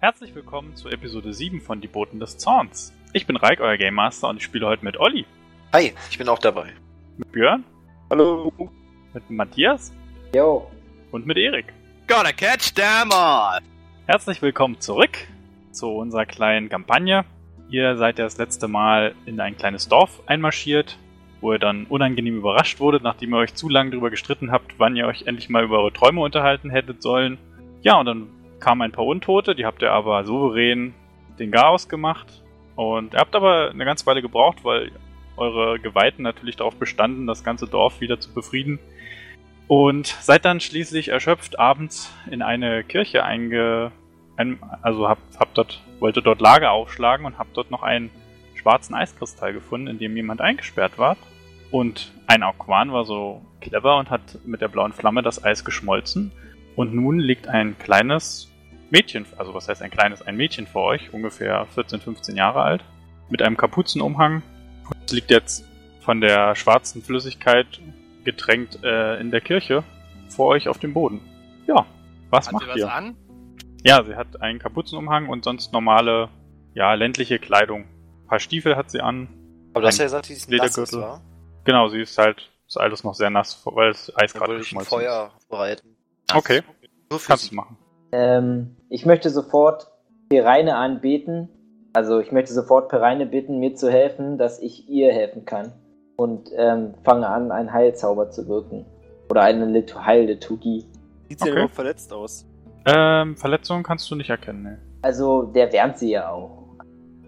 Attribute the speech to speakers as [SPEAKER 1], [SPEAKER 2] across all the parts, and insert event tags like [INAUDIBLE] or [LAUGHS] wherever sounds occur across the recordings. [SPEAKER 1] Herzlich willkommen zu Episode 7 von Die Boten des Zorns. Ich bin Raik, euer Game Master, und ich spiele heute mit Olli,
[SPEAKER 2] Hi, ich bin auch dabei.
[SPEAKER 1] mit Björn,
[SPEAKER 3] Hallo.
[SPEAKER 1] mit Matthias
[SPEAKER 3] Jo.
[SPEAKER 1] und mit Erik.
[SPEAKER 2] Gotta catch them all!
[SPEAKER 1] Herzlich willkommen zurück zu unserer kleinen Kampagne. Ihr seid ja das letzte Mal in ein kleines Dorf einmarschiert, wo ihr dann unangenehm überrascht wurdet, nachdem ihr euch zu lange darüber gestritten habt, wann ihr euch endlich mal über eure Träume unterhalten hättet sollen. Ja, und dann kamen ein paar Untote, die habt ihr aber souverän den Chaos gemacht. Und ihr habt aber eine ganze Weile gebraucht, weil eure Geweihten natürlich darauf bestanden, das ganze Dorf wieder zu befrieden. Und seid dann schließlich erschöpft abends in eine Kirche einge ein, also hab, hab dort, wollte dort Lager aufschlagen und hab dort noch einen schwarzen Eiskristall gefunden, in dem jemand eingesperrt war. Und ein Aquan war so clever und hat mit der blauen Flamme das Eis geschmolzen. Und nun liegt ein kleines Mädchen, also was heißt ein kleines, ein Mädchen vor euch, ungefähr 14, 15 Jahre alt, mit einem Kapuzenumhang. Und es liegt jetzt von der schwarzen Flüssigkeit getränkt äh, in der Kirche vor euch auf dem Boden. Ja, was
[SPEAKER 2] Hat
[SPEAKER 1] macht
[SPEAKER 2] ihr was
[SPEAKER 1] ihr?
[SPEAKER 2] an?
[SPEAKER 1] Ja, sie hat einen Kapuzenumhang und sonst normale, ja, ländliche Kleidung. Ein paar Stiefel hat sie an.
[SPEAKER 2] Aber du hast ja gesagt, die ist nass,
[SPEAKER 1] Ledergürtel.
[SPEAKER 2] war.
[SPEAKER 1] Genau, sie ist halt, ist alles noch sehr nass, weil das Eis
[SPEAKER 2] Da
[SPEAKER 1] gerade
[SPEAKER 2] würde ich ein
[SPEAKER 1] geschmolzen
[SPEAKER 2] Feuer bereiten.
[SPEAKER 1] ist. Okay,
[SPEAKER 2] Nur für
[SPEAKER 1] kannst
[SPEAKER 2] sie.
[SPEAKER 1] du machen.
[SPEAKER 3] Ähm, ich möchte sofort Pereine anbeten. Also ich möchte sofort Pereine bitten, mir zu helfen, dass ich ihr helfen kann. Und ähm, fange an, einen Heilzauber zu wirken. Oder eine Lit Heilliturgie.
[SPEAKER 4] Sieht sie
[SPEAKER 1] Okay.
[SPEAKER 4] denn überhaupt verletzt aus?
[SPEAKER 1] Ähm, Verletzungen kannst du nicht erkennen, ne.
[SPEAKER 3] Also der wärmt sie ja auch.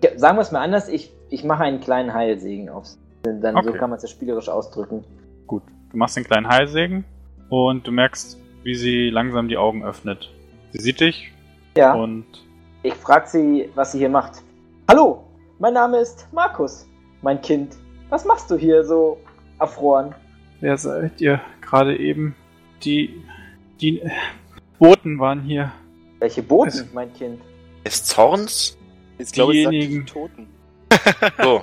[SPEAKER 3] Ja, sagen wir es mal anders, ich, ich mache einen kleinen Heilsegen aufs. Dann so
[SPEAKER 1] Okay.
[SPEAKER 3] kann man es ja spielerisch ausdrücken.
[SPEAKER 1] Du machst den kleinen Heilsegen und du merkst, wie sie langsam die Augen öffnet. Sie sieht dich
[SPEAKER 3] Ja.
[SPEAKER 1] und
[SPEAKER 3] Ich frage sie, was sie hier macht. Hallo, mein Name ist Markus, mein Kind. Was machst du hier so erfroren?
[SPEAKER 1] Wer seid ihr gerade eben? Die, die Boten waren hier.
[SPEAKER 3] Welche Boten,
[SPEAKER 1] Es-
[SPEAKER 3] mein Kind?
[SPEAKER 2] Des Zorns?
[SPEAKER 4] Jetzt glaube ich, sagt
[SPEAKER 1] Diejenigen-
[SPEAKER 4] die Toten.
[SPEAKER 2] [LAUGHS] So.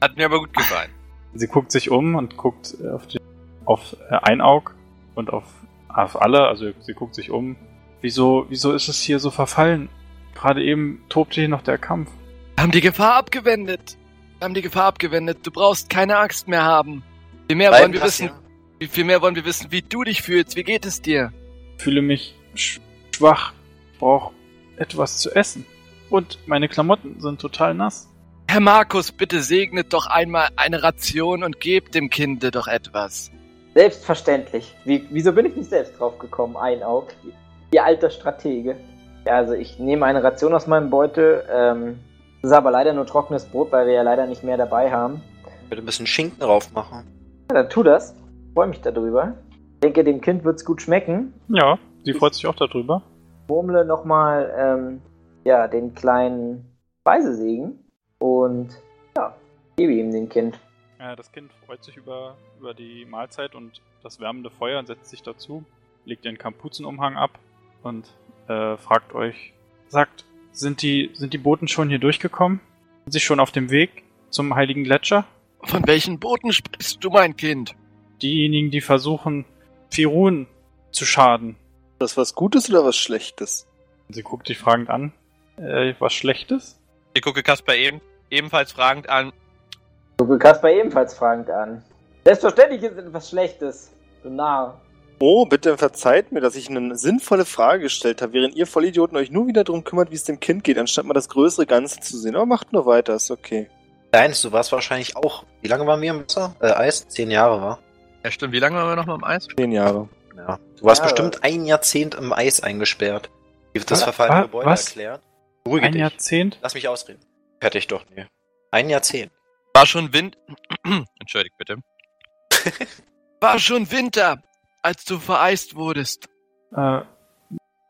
[SPEAKER 5] Hat mir aber gut gefallen.
[SPEAKER 1] Sie guckt sich um und guckt äh, auf, den, auf äh, Einaug und auf, auf alle, also sie guckt sich um. Wieso, wieso ist es hier so verfallen? Gerade eben tobte hier noch der Kampf.
[SPEAKER 5] Wir haben die Gefahr abgewendet. Wir haben die Gefahr abgewendet. Du brauchst keine Angst mehr haben. Viel mehr wollen wir wissen, wie viel mehr wollen wir wissen, wie du dich fühlst. Wie geht es dir?
[SPEAKER 1] Ich fühle mich sch schwach, brauche etwas zu essen. Und meine Klamotten sind total nass.
[SPEAKER 5] Herr Markus, bitte segnet doch einmal eine Ration und gebt dem Kinde doch etwas.
[SPEAKER 3] Selbstverständlich. Wie, wieso bin ich nicht selbst drauf gekommen? Ein Auge. Ihr alter Stratege. Ja, also ich nehme eine Ration aus meinem Beutel. Ähm, das ist aber leider nur trockenes Brot, weil wir ja leider nicht mehr dabei haben.
[SPEAKER 2] Ich würde ein bisschen Schinken drauf machen.
[SPEAKER 3] Ja, dann tu das. Ich freue mich darüber. Ich denke, dem Kind wird's gut schmecken.
[SPEAKER 1] Ja, sie freut sich auch darüber.
[SPEAKER 3] murmle nochmal ähm, ja, den kleinen Speisesegen und ja, gebe ihm den Kind.
[SPEAKER 1] Äh, Das Kind freut sich über, über die Mahlzeit und das wärmende Feuer und setzt sich dazu, legt den Kapuzenumhang ab und äh, fragt euch, sagt, sind die, sind die Boten schon hier durchgekommen? Sind sie schon auf dem Weg zum Heiligen Gletscher?
[SPEAKER 5] Von welchen Boten sprichst du, mein Kind?
[SPEAKER 1] Diejenigen, die versuchen, Firun zu schaden.
[SPEAKER 4] Das was Gutes oder was Schlechtes?
[SPEAKER 1] Sie guckt dich fragend an. Äh, was Schlechtes?
[SPEAKER 6] Ich gucke Kasper eben, ebenfalls fragend an.
[SPEAKER 3] Gucke Kasper ebenfalls fragend an. Selbstverständlich ist etwas Schlechtes. Du Narr.
[SPEAKER 4] Oh, bitte verzeiht mir, dass ich eine sinnvolle Frage gestellt habe, während ihr Vollidioten euch nur wieder darum kümmert, wie es dem Kind geht, anstatt mal das größere Ganze zu sehen. Aber macht nur weiter, ist okay.
[SPEAKER 2] Deins, du warst wahrscheinlich auch. Wie lange waren wir im Wasser? Äh, Eis? Zehn Jahre, war.
[SPEAKER 5] Ja, stimmt. Wie lange waren wir noch mal im Eis?
[SPEAKER 4] Zehn Jahre.
[SPEAKER 2] Ja. Du warst
[SPEAKER 3] Ja,
[SPEAKER 2] bestimmt ein Jahrzehnt im Eis eingesperrt. Wie wird das
[SPEAKER 1] Wa-
[SPEAKER 2] verfallene
[SPEAKER 1] wa-
[SPEAKER 2] Gebäude
[SPEAKER 1] was?
[SPEAKER 2] erklärt? Beruhige
[SPEAKER 1] Ein
[SPEAKER 2] dich.
[SPEAKER 1] Jahrzehnt?
[SPEAKER 2] Lass mich ausreden. Fertig doch, nee. Ein Jahrzehnt.
[SPEAKER 6] War schon Wind. [CLEARS THROAT] Entschuldigt bitte.
[SPEAKER 5] War schon Winter, als du vereist wurdest.
[SPEAKER 1] Äh,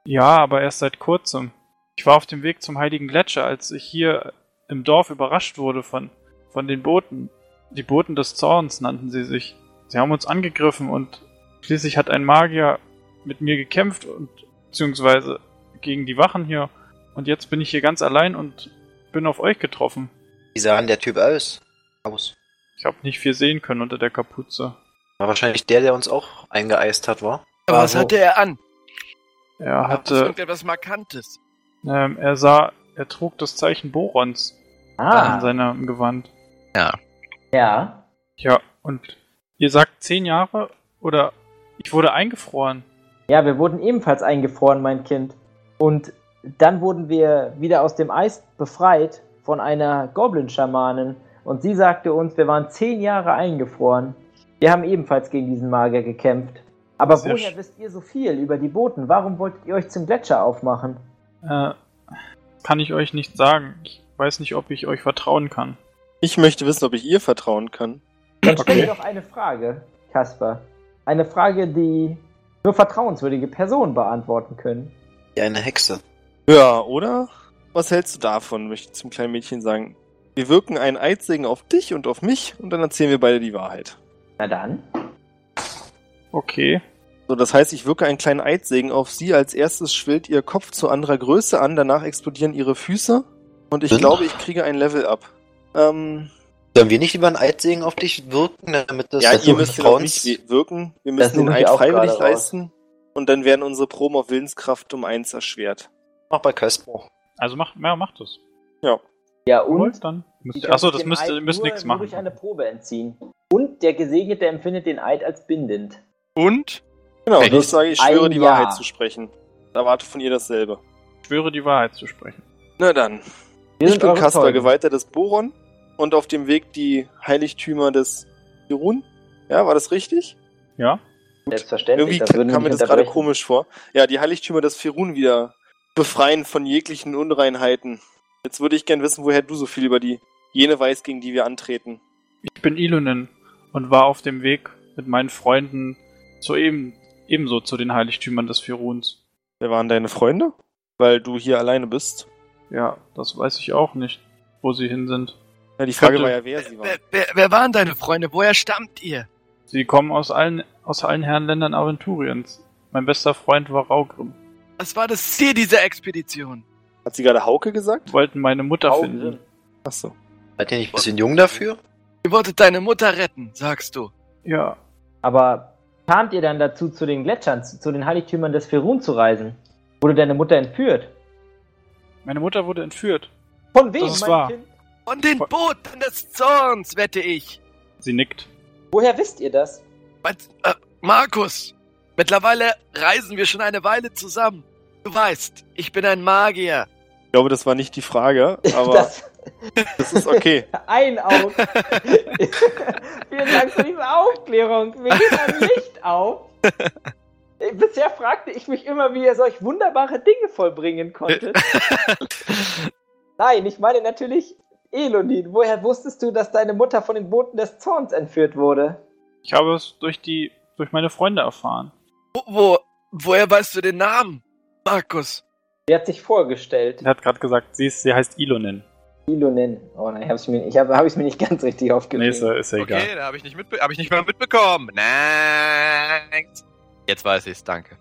[SPEAKER 1] ja, aber erst seit kurzem. Ich war auf dem Weg zum Heiligen Gletscher, als ich hier im Dorf überrascht wurde von, von den Boten. Die Boten des Zorns nannten sie sich. Sie haben uns angegriffen und schließlich hat ein Magier mit mir gekämpft und beziehungsweise gegen die Wachen hier. Und jetzt bin ich hier ganz allein und bin auf euch getroffen.
[SPEAKER 2] Wie sah denn der Typ aus? Aus.
[SPEAKER 1] Ich habe nicht viel sehen können unter der Kapuze.
[SPEAKER 2] War wahrscheinlich der, der uns auch eingeeist hat, war?
[SPEAKER 5] Aber was
[SPEAKER 3] Bravo.
[SPEAKER 5] hatte er an?
[SPEAKER 1] Er
[SPEAKER 6] Gab es
[SPEAKER 1] hatte,
[SPEAKER 6] irgendetwas Markantes?
[SPEAKER 1] ähm, er sah, er trug das Zeichen Borons an
[SPEAKER 3] Ah,
[SPEAKER 1] seinem Gewand.
[SPEAKER 3] ja.
[SPEAKER 1] Ja, und ihr sagt zehn Jahre oder ich wurde eingefroren.
[SPEAKER 3] Ja, wir wurden ebenfalls eingefroren, mein Kind. Und dann wurden wir wieder aus dem Eis befreit von einer Goblin-Schamanin. Und sie sagte uns, wir waren zehn Jahre eingefroren. Wir haben ebenfalls gegen diesen Magier gekämpft. Aber
[SPEAKER 1] Sehr
[SPEAKER 3] woher
[SPEAKER 1] sch-
[SPEAKER 3] wisst ihr so viel über die Boten? Warum wolltet ihr euch zum Gletscher aufmachen?
[SPEAKER 1] Äh, kann ich euch nicht sagen. Ich weiß nicht, ob ich euch vertrauen kann.
[SPEAKER 4] Ich möchte wissen, ob ich ihr vertrauen kann.
[SPEAKER 3] Dann stell
[SPEAKER 4] Okay.
[SPEAKER 3] mir doch eine Frage, Kasper. Eine Frage, die nur vertrauenswürdige Personen beantworten können.
[SPEAKER 2] Wie eine Hexe.
[SPEAKER 4] Ja, oder? Was hältst du davon, möchte ich zum kleinen Mädchen sagen. Wir wirken einen Eidsegen auf dich und auf mich und dann erzählen wir beide die Wahrheit.
[SPEAKER 3] Na dann.
[SPEAKER 1] Okay.
[SPEAKER 4] So, das heißt, ich wirke einen kleinen Eidsegen auf sie. Als erstes schwillt ihr Kopf zu anderer Größe an, danach explodieren ihre Füße und ich
[SPEAKER 2] Bin-
[SPEAKER 4] glaube, ich kriege ein Level up. Ähm,
[SPEAKER 2] Sollen wir nicht lieber einen Eidsegen auf dich wirken, damit das
[SPEAKER 4] ja,
[SPEAKER 2] dass
[SPEAKER 4] ihr
[SPEAKER 2] du
[SPEAKER 4] müsst den auf mich
[SPEAKER 2] vertraust?
[SPEAKER 4] wi- wirken. Wir
[SPEAKER 3] Das
[SPEAKER 4] müssen den
[SPEAKER 3] suche ich
[SPEAKER 4] Eid
[SPEAKER 3] auch gerade
[SPEAKER 4] freiwillig
[SPEAKER 3] raus.
[SPEAKER 4] leisten und dann werden unsere Proben auf Willenskraft um eins erschwert.
[SPEAKER 2] Mach bei Casper.
[SPEAKER 1] Also macht, ja, macht das.
[SPEAKER 3] Ja,
[SPEAKER 1] Und
[SPEAKER 3] und?
[SPEAKER 1] dann müsst
[SPEAKER 3] Die
[SPEAKER 1] ihr, achso,
[SPEAKER 3] können
[SPEAKER 1] das
[SPEAKER 3] sich dem
[SPEAKER 1] müsst ihr
[SPEAKER 3] Eid
[SPEAKER 1] müsst
[SPEAKER 3] nur
[SPEAKER 1] nichts
[SPEAKER 3] Durch eine
[SPEAKER 1] machen.
[SPEAKER 3] Probe entziehen. Und der Gesegnete empfindet den Eid als bindend.
[SPEAKER 7] Und?
[SPEAKER 4] Genau,
[SPEAKER 7] Echt?
[SPEAKER 4] ich sage, ich schwöre,
[SPEAKER 3] Ein
[SPEAKER 4] die
[SPEAKER 3] Jahr.
[SPEAKER 4] Wahrheit zu sprechen. Und erwarte von ihr dasselbe.
[SPEAKER 1] Ich schwöre, die Wahrheit zu sprechen.
[SPEAKER 4] Na dann.
[SPEAKER 3] Wir
[SPEAKER 4] ich
[SPEAKER 3] sind
[SPEAKER 4] bin
[SPEAKER 3] eure
[SPEAKER 4] Kasper,
[SPEAKER 3] Zeugen.
[SPEAKER 4] Geweihter des Boron und auf dem Weg die Heiligtümer des Irun. Ja, war das richtig?
[SPEAKER 1] Ja?
[SPEAKER 3] Selbstverständlich. das würden
[SPEAKER 4] Irgendwie kam
[SPEAKER 3] wir
[SPEAKER 4] mir
[SPEAKER 3] nicht
[SPEAKER 4] das gerade
[SPEAKER 3] unterbrechen.
[SPEAKER 4] komisch vor. Ja, die Heiligtümer des Firun wieder befreien von jeglichen Unreinheiten. Jetzt würde ich gern wissen, woher du so viel über die jene weißt, gegen die wir antreten.
[SPEAKER 1] Ich bin Ilunen und war auf dem Weg mit meinen Freunden zu eben, ebenso zu den Heiligtümern des Firuns.
[SPEAKER 4] Wer waren deine Freunde? Weil du hier alleine bist.
[SPEAKER 1] Ja, das weiß ich auch nicht, wo sie hin sind.
[SPEAKER 4] Ja, die Frage
[SPEAKER 1] Könnte-
[SPEAKER 4] war ja, wer sie waren.
[SPEAKER 6] Wer, wer, wer waren deine Freunde? Woher stammt ihr?
[SPEAKER 1] Sie kommen aus allen, aus allen Herrenländern Aventuriens. Mein bester Freund war Raugrim.
[SPEAKER 6] Was war das Ziel dieser Expedition?
[SPEAKER 4] Hat sie gerade Hauke gesagt?
[SPEAKER 1] Wollten meine Mutter
[SPEAKER 3] Augen
[SPEAKER 1] finden.
[SPEAKER 3] drin.
[SPEAKER 4] Achso.
[SPEAKER 2] Seid ihr nicht ein bisschen jung dafür?
[SPEAKER 6] Ihr wolltet deine Mutter retten, sagst du.
[SPEAKER 1] Ja,
[SPEAKER 3] Aber kamt ihr dann dazu, zu den Gletschern, zu, zu den Heiligtümern des Ferun zu reisen? Wurde deine Mutter entführt?
[SPEAKER 1] meine Mutter wurde entführt.
[SPEAKER 3] Von wem,
[SPEAKER 1] Das ist wahr.
[SPEAKER 3] Kind?
[SPEAKER 6] Von den Boten des Zorns, wette ich.
[SPEAKER 1] Sie nickt.
[SPEAKER 3] Woher wisst ihr das?
[SPEAKER 6] Was, äh, Markus, mittlerweile reisen wir schon eine Weile zusammen. Du weißt, ich bin ein Magier.
[SPEAKER 4] Ich glaube, das war nicht die Frage, aber das,
[SPEAKER 3] [LAUGHS] das
[SPEAKER 4] ist okay.
[SPEAKER 1] [LAUGHS]
[SPEAKER 3] ein Auge. Vielen Dank für diese Aufklärung. Mir geht ein Licht auf. Bisher fragte ich mich immer, wie ihr solch wunderbare Dinge
[SPEAKER 1] [LAUGHS]
[SPEAKER 3] vollbringen konntet. Nein, ich meine natürlich Elodin. Woher wusstest du, dass deine Mutter von den Boten des Zorns entführt wurde?
[SPEAKER 1] Ich habe es durch die, durch meine Freunde erfahren.
[SPEAKER 6] Wo, wo, woher weißt du den Namen, Markus?
[SPEAKER 3] Sie hat sich vorgestellt.
[SPEAKER 1] Er hat gerade gesagt, sie, ist, sie heißt Ilonen.
[SPEAKER 3] Ilonin. Oh nein, hab's mir, ich habe es mir nicht ganz richtig
[SPEAKER 1] Nee,
[SPEAKER 3] aufgenommen.
[SPEAKER 1] ist, halt- ja- ist ja egal.
[SPEAKER 7] Okay, da habe ich nicht mitbe hab ich nicht mal mitbekommen. Nein. Jetzt weiß ich's, danke.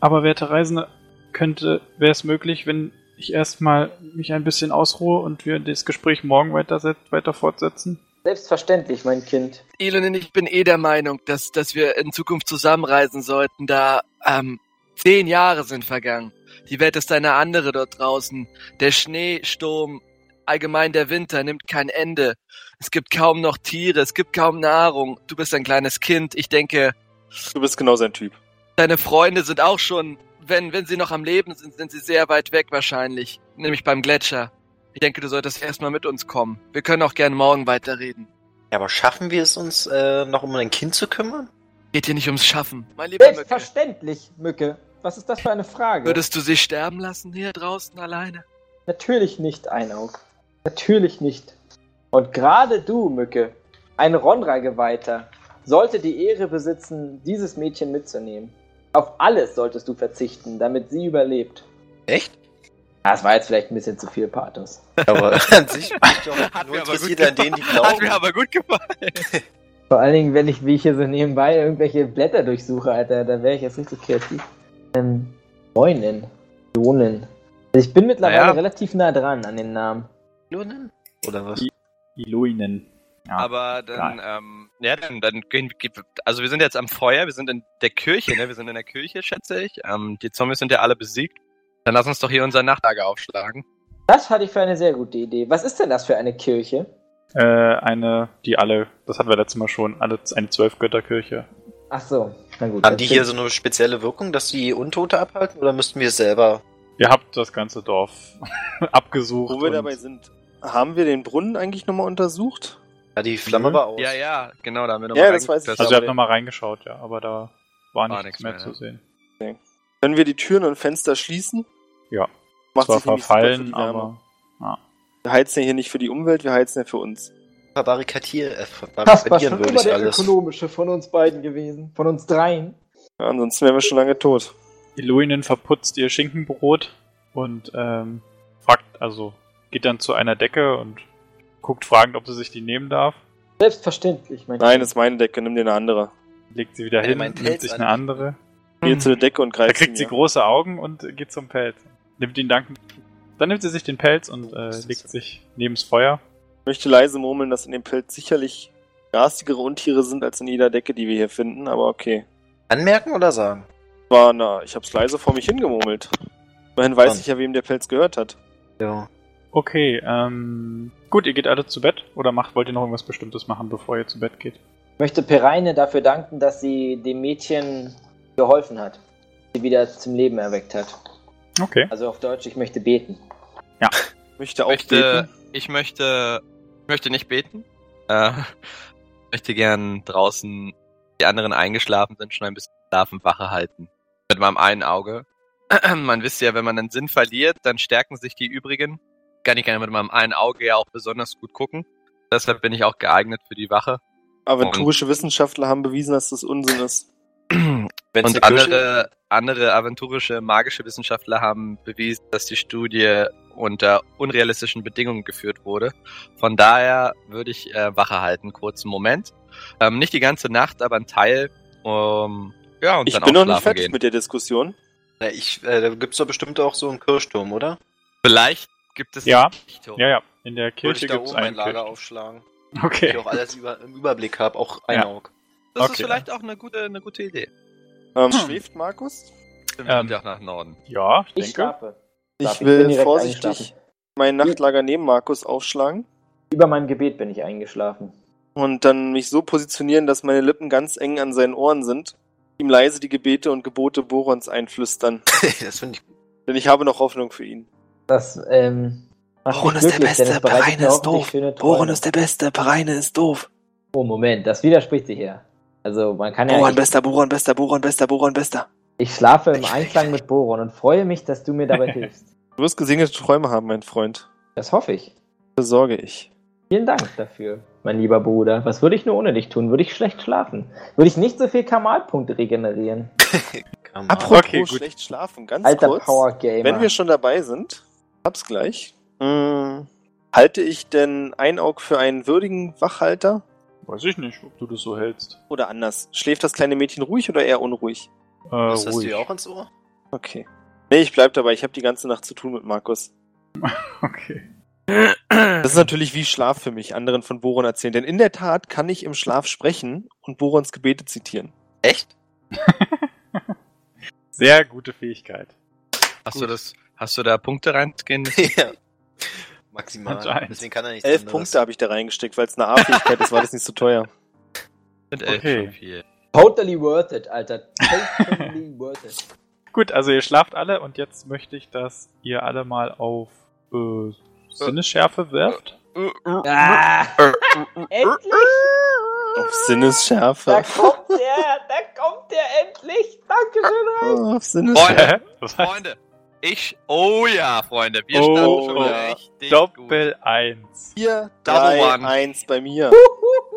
[SPEAKER 1] Aber werte Reisende, könnte, wäre es möglich, wenn ich erstmal mich ein bisschen ausruhe und wir das Gespräch morgen weiter, weiter fortsetzen?
[SPEAKER 3] Selbstverständlich, mein Kind.
[SPEAKER 6] Elon, ich bin eh der Meinung, dass, dass wir in Zukunft zusammenreisen sollten, da ähm, zehn Jahre sind vergangen. Die Welt ist eine andere dort draußen. Der Schneesturm, allgemein der Winter, nimmt kein Ende. Es gibt kaum noch Tiere, es gibt kaum Nahrung. Du bist ein kleines Kind. Ich denke,
[SPEAKER 4] [LAUGHS] Du bist genau sein Typ.
[SPEAKER 6] deine Freunde sind auch schon, wenn, wenn sie noch am Leben sind, sind sie sehr weit weg wahrscheinlich. Nämlich beim Gletscher. Ich denke, du solltest erstmal mit uns kommen. Wir können auch gern morgen weiterreden.
[SPEAKER 2] Ja, aber schaffen wir es uns, äh, noch um dein Kind zu kümmern?
[SPEAKER 6] Geht hier nicht ums Schaffen. Mein lieber Mücke.
[SPEAKER 3] Selbstverständlich, Mücke. Was ist das für eine Frage?
[SPEAKER 6] Würdest du sie sterben lassen hier draußen [LAUGHS] alleine?
[SPEAKER 3] Natürlich nicht, Einaug. Natürlich nicht. Und gerade du, Mücke, ein Ronra-Geweihter, sollte die Ehre besitzen, dieses Mädchen mitzunehmen. Auf alles solltest du verzichten, damit sie überlebt.
[SPEAKER 2] Echt?
[SPEAKER 3] Das war jetzt vielleicht ein bisschen zu viel Pathos.
[SPEAKER 2] [LAUGHS] Aber an sich bin ich doch
[SPEAKER 7] Hat
[SPEAKER 2] nur
[SPEAKER 7] mir aber
[SPEAKER 2] interessiert
[SPEAKER 7] gut
[SPEAKER 2] an denen,
[SPEAKER 7] [LAUGHS]
[SPEAKER 2] die
[SPEAKER 7] Hat mir
[SPEAKER 2] glauben.
[SPEAKER 7] aber gut gefallen.
[SPEAKER 3] Vor allen Dingen, wenn ich, wie ich hier so nebenbei irgendwelche Blätter durchsuche, Alter, da wäre ich jetzt richtig kreativ. Ähm, Moinen. Jonen. Also ich bin mittlerweile
[SPEAKER 7] Naja.
[SPEAKER 3] relativ nah dran an den Namen.
[SPEAKER 2] Oder was?
[SPEAKER 1] Iloinen. Ja.
[SPEAKER 7] Aber dann ähm,
[SPEAKER 6] Ja, dann, dann gehen wir. Also wir sind jetzt am Feuer, wir sind in der Kirche, ne? Wir sind in der Kirche, schätze ich. Ähm, die Zombies sind ja alle besiegt. Dann lass uns doch hier unser Nachtlager aufschlagen.
[SPEAKER 3] Das hatte ich für eine sehr gute Idee. Was ist denn das für eine Kirche?
[SPEAKER 1] Äh, eine, die alle, das hatten wir letztes Mal schon, alle eine Zwölfgötterkirche.
[SPEAKER 3] Ach so, na gut.
[SPEAKER 2] Haben
[SPEAKER 3] dann
[SPEAKER 2] die
[SPEAKER 3] stimmt.
[SPEAKER 2] hier so eine spezielle Wirkung, dass die Untote abhalten oder müssten wir es selber?
[SPEAKER 1] Ihr habt das ganze Dorf [LAUGHS] abgesucht.
[SPEAKER 4] Wo wir
[SPEAKER 1] und-
[SPEAKER 4] dabei sind, haben wir den Brunnen eigentlich nochmal untersucht?
[SPEAKER 2] Ja, die Flamme
[SPEAKER 1] Mhm.
[SPEAKER 2] war aus.
[SPEAKER 6] Ja, ja, genau, da haben wir
[SPEAKER 4] Ja,
[SPEAKER 6] mal
[SPEAKER 4] das
[SPEAKER 6] reinge-
[SPEAKER 4] weiß ich
[SPEAKER 6] das-
[SPEAKER 1] also
[SPEAKER 4] aber
[SPEAKER 1] ihr
[SPEAKER 4] den-
[SPEAKER 1] habt nochmal reingeschaut, ja, aber da war nichts,
[SPEAKER 6] nichts
[SPEAKER 1] mehr,
[SPEAKER 6] mehr,
[SPEAKER 1] zu
[SPEAKER 6] ja.
[SPEAKER 1] sehen.
[SPEAKER 4] Können wir die Türen und Fenster schließen?
[SPEAKER 1] Ja.
[SPEAKER 4] Macht
[SPEAKER 1] Zwar
[SPEAKER 4] sich nämlich super für
[SPEAKER 1] verfallen,
[SPEAKER 4] die Wärme.
[SPEAKER 1] aber
[SPEAKER 4] Wir heizen ja hier nicht für die Umwelt, wir heizen ja für uns.
[SPEAKER 2] Verbarrikadier, äh,
[SPEAKER 3] Das war schon
[SPEAKER 2] verbarrikadieren würde
[SPEAKER 3] immer
[SPEAKER 2] ich
[SPEAKER 3] der
[SPEAKER 2] alles.
[SPEAKER 3] ökonomische von uns beiden gewesen. Von uns dreien.
[SPEAKER 4] Ja, ansonsten wären wir schon lange tot.
[SPEAKER 1] Eloinen verputzt ihr Schinkenbrot und ähm, fragt, also geht dann zu einer Decke und guckt fragend, ob sie sich die nehmen darf.
[SPEAKER 3] Selbstverständlich, mein
[SPEAKER 4] Nein, das ist meine Decke, nimm dir eine andere.
[SPEAKER 1] Legt sie wieder
[SPEAKER 2] Ja,
[SPEAKER 1] hin,
[SPEAKER 2] mein
[SPEAKER 1] nimmt
[SPEAKER 2] Pelz
[SPEAKER 1] sich
[SPEAKER 2] an.
[SPEAKER 1] eine andere.
[SPEAKER 4] Geh zu der Decke und
[SPEAKER 1] Da
[SPEAKER 4] greif
[SPEAKER 1] Hm. kriegt sie
[SPEAKER 4] mir.
[SPEAKER 1] große Augen und geht zum Pelz. Nimmt ihn danken. Dann nimmt sie sich den Pelz und äh, legt sich neben's Feuer.
[SPEAKER 4] Ich möchte leise murmeln, dass in dem Pelz sicherlich garstigere Untiere sind als in jeder Decke, die wir hier finden, aber okay.
[SPEAKER 2] Anmerken oder sagen?
[SPEAKER 4] War na, ich hab's leise vor mich hingemurmelt. Immerhin weiß
[SPEAKER 2] Dann.
[SPEAKER 4] ich ja, wem der Pelz gehört hat.
[SPEAKER 2] Ja.
[SPEAKER 1] Okay, ähm. Gut, ihr geht alle zu Bett oder macht, wollt ihr noch irgendwas Bestimmtes machen, bevor ihr zu Bett geht?
[SPEAKER 3] Ich möchte Pereine dafür danken, dass sie dem Mädchen geholfen hat. Sie wieder zum Leben erweckt hat.
[SPEAKER 1] Okay.
[SPEAKER 3] Also auf Deutsch, ich möchte beten.
[SPEAKER 6] Ich
[SPEAKER 4] Möchte auch
[SPEAKER 6] möchte,
[SPEAKER 4] beten.
[SPEAKER 6] ich möchte, ich möchte nicht beten. Äh, möchte gern draußen die anderen eingeschlafen sind, schon ein bisschen schlafen wache halten. Mit meinem einen Auge. [CLEARS THROAT] Man wisst ja, wenn man einen Sinn verliert, dann stärken sich die übrigen. Kann ich gerne mit meinem einen Auge ja auch besonders gut gucken. Deshalb bin ich auch geeignet für die Wache.
[SPEAKER 4] Aventurische Wissenschaftler haben bewiesen, dass das Unsinn ist.
[SPEAKER 2] Wenn's
[SPEAKER 6] Und
[SPEAKER 2] eine Kirche-
[SPEAKER 6] andere, andere aventurische magische Wissenschaftler haben bewiesen, dass die Studie unter unrealistischen Bedingungen geführt wurde. Von daher würde ich äh, Wache halten, kurzen Moment. Ähm, nicht die ganze Nacht, aber einen Teil. Ähm, ja, und
[SPEAKER 4] Ich
[SPEAKER 6] dann
[SPEAKER 4] bin
[SPEAKER 6] auch
[SPEAKER 4] noch nicht
[SPEAKER 6] schlafen
[SPEAKER 4] fertig
[SPEAKER 6] gehen.
[SPEAKER 4] mit der Diskussion.
[SPEAKER 2] Na, ich, äh, da gibt's doch bestimmt auch so einen Kirchturm, oder?
[SPEAKER 6] Vielleicht gibt es
[SPEAKER 1] Ja,
[SPEAKER 6] Lichtung.
[SPEAKER 1] Ja, ja. In der
[SPEAKER 2] Würde ich
[SPEAKER 1] Kirche
[SPEAKER 2] da
[SPEAKER 1] gibt's
[SPEAKER 2] oben ein
[SPEAKER 1] einen
[SPEAKER 2] Lager
[SPEAKER 1] Kirch. [LAUGHS]
[SPEAKER 2] aufschlagen. Ich
[SPEAKER 1] Okay.
[SPEAKER 2] auch alles über, im Überblick habe, auch ein
[SPEAKER 1] Ja.
[SPEAKER 2] Auge. [LAUGHS]
[SPEAKER 6] Das ist
[SPEAKER 1] Okay.
[SPEAKER 6] vielleicht auch eine gute, eine gute Idee.
[SPEAKER 4] Ähm, Schläft Markus?
[SPEAKER 6] Stimmt,
[SPEAKER 1] Ähm.
[SPEAKER 6] und ja auch nach Norden.
[SPEAKER 1] Ja, ich
[SPEAKER 3] Ich
[SPEAKER 1] denke.
[SPEAKER 3] schlafe.
[SPEAKER 4] Ich
[SPEAKER 3] Schlaf, ich bin
[SPEAKER 4] will
[SPEAKER 3] direkt
[SPEAKER 4] vorsichtig
[SPEAKER 3] eingeschlafen.
[SPEAKER 4] mein Nachtlager neben Markus aufschlagen
[SPEAKER 3] Über mein Gebet bin ich eingeschlafen.
[SPEAKER 4] und dann mich so positionieren, dass meine Lippen ganz eng an seinen Ohren sind, ihm leise die Gebete und Gebote Borons einflüstern.
[SPEAKER 2] das finde ich.
[SPEAKER 4] Denn ich habe noch Hoffnung für ihn.
[SPEAKER 3] Das, ähm. macht
[SPEAKER 8] Boron
[SPEAKER 3] mich
[SPEAKER 8] ist der
[SPEAKER 3] glücklich, denn
[SPEAKER 8] Beste,
[SPEAKER 3] es bereitet
[SPEAKER 8] Pereine
[SPEAKER 3] mir
[SPEAKER 8] ist
[SPEAKER 3] hoffentlich
[SPEAKER 8] doof.
[SPEAKER 3] schöne Träume.
[SPEAKER 8] Boron ist der Beste, Pereine ist doof.
[SPEAKER 3] Oh, Moment, das widerspricht sich ja. Also, man kann ja.
[SPEAKER 8] Boron
[SPEAKER 3] Ich,
[SPEAKER 8] bester, Boron bester, Boron bester, Boron bester.
[SPEAKER 3] ich schlafe im Einklang mit Boron und freue mich, dass du mir
[SPEAKER 8] [LAUGHS]
[SPEAKER 3] dabei hilfst.
[SPEAKER 4] Du wirst gesegnete Träume haben, mein Freund.
[SPEAKER 3] Das hoffe ich.
[SPEAKER 4] Besorge ich.
[SPEAKER 3] Vielen Dank dafür, mein lieber Bruder. Was würde ich nur ohne dich tun? Würde ich schlecht schlafen? Würde ich nicht so viel Kamalpunkte regenerieren?
[SPEAKER 2] Kann man.
[SPEAKER 4] Apropos
[SPEAKER 1] Okay, gut.
[SPEAKER 4] schlecht schlafen, ganz
[SPEAKER 3] Alter
[SPEAKER 4] kurz.
[SPEAKER 3] Power Gamer.
[SPEAKER 4] Wenn wir schon dabei sind, hab's gleich. Mm, halte ich denn ein Auge für einen würdigen Wachhalter?
[SPEAKER 1] Weiß ich nicht, ob du das so hältst.
[SPEAKER 4] Oder anders? Schläft das kleine Mädchen ruhig oder eher unruhig?
[SPEAKER 1] Äh,
[SPEAKER 2] das hast du
[SPEAKER 1] ruhig.
[SPEAKER 2] ja auch ins Ohr?
[SPEAKER 4] Okay. Nee, ich bleib dabei. Ich habe die ganze Nacht zu tun mit Markus.
[SPEAKER 1] [LAUGHS] Okay.
[SPEAKER 4] Das ist natürlich wie Schlaf für mich, anderen von Boron erzählen. Denn in der Tat kann ich im Schlaf sprechen und Borons Gebete zitieren.
[SPEAKER 2] Echt?
[SPEAKER 1] Sehr gute Fähigkeit.
[SPEAKER 6] Hast du das, hast du da Punkte reingehen?
[SPEAKER 2] ja. Maximal.
[SPEAKER 1] Anscheinend.
[SPEAKER 2] Deswegen kann er ne? nichts
[SPEAKER 4] Elf
[SPEAKER 2] anderes.
[SPEAKER 4] Punkte habe ich da reingesteckt, weil es eine A-Fähigkeit ist, war das nicht so teuer.
[SPEAKER 1] [LAUGHS]
[SPEAKER 6] Sind elf
[SPEAKER 1] Okay.
[SPEAKER 6] schon viel.
[SPEAKER 3] Totally worth it, Alter.
[SPEAKER 4] [LAUGHS]
[SPEAKER 3] Totally worth it.
[SPEAKER 1] Gut, also ihr schlaft alle und jetzt möchte ich, dass ihr alle mal auf äh,
[SPEAKER 2] Äh,
[SPEAKER 1] Sinnesschärfe werft.
[SPEAKER 3] Ah, endlich!
[SPEAKER 4] Auf Sinnesschärfe.
[SPEAKER 3] Da kommt der, da kommt der endlich! Dankeschön, Reich!
[SPEAKER 4] Oh, Auf
[SPEAKER 2] äh,
[SPEAKER 4] Sinnesschärfe.
[SPEAKER 6] Freunde,
[SPEAKER 1] Hä? Was?
[SPEAKER 6] Freunde, ich, oh ja, Freunde, wir
[SPEAKER 1] Oh
[SPEAKER 6] standen schon
[SPEAKER 4] ja.
[SPEAKER 2] äh,
[SPEAKER 6] richtig gut.
[SPEAKER 1] Doppel eins.
[SPEAKER 4] Vier,
[SPEAKER 6] Double
[SPEAKER 4] drei,
[SPEAKER 6] one.
[SPEAKER 4] eins bei mir.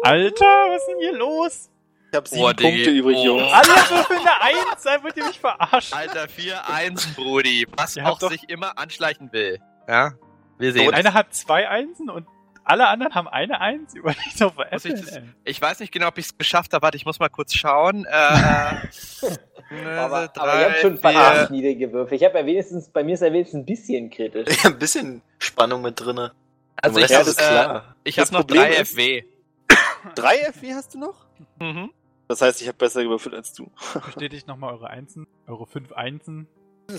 [SPEAKER 1] Alter, was ist denn hier los?
[SPEAKER 4] Ich habe sieben
[SPEAKER 6] Oh, Digi.
[SPEAKER 4] Punkte übrig,
[SPEAKER 6] Oh.
[SPEAKER 4] Jungs.
[SPEAKER 1] Alle würfeln eine Eins, dann wollt ihr mich verarschen.
[SPEAKER 6] Alter, 4-1, Brudi. Was
[SPEAKER 1] Ihr habt
[SPEAKER 6] auch
[SPEAKER 1] doch-
[SPEAKER 6] sich immer anschleichen will. Ja, wir sehen.
[SPEAKER 1] Und einer hat zwei Einsen und alle anderen haben eine Eins. [LAUGHS] Überlegt doch, was
[SPEAKER 6] Muss ich das-
[SPEAKER 1] ey.
[SPEAKER 6] Ich weiß nicht genau, ob ich es geschafft habe. Warte, ich muss mal kurz schauen. Äh,
[SPEAKER 4] [LAUGHS]
[SPEAKER 3] Aber,
[SPEAKER 6] aber,
[SPEAKER 3] aber ihr habt schon verdammt niedrige Würfel. Ich habe ja wenigstens, bei mir ist er wenigstens ein bisschen kritisch.
[SPEAKER 2] Ja, [LAUGHS] ein bisschen Spannung mit drinne.
[SPEAKER 6] Also
[SPEAKER 2] Im
[SPEAKER 6] ich
[SPEAKER 2] Rest
[SPEAKER 6] habe
[SPEAKER 2] ist
[SPEAKER 6] äh,
[SPEAKER 2] klar.
[SPEAKER 6] ich
[SPEAKER 4] Das
[SPEAKER 6] hab noch
[SPEAKER 4] Problem
[SPEAKER 6] 3
[SPEAKER 4] ist-
[SPEAKER 6] FW.
[SPEAKER 4] Drei FW hast du noch?
[SPEAKER 6] Mhm.
[SPEAKER 4] Das heißt, ich habe besser gewürfelt als du.
[SPEAKER 1] Bestätigt nochmal eure Einsen, eure fünf Einsen.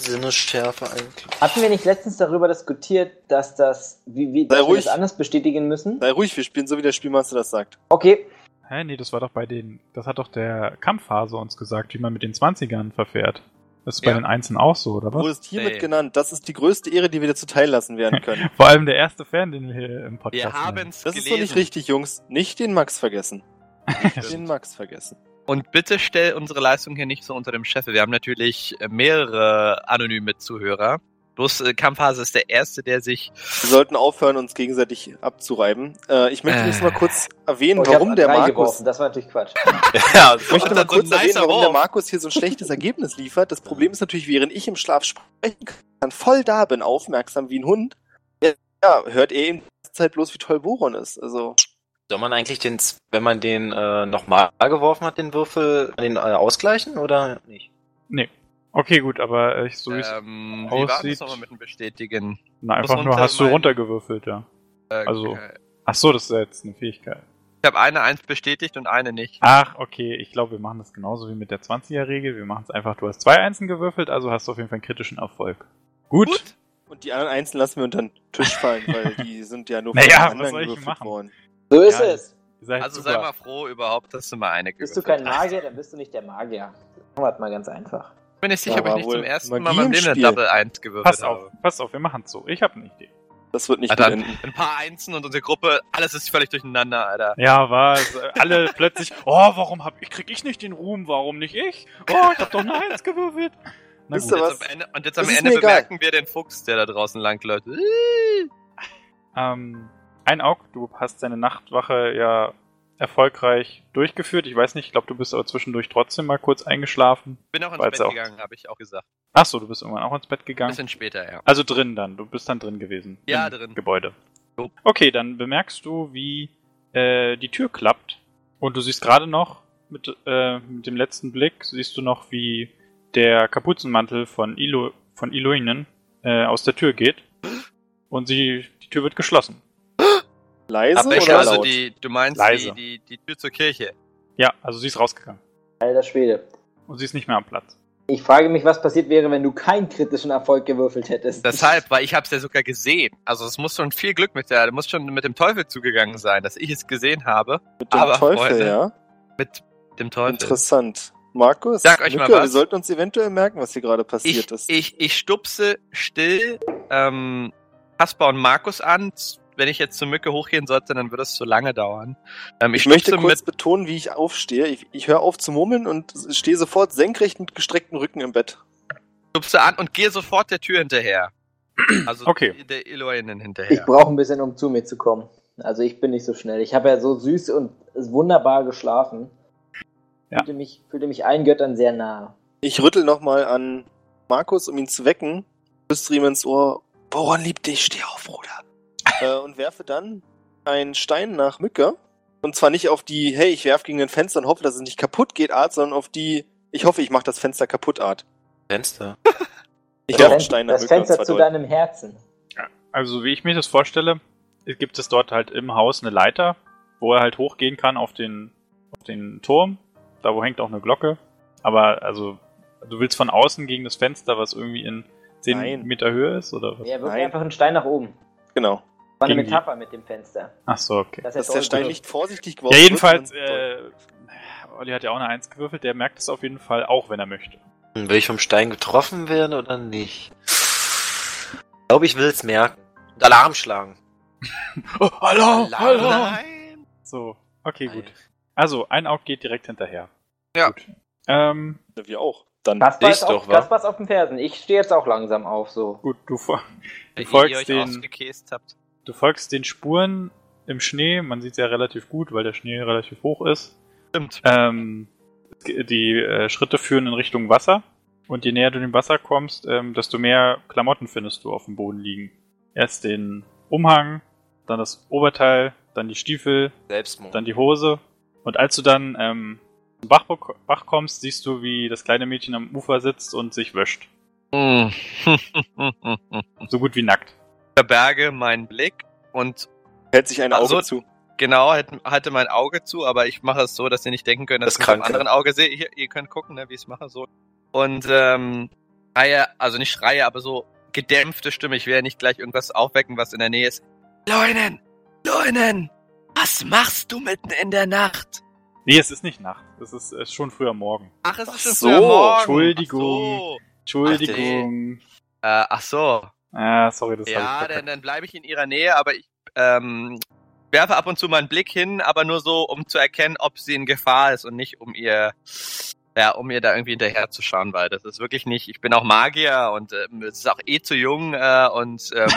[SPEAKER 2] Sinnesschärfe eigentlich.
[SPEAKER 3] Hatten wir nicht letztens darüber diskutiert, dass das, wie, wie,
[SPEAKER 4] Sei
[SPEAKER 3] dass wir
[SPEAKER 4] ruhig.
[SPEAKER 3] das anders bestätigen müssen?
[SPEAKER 4] Sei ruhig, wir spielen so, wie der Spielmeister das sagt.
[SPEAKER 3] Okay,
[SPEAKER 1] Hä, nee, das war doch bei den, das hat doch der Kampfhase uns gesagt, wie man mit den 20ern verfährt. Das ist bei
[SPEAKER 6] Ja.
[SPEAKER 1] den Einsen auch so, oder was?
[SPEAKER 4] Wurdest hiermit
[SPEAKER 6] Nee.
[SPEAKER 4] genannt. Das ist die größte Ehre, die wir dir zuteillassen werden können.
[SPEAKER 1] Vor allem der erste Fan, den wir hier im Podcast
[SPEAKER 6] Wir haben
[SPEAKER 1] nennen.
[SPEAKER 6] es
[SPEAKER 4] Das
[SPEAKER 6] gelesen.
[SPEAKER 4] ist doch nicht richtig, Jungs. Nicht den Max vergessen. Den Max vergessen.
[SPEAKER 6] Und bitte stell unsere Leistung hier nicht so unter dem Scheffel. Wir haben natürlich äh, mehrere anonyme Zuhörer. Bloß äh, Kampfhase ist der Erste, der
[SPEAKER 4] [LAUGHS]
[SPEAKER 6] sich.
[SPEAKER 4] Wir sollten aufhören, uns gegenseitig abzureiben. Äh, ich möchte jetzt
[SPEAKER 6] Äh.
[SPEAKER 4] mal kurz erwähnen,
[SPEAKER 3] Oh, ich hab
[SPEAKER 4] warum
[SPEAKER 3] an
[SPEAKER 4] der
[SPEAKER 3] drei
[SPEAKER 4] Markus.
[SPEAKER 3] geworfen. Das war natürlich Quatsch.
[SPEAKER 6] [LAUGHS] Ja,
[SPEAKER 4] Ich möchte mal kurz erwähnen, warum der Markus hier so ein schlechtes Ergebnis liefert. Das Problem ist natürlich, während ich im Schlaf sprechen kann, voll da bin, aufmerksam wie ein Hund, ja, hört er eben die ganze Zeit bloß, wie toll Boron ist. Also,
[SPEAKER 2] Soll man eigentlich den, Z- wenn man den äh, nochmal geworfen hat, den Würfel, den äh, ausgleichen oder nicht?
[SPEAKER 1] [LAUGHS] Okay, gut, aber äh, ich, so wie es
[SPEAKER 6] Ähm, wir warten
[SPEAKER 1] aussieht-
[SPEAKER 6] es nochmal mit dem Bestätigen.
[SPEAKER 1] Na, einfach
[SPEAKER 6] muss
[SPEAKER 1] nur
[SPEAKER 6] runter
[SPEAKER 1] hast du
[SPEAKER 6] meinen-
[SPEAKER 1] runtergewürfelt, ja.
[SPEAKER 6] Äh,
[SPEAKER 1] Also-
[SPEAKER 6] äh,
[SPEAKER 1] Ach so, das ist ja jetzt eine Fähigkeit.
[SPEAKER 6] Ich habe eine eins bestätigt und eine nicht.
[SPEAKER 1] Ach, okay, ich glaube, wir machen das genauso wie mit der 20er-Regel. Wir machen es einfach, du hast zwei Einsen gewürfelt, also hast du auf jeden Fall einen kritischen Erfolg. Gut.
[SPEAKER 4] und die anderen Einzelnen lassen wir unter den Tisch fallen, weil die sind ja nur
[SPEAKER 1] Naja, was
[SPEAKER 4] anderen
[SPEAKER 1] soll ich
[SPEAKER 4] gewürfelt
[SPEAKER 1] machen?
[SPEAKER 4] worden.
[SPEAKER 3] So ist
[SPEAKER 1] Ja,
[SPEAKER 3] es.
[SPEAKER 1] Ihr seid
[SPEAKER 6] Also sei
[SPEAKER 1] super.
[SPEAKER 6] mal froh überhaupt, dass du mal eine
[SPEAKER 3] Bist du
[SPEAKER 6] gewürfelt
[SPEAKER 3] kein
[SPEAKER 6] hast.
[SPEAKER 3] Magier, dann bist du nicht der Magier. Machen wir das mal ganz einfach.
[SPEAKER 6] Ich bin nicht sicher,
[SPEAKER 4] Da
[SPEAKER 6] ob ich
[SPEAKER 4] war
[SPEAKER 6] nicht
[SPEAKER 4] wohl
[SPEAKER 6] zum ersten
[SPEAKER 4] Magie
[SPEAKER 6] Mal beim
[SPEAKER 4] im
[SPEAKER 6] Leben eine
[SPEAKER 4] Spiel.
[SPEAKER 6] Double 1 gewürfelt
[SPEAKER 1] Pass
[SPEAKER 6] habe.
[SPEAKER 1] auf, pass auf, wir machen's so. Ich habe eine Idee.
[SPEAKER 4] Das wird nicht
[SPEAKER 6] Alter.
[SPEAKER 4] gut enden.
[SPEAKER 6] Ein paar Einsen und unsere Gruppe, alles ist völlig durcheinander, Alter.
[SPEAKER 1] Ja, was? Alle plötzlich, oh, warum hab ich, krieg ich nicht den Ruhm, warum nicht ich? Oh, ich hab doch eine Eins gewürfelt. Na
[SPEAKER 4] Wisst
[SPEAKER 1] gut.
[SPEAKER 4] ihr was?
[SPEAKER 6] Jetzt am Ende, und jetzt am
[SPEAKER 4] Das ist
[SPEAKER 6] Ende
[SPEAKER 4] mir egal.
[SPEAKER 6] bemerken wir den Fuchs, der da draußen langläuft.
[SPEAKER 1] Ähm, ein Aug, du hast deine Nachtwache ja erfolgreich durchgeführt. Ich weiß nicht, ich glaube, du bist aber zwischendurch trotzdem mal kurz eingeschlafen.
[SPEAKER 6] Bin auch ins
[SPEAKER 1] Weil's
[SPEAKER 6] Bett
[SPEAKER 1] auch-
[SPEAKER 6] gegangen, habe ich auch gesagt.
[SPEAKER 1] Ach so, du bist irgendwann auch ins Bett
[SPEAKER 6] Ein
[SPEAKER 1] gegangen.
[SPEAKER 6] bisschen später, ja.
[SPEAKER 1] Also drin dann, du bist dann drin gewesen.
[SPEAKER 6] Ja,
[SPEAKER 1] im
[SPEAKER 6] drin.
[SPEAKER 1] Gebäude.
[SPEAKER 6] Jo.
[SPEAKER 1] Okay, dann bemerkst du, wie äh, die Tür klappt. Und du siehst gerade noch, mit, äh, mit dem letzten Blick, siehst du noch, wie der Kapuzenmantel von, Ilo, von Iloinen äh, aus der Tür geht. Und sie, die Tür wird geschlossen.
[SPEAKER 4] Leise
[SPEAKER 6] Aber ich
[SPEAKER 4] oder
[SPEAKER 6] also
[SPEAKER 4] laut?
[SPEAKER 6] die, du meinst
[SPEAKER 1] Leise.
[SPEAKER 6] die, die, die Tür zur Kirche.
[SPEAKER 1] Ja, also sie ist rausgegangen.
[SPEAKER 3] Alter Schwede.
[SPEAKER 1] Und sie ist nicht mehr am Platz.
[SPEAKER 3] Ich frage mich, was passiert wäre, wenn du keinen kritischen Erfolg gewürfelt hättest.
[SPEAKER 6] Deshalb, weil ich hab's ja sogar gesehen. Also es muss schon viel Glück mit der, muss schon mit dem Teufel zugegangen sein, dass ich es gesehen habe.
[SPEAKER 4] Mit dem
[SPEAKER 6] Aber,
[SPEAKER 4] Teufel,
[SPEAKER 6] Freunde,
[SPEAKER 4] ja?
[SPEAKER 6] Mit dem Teufel.
[SPEAKER 4] Interessant. Markus,
[SPEAKER 6] Sag euch mal
[SPEAKER 4] Mücke,
[SPEAKER 6] was.
[SPEAKER 4] wir sollten uns eventuell merken, was hier gerade
[SPEAKER 6] Ich,
[SPEAKER 4] passiert ist.
[SPEAKER 6] ich, ich stupse still ähm, Kaspar und Markus an. Wenn ich jetzt zur Mücke hochgehen sollte, dann würde es zu lange dauern. Ähm, ich,
[SPEAKER 4] Ich möchte
[SPEAKER 6] stupse
[SPEAKER 4] kurz
[SPEAKER 6] mit,
[SPEAKER 4] betonen, wie ich aufstehe. Ich, ich höre auf zu murmeln und stehe sofort senkrecht mit gestrecktem Rücken im Bett.
[SPEAKER 6] stupse an und gehe sofort der Tür
[SPEAKER 4] [CLEARS THROAT]
[SPEAKER 6] hinterher. Also
[SPEAKER 1] Okay.
[SPEAKER 6] der Eloinen hinterher.
[SPEAKER 3] ich brauche ein bisschen, um zu mir zu kommen. Also ich bin nicht so schnell. Ich habe ja so süß und wunderbar geschlafen.
[SPEAKER 1] Ja.
[SPEAKER 3] Fühlte, mich, fühlte mich allen Göttern sehr nah.
[SPEAKER 4] Ich rüttel nochmal an Markus, um ihn zu wecken, flüstere ihm ins Ohr,
[SPEAKER 8] Boron liebt dich, steh
[SPEAKER 6] [LAUGHS]
[SPEAKER 8] auf, Bruder.
[SPEAKER 4] äh, und werfe dann einen Stein nach Mücke. Und zwar nicht auf die, hey, ich werfe gegen ein Fenster und hoffe, dass es nicht kaputt geht, Art, sondern auf die, ich hoffe, ich mache das Fenster kaputt, Art.
[SPEAKER 2] Fenster.
[SPEAKER 4] Ich
[SPEAKER 3] Das
[SPEAKER 4] werfe
[SPEAKER 3] Fen-
[SPEAKER 4] einen Stein nach
[SPEAKER 3] das
[SPEAKER 4] Mücke. und
[SPEAKER 3] Fenster
[SPEAKER 4] zwar
[SPEAKER 3] zu
[SPEAKER 4] doll.
[SPEAKER 3] deinem Herzen.
[SPEAKER 1] Also, wie ich mir das vorstelle, gibt es dort halt im Haus eine Leiter, wo er halt hochgehen kann auf den, auf den Turm. Da, wo hängt auch eine Glocke. Aber, also, du willst von außen gegen das Fenster, was irgendwie in 10
[SPEAKER 4] Nein.
[SPEAKER 1] Meter Höhe ist, oder was?
[SPEAKER 3] Ja, wirf
[SPEAKER 4] Nein.
[SPEAKER 3] einfach einen Stein nach oben.
[SPEAKER 4] Genau.
[SPEAKER 3] War eine
[SPEAKER 1] Gegen die-
[SPEAKER 3] Metapher mit dem Fenster.
[SPEAKER 1] Ach so, okay.
[SPEAKER 3] Das
[SPEAKER 4] Dass der Stein nicht vorsichtig geworden
[SPEAKER 1] Ja, jedenfalls,
[SPEAKER 4] wird, sondern-
[SPEAKER 1] äh, Olli hat ja auch eine Eins gewürfelt, der merkt es auf jeden Fall auch, wenn er möchte.
[SPEAKER 2] Hm, Will ich vom Stein getroffen werden oder nicht? Ich glaube, ich will es merken. Und Alarm schlagen.
[SPEAKER 1] Oh, hallo,
[SPEAKER 6] Nein!
[SPEAKER 1] So, okay, gut. Also, ein Auge geht direkt hinterher.
[SPEAKER 6] Ja.
[SPEAKER 1] Gut. Ähm,
[SPEAKER 4] Ja, wir auch. Dann
[SPEAKER 3] Kaspar ist
[SPEAKER 2] Dich
[SPEAKER 3] auf,
[SPEAKER 2] doch, wa?
[SPEAKER 3] Kaspar ist auf den Fersen. Ich stehe jetzt auch langsam auf, so.
[SPEAKER 1] gut, du, fol-
[SPEAKER 6] Wenn ihr
[SPEAKER 1] folgst
[SPEAKER 6] euch
[SPEAKER 1] den-
[SPEAKER 6] ausgekäst habt.
[SPEAKER 1] du folgst den Spuren im Schnee. Man sieht es ja relativ gut, weil der Schnee relativ hoch ist.
[SPEAKER 6] Stimmt. [LAUGHS]
[SPEAKER 1] Ähm, die äh, Schritte führen in Richtung Wasser. Und je näher du dem Wasser kommst, ähm, desto mehr Klamotten findest du auf dem Boden liegen. Erst den Umhang, dann das Oberteil, dann die Stiefel,
[SPEAKER 2] Selbstmord.
[SPEAKER 1] dann die Hose. Und als du dann ähm, zum Bach, bek- Bach kommst, siehst du, wie das kleine Mädchen am Ufer sitzt und sich wäscht.
[SPEAKER 6] Ich
[SPEAKER 1] So gut wie nackt.
[SPEAKER 6] verberge meinen Blick und
[SPEAKER 4] hält sich ein
[SPEAKER 6] Also-
[SPEAKER 4] Auge zu.
[SPEAKER 6] genau, halt- halte mein Auge zu, aber ich mache es so, dass ihr nicht denken könnt, dass
[SPEAKER 2] Das
[SPEAKER 6] ich mit dem
[SPEAKER 2] Kranke.
[SPEAKER 6] anderen Auge sehe. Ihr, ihr könnt gucken, ne, wie ich es mache, so. Und ähm, schreie, also nicht schreie, aber so gedämpfte Stimme. Ich will ja nicht gleich irgendwas aufwecken, was in der Nähe ist. Leunen! Leunen! Was machst du mitten in der Nacht?
[SPEAKER 1] Nee, es ist nicht Nacht. Es ist, es ist schon früher Morgen.
[SPEAKER 6] Ach, es ist schon
[SPEAKER 4] so,
[SPEAKER 6] früher Morgen.
[SPEAKER 1] Entschuldigung.
[SPEAKER 6] Ach so.
[SPEAKER 1] Entschuldigung.
[SPEAKER 6] Äh, ach so.
[SPEAKER 1] Ah, sorry, das hab
[SPEAKER 6] Ja,
[SPEAKER 1] ich
[SPEAKER 6] dann,
[SPEAKER 1] verkackt.
[SPEAKER 6] dann bleibe ich in ihrer Nähe, aber ich ähm, werfe ab und zu mal einen Blick hin, aber nur so, um zu erkennen, ob sie in Gefahr ist und nicht um ihr, ja, um ihr da irgendwie hinterher zu schauen, weil das ist wirklich nicht, ich bin auch Magier und ähm, es ist auch eh zu jung äh, und ähm,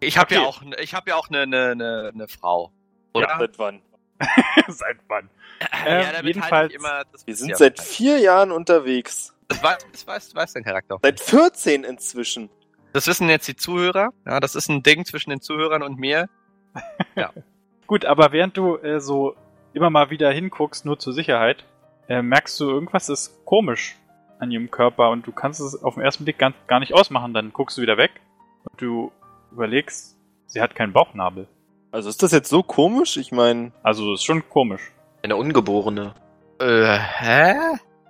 [SPEAKER 6] ich habe ja
[SPEAKER 1] Okay.
[SPEAKER 6] auch, ich habe ja auch eine ne, ne, ne Frau. äh, Oder?
[SPEAKER 4] Seit wann?
[SPEAKER 1] [LAUGHS] Seit wann?
[SPEAKER 6] [LAUGHS] Ja,
[SPEAKER 1] Ähm,
[SPEAKER 6] damit
[SPEAKER 1] jedenfalls,
[SPEAKER 6] halte ich halt immer das
[SPEAKER 4] Wir sind
[SPEAKER 6] ja,
[SPEAKER 4] seit vier Jahren unterwegs.
[SPEAKER 6] das weiß, das weiß, das weiß dein Charakter.
[SPEAKER 4] Seit 14 inzwischen.
[SPEAKER 6] Das wissen jetzt die Zuhörer. Ja, das ist ein Ding zwischen den Zuhörern und mir.
[SPEAKER 1] Gut, aber während du äh, so immer mal wieder hinguckst, nur zur Sicherheit, äh, merkst du, irgendwas ist komisch an ihrem Körper und du kannst es auf den ersten Blick gar, gar nicht ausmachen. Dann guckst du wieder weg und du überlegst, sie hat keinen Bauchnabel.
[SPEAKER 4] Also ist das jetzt so komisch? Ich meine,
[SPEAKER 1] Also ist schon komisch.
[SPEAKER 2] Eine Ungeborene.
[SPEAKER 6] Äh, hä?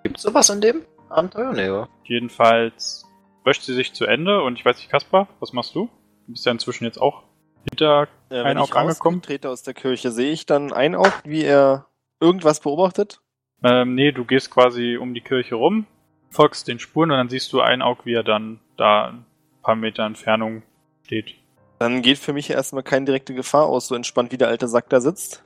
[SPEAKER 2] Gibt's sowas in dem Abenteuer? Nee, oder?
[SPEAKER 1] Jedenfalls wäscht sie sich zu Ende und ich weiß nicht, Kaspar, was machst du? Du bist ja inzwischen jetzt auch hinter.
[SPEAKER 4] äh,
[SPEAKER 1] Ein
[SPEAKER 4] wenn ich
[SPEAKER 1] Auge angekommen.
[SPEAKER 4] trete aus der Kirche, sehe ich dann ein Auge, wie er irgendwas beobachtet?
[SPEAKER 1] Ähm, nee, du gehst quasi um die Kirche rum, folgst den Spuren und dann siehst du einen Aug, wie er dann da ein paar Meter Entfernung steht.
[SPEAKER 4] Dann geht für mich erstmal keine direkte Gefahr aus, so entspannt wie der alte Sack da sitzt.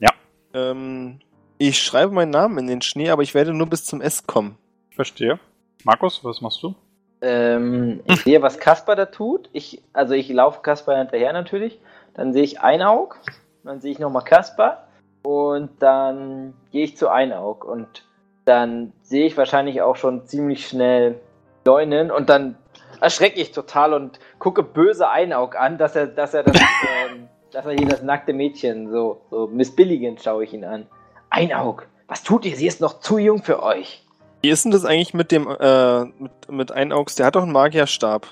[SPEAKER 1] Ja.
[SPEAKER 4] Ähm, ich schreibe meinen Namen in den Schnee, aber ich werde nur bis zum S kommen.
[SPEAKER 1] Ich verstehe. Markus, was machst du?
[SPEAKER 3] Ähm,
[SPEAKER 6] Hm.
[SPEAKER 3] ich sehe, was Kasper da tut. Ich, also ich laufe Kasper hinterher natürlich. Dann sehe ich Einaug, dann sehe ich nochmal Kasper und dann gehe ich zu Einaug und dann sehe ich wahrscheinlich auch schon ziemlich schnell Leunen und dann erschrecke ich total und gucke böse Einaug an, dass er, dass
[SPEAKER 6] [LAUGHS]
[SPEAKER 3] er das, ähm, dass er hier das nackte Mädchen so, so missbilligend schaue ich ihn an. Einaug, was tut ihr? Sie ist noch zu jung für euch.
[SPEAKER 4] Wie ist denn das eigentlich mit dem, äh, mit, mit Einaugs? Der hat doch einen Magierstab.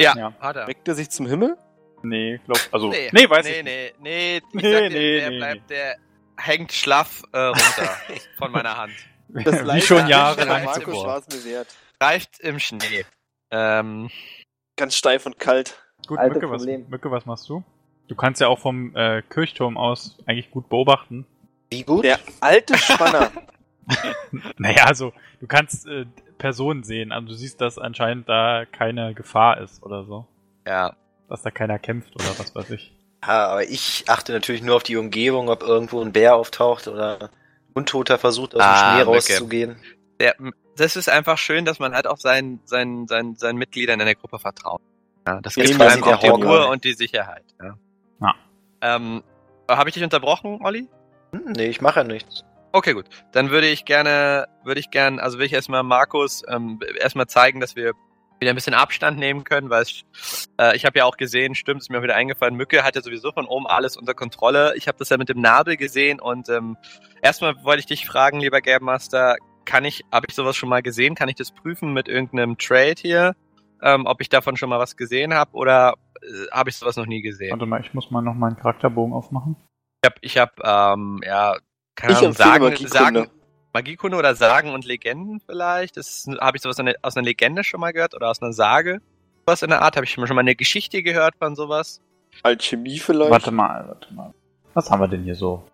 [SPEAKER 6] Ja,
[SPEAKER 1] Ja.
[SPEAKER 6] hat er.
[SPEAKER 4] Reckt er sich zum Himmel?
[SPEAKER 1] Nee, glaub, also, nee, weiß
[SPEAKER 6] nee,
[SPEAKER 1] ich nicht.
[SPEAKER 6] nee, nee, ich
[SPEAKER 1] Nee,
[SPEAKER 6] sag dir,
[SPEAKER 1] nee,
[SPEAKER 6] der
[SPEAKER 1] nee,
[SPEAKER 6] bleibt, der hängt schlaff
[SPEAKER 1] [LAUGHS]
[SPEAKER 6] äh, runter von meiner Hand.
[SPEAKER 1] Wie
[SPEAKER 4] Leid
[SPEAKER 1] schon
[SPEAKER 4] an
[SPEAKER 1] jahrelang
[SPEAKER 6] Leid-
[SPEAKER 4] Markus
[SPEAKER 6] zuvor.
[SPEAKER 4] war es mir wert.
[SPEAKER 6] Reift im Schnee. Ähm,
[SPEAKER 4] Ganz steif und kalt.
[SPEAKER 1] Gut,
[SPEAKER 3] Alte
[SPEAKER 1] Mücke was,
[SPEAKER 3] Problem.
[SPEAKER 1] Mücke, was machst du? Du kannst ja auch vom äh, Kirchturm aus eigentlich gut beobachten. [LAUGHS]
[SPEAKER 2] Wie gut?
[SPEAKER 4] Der alte Spanner.
[SPEAKER 1] Naja, also, du kannst äh, Personen sehen. Also, du siehst, dass anscheinend da keine Gefahr ist oder so.
[SPEAKER 6] ja.
[SPEAKER 1] Dass da keiner kämpft oder was weiß ich.
[SPEAKER 2] Ja, aber ich achte natürlich nur auf die Umgebung, ob irgendwo ein Bär auftaucht oder ein Untoter versucht, aus dem
[SPEAKER 6] Ah,
[SPEAKER 2] Schnee
[SPEAKER 6] Mücke.
[SPEAKER 2] rauszugehen.
[SPEAKER 6] Der, das ist einfach schön, dass man halt auch seinen, seinen, seinen, seinen Mitgliedern in der Gruppe vertraut. Ja, das
[SPEAKER 2] Ja,
[SPEAKER 6] gibt
[SPEAKER 2] eben, das
[SPEAKER 6] einem
[SPEAKER 2] ist der
[SPEAKER 6] auch die
[SPEAKER 2] Hawkeye.
[SPEAKER 6] Ruhe und die Sicherheit. Ja.
[SPEAKER 1] Ja.
[SPEAKER 6] Ähm, Habe ich dich unterbrochen, Olli?
[SPEAKER 2] Hm, nee, ich mache ja nichts.
[SPEAKER 6] Okay, gut. Dann würde ich gerne, würde ich gerne, also will ich erstmal Markus ähm, erstmal zeigen, dass wir wieder ein bisschen Abstand nehmen können, weil ich, äh, ich habe ja auch gesehen, stimmt, ist mir auch wieder eingefallen, Mücke hat ja sowieso von oben alles unter Kontrolle. Ich habe das ja mit dem Nabel gesehen und ähm, erstmal wollte ich dich fragen, lieber Game Master, kann ich, habe ich sowas schon mal gesehen? Kann ich das prüfen mit irgendeinem Trade hier, ähm, ob ich davon schon mal was gesehen habe oder äh, habe ich sowas noch nie gesehen?
[SPEAKER 1] Warte mal, ich muss mal noch meinen Charakterbogen aufmachen.
[SPEAKER 6] Ich habe, ich habe, ähm, ja, keine
[SPEAKER 4] Ich
[SPEAKER 6] Ahnung,
[SPEAKER 4] empfehle
[SPEAKER 6] sagen,
[SPEAKER 4] Magiekunde.
[SPEAKER 6] sagen, Magiekunde oder Sagen und Legenden vielleicht? Das habe ich sowas eine- aus einer Legende schon mal gehört oder aus einer Sage. Was in der Art habe ich schon mal eine Geschichte gehört von sowas.
[SPEAKER 4] [LAUGHS] Alchemie vielleicht.
[SPEAKER 1] Warte mal, warte mal. Was haben wir denn hier so?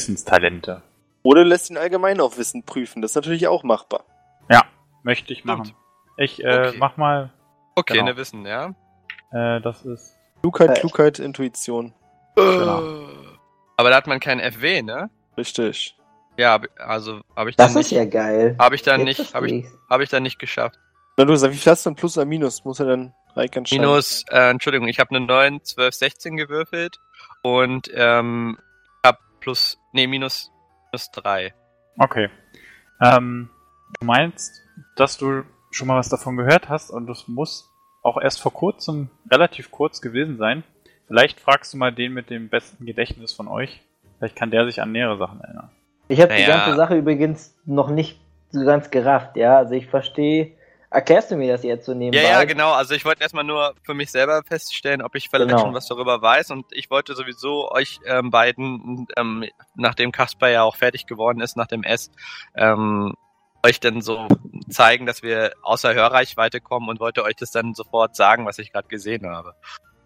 [SPEAKER 1] Wissenstalente.
[SPEAKER 4] Oder lässt ihn allgemein auf Wissen prüfen. Das ist natürlich auch machbar.
[SPEAKER 1] Möchte ich machen.
[SPEAKER 6] Stimmt.
[SPEAKER 1] Ich äh,
[SPEAKER 6] Okay.
[SPEAKER 1] mach mal,
[SPEAKER 6] Okay,
[SPEAKER 1] Genau.
[SPEAKER 6] ne Wissen, ja.
[SPEAKER 1] äh, das ist.
[SPEAKER 4] Klugheit,
[SPEAKER 3] Äh.
[SPEAKER 4] Klugheit, Intuition.
[SPEAKER 1] Genau.
[SPEAKER 6] Äh. Aber da hat man keinen FW, ne?
[SPEAKER 4] Richtig.
[SPEAKER 6] Ja, hab- also habe ich
[SPEAKER 3] Das
[SPEAKER 6] dann
[SPEAKER 3] ist
[SPEAKER 6] nicht,
[SPEAKER 3] ja geil.
[SPEAKER 6] habe ich dann
[SPEAKER 3] Jetzt
[SPEAKER 6] nicht, habe ich,
[SPEAKER 3] versteh's.
[SPEAKER 6] habe ich dann nicht geschafft.
[SPEAKER 4] Na du, sag, wie viel hast du denn Plus oder Minus? Muss er dann reich entscheiden.
[SPEAKER 6] Minus, äh, Entschuldigung, ich habe eine 9, 12, 16 gewürfelt und ähm, habe plus, nee, minus, minus 3.
[SPEAKER 1] Okay. Ähm, du meinst, dass du schon mal was davon gehört hast und das muss auch erst vor kurzem, relativ kurz gewesen sein. Vielleicht fragst du mal den mit dem besten Gedächtnis von euch. Vielleicht kann der sich an nähere Sachen erinnern.
[SPEAKER 3] Ich habe die
[SPEAKER 6] Naja.
[SPEAKER 3] ganze Sache übrigens noch nicht so ganz gerafft, ja. Also ich verstehe Erklärst du mir das jetzt so nebenbei?
[SPEAKER 6] Ja, ja, genau. Also ich wollte erstmal nur für mich selber feststellen, ob ich vielleicht
[SPEAKER 3] Genau.
[SPEAKER 6] schon was darüber weiß. Und ich wollte sowieso euch ähm, beiden, ähm, nachdem Kasper ja auch fertig geworden ist nach dem S, ähm, euch dann so zeigen, dass wir außer Hörreichweite kommen und wollte euch das dann sofort sagen, was ich gerade gesehen habe.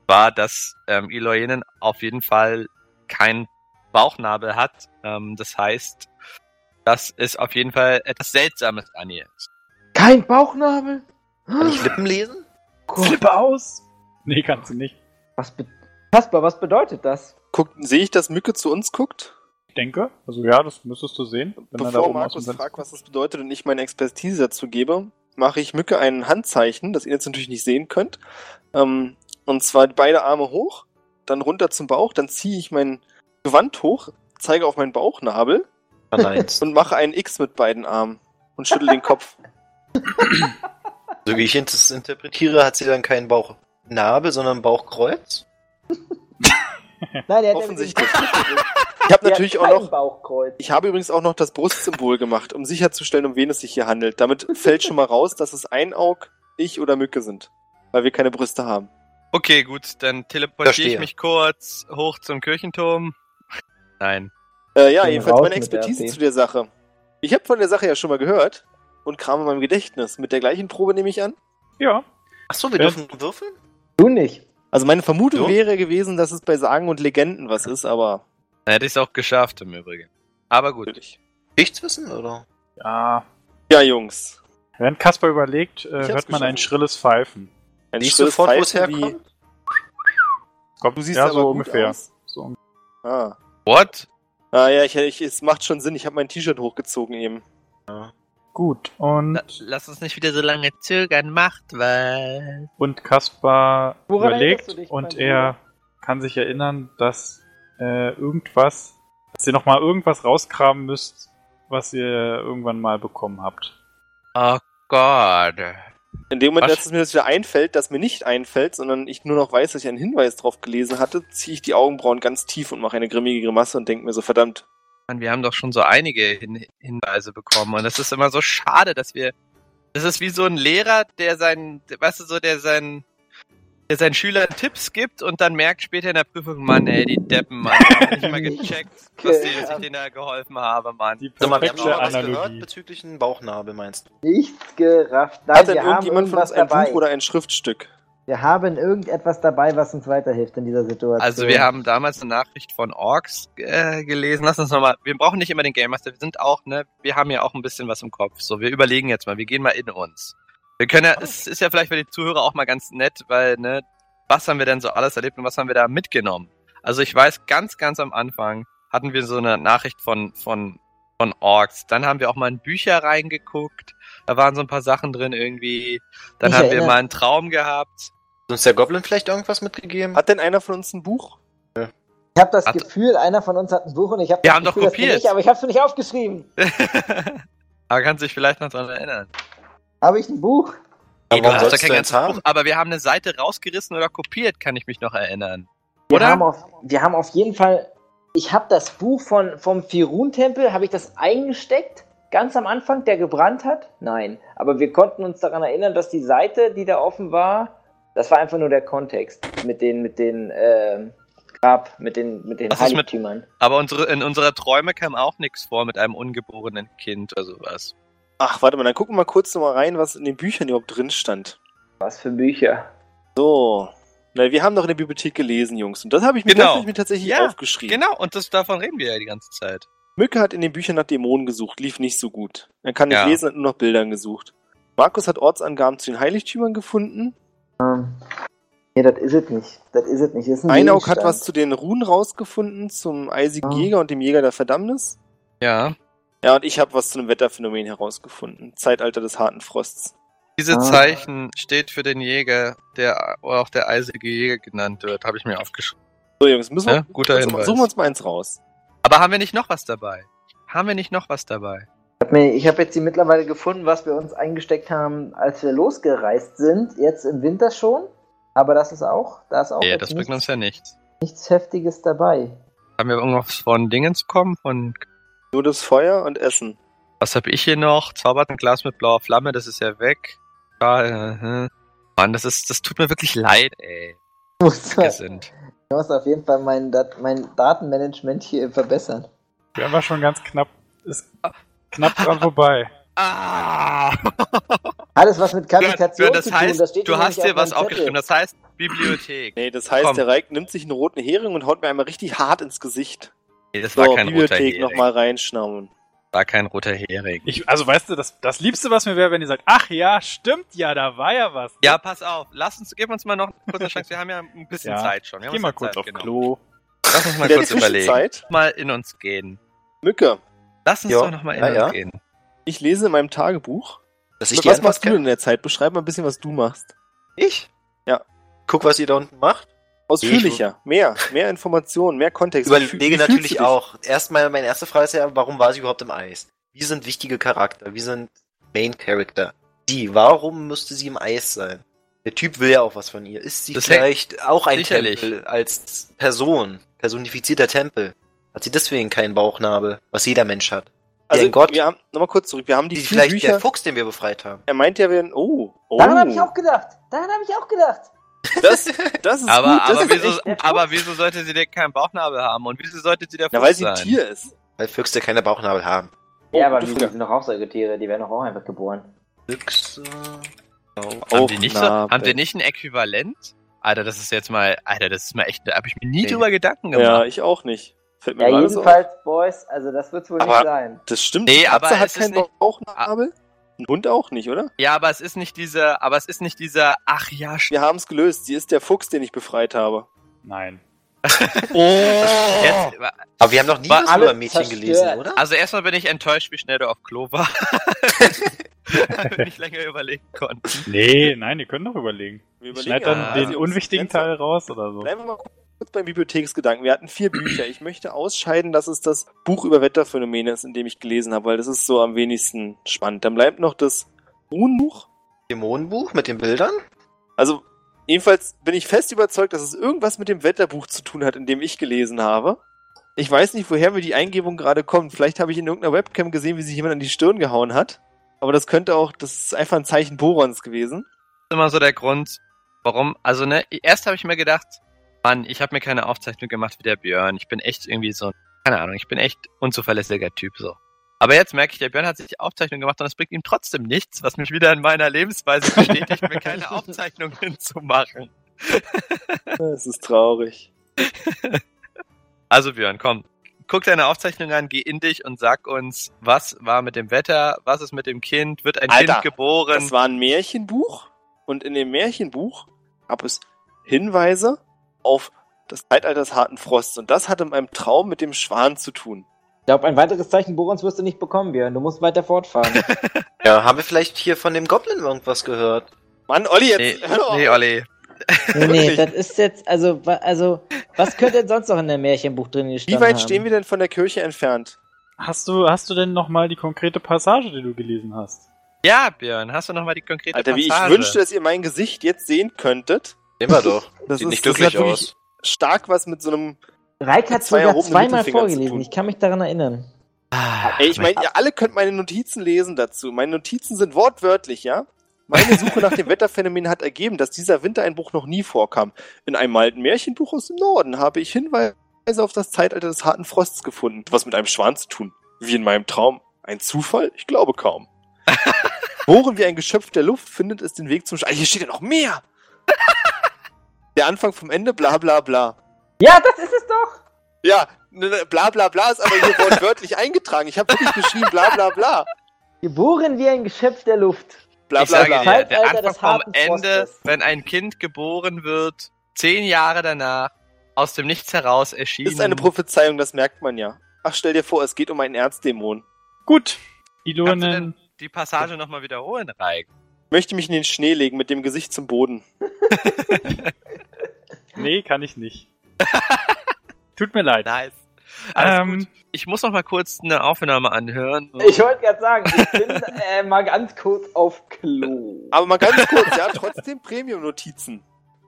[SPEAKER 6] War, dass ähm, Iloinen auf jeden Fall keinen Bauchnabel hat. Ähm, das heißt, das ist auf jeden Fall etwas Seltsames an ihr.
[SPEAKER 3] Kein Bauchnabel?
[SPEAKER 2] Kann ich Lippen lesen?
[SPEAKER 3] Gott,
[SPEAKER 1] aus! Nee, kannst du nicht.
[SPEAKER 3] was, be Kasper, was bedeutet das?
[SPEAKER 4] Guckt, sehe ich, dass Mücke zu uns guckt?
[SPEAKER 1] Ich denke, also ja, das müsstest du sehen. er da oben
[SPEAKER 4] Bevor
[SPEAKER 1] aus dem
[SPEAKER 4] Markus
[SPEAKER 1] Fenster-
[SPEAKER 4] fragt, was das bedeutet und ich meine Expertise dazu gebe, mache ich Mücke ein Handzeichen, das ihr jetzt natürlich nicht sehen könnt. Ähm, und zwar beide Arme hoch, dann runter zum Bauch, dann ziehe ich mein Gewand hoch, zeige auf meinen Bauchnabel
[SPEAKER 2] Ah, nein. so [LAUGHS]
[SPEAKER 4] und mache ein X mit beiden Armen und schüttel
[SPEAKER 3] [LAUGHS]
[SPEAKER 4] den Kopf.
[SPEAKER 2] wie ich es interpretiere, hat sie dann keinen Bauchnabel, sondern Bauchkreuz.
[SPEAKER 3] Nein, der
[SPEAKER 4] Offensichtlich.
[SPEAKER 3] Der
[SPEAKER 4] Ich
[SPEAKER 3] [LAUGHS]
[SPEAKER 4] habe
[SPEAKER 3] hat
[SPEAKER 4] natürlich auch
[SPEAKER 3] kein
[SPEAKER 4] noch
[SPEAKER 3] Bauchkreuz.
[SPEAKER 4] Ich habe übrigens auch noch das Brustsymbol gemacht, um sicherzustellen, um wen es sich hier handelt. Damit fällt schon mal raus, dass es Einaug, ich oder Mücke sind, weil wir keine Brüste haben.
[SPEAKER 6] Okay, gut, dann teleportiere ich
[SPEAKER 2] Verstehe.
[SPEAKER 6] mich kurz hoch zum Kirchenturm. Nein.
[SPEAKER 4] Äh, ja,
[SPEAKER 3] Gehen wir
[SPEAKER 4] jedenfalls
[SPEAKER 3] raus
[SPEAKER 4] meine
[SPEAKER 3] mit der
[SPEAKER 4] Expertise
[SPEAKER 3] AP.
[SPEAKER 4] zu der Sache. Ich habe von der Sache ja schon mal gehört und krame in meinem Gedächtnis. Mit der gleichen Probe nehme ich an.
[SPEAKER 1] Ja,
[SPEAKER 2] Achso, wir
[SPEAKER 1] Ja.
[SPEAKER 2] dürfen würfeln?
[SPEAKER 3] Du nicht.
[SPEAKER 4] Also meine Vermutung
[SPEAKER 2] So.
[SPEAKER 4] wäre gewesen, dass es bei Sagen und Legenden was ist, aber
[SPEAKER 6] Dann hätte ich es auch geschafft im Übrigen. Aber gut.
[SPEAKER 4] natürlich.
[SPEAKER 2] Geschichtswissen, oder?
[SPEAKER 1] ja.
[SPEAKER 4] Ja, Jungs.
[SPEAKER 1] Während Kasper überlegt, äh,
[SPEAKER 4] hab's
[SPEAKER 1] hört man ein
[SPEAKER 4] geschafft.
[SPEAKER 1] schrilles Pfeifen.
[SPEAKER 4] Ein
[SPEAKER 2] Siehst du
[SPEAKER 4] schrilles
[SPEAKER 2] sofort, wo es
[SPEAKER 4] Pfeifen wie-
[SPEAKER 2] herkommt?
[SPEAKER 1] Kommt
[SPEAKER 4] Du siehst
[SPEAKER 1] ja
[SPEAKER 4] aber
[SPEAKER 1] so
[SPEAKER 4] gut
[SPEAKER 1] ungefähr.
[SPEAKER 4] aus.
[SPEAKER 1] So ungefähr.
[SPEAKER 4] Ah.
[SPEAKER 6] What?
[SPEAKER 4] ah ja, ich, ich, es macht schon Sinn. Ich habe mein T-Shirt hochgezogen eben.
[SPEAKER 1] Gut, und,
[SPEAKER 6] Lass uns nicht wieder so lange zögern, macht weil.
[SPEAKER 1] und Kaspar
[SPEAKER 3] Woran
[SPEAKER 1] überlegt
[SPEAKER 3] erinnerst du dich, mein
[SPEAKER 1] und
[SPEAKER 3] Bruder?
[SPEAKER 1] er kann sich erinnern, dass äh, irgendwas, dass ihr nochmal irgendwas rauskramen müsst, was ihr irgendwann mal bekommen habt.
[SPEAKER 6] Oh Gott.
[SPEAKER 4] In dem Moment,
[SPEAKER 6] Was?
[SPEAKER 4] dass es mir das wieder einfällt, dass mir nicht einfällt, sondern ich nur noch weiß, dass ich einen Hinweis drauf gelesen hatte, ziehe ich die Augenbrauen ganz tief und mache eine grimmige Grimasse und denke mir so, verdammt,
[SPEAKER 6] Mann, wir haben doch schon so einige Hin Hinweise bekommen und es ist immer so schade, dass wir. Das ist wie so ein Lehrer, der seinen, weißt du, so der seinen, der seinen Schülern Tipps gibt und dann merkt später in der Prüfung, Mann, ey, die Deppen, Mann, die haben nicht mal gecheckt, dass, die, dass ich denen da geholfen habe, Mann.
[SPEAKER 1] Die
[SPEAKER 2] Sag mal, wir haben schon
[SPEAKER 1] perfekte
[SPEAKER 2] was gehört
[SPEAKER 1] Analogie.
[SPEAKER 2] bezüglich einem Bauchnabel, meinst du?
[SPEAKER 3] Nichts gerafft. Nein,
[SPEAKER 4] hat denn
[SPEAKER 3] wir haben
[SPEAKER 4] irgendjemand von
[SPEAKER 3] irgendwas
[SPEAKER 4] uns ein
[SPEAKER 3] dabei.
[SPEAKER 4] Buch oder ein Schriftstück?
[SPEAKER 3] Wir haben irgendetwas dabei, was uns weiterhilft in dieser Situation.
[SPEAKER 6] Also wir haben damals eine Nachricht von Orks äh, gelesen. Lass uns nochmal, wir brauchen nicht immer den Game Master, wir sind auch, ne, wir haben ja auch ein bisschen was im Kopf. So, wir überlegen jetzt mal, wir gehen mal in uns. Wir können ja, es ist ja vielleicht für die Zuhörer auch mal ganz nett, weil, ne, was haben wir denn so alles erlebt und was haben wir da mitgenommen? Also ich weiß, ganz, ganz am Anfang hatten wir so eine Nachricht von, von, von Orks. Dann haben wir auch mal in Bücher reingeguckt. Da waren so ein paar Sachen drin irgendwie. Dann
[SPEAKER 3] Ich
[SPEAKER 6] haben wir
[SPEAKER 3] erinnere-
[SPEAKER 6] mal einen Traum gehabt. [LAUGHS]
[SPEAKER 2] Hat uns der Goblin vielleicht irgendwas mitgegeben?
[SPEAKER 4] Hat denn einer von uns ein Buch?
[SPEAKER 3] Ich habe das
[SPEAKER 6] Hat-
[SPEAKER 3] Gefühl, einer von uns hat ein Buch und ich habe
[SPEAKER 6] Wir
[SPEAKER 3] das
[SPEAKER 6] haben doch
[SPEAKER 3] Gefühl, dass bin
[SPEAKER 6] kopiert.
[SPEAKER 3] Ich, aber ich habe es nicht aufgeschrieben.
[SPEAKER 6] Aber kannst dich vielleicht noch daran erinnern.
[SPEAKER 3] Habe ich ein Buch?
[SPEAKER 2] Ja,
[SPEAKER 6] Nee, du
[SPEAKER 2] warum
[SPEAKER 6] hast doch
[SPEAKER 2] sollst
[SPEAKER 6] kein
[SPEAKER 2] du
[SPEAKER 6] ganzes
[SPEAKER 2] eins haben?
[SPEAKER 6] Buch, aber wir haben eine Seite rausgerissen oder kopiert, kann ich mich noch erinnern.
[SPEAKER 3] Wir
[SPEAKER 6] Oder?
[SPEAKER 3] haben auf, wir haben auf jeden Fall. Ich habe das Buch von vom Firun-Tempel. Habe ich das eingesteckt? Ganz am Anfang, der gebrannt hat? Nein. Aber wir konnten uns daran erinnern, dass die Seite, die da offen war, das war einfach nur der Kontext mit den mit den ähm, Grab, mit den mit den
[SPEAKER 6] Was ist mit-
[SPEAKER 3] Heiligtümern.
[SPEAKER 6] Aber unsere, in unserer Träume kam auch nichts vor mit einem ungeborenen Kind oder sowas.
[SPEAKER 4] Ach, warte mal, dann gucken wir mal kurz nochmal rein, was in den Büchern überhaupt drin stand.
[SPEAKER 3] Was für Bücher?
[SPEAKER 4] So. Na, wir haben doch in der Bibliothek gelesen, Jungs. Und das habe ich mir,
[SPEAKER 6] Genau.
[SPEAKER 4] das hab ich mir tatsächlich
[SPEAKER 6] Ja,
[SPEAKER 4] aufgeschrieben.
[SPEAKER 6] Genau, und das, davon reden wir ja die ganze Zeit.
[SPEAKER 4] Mücke hat in den Büchern nach Dämonen gesucht, lief nicht so gut. Er kann nicht
[SPEAKER 6] Ja.
[SPEAKER 4] lesen, hat nur nach Bildern gesucht. Markus hat Ortsangaben zu den Heiligtümern gefunden.
[SPEAKER 3] Ähm, nee, das ist es nicht. Das ist es nicht. Das ist ein
[SPEAKER 4] Einaug hat
[SPEAKER 3] Gegenstand.
[SPEAKER 4] was zu den Runen rausgefunden, zum eisigen
[SPEAKER 3] Ah.
[SPEAKER 4] Jäger und dem Jäger der Verdammnis.
[SPEAKER 6] Ja.
[SPEAKER 4] Ja, und ich habe was zu einem Wetterphänomen herausgefunden. Zeitalter des harten Frosts.
[SPEAKER 6] Diese
[SPEAKER 3] Ah.
[SPEAKER 6] Zeichen steht für den Jäger, der oder auch der eisige Jäger genannt wird, habe ich mir aufgeschrieben.
[SPEAKER 4] So, Jungs, müssen wir,
[SPEAKER 6] Ja, guter
[SPEAKER 4] suchen, wir
[SPEAKER 6] Hinweis.
[SPEAKER 4] also, suchen wir uns mal eins raus.
[SPEAKER 6] Aber haben wir nicht noch was dabei? Haben wir nicht noch was dabei?
[SPEAKER 3] Hab mir- Ich habe jetzt die mittlerweile gefunden, was wir uns eingesteckt haben, als wir losgereist sind. Jetzt im Winter schon. Aber das ist auch, da ist auch
[SPEAKER 6] Nee,
[SPEAKER 3] jetzt
[SPEAKER 6] das bringt
[SPEAKER 3] nichts,
[SPEAKER 6] uns ja nichts.
[SPEAKER 3] nichts Heftiges dabei. [LAUGHS]
[SPEAKER 6] Haben wir irgendwas von Dingens bekommen? Von
[SPEAKER 4] Nur das Feuer und Essen.
[SPEAKER 6] Was habe ich hier noch? Zaubert ein Glas mit blauer Flamme, das ist ja weg. Schal. Mann, das ist, das tut mir wirklich leid, ey.
[SPEAKER 3] muss,
[SPEAKER 6] Wir sind.
[SPEAKER 3] ich muss auf jeden Fall mein, Dat mein Datenmanagement hier verbessern.
[SPEAKER 1] Wir waren schon ganz knapp. Ist knapp dran vorbei.
[SPEAKER 6] Ah! [LAUGHS]
[SPEAKER 3] Alles, was mit
[SPEAKER 6] Björn,
[SPEAKER 3] Kavitation
[SPEAKER 6] Björn, das
[SPEAKER 3] zu tun,
[SPEAKER 6] heißt,
[SPEAKER 3] das steht
[SPEAKER 6] du
[SPEAKER 3] hier
[SPEAKER 6] hast
[SPEAKER 3] nämlich
[SPEAKER 6] dir
[SPEAKER 3] auf
[SPEAKER 6] was
[SPEAKER 3] meinem
[SPEAKER 6] aufgeschrieben.
[SPEAKER 3] Zettel.
[SPEAKER 6] Das heißt Bibliothek.
[SPEAKER 4] Nee, das heißt,
[SPEAKER 6] Komm.
[SPEAKER 4] der Reik nimmt sich einen roten Hering und haut mir einmal richtig hart ins Gesicht.
[SPEAKER 6] Nee, das
[SPEAKER 4] So,
[SPEAKER 6] war kein roter
[SPEAKER 4] Bibliothek
[SPEAKER 6] Hering.
[SPEAKER 4] nochmal reinschnauben.
[SPEAKER 6] War kein roter Hering.
[SPEAKER 1] Ich, also weißt du, das, das Liebste, was mir wäre, wenn ihr sagt, ach ja, stimmt ja, da war ja was.
[SPEAKER 6] Ja, pass auf. Lass uns, gib uns mal noch eine kurze Chance. Wir haben ja ein bisschen
[SPEAKER 1] Ja.
[SPEAKER 6] Zeit schon.
[SPEAKER 1] Ich
[SPEAKER 6] Wir haben
[SPEAKER 1] geh
[SPEAKER 6] uns
[SPEAKER 1] mal
[SPEAKER 6] ja
[SPEAKER 1] kurz
[SPEAKER 6] Zeit
[SPEAKER 1] auf
[SPEAKER 6] genommen.
[SPEAKER 1] Klo.
[SPEAKER 6] Lass uns
[SPEAKER 4] In
[SPEAKER 6] mal
[SPEAKER 4] der
[SPEAKER 6] kurz überlegen.
[SPEAKER 4] Zwischenzeit,
[SPEAKER 6] Mal in uns gehen.
[SPEAKER 4] Mücke,
[SPEAKER 6] Lass uns
[SPEAKER 2] Ja.
[SPEAKER 6] doch nochmal in
[SPEAKER 2] Ja,
[SPEAKER 6] uns
[SPEAKER 2] ja.
[SPEAKER 6] gehen.
[SPEAKER 4] ich lese in meinem Tagebuch.
[SPEAKER 2] Dass ich die
[SPEAKER 4] Was
[SPEAKER 2] Antwort
[SPEAKER 4] machst du denn
[SPEAKER 2] kenne?
[SPEAKER 4] in der Zeit? Beschreib mal ein bisschen, was du machst.
[SPEAKER 2] Ich?
[SPEAKER 4] Ja.
[SPEAKER 2] Guck, was ihr da unten macht.
[SPEAKER 4] Ausführlicher, mehr, mehr Informationen, mehr Kontext. Wie fühl-
[SPEAKER 2] Überlege
[SPEAKER 4] wie fühlst du
[SPEAKER 2] natürlich
[SPEAKER 4] dich?
[SPEAKER 2] auch. Erstmal, meine erste Frage ist ja, warum war sie überhaupt im Eis? Wir sind wichtige Charakter, wir sind Main Character. Die, warum müsste sie im Eis sein? Der Typ will ja auch was von ihr. Ist sie
[SPEAKER 6] Das hängt-
[SPEAKER 2] vielleicht auch ein
[SPEAKER 6] sicherlich.
[SPEAKER 2] Tempel als Person, personifizierter Tempel? Hat sie deswegen keinen Bauchnabel, was jeder Mensch hat?
[SPEAKER 4] Also,
[SPEAKER 2] Dein Gott.
[SPEAKER 4] wir haben, nochmal kurz zurück, wir haben die
[SPEAKER 2] Die
[SPEAKER 4] vier
[SPEAKER 2] vielleicht der
[SPEAKER 4] Bücher.
[SPEAKER 2] Fuchs, den wir befreit haben.
[SPEAKER 4] Er meint ja, wir werden, oh, oh.
[SPEAKER 3] Daran habe ich auch gedacht. Daran habe ich auch gedacht.
[SPEAKER 4] Das, das ist
[SPEAKER 6] Aber,
[SPEAKER 4] gut, das
[SPEAKER 6] aber,
[SPEAKER 4] ist
[SPEAKER 6] wieso,
[SPEAKER 4] echt-
[SPEAKER 6] aber wieso sollte sie denn keinen Bauchnabel haben? Und wieso sollte sie der
[SPEAKER 4] Na,
[SPEAKER 6] Fuchs
[SPEAKER 4] weil sie ein
[SPEAKER 6] sein?
[SPEAKER 4] Tier ist.
[SPEAKER 2] Weil Füchse keine Bauchnabel haben.
[SPEAKER 4] Oh,
[SPEAKER 3] ja, aber
[SPEAKER 4] gute
[SPEAKER 3] wir
[SPEAKER 4] Frage.
[SPEAKER 3] sind doch auch Säugetiere, die werden doch auch einfach geboren.
[SPEAKER 2] Füchse. Oh.
[SPEAKER 6] Haben die, nicht so,
[SPEAKER 4] Bauchnabel.
[SPEAKER 6] haben die nicht ein Äquivalent? Alter, das ist jetzt mal, Alter, das ist mal echt, da habe ich mir nie
[SPEAKER 2] Nee.
[SPEAKER 6] drüber Gedanken gemacht.
[SPEAKER 4] Ja, ich auch nicht. Fällt mir
[SPEAKER 3] Ja,
[SPEAKER 4] gerade so auf.
[SPEAKER 3] jedenfalls, Boys, also das wird wohl
[SPEAKER 4] Aber-
[SPEAKER 3] nicht sein.
[SPEAKER 4] Das stimmt.
[SPEAKER 6] Nee,
[SPEAKER 4] die Katze
[SPEAKER 6] aber
[SPEAKER 4] hat
[SPEAKER 6] es ist
[SPEAKER 4] keinen
[SPEAKER 6] nicht- Ah.
[SPEAKER 4] Bauchnabel. Ein Hund auch nicht, oder?
[SPEAKER 6] Ja, aber es ist nicht dieser, aber es ist nicht dieser, ach ja, st-
[SPEAKER 4] Wir haben es gelöst. Sie ist der Fuchs, den ich befreit habe.
[SPEAKER 1] Nein.
[SPEAKER 6] jetzt,
[SPEAKER 2] Aber wir haben noch nie
[SPEAKER 6] Oh! War
[SPEAKER 2] was über
[SPEAKER 3] alles
[SPEAKER 2] ein Mädchen
[SPEAKER 3] zerstört.
[SPEAKER 2] gelesen, oder?
[SPEAKER 6] also erstmal bin ich enttäuscht, wie schnell du auf Klo
[SPEAKER 4] [LAUGHS]
[SPEAKER 6] war. [LAUGHS] nicht länger überlegen konnten.
[SPEAKER 1] Nee, nein, ihr könnt noch überlegen.
[SPEAKER 4] Wir
[SPEAKER 1] Ich schneid
[SPEAKER 4] überlegen mal,
[SPEAKER 1] dann
[SPEAKER 4] Also,
[SPEAKER 6] ja,
[SPEAKER 4] was
[SPEAKER 1] den
[SPEAKER 4] sie uns
[SPEAKER 1] unwichtigen
[SPEAKER 4] nennt.
[SPEAKER 1] Teil raus oder so.
[SPEAKER 4] Bleiben wir mal kurz beim Bibliotheksgedanken. Wir hatten vier Bücher. Ich möchte ausscheiden, dass es das Buch über Wetterphänomene ist, in dem ich gelesen habe, weil das ist so am wenigsten spannend. Dann bleibt noch das Runenbuch.
[SPEAKER 2] Dämonenbuch mit den Bildern?
[SPEAKER 4] Also, jedenfalls bin ich fest überzeugt, dass es irgendwas mit dem Wetterbuch zu tun hat, in dem ich gelesen habe. Ich weiß nicht, woher mir die Eingebung gerade kommt. Vielleicht habe ich in irgendeiner Webcam gesehen, wie sich jemand an die Stirn gehauen hat. Aber das könnte auch, das ist einfach ein Zeichen Borons gewesen.
[SPEAKER 6] ist immer so der Grund, warum, also ne, erst habe ich mir gedacht, Mann, ich habe mir keine Aufzeichnung gemacht wie der Björn. Ich bin echt irgendwie so, keine Ahnung, ich bin echt unzuverlässiger Typ so. Aber jetzt merke ich, der Björn hat sich Aufzeichnung gemacht und es bringt ihm trotzdem nichts, was mich wieder in meiner Lebensweise bestätigt, mir
[SPEAKER 4] [LAUGHS]
[SPEAKER 6] keine Aufzeichnung hinzumachen.
[SPEAKER 4] Das ist traurig.
[SPEAKER 6] Also Björn, komm. Guck deine Aufzeichnung an, geh in dich und sag uns, was war mit dem Wetter, was ist mit dem Kind, wird ein
[SPEAKER 4] Alter,
[SPEAKER 6] Kind geboren?
[SPEAKER 4] Das war ein Märchenbuch und in dem Märchenbuch gab es Hinweise auf das Zeitalter des harten Frosts und das hatte mit einem Traum mit dem Schwan zu tun.
[SPEAKER 3] Ich glaube, ein weiteres Zeichen Borons wirst du nicht bekommen, Björn. Du musst weiter
[SPEAKER 6] [LAUGHS]
[SPEAKER 3] fortfahren.
[SPEAKER 2] Ja, haben wir vielleicht hier von dem Goblin irgendwas gehört?
[SPEAKER 4] Mann, Olli,
[SPEAKER 6] nee,
[SPEAKER 4] jetzt hör [LAUGHS] doch
[SPEAKER 6] nee,
[SPEAKER 4] auf.
[SPEAKER 6] Olli.
[SPEAKER 4] [LAUGHS]
[SPEAKER 3] nee, nee,
[SPEAKER 4] Wirklich?
[SPEAKER 3] das ist jetzt, also, wa- also, was könnte denn sonst noch in der Märchenbuch drin
[SPEAKER 4] Wie
[SPEAKER 3] gestanden
[SPEAKER 4] weit
[SPEAKER 3] haben?
[SPEAKER 6] ähm,
[SPEAKER 4] stehen wir denn von der Kirche entfernt?
[SPEAKER 1] Hast du, hast du denn nochmal die konkrete Passage, die du gelesen hast?
[SPEAKER 6] Ja, Björn, hast du nochmal die konkrete
[SPEAKER 4] Alter, wie ich
[SPEAKER 6] Passage?
[SPEAKER 4] wünschte, dass ihr mein Gesicht jetzt sehen könntet.
[SPEAKER 2] Sehen [LAUGHS] wir doch.
[SPEAKER 4] Das
[SPEAKER 2] Sieht
[SPEAKER 4] ist,
[SPEAKER 2] nicht
[SPEAKER 4] das
[SPEAKER 2] glücklich
[SPEAKER 4] hat wirklich
[SPEAKER 2] aus.
[SPEAKER 4] stark was mit so einem.
[SPEAKER 3] Reik hat
[SPEAKER 4] Mit zwei
[SPEAKER 3] sogar
[SPEAKER 4] erhobenen
[SPEAKER 3] zweimal
[SPEAKER 4] Mittelfingern zu
[SPEAKER 3] vorgelesen.
[SPEAKER 4] tun.
[SPEAKER 3] Ich kann mich daran erinnern.
[SPEAKER 6] Ah,
[SPEAKER 4] Ey, ich meine, ihr alle könnt meine Notizen lesen dazu. Meine Notizen sind wortwörtlich, ja? Meine Suche nach dem Wetterphänomen hat ergeben, dass dieser Wintereinbruch noch nie vorkam. In einem alten Märchenbuch aus dem Norden habe ich Hinweise auf das Zeitalter des harten Frosts gefunden. Was mit einem Schwan zu tun. Wie in meinem Traum. Ein Zufall? Ich glaube kaum. Bohren wie ein Geschöpf der Luft findet es den Weg zum Sch Ah, Hier steht ja noch mehr! Der Anfang vom Ende, bla bla bla.
[SPEAKER 3] Ja, das ist es doch!
[SPEAKER 4] Ja, ne, ne, bla bla bla ist aber hier wortwörtlich eingetragen. Ich habe wirklich geschrieben, bla bla bla.
[SPEAKER 3] Geboren wie ein Geschöpf der Luft.
[SPEAKER 4] Bla
[SPEAKER 6] ich
[SPEAKER 4] bla
[SPEAKER 6] sage
[SPEAKER 4] bla.
[SPEAKER 6] dir,
[SPEAKER 3] Zeitalter
[SPEAKER 6] der Anfang
[SPEAKER 3] des
[SPEAKER 6] vom
[SPEAKER 3] harten
[SPEAKER 6] Ende,
[SPEAKER 3] Frostes.
[SPEAKER 6] wenn ein Kind geboren wird, zehn Jahre danach, aus dem Nichts heraus erschienen.
[SPEAKER 4] Ist eine Prophezeiung, das merkt man ja. Ach, stell dir vor, es geht um einen Erzdämon.
[SPEAKER 1] Gut.
[SPEAKER 6] Kannst du
[SPEAKER 1] Ilonen.
[SPEAKER 6] denn die Passage nochmal wiederholen, Reik?
[SPEAKER 4] Ich möchte mich in den Schnee legen mit dem Gesicht zum Boden.
[SPEAKER 1] Nee, kann ich nicht. [LAUGHS] Tut mir leid.
[SPEAKER 6] Nice. Alles
[SPEAKER 1] Ähm.
[SPEAKER 6] gut. Ich muss noch mal kurz eine Aufnahme anhören.
[SPEAKER 3] Ich wollte gerade sagen, ich bin äh, mal ganz kurz auf Klo.
[SPEAKER 4] [LAUGHS] Aber mal ganz
[SPEAKER 1] [LAUGHS]
[SPEAKER 4] kurz, ja, trotzdem Premium-Notizen.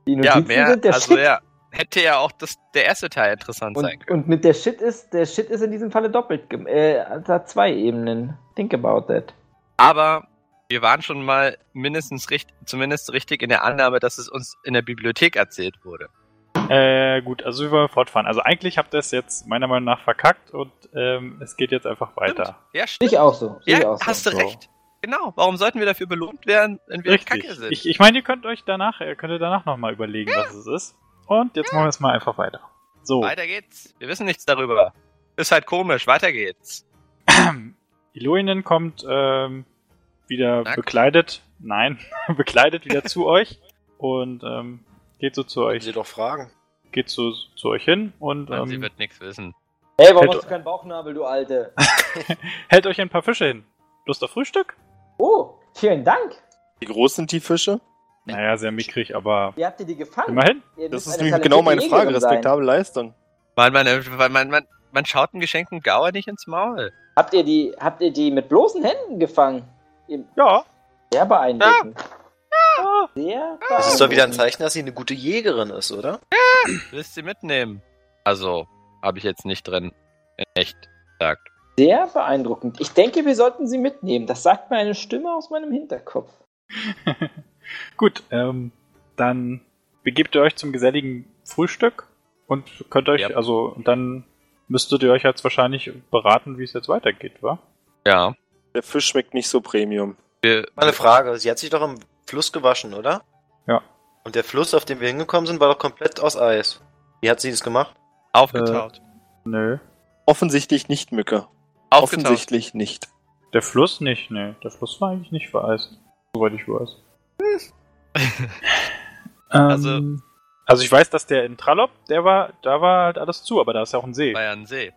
[SPEAKER 3] Die
[SPEAKER 6] ja,
[SPEAKER 3] Notizen
[SPEAKER 6] mehr,
[SPEAKER 3] sind der
[SPEAKER 6] also
[SPEAKER 3] Shit.
[SPEAKER 6] ja, hätte ja auch das, der erste Teil interessant sein
[SPEAKER 3] Und,
[SPEAKER 6] können.
[SPEAKER 3] und mit der Shit ist, der Shit ist in diesem Falle doppelt, gem- äh, hat zwei Ebenen. Think about that.
[SPEAKER 6] Aber Wir waren schon mal mindestens richtig, zumindest richtig in der Annahme, dass es uns in der Bibliothek erzählt wurde.
[SPEAKER 1] Äh, gut, also wir wollen fortfahren. Also eigentlich habt ihr es jetzt meiner Meinung nach verkackt und ähm, es geht jetzt einfach weiter.
[SPEAKER 6] Stimmt. Ja, stimmt.
[SPEAKER 3] Ich auch so. Sehe ich
[SPEAKER 6] Ja,
[SPEAKER 3] auch so.
[SPEAKER 6] hast du recht. Genau. Warum sollten wir dafür belohnt werden, wenn wir Kacke
[SPEAKER 1] Richtig.
[SPEAKER 6] sind?
[SPEAKER 1] Ich, ich meine, ihr könnt euch danach, ihr könntet danach nochmal überlegen, was es ist. Und jetzt machen wir es mal einfach weiter. So.
[SPEAKER 6] Weiter geht's. Wir wissen nichts darüber. Ist halt komisch. Weiter geht's.
[SPEAKER 1] Iloinen kommt ähm, wieder
[SPEAKER 6] Nackt?
[SPEAKER 1] bekleidet, nein, [LAUGHS] bekleidet wieder zu euch und ähm, geht so zu
[SPEAKER 2] Wollen Sie
[SPEAKER 1] euch,
[SPEAKER 2] doch fragen.
[SPEAKER 1] geht so zu euch hin und
[SPEAKER 6] Und sie
[SPEAKER 1] ähm,
[SPEAKER 6] wird nichts wissen.
[SPEAKER 3] Hey, warum
[SPEAKER 1] Hätte-
[SPEAKER 3] hast du keinen Bauchnabel, du Alte?
[SPEAKER 1] [LAUGHS] hält euch ein paar Fische hin. Lust auf Frühstück?
[SPEAKER 3] Oh, vielen Dank.
[SPEAKER 4] Wie groß sind die Fische?
[SPEAKER 1] Naja, sehr mickrig, aber
[SPEAKER 3] Ihr habt ihr die gefangen.
[SPEAKER 1] immerhin.
[SPEAKER 3] Ihr
[SPEAKER 4] Das
[SPEAKER 3] müsst
[SPEAKER 4] ist
[SPEAKER 3] eine
[SPEAKER 4] nämlich genau meine
[SPEAKER 3] talentierte
[SPEAKER 4] Frage.
[SPEAKER 3] Jägerin sein.
[SPEAKER 4] Respektable Leistung.
[SPEAKER 6] Man, man, man, man, man, man schaut einen geschenkten Gauer nicht ins Maul.
[SPEAKER 3] Habt ihr die, habt ihr die mit bloßen Händen gefangen? Ihr-
[SPEAKER 1] Ja,
[SPEAKER 3] Sehr beeindruckend. Sehr beeindruckend.
[SPEAKER 2] Das ist doch wieder ein Zeichen, dass sie eine gute Jägerin ist, oder?
[SPEAKER 6] Willst sie mitnehmen? Also, habe ich jetzt nicht drin. Echt gesagt.
[SPEAKER 3] Sehr beeindruckend. Ich denke, wir sollten sie mitnehmen. Das sagt mir eine Stimme aus meinem Hinterkopf.
[SPEAKER 1] gut, ähm, dann begebt ihr euch zum geselligen Frühstück und könnt euch,
[SPEAKER 6] Ja.
[SPEAKER 1] also und dann müsstet ihr euch jetzt wahrscheinlich beraten, wie es jetzt weitergeht, wa?
[SPEAKER 6] Ja.
[SPEAKER 4] Der Fisch schmeckt nicht so Premium.
[SPEAKER 6] Wir,
[SPEAKER 2] Meine Frage, sie hat sich doch im Fluss gewaschen, oder?
[SPEAKER 1] Ja.
[SPEAKER 2] Und der Fluss, auf dem wir hingekommen sind, war doch komplett aus Eis. Wie hat sie das gemacht?
[SPEAKER 6] aufgetaut.
[SPEAKER 1] Nö.
[SPEAKER 4] Offensichtlich nicht, Mücke.
[SPEAKER 6] aufgetaut.
[SPEAKER 4] Offensichtlich nicht.
[SPEAKER 1] Der Fluss nicht, ne. Der Fluss war eigentlich nicht vereist. Soweit ich weiß.
[SPEAKER 6] Also-
[SPEAKER 1] Ähm, also ich weiß, dass der in Trallop, der war, da war halt alles zu, aber da ist ja auch ein
[SPEAKER 2] Ah,
[SPEAKER 1] See.
[SPEAKER 6] Bayernsee.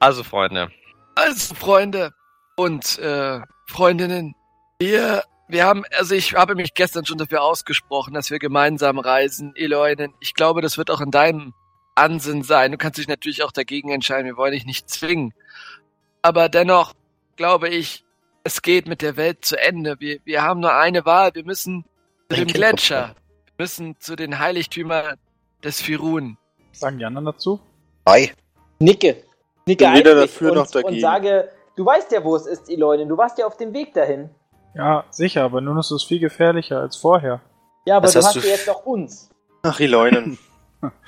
[SPEAKER 6] Also, Freunde.
[SPEAKER 5] Also, Freunde und äh, Freundinnen, wir, wir haben, also ich habe mich gestern schon dafür ausgesprochen, dass wir gemeinsam reisen, Eloinen. Ich glaube, das wird auch in deinem Ansinn sein. Du kannst dich natürlich auch dagegen entscheiden, wir wollen dich nicht zwingen. Aber dennoch glaube ich, es geht mit der Welt zu Ende. Wir, wir haben nur eine Wahl. Wir müssen zu dem
[SPEAKER 2] Danke.
[SPEAKER 5] Gletscher. Wir müssen zu den Heiligtümern des Firun.
[SPEAKER 1] Was sagen die anderen dazu?
[SPEAKER 2] Ei.
[SPEAKER 3] Nicke. Nicke
[SPEAKER 4] Bin weder
[SPEAKER 3] eifrig
[SPEAKER 4] dafür
[SPEAKER 3] und,
[SPEAKER 4] noch dagegen.
[SPEAKER 3] Und sage, du weißt ja, wo es ist, Eloinen. Du warst ja auf dem Weg dahin.
[SPEAKER 1] Ja, sicher, aber nun ist es viel gefährlicher als vorher.
[SPEAKER 3] Ja, aber
[SPEAKER 2] Das
[SPEAKER 3] du
[SPEAKER 2] hast
[SPEAKER 3] hast
[SPEAKER 2] du
[SPEAKER 3] ja jetzt auch uns.
[SPEAKER 1] [LAUGHS]
[SPEAKER 4] Ach, Iloinen.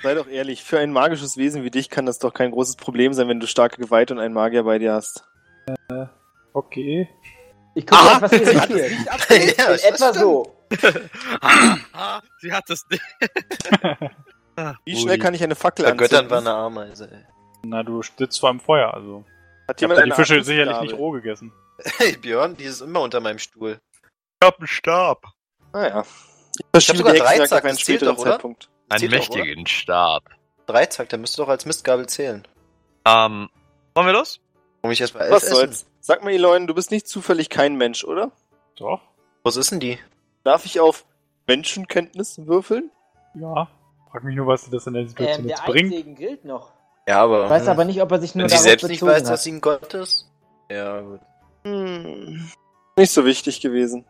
[SPEAKER 4] Sei doch ehrlich, für ein magisches Wesen wie dich kann das doch kein großes Problem sein, wenn du starke Gewalt und einen Magier bei dir hast.
[SPEAKER 1] Okay. [LAUGHS]
[SPEAKER 3] Ich gucke
[SPEAKER 4] Aha.
[SPEAKER 3] mal, was hier passiert.
[SPEAKER 2] [LAUGHS] Ja,
[SPEAKER 3] In
[SPEAKER 2] das
[SPEAKER 3] etwa
[SPEAKER 2] stimmt.
[SPEAKER 3] so.
[SPEAKER 6] Ah, sie hat es nicht.
[SPEAKER 4] Wie schnell kann ich eine Fackel
[SPEAKER 2] Vergöttern
[SPEAKER 4] anzünden?
[SPEAKER 2] war eine Ameise. [LAUGHS] ey.
[SPEAKER 1] Na, du sitzt vor einem Feuer, also.
[SPEAKER 4] Hat
[SPEAKER 1] Ich hab
[SPEAKER 4] jemand
[SPEAKER 1] da die
[SPEAKER 4] eine
[SPEAKER 1] Fische sicherlich
[SPEAKER 4] Abschlussgabe?
[SPEAKER 1] nicht roh gegessen.
[SPEAKER 2] Hey Björn, die ist immer unter meinem Stuhl.
[SPEAKER 6] Ich hab einen Stab.
[SPEAKER 4] Ah ja. Ich verschiebe
[SPEAKER 2] sogar
[SPEAKER 4] die Hexenjagd
[SPEAKER 2] Dreizack,
[SPEAKER 4] auf einen
[SPEAKER 2] das zählt
[SPEAKER 4] späteren
[SPEAKER 2] doch, oder?
[SPEAKER 4] Zeitpunkt.
[SPEAKER 6] Einen
[SPEAKER 2] Zählt doch, oder?
[SPEAKER 6] mächtigen Stab.
[SPEAKER 2] Dreizack, der müsste doch als Mistgabel zählen.
[SPEAKER 6] Ähm, wollen wir los?
[SPEAKER 2] Warum ich erst mal elf
[SPEAKER 4] Was
[SPEAKER 2] essen?
[SPEAKER 4] soll's? Sag mal, Eloinen, du bist nicht zufällig kein Mensch, oder?
[SPEAKER 1] Doch.
[SPEAKER 2] Was ist denn die?
[SPEAKER 4] Darf ich auf Menschenkenntnis würfeln?
[SPEAKER 1] Ja. Frag mich nur, was dir das in der Situation
[SPEAKER 3] Ähm, der
[SPEAKER 1] jetzt bringt.
[SPEAKER 3] Eissegen gilt noch.
[SPEAKER 2] Ja, aber.
[SPEAKER 3] Ich weiß aber nicht, ob er sich nur
[SPEAKER 2] Wenn sie
[SPEAKER 3] darauf
[SPEAKER 2] selbst nicht
[SPEAKER 3] bezogen
[SPEAKER 2] weiß,
[SPEAKER 3] hat.
[SPEAKER 2] dass sie ein Gott ist. Ja, gut.
[SPEAKER 4] Nicht so wichtig gewesen.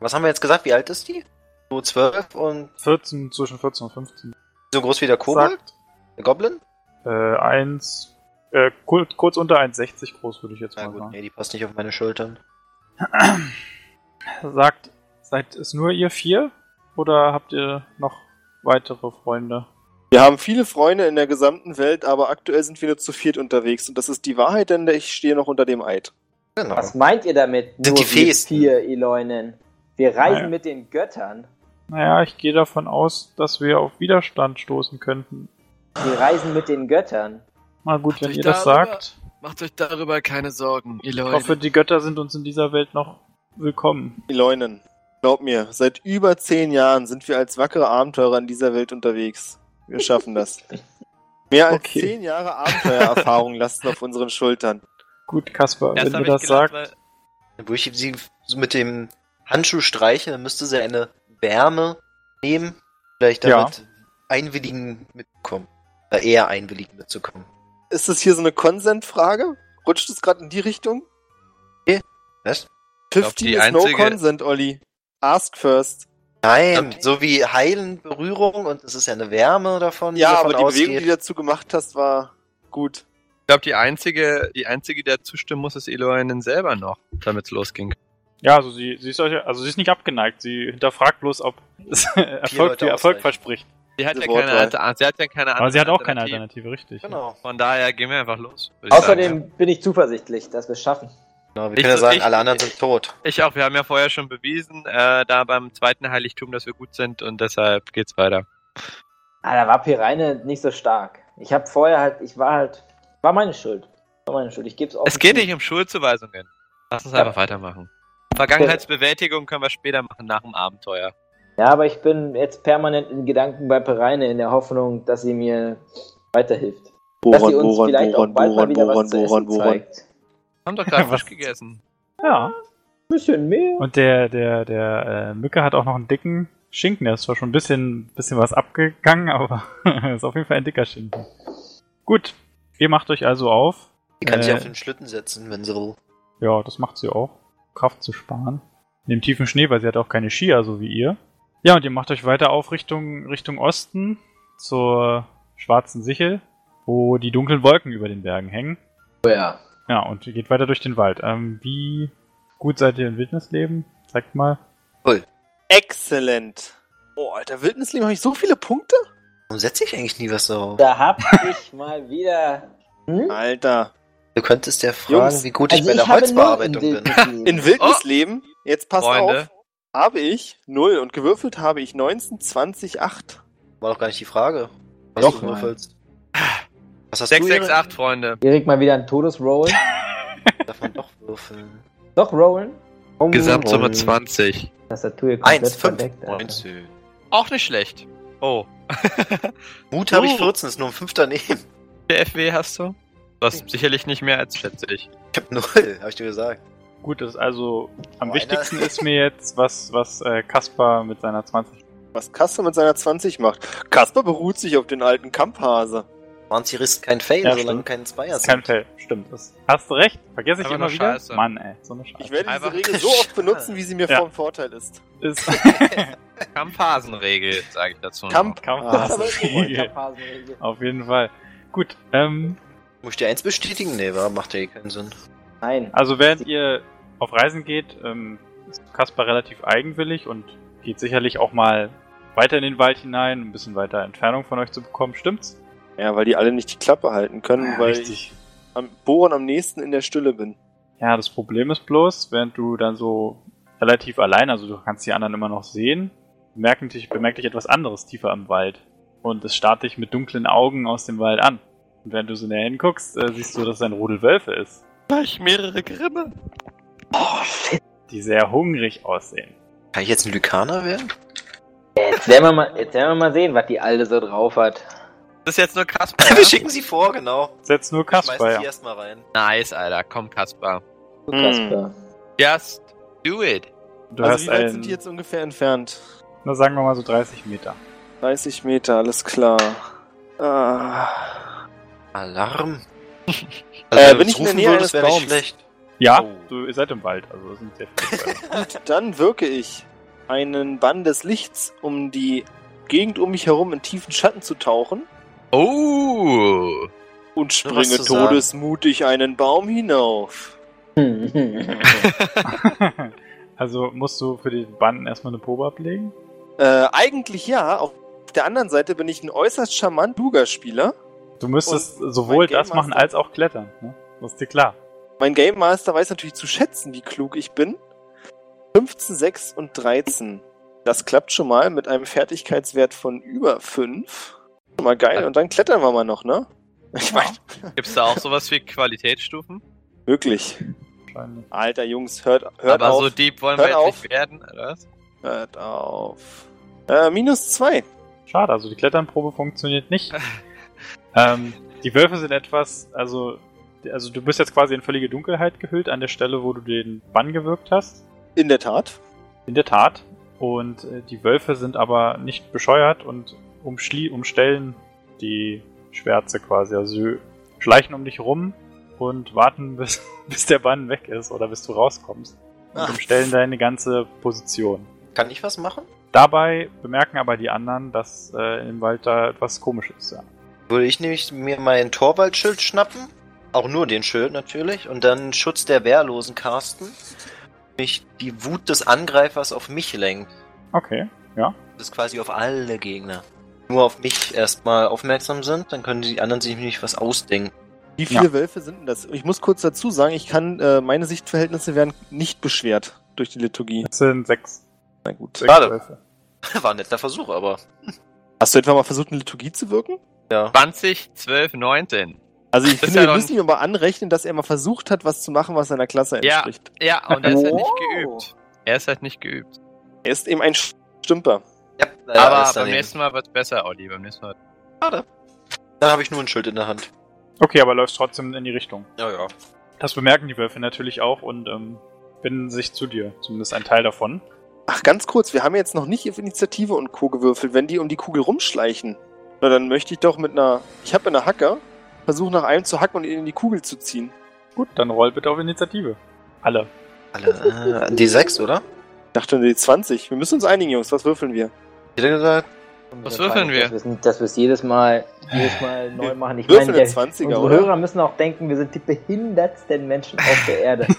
[SPEAKER 2] Was haben wir jetzt gesagt? Wie alt ist die? So zwölf und
[SPEAKER 1] 14, zwischen 14 und 15.
[SPEAKER 2] so groß wie der Kobold?
[SPEAKER 1] Sagt,
[SPEAKER 2] Der Goblin?
[SPEAKER 1] äh, 1, äh, kurz, kurz unter 1,60 groß, würde ich jetzt
[SPEAKER 2] Na
[SPEAKER 1] mal
[SPEAKER 2] gut,
[SPEAKER 1] sagen.
[SPEAKER 2] nee, die passt nicht auf meine Schultern.
[SPEAKER 1] Sagt, seid es nur ihr vier? Oder habt ihr noch weitere Freunde?
[SPEAKER 4] Wir haben viele Freunde in der gesamten Welt, aber aktuell sind wir nur zu viert unterwegs. Und das ist die Wahrheit, denn ich stehe noch unter dem Eid.
[SPEAKER 2] Genau.
[SPEAKER 3] Was meint ihr damit?
[SPEAKER 2] Sind die
[SPEAKER 3] wir
[SPEAKER 2] Feesten?
[SPEAKER 3] vier Eloinen. Wir reisen
[SPEAKER 1] Naja.
[SPEAKER 3] mit den Göttern.
[SPEAKER 1] Naja, ich gehe davon aus, dass wir auf Widerstand stoßen könnten.
[SPEAKER 3] Wir reisen mit den Göttern.
[SPEAKER 1] Na gut,
[SPEAKER 5] Ach,
[SPEAKER 1] wenn
[SPEAKER 5] ich
[SPEAKER 1] ihr das
[SPEAKER 5] darüber-
[SPEAKER 1] sagt.
[SPEAKER 5] Macht euch darüber keine Sorgen, ihr
[SPEAKER 1] Ich
[SPEAKER 5] Leute.
[SPEAKER 1] hoffe, die Götter sind uns in dieser Welt noch willkommen.
[SPEAKER 4] Eloinen, glaub mir, seit über zehn Jahren sind wir als wackere Abenteurer in dieser Welt unterwegs. Wir schaffen das. Mehr als
[SPEAKER 1] Okay.
[SPEAKER 4] zehn Jahre Abenteuererfahrung lasten auf unseren Schultern.
[SPEAKER 1] Gut, Kasper, wenn
[SPEAKER 6] Erst
[SPEAKER 1] du
[SPEAKER 6] hab ich
[SPEAKER 1] das
[SPEAKER 6] gedacht,
[SPEAKER 1] sagst.
[SPEAKER 6] weil-
[SPEAKER 2] Wo ich sie so mit dem Handschuh streiche, dann müsste sie eine Wärme nehmen. Vielleicht
[SPEAKER 1] Ja.
[SPEAKER 2] damit einwilligen mitkommen. Oder eher einwilligen mitzukommen.
[SPEAKER 4] Ist das hier so eine Consent-Frage? Rutscht es gerade in die Richtung?
[SPEAKER 2] Nee. Was?
[SPEAKER 6] glaub,
[SPEAKER 4] 15
[SPEAKER 6] die
[SPEAKER 4] is
[SPEAKER 6] einzige-
[SPEAKER 4] no consent, Olli. Ask first.
[SPEAKER 2] Nein,
[SPEAKER 6] Okay.
[SPEAKER 2] so wie heilen Berührung und es ist ja eine Wärme davon,
[SPEAKER 4] Ja,
[SPEAKER 2] davon
[SPEAKER 4] aber die Bewegung, die
[SPEAKER 2] ausgeht.
[SPEAKER 4] du dazu gemacht hast, war gut.
[SPEAKER 6] ich glaube, die einzige, die einzige, die da zustimmen muss, ist Eloinen selber noch, damit's losging.
[SPEAKER 1] Ja, also sie, sie ist euch, also sie ist nicht abgeneigt, sie hinterfragt bloß, ob [LAUGHS] es Erfolg
[SPEAKER 2] Leute
[SPEAKER 1] für Erfolg
[SPEAKER 2] ausreichen.
[SPEAKER 1] verspricht.
[SPEAKER 6] Sie hat, ja
[SPEAKER 4] Diese
[SPEAKER 6] keine
[SPEAKER 4] Wortwahl.
[SPEAKER 6] Alter, sie hat ja keine
[SPEAKER 1] Aber sie hat auch keine
[SPEAKER 6] Alternative.
[SPEAKER 1] Alternative, richtig.
[SPEAKER 2] Genau.
[SPEAKER 6] Von daher gehen wir einfach los. würd ich sagen,
[SPEAKER 3] Außerdem bin ich zuversichtlich, dass wir es schaffen.
[SPEAKER 2] genau wir
[SPEAKER 6] Ich-
[SPEAKER 2] können ja sagen,
[SPEAKER 6] ich-
[SPEAKER 2] alle anderen sind tot.
[SPEAKER 6] ja. Ich auch, wir haben ja vorher schon bewiesen, äh, da beim zweiten Heiligtum, dass wir gut sind und deshalb geht's weiter.
[SPEAKER 3] Ah, da war Pirine nicht so stark. Ich habe vorher halt, ich war halt, war meine Schuld. War meine Schuld. Ich geb's auch.
[SPEAKER 6] Es geht nicht um Schulzuweisungen. Lass uns
[SPEAKER 3] Ja.
[SPEAKER 6] einfach weitermachen. Vergangenheitsbewältigung können wir später machen, nach dem Abenteuer.
[SPEAKER 3] Ja, aber ich bin jetzt permanent in Gedanken bei Pereine in der Hoffnung, dass sie mir weiterhilft. Dass sie uns vielleicht auch bald mal wieder was zu essen zeigt.
[SPEAKER 6] Haben doch gerade
[SPEAKER 1] Was?
[SPEAKER 6] frisch gegessen.
[SPEAKER 1] Ja.
[SPEAKER 3] Ein bisschen mehr.
[SPEAKER 1] Und der, der, der äh, Mücke hat auch noch einen dicken Schinken. Der ist zwar schon ein bisschen, bisschen was abgegangen, [LAUGHS] aber ist auf jeden Fall ein dicker Schinken. Gut, ihr macht euch also auf.
[SPEAKER 2] Die kann sich
[SPEAKER 1] Äh.
[SPEAKER 2] auf den Schlitten setzen, wenn sie will.
[SPEAKER 1] Ja, das macht sie auch. Kraft zu sparen. In dem tiefen Schnee, weil sie hat auch keine Skier, so wie ihr. Ja, und ihr macht euch weiter auf Richtung, Richtung Osten zur schwarzen Sichel, wo die dunklen Wolken über den Bergen hängen.
[SPEAKER 3] Oh ja.
[SPEAKER 1] Ja, und ihr geht weiter durch den Wald. Ähm, wie gut seid ihr im Wildnisleben? Sagt mal.
[SPEAKER 4] Excellent. Oh, Alter, Wildnisleben habe ich so viele Punkte?
[SPEAKER 2] Warum setze ich eigentlich nie was darauf?
[SPEAKER 3] Da hab ich mal wieder. Hm?
[SPEAKER 4] Alter.
[SPEAKER 2] Du könntest ja fragen,
[SPEAKER 4] Jungs,
[SPEAKER 2] wie gut ich
[SPEAKER 3] Also
[SPEAKER 2] bei der
[SPEAKER 3] habe
[SPEAKER 2] Holzbearbeitung
[SPEAKER 3] null im
[SPEAKER 2] bin.
[SPEAKER 3] Wildnis
[SPEAKER 4] In Wildnisleben, jetzt passt
[SPEAKER 6] Freunde.
[SPEAKER 4] auf, habe ich 0 und gewürfelt habe ich 19, 20, 8.
[SPEAKER 2] War doch gar nicht die Frage. Was
[SPEAKER 3] Doch,
[SPEAKER 2] du
[SPEAKER 3] Mann.
[SPEAKER 2] würfelst. Was hast du Erik?
[SPEAKER 6] 668, Freunde.
[SPEAKER 3] Erik mal wieder
[SPEAKER 2] [LAUGHS]
[SPEAKER 3] ein Todesroll.
[SPEAKER 2] Darf man doch würfeln.
[SPEAKER 3] Doch, rollen. Oh,
[SPEAKER 6] Gesamtsumme
[SPEAKER 3] rollen.
[SPEAKER 6] 20.
[SPEAKER 3] Tastatur hier komplett
[SPEAKER 2] Eins, fünf,
[SPEAKER 3] verdeckt, Alter.
[SPEAKER 2] neunzehn.
[SPEAKER 6] Auch nicht schlecht. Oh. [LAUGHS]
[SPEAKER 2] Mut habe ich
[SPEAKER 6] Oh.
[SPEAKER 2] 14, ist nur ein Fünfter daneben.
[SPEAKER 6] PFW hast du? Du hast sicherlich nicht mehr als, schätze ich.
[SPEAKER 2] Ich hab null, habe ich dir gesagt.
[SPEAKER 1] Gut, das ist also am
[SPEAKER 2] Oh,
[SPEAKER 1] wichtigsten
[SPEAKER 2] einer-
[SPEAKER 1] ist mir jetzt, was, was äh, Kaspar mit seiner 20.
[SPEAKER 4] Was Kasper mit seiner 20 macht. Kasper beruht sich auf den alten Kamphase.
[SPEAKER 2] 20 riss kein Fail,
[SPEAKER 1] Ja,
[SPEAKER 2] solange
[SPEAKER 1] stimmt.
[SPEAKER 2] kein Zweier
[SPEAKER 1] Kein Fell, stimmt. Das hast du recht, vergesse ich
[SPEAKER 6] Aber
[SPEAKER 1] immer
[SPEAKER 6] nur
[SPEAKER 1] wieder.
[SPEAKER 6] Scheiße.
[SPEAKER 1] Mann, ey, so eine Scheiße.
[SPEAKER 4] Ich werde
[SPEAKER 6] Einfach-
[SPEAKER 4] diese Regel so oft benutzen, wie sie mir
[SPEAKER 1] Ja.
[SPEAKER 4] vom Vorteil ist.
[SPEAKER 1] Ist [LAUGHS]
[SPEAKER 6] Kampfhasenregel, sage ich dazu.
[SPEAKER 4] Kamp.
[SPEAKER 1] Kampfhasen.
[SPEAKER 2] [LAUGHS]
[SPEAKER 4] Aber-
[SPEAKER 3] Ich hab Hasenregel.
[SPEAKER 1] auf jeden Fall. Gut, ähm,
[SPEAKER 2] Muss ich dir eins bestätigen? Nee, war, macht ja eh keinen Sinn.
[SPEAKER 3] Nein.
[SPEAKER 1] also während ihr auf Reisen geht, ähm, ist Kaspar relativ eigenwillig und geht sicherlich auch mal weiter in den Wald hinein, um ein bisschen weiter Entfernung von euch zu bekommen, stimmt's?
[SPEAKER 4] Ja, weil die alle nicht die Klappe halten können, weil ich am Bohren am nächsten in der Stille bin.
[SPEAKER 1] Ja, das Problem ist bloß, während du dann so relativ allein, also du kannst die anderen immer noch sehen, bemerken dich, bemerkt dich etwas anderes tiefer im Wald. Und es starrt dich mit dunklen Augen aus dem Wald an. Und während du so näher hinguckst, äh, siehst du, dass es ein Rudel Wölfe ist,
[SPEAKER 6] Gleich mehrere Grimme.
[SPEAKER 3] Oh,
[SPEAKER 1] die sehr hungrig aussehen.
[SPEAKER 2] Kann ich jetzt ein Lykaner werden?
[SPEAKER 3] Jetzt werden, wir mal, jetzt werden wir mal sehen, was die Alte so drauf hat.
[SPEAKER 6] Das ist jetzt nur Kaspar.
[SPEAKER 2] [LAUGHS] Wir
[SPEAKER 6] Ja?
[SPEAKER 2] schicken sie vor, genau.
[SPEAKER 1] Setz nur
[SPEAKER 2] Schmeißen
[SPEAKER 1] Kaspar.
[SPEAKER 2] sie
[SPEAKER 1] Ja.
[SPEAKER 2] erstmal rein.
[SPEAKER 6] nice, Alter. Komm, Kaspar.
[SPEAKER 3] Du
[SPEAKER 4] Hm.
[SPEAKER 3] Kasper.
[SPEAKER 6] Just do it.
[SPEAKER 1] Du
[SPEAKER 4] also
[SPEAKER 1] hast
[SPEAKER 4] wie weit sind
[SPEAKER 1] einen,
[SPEAKER 4] die jetzt ungefähr entfernt?
[SPEAKER 1] na sagen wir mal so 30 Meter.
[SPEAKER 4] 30 Meter, alles klar. Ah.
[SPEAKER 2] Alarm. Also,
[SPEAKER 4] Äh, bin
[SPEAKER 2] wenn's
[SPEAKER 4] ich in der
[SPEAKER 2] rufen
[SPEAKER 4] Nähe
[SPEAKER 2] würdest,
[SPEAKER 4] eines
[SPEAKER 2] wär
[SPEAKER 4] Baums?
[SPEAKER 2] schlecht.
[SPEAKER 1] Ja,
[SPEAKER 2] Oh.
[SPEAKER 1] du, ihr seid im Wald, also es sind sehr viele Wälder.
[SPEAKER 4] Gut, dann wirke ich einen Bann des Lichts, um die Gegend um mich herum in tiefen Schatten zu tauchen
[SPEAKER 6] Oh.
[SPEAKER 4] und
[SPEAKER 2] Nur was
[SPEAKER 4] springe
[SPEAKER 2] zu sagen.
[SPEAKER 4] todesmutig einen Baum hinauf.
[SPEAKER 1] [LAUGHS] also musst du für den Banden erstmal eine Probe ablegen?
[SPEAKER 4] Äh, eigentlich ja, auf der anderen Seite bin ich ein äußerst charmant Lugerspieler.
[SPEAKER 1] Du müsstest
[SPEAKER 4] mein
[SPEAKER 1] sowohl
[SPEAKER 4] Game
[SPEAKER 1] das machen
[SPEAKER 4] Master-
[SPEAKER 1] als auch klettern. Ne? Das ist dir klar.
[SPEAKER 4] Mein Game Master weiß natürlich zu schätzen, wie klug ich bin. 15, 6 und 13. Das klappt schon mal mit einem Fertigkeitswert von über 5. Schon mal
[SPEAKER 6] Äh.
[SPEAKER 4] geil. Und dann klettern wir mal noch, ne? [LAUGHS] Ich meine,
[SPEAKER 6] Gibt's da auch sowas wie Qualitätsstufen?
[SPEAKER 4] wirklich.
[SPEAKER 1] Wahrscheinlich.
[SPEAKER 4] Alter Jungs, hört, hört
[SPEAKER 6] Aber
[SPEAKER 4] auf.
[SPEAKER 6] so deep wollen
[SPEAKER 4] Hört
[SPEAKER 6] wir jetzt
[SPEAKER 4] auf.
[SPEAKER 6] nicht werden, oder was?
[SPEAKER 4] Hört auf. Äh, minus 2.
[SPEAKER 1] Schade, also die Kletternprobe funktioniert [LAUGHS] nicht. ähm, die Wölfe sind etwas, also, also du bist jetzt quasi in völlige Dunkelheit gehüllt an der Stelle, wo du den Bann gewirkt hast.
[SPEAKER 4] In der Tat.
[SPEAKER 1] In der Tat. Und äh, die Wölfe sind aber nicht bescheuert und umschli umstellen die Schwärze quasi. Also sie schleichen um dich rum und warten, [LAUGHS] bis, bis der Bann weg ist oder bis du rauskommst. Und
[SPEAKER 2] Ach.
[SPEAKER 1] umstellen deine ganze Position.
[SPEAKER 2] Kann ich was machen?
[SPEAKER 1] Dabei bemerken aber die anderen, dass äh, im Wald da etwas komisch ist. Ja.
[SPEAKER 2] Würde ich nämlich mir mein Torwaldschild schnappen. Auch nur den Schild natürlich. Und dann Schutz der Wehrlosen casten. mich die Wut des Angreifers auf mich lenkt.
[SPEAKER 1] Okay.
[SPEAKER 2] Das ist quasi auf alle Gegner. Nur auf mich erstmal aufmerksam sind, dann können die anderen sich nämlich was ausdenken. [LAUGHS]
[SPEAKER 4] Wie viele Wölfe sind denn das? Ich muss kurz dazu sagen, ich kann, äh, meine Sichtverhältnisse werden nicht beschwert durch die Liturgie.
[SPEAKER 1] Das sind sechs.
[SPEAKER 4] Na gut.
[SPEAKER 1] sechs
[SPEAKER 2] Schade.
[SPEAKER 1] Wölfe.
[SPEAKER 2] War ein netter Versuch, aber
[SPEAKER 4] Hast du etwa mal versucht, eine Liturgie zu wirken?
[SPEAKER 2] ja.
[SPEAKER 6] 20, 12, 19.
[SPEAKER 4] Also ich
[SPEAKER 6] Das ist
[SPEAKER 4] finde,
[SPEAKER 6] ja
[SPEAKER 4] wir
[SPEAKER 6] noch
[SPEAKER 4] müssen ihm aber anrechnen, dass er mal versucht hat, was zu machen, was seiner Klasse
[SPEAKER 6] Ja.
[SPEAKER 4] entspricht.
[SPEAKER 6] Ja, und er ist halt nicht
[SPEAKER 4] Wow.
[SPEAKER 6] geübt. Er ist halt nicht geübt.
[SPEAKER 4] Er ist eben ein Stümper.
[SPEAKER 2] ja leider
[SPEAKER 6] Aber
[SPEAKER 2] alles
[SPEAKER 6] beim
[SPEAKER 2] daneben.
[SPEAKER 6] nächsten Mal wird's besser, Olli. Beim nächsten Mal.
[SPEAKER 2] Dann habe ich nur ein Schild in der Hand.
[SPEAKER 1] Okay, aber läufst trotzdem in die Richtung.
[SPEAKER 2] Ja, ja.
[SPEAKER 1] Das bemerken die Wölfe natürlich auch und ähm, binden sich zu dir. Zumindest ein Teil davon.
[SPEAKER 4] Ach, ganz kurz, wir haben jetzt noch nicht auf Initiative und Co. gewürfelt. Wenn die um die Kugel rumschleichen, na dann möchte ich doch mit einer. Ich habe eine Hacker, versuche nach einem zu hacken und ihn in die Kugel zu ziehen.
[SPEAKER 1] Gut, dann roll bitte auf Initiative. Alle.
[SPEAKER 2] Alle. Äh, D6, oder?
[SPEAKER 4] Ich dachte, die 20. Wir müssen uns einigen, Jungs. Was würfeln wir?
[SPEAKER 2] Ich hätte gesagt,
[SPEAKER 6] [LAUGHS] Was würfeln wir?
[SPEAKER 3] Dass wir's nicht- Dass wir es jedes Mal, jedes Mal neu machen. Ich
[SPEAKER 4] Würfel
[SPEAKER 3] meine, der,
[SPEAKER 4] der 20er,
[SPEAKER 3] unsere
[SPEAKER 4] oder?
[SPEAKER 3] Hörer müssen auch denken, wir sind die behindertsten Menschen auf der
[SPEAKER 2] [LAUGHS]
[SPEAKER 3] Erde.
[SPEAKER 4] Ist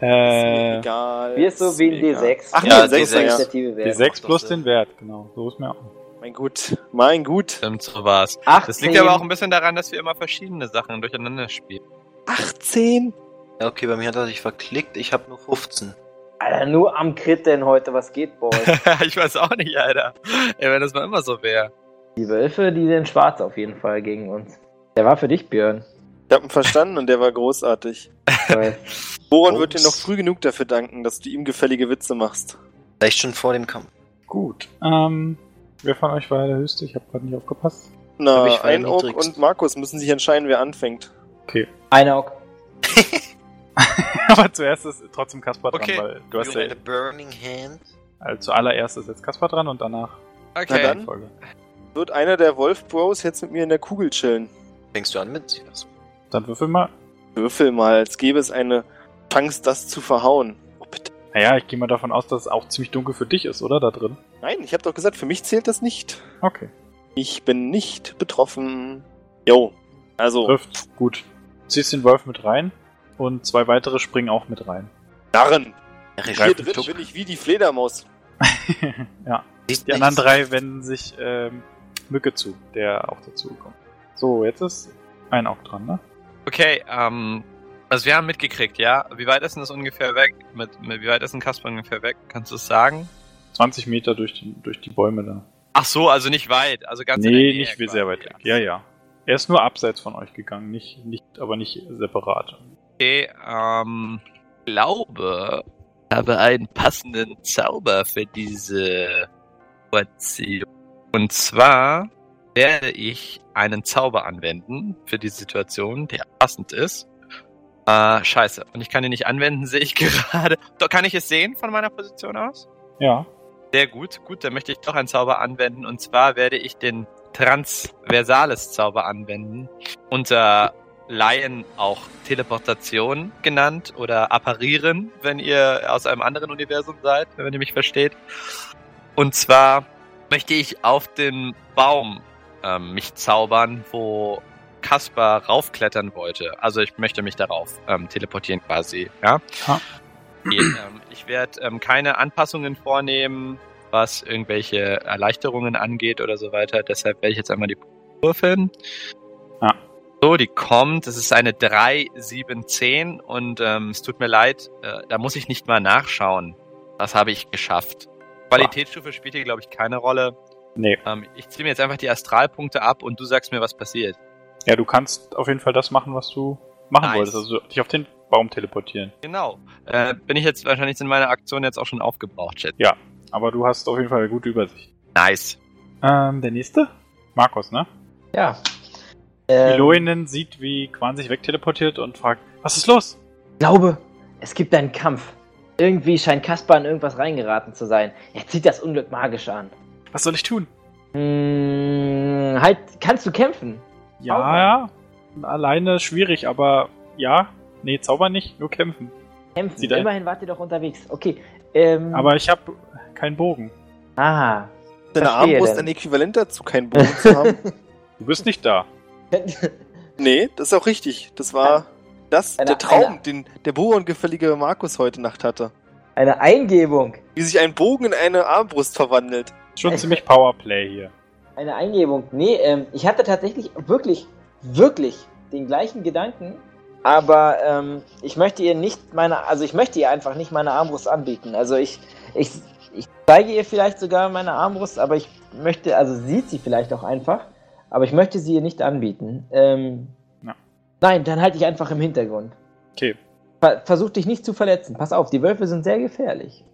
[SPEAKER 4] mir
[SPEAKER 1] äh,
[SPEAKER 4] egal.
[SPEAKER 3] Wir ist so wie ein
[SPEAKER 4] mir egal.
[SPEAKER 3] D6.
[SPEAKER 4] Ach,
[SPEAKER 2] Ja,
[SPEAKER 4] ja, D6,
[SPEAKER 2] D6.
[SPEAKER 4] Ja.
[SPEAKER 3] Initiative
[SPEAKER 1] die
[SPEAKER 3] wäre.
[SPEAKER 1] sechs
[SPEAKER 2] doch
[SPEAKER 1] plus
[SPEAKER 2] Sinn.
[SPEAKER 1] den Wert, genau. So ist mir auch.
[SPEAKER 4] Mein Gut. Mein Gut.
[SPEAKER 6] Stimmt, so war's.
[SPEAKER 3] 18.
[SPEAKER 6] Das liegt aber auch ein bisschen daran, dass wir immer verschiedene Sachen durcheinander
[SPEAKER 4] [LAUGHS]
[SPEAKER 6] spielen.
[SPEAKER 4] 18.
[SPEAKER 2] ja, okay, bei mir hat er sich verklickt, ich habe nur 15.
[SPEAKER 3] Alter, nur am Crit denn heute, was geht, Boy?
[SPEAKER 6] ich weiß auch nicht, Alter. Ey, wenn das mal immer so wäre.
[SPEAKER 3] die Wölfe, die sind schwarz auf jeden Fall gegen uns. Der war für dich, Björn.
[SPEAKER 4] Ich hab ihn verstanden und der war großartig.
[SPEAKER 3] Weil
[SPEAKER 4] Boron wird dir noch
[SPEAKER 2] Ups.
[SPEAKER 4] früh genug dafür danken, dass du ihm gefällige Witze machst.
[SPEAKER 2] Vielleicht schon vor dem Kampf.
[SPEAKER 1] Gut. Ähm, wer von euch war der höchste? Ich habe gerade nicht aufgepasst. [LAUGHS]
[SPEAKER 4] Na,
[SPEAKER 2] Hab ich
[SPEAKER 4] ein Oak
[SPEAKER 2] verniedrigt.
[SPEAKER 4] und Markus müssen sich entscheiden, wer anfängt.
[SPEAKER 3] Einer auch.
[SPEAKER 1] Aber zuerst ist trotzdem Kaspar
[SPEAKER 6] Okay.
[SPEAKER 1] dran, weil du hast
[SPEAKER 2] You had
[SPEAKER 1] ja
[SPEAKER 2] a burning hand.
[SPEAKER 1] also zuallererst ist jetzt Kaspar dran und danach
[SPEAKER 4] Na
[SPEAKER 6] Okay.
[SPEAKER 4] dann.
[SPEAKER 1] Folge.
[SPEAKER 4] Wird einer der Wolf Bros jetzt mit mir in der Kugel chillen?
[SPEAKER 2] Fängst du an mit? Silas?
[SPEAKER 1] Dann würfel mal.
[SPEAKER 4] Würfel mal, als gäbe es eine Chance, das zu verhauen. Oh, bitte.
[SPEAKER 1] Naja, ich gehe mal davon aus, dass es auch ziemlich dunkel für dich ist, oder? Da drin.
[SPEAKER 4] Nein, ich habe doch gesagt, für mich zählt das nicht.
[SPEAKER 1] Okay.
[SPEAKER 4] Ich bin nicht betroffen. Jo, also
[SPEAKER 1] Trifft. Gut. Ziehst den Wolf mit rein und zwei weitere springen auch mit rein.
[SPEAKER 4] Narren. Hier
[SPEAKER 1] Greift
[SPEAKER 4] drin
[SPEAKER 1] Tuck.
[SPEAKER 4] bin ich wie die Fledermaus.
[SPEAKER 1] ja.
[SPEAKER 2] Sieht
[SPEAKER 1] Die anderen
[SPEAKER 2] nichts.
[SPEAKER 1] drei wenden sich ähm, Mücke zu, der auch dazu kommt. So, jetzt ist ein Auge dran, ne?
[SPEAKER 6] Okay, ähm. Also wir haben mitgekriegt, ja? Wie weit ist denn das ungefähr weg? Mit, mit, wie weit ist denn Kasper ungefähr weg? Kannst du es sagen?
[SPEAKER 1] 20 Meter durch die, durch die Bäume da.
[SPEAKER 6] Ach so, also nicht weit. Also ganz in der
[SPEAKER 1] nee,
[SPEAKER 6] Nähe
[SPEAKER 1] nicht wie
[SPEAKER 6] quasi.
[SPEAKER 1] sehr weit weg. Ja, ja. Er ist nur abseits von euch gegangen, nicht, nicht, aber nicht separat.
[SPEAKER 6] Okay, ähm, glaube, ich habe einen passenden Zauber für diese Situation. Und zwar werde ich einen Zauber anwenden für die Situation, der passend ist. Äh, scheiße. Und ich kann ihn nicht anwenden, [LAUGHS] sehe ich gerade. Doch, kann ich es sehen von meiner Position aus?
[SPEAKER 1] Ja.
[SPEAKER 6] Sehr gut, gut, dann möchte ich doch einen Zauber anwenden. Und zwar werde ich den Transversales-Zauber anwenden. Unter Laien auch Teleportation genannt oder Apparieren, wenn ihr aus einem anderen Universum seid, wenn ihr mich versteht. Und zwar möchte ich auf den Baum ähm, mich zaubern, wo Kaspar raufklettern wollte. Also ich möchte mich darauf ähm, teleportieren quasi, ja.
[SPEAKER 1] Ah.
[SPEAKER 6] Okay, ähm, ich werde ähm, keine Anpassungen vornehmen, was irgendwelche Erleichterungen angeht oder so weiter. Deshalb werde ich jetzt einmal die Würfeln.
[SPEAKER 1] Ah.
[SPEAKER 6] So, die kommt. Das ist eine 3, 7, 10 und ähm, es tut mir leid, äh, da muss ich nicht mal nachschauen. Das habe ich geschafft. Qualitätsstufe spielt hier, glaube ich, keine Rolle.
[SPEAKER 1] Nee.
[SPEAKER 6] Ähm, ich ziehe mir jetzt einfach die Astralpunkte ab und du sagst mir, was passiert.
[SPEAKER 1] Ja, du kannst auf jeden Fall das machen, was du machen
[SPEAKER 6] Nice.
[SPEAKER 1] wolltest. Also dich auf den Baum teleportieren.
[SPEAKER 6] Genau. Äh, bin ich jetzt wahrscheinlich in meiner Aktion jetzt auch schon aufgebraucht, Chat.
[SPEAKER 1] Aber du hast auf jeden Fall eine gute Übersicht.
[SPEAKER 6] Nice.
[SPEAKER 1] Ähm, der nächste? Markus, ne?
[SPEAKER 3] Ja.
[SPEAKER 1] Ähm.
[SPEAKER 3] Ähm,
[SPEAKER 1] Iloinen sieht, wie Quan sich wegteleportiert und fragt, was ist los?
[SPEAKER 3] Ich glaube, es gibt einen Kampf. Irgendwie scheint Kaspar in irgendwas reingeraten zu sein. Er zieht das Unglück magisch an.
[SPEAKER 1] Was soll ich tun?
[SPEAKER 3] Hm, halt, kannst du kämpfen?
[SPEAKER 1] Ja, ja. Alleine schwierig, aber ja. Nee, Zauber nicht, nur kämpfen.
[SPEAKER 3] Kämpfen.
[SPEAKER 1] Sieht er-
[SPEAKER 3] Immerhin wart ihr doch unterwegs. Okay. Ähm,
[SPEAKER 1] Aber ich habe keinen Bogen.
[SPEAKER 3] Ah. [LAUGHS]
[SPEAKER 4] Deine
[SPEAKER 3] Verstehe
[SPEAKER 4] Armbrust
[SPEAKER 3] denn.
[SPEAKER 4] ein Äquivalent dazu, keinen Bogen
[SPEAKER 3] [LAUGHS]
[SPEAKER 4] zu haben.
[SPEAKER 1] Du bist nicht da.
[SPEAKER 4] Nee, das ist auch richtig. Das war Das,
[SPEAKER 3] Eine-
[SPEAKER 4] der Traum,
[SPEAKER 3] eine-
[SPEAKER 4] den der Boron gefällige Markus heute Nacht hatte.
[SPEAKER 3] Eine Eingebung.
[SPEAKER 4] Wie sich ein Bogen in eine Armbrust verwandelt.
[SPEAKER 1] Schon ziemlich Powerplay hier.
[SPEAKER 3] Eine Eingebung. Nee, ähm, ich hatte tatsächlich wirklich, wirklich den gleichen Gedanken, aber ähm, ich möchte ihr nicht meine, also ich möchte ihr einfach nicht meine Armbrust anbieten. Also ich, ich, ich zeige ihr vielleicht sogar meine Armbrust, aber ich möchte, also sieht sie vielleicht auch einfach, aber ich möchte sie ihr nicht anbieten. Ähm,
[SPEAKER 1] Ja.
[SPEAKER 3] Nein, dann halte ich einfach im Hintergrund.
[SPEAKER 1] Okay.
[SPEAKER 3] Ver versuch dich nicht zu verletzen. Pass auf, die Wölfe sind sehr gefährlich.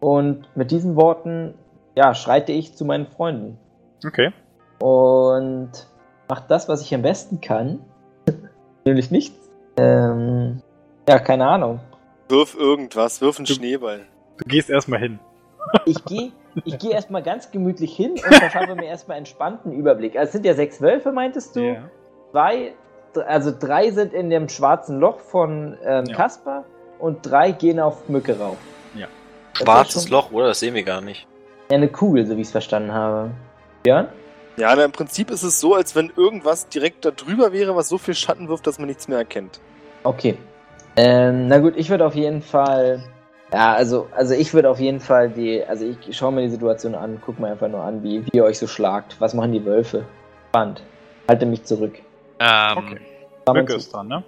[SPEAKER 3] Und mit diesen Worten, ja, schreite ich zu meinen Freunden
[SPEAKER 1] Okay.
[SPEAKER 3] und macht das, was ich am besten kann. [LAUGHS] Nämlich nichts. Ähm, ja, keine Ahnung.
[SPEAKER 4] Wirf irgendwas, wirf einen Schneeball.
[SPEAKER 1] Du gehst erstmal hin.
[SPEAKER 3] Ich gehe ich geh erstmal ganz gemütlich hin und verschaffe mir erstmal entspannten Überblick. Also es sind ja sechs Wölfe, meintest du?
[SPEAKER 1] Ja.
[SPEAKER 3] Zwei, dr- also drei sind in dem schwarzen Loch von ähm,
[SPEAKER 1] Ja.
[SPEAKER 3] Kasper und drei gehen auf Mücke rauf.
[SPEAKER 1] Ja.
[SPEAKER 3] Das ist
[SPEAKER 2] Schwarzes
[SPEAKER 3] schon-
[SPEAKER 2] Loch, oder? Das sehen wir gar nicht.
[SPEAKER 3] Ja, eine Kugel, so wie ich es verstanden habe. Björn?
[SPEAKER 4] Ja, na, im Prinzip ist es so, als wenn irgendwas direkt da drüber wäre, was so viel Schatten wirft, dass man nichts mehr erkennt.
[SPEAKER 3] Okay. Ähm, na gut, ich würde auf jeden Fall. Ja, also, also ich würde auf jeden Fall die. Also ich schaue mir die Situation an, guck mir einfach nur an, wie, wie ihr euch so schlagt. Was machen die Wölfe? Spannend. Halte mich zurück.
[SPEAKER 6] Ähm,
[SPEAKER 1] Okay.
[SPEAKER 3] Klammer
[SPEAKER 1] Mücke
[SPEAKER 3] zu.
[SPEAKER 1] ist dran, ne?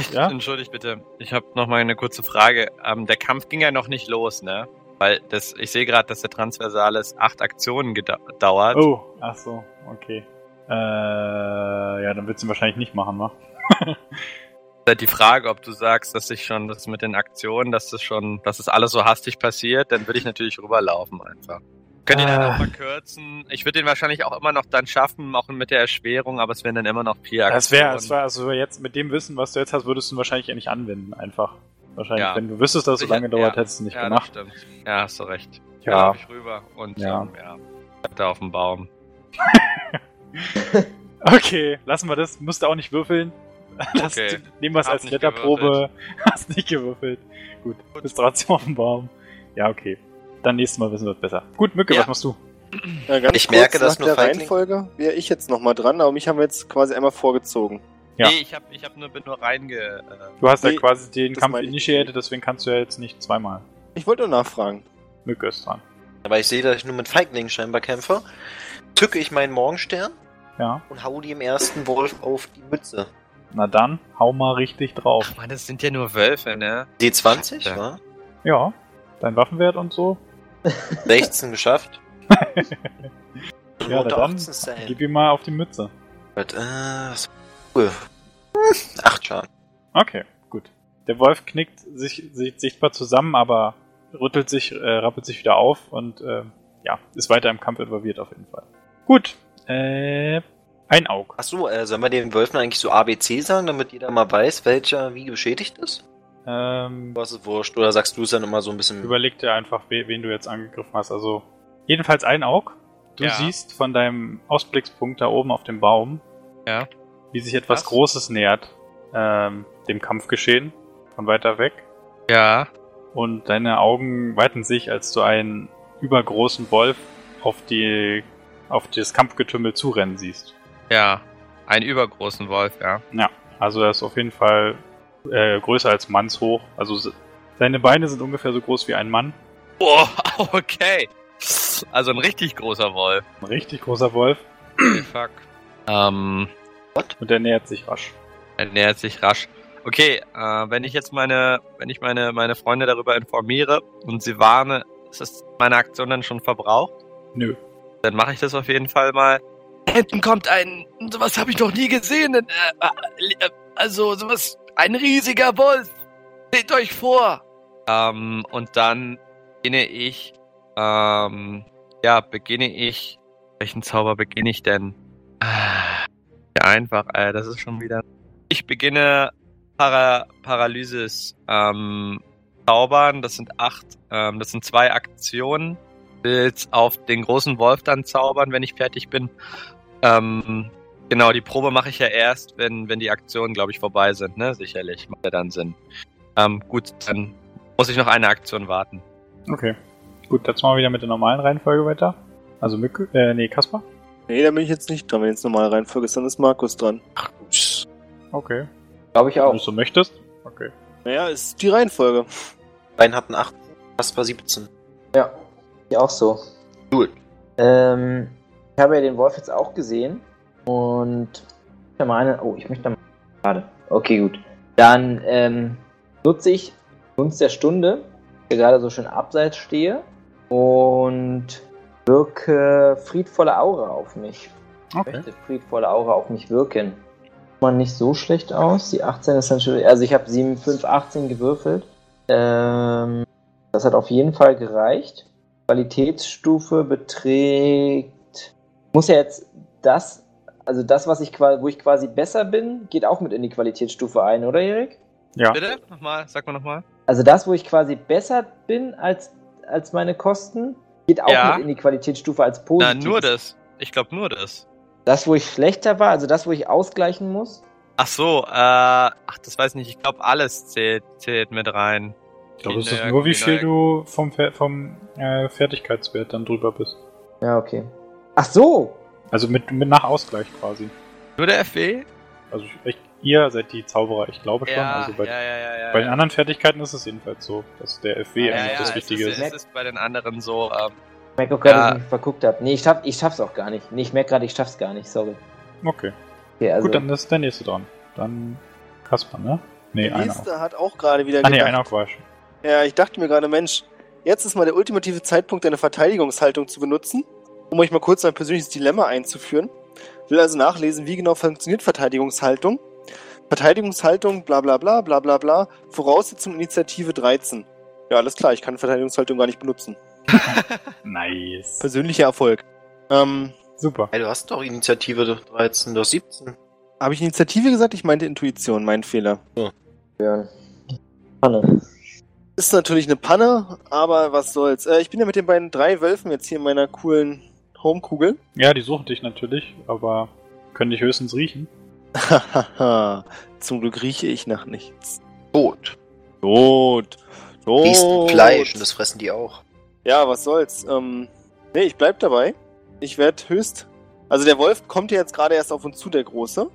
[SPEAKER 6] Ich,
[SPEAKER 1] Ja?
[SPEAKER 6] Äh, Entschuldigt bitte, ich habe noch mal eine kurze Frage. Ähm, der Kampf ging ja noch nicht los, ne? Weil das, ich sehe gerade, dass der Transversales acht Aktionen gedau- dauert.
[SPEAKER 1] Oh, ach so, okay. Äh, ja, dann willst du ihn wahrscheinlich nicht machen, wa?
[SPEAKER 6] Ist halt die Frage, ob du sagst, dass ich schon das mit den Aktionen, dass das schon, dass das alles so hastig passiert, dann würde ich natürlich rüberlaufen einfach. Könnt ihr dann
[SPEAKER 3] Ah.
[SPEAKER 6] auch verkürzen? Ich würde den wahrscheinlich auch immer noch dann schaffen, auch mit der Erschwerung, aber es wären dann immer noch vier Aktionen.
[SPEAKER 1] Das wäre, das wär, also jetzt mit dem Wissen, was du jetzt hast, würdest du ihn wahrscheinlich ja nicht anwenden, einfach. Wahrscheinlich,
[SPEAKER 6] Ja.
[SPEAKER 1] wenn du wüsstest, dass es so
[SPEAKER 6] Sicher-
[SPEAKER 1] lange dauert,
[SPEAKER 6] ja.
[SPEAKER 1] hättest du es nicht
[SPEAKER 6] ja, das
[SPEAKER 1] gemacht.
[SPEAKER 6] stimmt. Ja, hast du recht. Dann
[SPEAKER 1] Ja.
[SPEAKER 6] lauf ich rüber und
[SPEAKER 1] Ja.
[SPEAKER 6] ähm, ja, da auf dem Baum.
[SPEAKER 1] Okay, lassen wir das. Musst du auch nicht würfeln. [LAUGHS] Lass,
[SPEAKER 6] Okay.
[SPEAKER 1] Nehmen wir es
[SPEAKER 6] Hab
[SPEAKER 1] als
[SPEAKER 6] nicht
[SPEAKER 1] Wetterprobe. [LAUGHS] Hast nicht gewürfelt. Gut, bist trotzdem auf dem Baum. Ja, okay. Dann nächstes Mal wissen wir es besser. Gut, Mücke,
[SPEAKER 6] Ja.
[SPEAKER 1] was machst du?
[SPEAKER 4] Ja, ganz
[SPEAKER 2] Ich merke, dass
[SPEAKER 4] nach
[SPEAKER 2] nur
[SPEAKER 4] der
[SPEAKER 2] Feigling-
[SPEAKER 4] Reihenfolge wäre ich jetzt nochmal dran, aber mich haben wir jetzt quasi einmal vorgezogen.
[SPEAKER 1] Ja.
[SPEAKER 6] Nee, ich hab, ich hab nur, bin nur reinge... Äh,
[SPEAKER 1] Du hast ja
[SPEAKER 4] Nee,
[SPEAKER 1] quasi den
[SPEAKER 4] das
[SPEAKER 1] Kampf
[SPEAKER 4] meine ich
[SPEAKER 1] initiiert, deswegen kannst du ja jetzt nicht zweimal.
[SPEAKER 4] Ich wollte nur nachfragen.
[SPEAKER 1] Mücke ist dran.
[SPEAKER 2] Aber ich sehe, dass ich nur mit Feiglingen scheinbar kämpfe. Tücke ich meinen Morgenstern
[SPEAKER 1] Ja.
[SPEAKER 2] und hau dem ersten Wolf auf die Mütze.
[SPEAKER 1] Na dann, hau mal richtig drauf.
[SPEAKER 6] Mann, das sind ja nur Wölfe, ne?
[SPEAKER 2] D20,
[SPEAKER 6] Ja.
[SPEAKER 2] war?
[SPEAKER 1] Ja. Dein Waffenwert und so. [LAUGHS]
[SPEAKER 2] 16 geschafft.
[SPEAKER 1] Ja,
[SPEAKER 2] Unter
[SPEAKER 1] dann
[SPEAKER 2] 18 sein.
[SPEAKER 1] Gib ihm mal auf die Mütze.
[SPEAKER 2] Gott, äh, was cool. 8 Schaden.
[SPEAKER 1] Okay, gut. Der Wolf knickt sich, sich sichtbar zusammen, aber rüttelt sich, äh, rappelt sich wieder auf und äh, ja, ist weiter im Kampf involviert auf jeden Fall. Gut. Äh, ein Aug.
[SPEAKER 2] Achso, äh, sollen wir den Wölfen eigentlich so ABC sagen, damit jeder mal weiß, welcher wie beschädigt ist?
[SPEAKER 1] Ähm,
[SPEAKER 2] Was ist wurscht? Oder sagst du es dann immer so ein bisschen.
[SPEAKER 1] überleg dir einfach, we wen du jetzt angegriffen hast. Also jedenfalls ein Aug. Du
[SPEAKER 6] Ja.
[SPEAKER 1] siehst von deinem Ausblickspunkt da oben auf dem Baum,
[SPEAKER 6] Ja.
[SPEAKER 1] wie sich etwas
[SPEAKER 6] Was?
[SPEAKER 1] Großes nähert, ähm, dem Kampfgeschehen von weiter weg.
[SPEAKER 6] Ja.
[SPEAKER 1] und deine Augen weiten sich, als du einen übergroßen Wolf auf die auf das Kampfgetümmel zurennen siehst.
[SPEAKER 6] Ja, einen übergroßen Wolf, ja.
[SPEAKER 1] Also er ist auf jeden Fall äh, größer als mannshoch. Also se- seine Beine sind ungefähr so groß wie ein Mann.
[SPEAKER 6] Boah, [LAUGHS] okay. Also ein richtig großer Wolf.
[SPEAKER 1] Ein richtig großer Wolf.
[SPEAKER 6] Fuck. Ähm,
[SPEAKER 1] Und er nähert sich rasch.
[SPEAKER 6] er nähert sich rasch. Okay, äh, wenn ich jetzt meine, wenn ich meine, meine Freunde darüber informiere und sie warne, ist das meine Aktion dann schon verbraucht?
[SPEAKER 1] Nö.
[SPEAKER 6] Dann mache ich das auf jeden Fall mal.
[SPEAKER 5] Hinten kommt ein, sowas habe ich noch nie gesehen. Ein, äh, äh, also sowas, ein riesiger Wolf. Seht euch vor.
[SPEAKER 6] Ähm, und dann beginne ich, ähm, ja, beginne ich, welchen Zauber beginne ich denn? Ah, Sehr einfach, äh, das ist schon wieder. Ich beginne Para Paralysis ähm, zaubern, das sind acht, ähm, das sind zwei Aktionen. Will's auf den großen Wolf dann zaubern, wenn ich fertig bin. Ähm, genau, die Probe mache ich ja erst, wenn, wenn die Aktionen, glaube ich, vorbei sind, ne? Sicherlich, macht ja dann Sinn. Ähm, gut, dann muss ich noch eine Aktion warten.
[SPEAKER 1] Okay. Gut, jetzt machen wir wieder mit der normalen Reihenfolge weiter. Also Mücke, äh, nee, Kasper.
[SPEAKER 4] Nee, da bin ich jetzt nicht dran. Wenn jetzt normale Reihenfolge ist, dann ist Markus dran.
[SPEAKER 1] Okay.
[SPEAKER 3] Glaube ich
[SPEAKER 1] Wenn du
[SPEAKER 3] auch.
[SPEAKER 1] es so möchtest. Okay.
[SPEAKER 4] Naja, ist die Reihenfolge.
[SPEAKER 2] Bein hatten 8, Kaspar 17.
[SPEAKER 3] Ja, ich auch so.
[SPEAKER 2] Gut.
[SPEAKER 3] Ähm, ich habe ja den Wolf jetzt auch gesehen und ich meine, oh, ich möchte mal. Schade. Okay, gut. Dann ähm, nutze ich Gunst der Stunde, der gerade so schön abseits stehe und wirke friedvolle Aura auf mich.
[SPEAKER 1] Okay.
[SPEAKER 3] Möchte friedvolle Aura auf mich wirken. Sieht man nicht so schlecht aus. Die 18 ist natürlich. Also ich habe 7, 5, 18 gewürfelt. Ähm, das hat auf jeden Fall gereicht. Qualitätsstufe beträgt. Muss ja jetzt das, also das, was ich qua- wo ich quasi besser bin, geht auch mit in die Qualitätsstufe ein, oder Erik?
[SPEAKER 1] Ja.
[SPEAKER 6] Bitte? Nochmal, sag mal nochmal.
[SPEAKER 3] Also das, wo ich quasi besser bin als, als meine Kosten, geht auch
[SPEAKER 6] Ja.
[SPEAKER 3] mit in die Qualitätsstufe als
[SPEAKER 6] Na,
[SPEAKER 3] positiv.
[SPEAKER 6] nur das. Ich glaube nur das.
[SPEAKER 3] Das, wo ich schlechter war, also das, wo ich ausgleichen muss.
[SPEAKER 6] Ach so, äh, ach, das weiß ich nicht. Ich glaube, alles zählt, zählt mit rein.
[SPEAKER 1] Ich glaube, es ist
[SPEAKER 6] Kinder-
[SPEAKER 1] nur, wie viel
[SPEAKER 6] Kinder-
[SPEAKER 1] du vom, Fer- vom äh, Fertigkeitswert dann drüber bist.
[SPEAKER 3] Ja, okay. Ach so!
[SPEAKER 1] Also mit, mit nach Ausgleich quasi.
[SPEAKER 6] Nur der FW?
[SPEAKER 1] Also ich, ich, ihr seid die Zauberer, ich glaube schon. also bei,
[SPEAKER 6] ja, ja, ja.
[SPEAKER 1] bei den anderen Fertigkeiten ist es jedenfalls so, dass der FW
[SPEAKER 6] ja,
[SPEAKER 1] eigentlich
[SPEAKER 6] ja,
[SPEAKER 1] das
[SPEAKER 6] es
[SPEAKER 1] Wichtige
[SPEAKER 6] ist,
[SPEAKER 1] ist.
[SPEAKER 6] Es ist bei den anderen so, ähm,
[SPEAKER 3] Ich merke auch gerade,
[SPEAKER 6] Ja.
[SPEAKER 3] dass ich mich verguckt habe. Nee, ich, schaff, ich schaff's auch gar nicht. Nee, ich merke gerade, ich schaff's gar nicht, sorry.
[SPEAKER 1] Okay.
[SPEAKER 3] Okay, also,
[SPEAKER 1] Gut, dann ist der nächste dran. Dann Kasper, ne? Nee,
[SPEAKER 4] der
[SPEAKER 1] einer.
[SPEAKER 4] nächste hat auch gerade wieder
[SPEAKER 1] Ah nee,
[SPEAKER 4] gedacht.
[SPEAKER 1] einer war schon.
[SPEAKER 4] Ja, ich dachte mir gerade, Mensch, jetzt ist mal der ultimative Zeitpunkt, deine Verteidigungshaltung zu benutzen, um euch mal kurz mein persönliches Dilemma einzuführen. Will also nachlesen, wie genau funktioniert Verteidigungshaltung. Verteidigungshaltung, bla bla bla, bla bla bla, Voraussetzung Initiative 13. Ja, alles klar, ich kann Verteidigungshaltung gar nicht benutzen.
[SPEAKER 1] Nice.
[SPEAKER 4] Persönlicher Erfolg. Ähm,
[SPEAKER 1] Super.
[SPEAKER 2] Hey, du hast doch Initiative doch 13, du hast 17.
[SPEAKER 4] habe ich Initiative gesagt? Ich meinte Intuition, mein Fehler.
[SPEAKER 3] Björn. Panne.
[SPEAKER 4] Ist natürlich eine Panne, aber was soll's. Äh, ich bin ja mit den beiden drei Wölfen jetzt hier in meiner coolen Homekugel.
[SPEAKER 1] Ja, die suchen dich natürlich, aber können dich höchstens riechen.
[SPEAKER 4] Hahaha, [LAUGHS] zum Glück rieche ich nach nichts.
[SPEAKER 2] Tot.
[SPEAKER 4] Tot. Tot.
[SPEAKER 2] Riesen Fleisch und das fressen die auch.
[SPEAKER 4] ja, was soll's. Ähm, nee, ich bleib dabei. Ich werd höchst. Also der Wolf kommt ja jetzt gerade erst auf uns zu, der Große.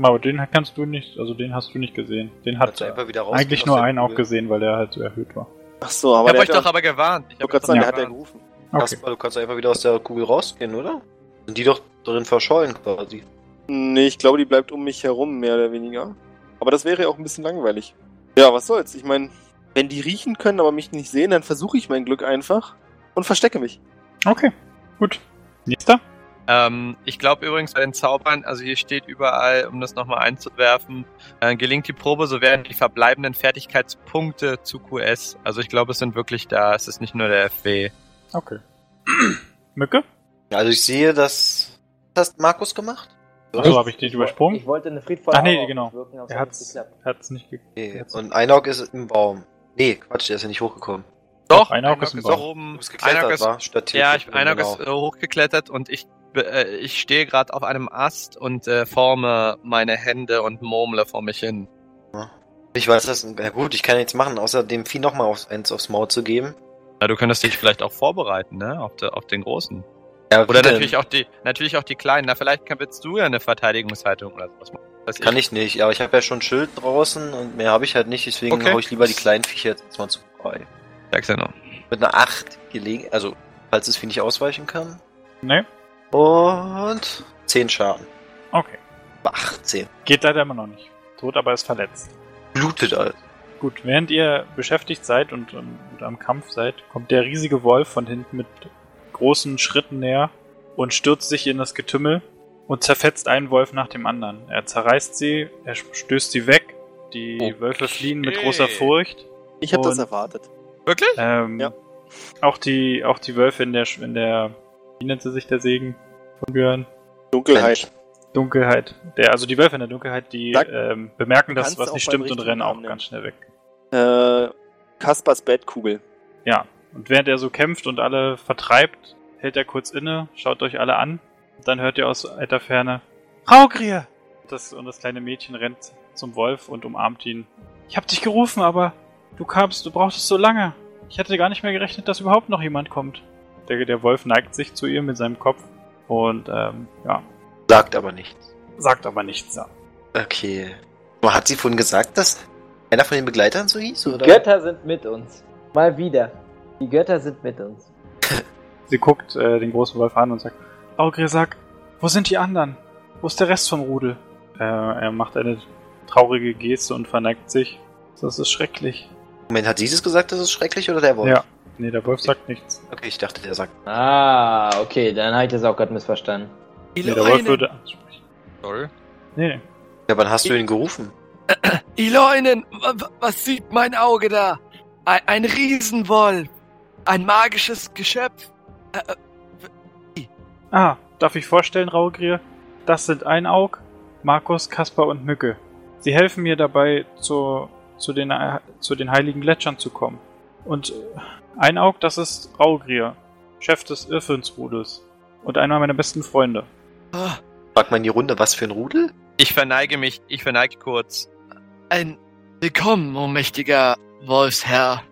[SPEAKER 1] Aber den kannst du nicht, also den hast du nicht gesehen. Den hat
[SPEAKER 6] Also
[SPEAKER 2] Kannst du einfach wieder raus.
[SPEAKER 1] eigentlich nur einen auch gesehen, weil der halt so erhöht war.
[SPEAKER 4] Ach so,
[SPEAKER 6] ich
[SPEAKER 4] aber
[SPEAKER 6] hab
[SPEAKER 4] der
[SPEAKER 6] euch
[SPEAKER 4] hat,
[SPEAKER 6] doch
[SPEAKER 4] ja,
[SPEAKER 6] aber gewarnt. Ich
[SPEAKER 4] ich
[SPEAKER 6] hab
[SPEAKER 4] wollte gerade sagen, der hat ja
[SPEAKER 6] gewarnt.
[SPEAKER 4] gerufen.
[SPEAKER 1] Okay.
[SPEAKER 2] Kaspar, du kannst einfach wieder aus der Kugel rausgehen, oder? Sind die doch drin verschollen quasi.
[SPEAKER 4] Nee, ich glaube, die bleibt um mich herum, mehr oder weniger. Aber das wäre ja auch ein bisschen langweilig. Ja, was soll's. Ich meine, wenn die riechen können, aber mich nicht sehen, dann versuche ich mein Glück einfach und verstecke mich.
[SPEAKER 1] Okay, gut. Nächster?
[SPEAKER 6] Ähm, ich glaube übrigens bei den Zaubern, also hier steht überall, um das nochmal einzuwerfen, äh, gelingt die Probe, so werden die verbleibenden Fertigkeitspunkte zu QS. Also ich glaube, es sind wirklich da, es ist nicht nur der E. FW.
[SPEAKER 1] Okay. [CLEARS THROAT] Mücke?
[SPEAKER 2] Also ich sehe, dass... Das hast Markus gemacht?
[SPEAKER 1] Achso, habe ich den übersprungen?
[SPEAKER 3] Ich wollte eine friedvolle
[SPEAKER 1] Ach nee,
[SPEAKER 3] Aura auf
[SPEAKER 1] genau.
[SPEAKER 3] mich wirken, aber es
[SPEAKER 1] er
[SPEAKER 3] hat
[SPEAKER 1] hat's,
[SPEAKER 3] nicht geklappt.
[SPEAKER 1] hat's nicht geklappt.
[SPEAKER 2] Nee. Und Einok ist im Baum. Nee, Quatsch, der ist ja nicht hochgekommen.
[SPEAKER 1] Doch, Einhorn ist im Bauch.
[SPEAKER 6] oben.
[SPEAKER 2] Du bist
[SPEAKER 6] Einhorn
[SPEAKER 2] geklettert,
[SPEAKER 6] ist-
[SPEAKER 2] war? Stativ.
[SPEAKER 6] Ja, ich, einer
[SPEAKER 2] genau.
[SPEAKER 6] ist äh, hochgeklettert und ich, be- äh, ich stehe gerade auf einem Ast und äh, forme meine Hände und murmle vor mich hin.
[SPEAKER 2] Ich weiß das. Na gut, ich kann nichts machen, außer dem Vieh nochmal aufs, eins aufs Maul zu geben.
[SPEAKER 6] Na, du könntest dich vielleicht auch vorbereiten, ne? Auf, der, auf den großen.
[SPEAKER 2] Ja,
[SPEAKER 6] Oder natürlich auch die, natürlich auch die kleinen. Na, vielleicht kann- willst du ja eine Verteidigungshaltung oder sowas machen. Was
[SPEAKER 2] Kann ich nicht, aber ich habe ja schon ein Schild draußen und mehr habe ich halt nicht, deswegen
[SPEAKER 6] Okay.
[SPEAKER 2] hau ich lieber die kleinen Viecher jetzt erstmal zu Oh, frei.
[SPEAKER 6] Sag's ja noch.
[SPEAKER 2] Mit einer 8 gelegen, also falls es Vieh nicht ausweichen kann.
[SPEAKER 1] Nee.
[SPEAKER 2] Und 10 Schaden.
[SPEAKER 1] Okay.
[SPEAKER 2] Bei 18.
[SPEAKER 1] Geht leider immer noch nicht. Tot, aber ist verletzt.
[SPEAKER 2] Blutet alles.
[SPEAKER 1] Gut, während ihr beschäftigt seid und, ähm, und am Kampf seid, kommt der riesige Wolf von hinten mit großen Schritten näher und stürzt sich in das Getümmel und zerfetzt einen Wolf nach dem anderen. Er zerreißt sie, er stößt sie weg, die
[SPEAKER 6] Okay.
[SPEAKER 1] Wölfe fliehen mit großer Furcht.
[SPEAKER 4] Ich habe das
[SPEAKER 1] Und-
[SPEAKER 4] erwartet.
[SPEAKER 6] Wirklich?
[SPEAKER 1] Ähm,
[SPEAKER 4] Ja.
[SPEAKER 1] auch, die, auch die Wölfe in der, Sch- in der, wie nennt sie sich der Segen von Björn?
[SPEAKER 4] Dunkelheit.
[SPEAKER 1] Dunkelheit. Der, also die Wölfe in der Dunkelheit, die
[SPEAKER 4] Sag-
[SPEAKER 1] ähm, bemerken
[SPEAKER 4] Du
[SPEAKER 1] das,
[SPEAKER 4] kannst
[SPEAKER 1] was
[SPEAKER 4] auch
[SPEAKER 1] nicht
[SPEAKER 4] beim
[SPEAKER 1] stimmt und
[SPEAKER 4] richtigen
[SPEAKER 1] rennen auch
[SPEAKER 4] Namen nennen.
[SPEAKER 1] ganz schnell weg.
[SPEAKER 4] Äh, Kaspers Bettkugel.
[SPEAKER 1] Ja, und während er so kämpft und alle vertreibt, hält er kurz inne, schaut euch alle an. Dann hört ihr aus alter Ferne Raugrier! Das, und das kleine Mädchen rennt zum Wolf und umarmt ihn. Ich hab dich gerufen, aber du kamst, du brauchtest so lange. Ich hätte gar nicht mehr gerechnet, dass überhaupt noch jemand kommt. Der, der Wolf neigt sich zu ihr mit seinem Kopf und ähm, ja,
[SPEAKER 2] Sagt aber nichts.
[SPEAKER 1] sagt aber nichts. Ja.
[SPEAKER 2] Okay. Aber Hat sie vorhin gesagt, dass einer von den Begleitern so hieß? Oder?
[SPEAKER 3] Götter sind mit uns. Mal wieder. Die Götter sind mit uns.
[SPEAKER 1] Sie guckt äh, den großen Wolf an und sagt, Augresak, wo sind die anderen? Wo ist der Rest vom Rudel? Äh, er macht eine traurige Geste und verneigt sich. Das ist schrecklich.
[SPEAKER 2] Moment, hat sie das gesagt, das ist schrecklich oder der Wolf?
[SPEAKER 1] Ja. Nee, der Wolf sagt nichts.
[SPEAKER 2] Okay, ich dachte, der sagt.
[SPEAKER 3] Ah, okay, dann habe ich das auch gerade missverstanden.
[SPEAKER 1] Nee, der Wolf würde ansprechen.
[SPEAKER 6] Sorry.
[SPEAKER 1] Nee, nee.
[SPEAKER 2] Ja, wann hast du ihn gerufen?
[SPEAKER 5] Iloinen, wa- wa- was sieht mein Auge da? Ein, ein Riesenwolf. Ein magisches Geschöpf. Äh, äh,
[SPEAKER 1] Ah, darf ich vorstellen, Raugrier? Das sind Einaug, Markus, Kaspar und Mücke. Sie helfen mir dabei, zu, zu, den, äh, zu den heiligen Gletschern zu kommen. Und äh, Einaug, das ist Raugrier, Chef des Irrföhnsrudels. Und einer meiner besten Freunde.
[SPEAKER 5] ah,
[SPEAKER 2] Fragt man in die Runde, was für ein Rudel?
[SPEAKER 6] Ich verneige mich, ich verneige kurz.
[SPEAKER 5] ein Willkommen, o mächtiger Wolfsherr.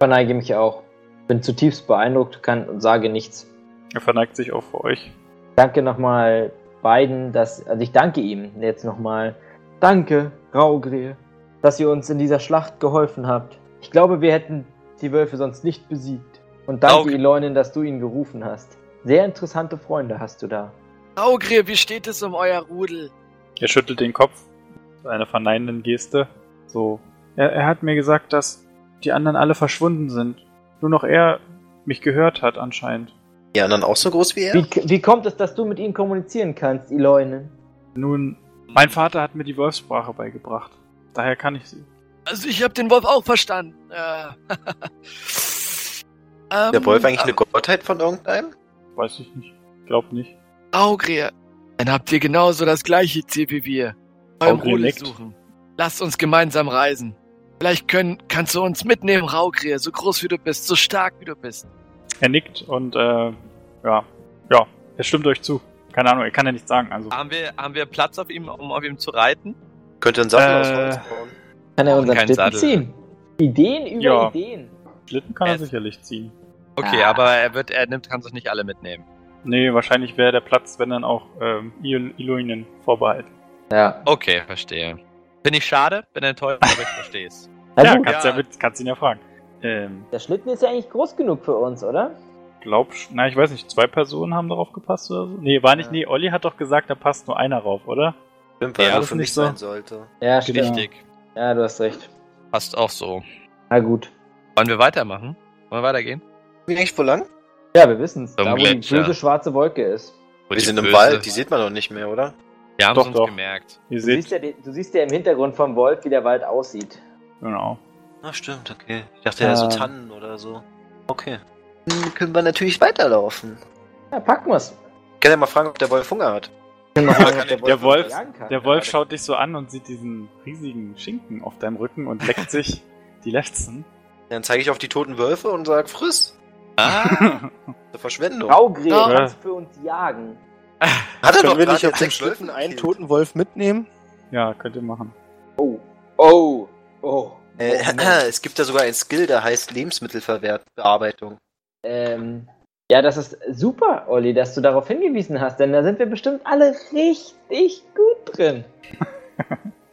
[SPEAKER 3] Verneige mich auch. Bin zutiefst beeindruckt kann und sage nichts.
[SPEAKER 1] Er verneigt sich auch vor euch.
[SPEAKER 3] Danke nochmal beiden, dass, also ich danke ihm jetzt nochmal. Danke, Raugrill, dass ihr uns in dieser Schlacht geholfen habt. Ich glaube, wir hätten die Wölfe sonst nicht besiegt. Und danke,
[SPEAKER 6] Raugr-
[SPEAKER 3] Iloinen, dass du ihn gerufen hast. Sehr interessante Freunde hast du da.
[SPEAKER 5] Augre, wie steht es um euer Rudel?
[SPEAKER 1] Er schüttelt den Kopf mit einer verneinenden Geste. So. Er, er hat mir gesagt, dass die anderen alle verschwunden sind. Nur noch er mich gehört hat anscheinend.
[SPEAKER 2] Die anderen auch so groß wie er?
[SPEAKER 3] Wie, wie kommt es, dass du mit ihm kommunizieren kannst, Iloinen?
[SPEAKER 1] Nun, mein Vater hat mir die Wolfssprache beigebracht. Daher kann ich sie.
[SPEAKER 5] Also ich habe den Wolf auch verstanden. Äh, [LAUGHS] ähm,
[SPEAKER 2] Der Wolf eigentlich eine Gottheit von irgendeinem?
[SPEAKER 1] Weiß ich nicht. Glaub nicht.
[SPEAKER 5] Augrier, dann habt ihr genauso das gleiche Ziel wie wir. Beim
[SPEAKER 1] Raugrier
[SPEAKER 5] Rudel
[SPEAKER 1] nickt.
[SPEAKER 5] suchen. Lasst uns gemeinsam reisen. Vielleicht können, kannst du uns mitnehmen, Raugrier, so groß wie du bist, so stark wie du bist.
[SPEAKER 1] Er nickt und äh, ja. Ja, er stimmt euch zu. Keine Ahnung, er kann ja nichts sagen. Also
[SPEAKER 6] Haben wir, haben wir Platz auf ihm, um auf ihm zu reiten?
[SPEAKER 2] Könnte einen Sattel
[SPEAKER 1] Äh.
[SPEAKER 2] aus Holz bauen.
[SPEAKER 3] Kann er
[SPEAKER 6] Brauchen
[SPEAKER 3] unseren
[SPEAKER 6] keinen
[SPEAKER 3] Schlitten
[SPEAKER 6] Sattel.
[SPEAKER 3] ziehen? Ideen über
[SPEAKER 1] Ja.
[SPEAKER 3] Ideen.
[SPEAKER 1] Schlitten kann er
[SPEAKER 6] Äh.
[SPEAKER 1] sicherlich ziehen.
[SPEAKER 6] Okay,
[SPEAKER 3] Ah.
[SPEAKER 6] aber er wird, er nimmt, kann sich nicht alle mitnehmen.
[SPEAKER 1] Nee, wahrscheinlich wäre der Platz, wenn dann auch ähm, Il- Iluinen vorbehalten.
[SPEAKER 3] Ja.
[SPEAKER 6] Okay, verstehe. Bin ich schade, bin enttäuscht, aber ich verstehe es.
[SPEAKER 3] Na
[SPEAKER 1] ja,
[SPEAKER 3] gut,
[SPEAKER 1] kannst, ja.
[SPEAKER 6] ja.
[SPEAKER 1] mit, kannst ihn ja fragen. Ähm,
[SPEAKER 3] der Schlitten ist ja eigentlich groß genug für uns, oder?
[SPEAKER 1] glaub, sch- na, ich weiß nicht, zwei Personen haben darauf gepasst oder so? Nee, war nicht,
[SPEAKER 3] Ja.
[SPEAKER 1] nee, Olli hat doch gesagt, da passt nur einer rauf, oder?
[SPEAKER 2] Stimmt,
[SPEAKER 6] Ja,
[SPEAKER 2] weil er
[SPEAKER 1] das
[SPEAKER 2] für
[SPEAKER 1] ist
[SPEAKER 2] mich
[SPEAKER 1] nicht so.
[SPEAKER 2] sein sollte.
[SPEAKER 3] Ja, stimmt.
[SPEAKER 6] Richtig.
[SPEAKER 3] Ja, du hast recht.
[SPEAKER 6] Passt auch so.
[SPEAKER 3] Na gut.
[SPEAKER 6] Wollen wir weitermachen? Wollen wir weitergehen?
[SPEAKER 2] Bin ich vor lang?
[SPEAKER 3] Ja, wir wissen es.
[SPEAKER 6] Zum
[SPEAKER 3] Da, wo die
[SPEAKER 6] Gletscher.
[SPEAKER 3] böse schwarze Wolke ist.
[SPEAKER 6] Wo
[SPEAKER 2] Wir
[SPEAKER 6] die
[SPEAKER 2] sind im
[SPEAKER 6] Böse-
[SPEAKER 2] Wald, die sieht man doch nicht mehr, oder?
[SPEAKER 6] Wir haben
[SPEAKER 1] Doch,
[SPEAKER 6] es uns
[SPEAKER 1] doch.
[SPEAKER 6] gemerkt.
[SPEAKER 1] Ihr
[SPEAKER 3] Du siehst,
[SPEAKER 1] seht,
[SPEAKER 3] ja, die- du siehst ja im Hintergrund vom Wolf, wie der Wald aussieht.
[SPEAKER 1] genau.
[SPEAKER 2] Ah, stimmt, okay. Ich dachte, er ist so
[SPEAKER 1] Ah.
[SPEAKER 2] Tannen oder so. Okay. Ähm. Dann können wir natürlich weiterlaufen.
[SPEAKER 3] Ja, packen wir's.
[SPEAKER 2] Ich kann ja mal fragen, ob der Wolf Hunger hat.
[SPEAKER 3] Können wir fragen, ob
[SPEAKER 1] Der Wolf,
[SPEAKER 3] jagen kann.
[SPEAKER 1] der Wolf schaut dich so an und sieht diesen riesigen Schinken auf deinem Rücken und leckt sich die Lefzen.
[SPEAKER 2] Dann zeige ich auf die toten Wölfe und sage, friss.
[SPEAKER 6] Ah,
[SPEAKER 2] [LAUGHS] Das ist Verschwendung.
[SPEAKER 3] Raugrill
[SPEAKER 5] Ja.
[SPEAKER 3] kannst du für uns jagen.
[SPEAKER 2] Hat
[SPEAKER 4] Können wir
[SPEAKER 2] gerade
[SPEAKER 4] nicht auf dem
[SPEAKER 2] sechs
[SPEAKER 4] Schlitten
[SPEAKER 2] Wölfe
[SPEAKER 4] einen
[SPEAKER 2] gekillt.
[SPEAKER 4] toten Wolf mitnehmen?
[SPEAKER 1] ja, könnt ihr machen.
[SPEAKER 3] Oh. Oh.
[SPEAKER 2] Äh,
[SPEAKER 3] Moment.
[SPEAKER 2] es gibt da sogar ein Skill, der heißt Lebensmittelverwertbearbeitung.
[SPEAKER 3] ähm, ja, das ist super, Olli, dass du darauf hingewiesen hast, denn da sind wir bestimmt alle richtig gut
[SPEAKER 6] [LAUGHS]
[SPEAKER 3] drin.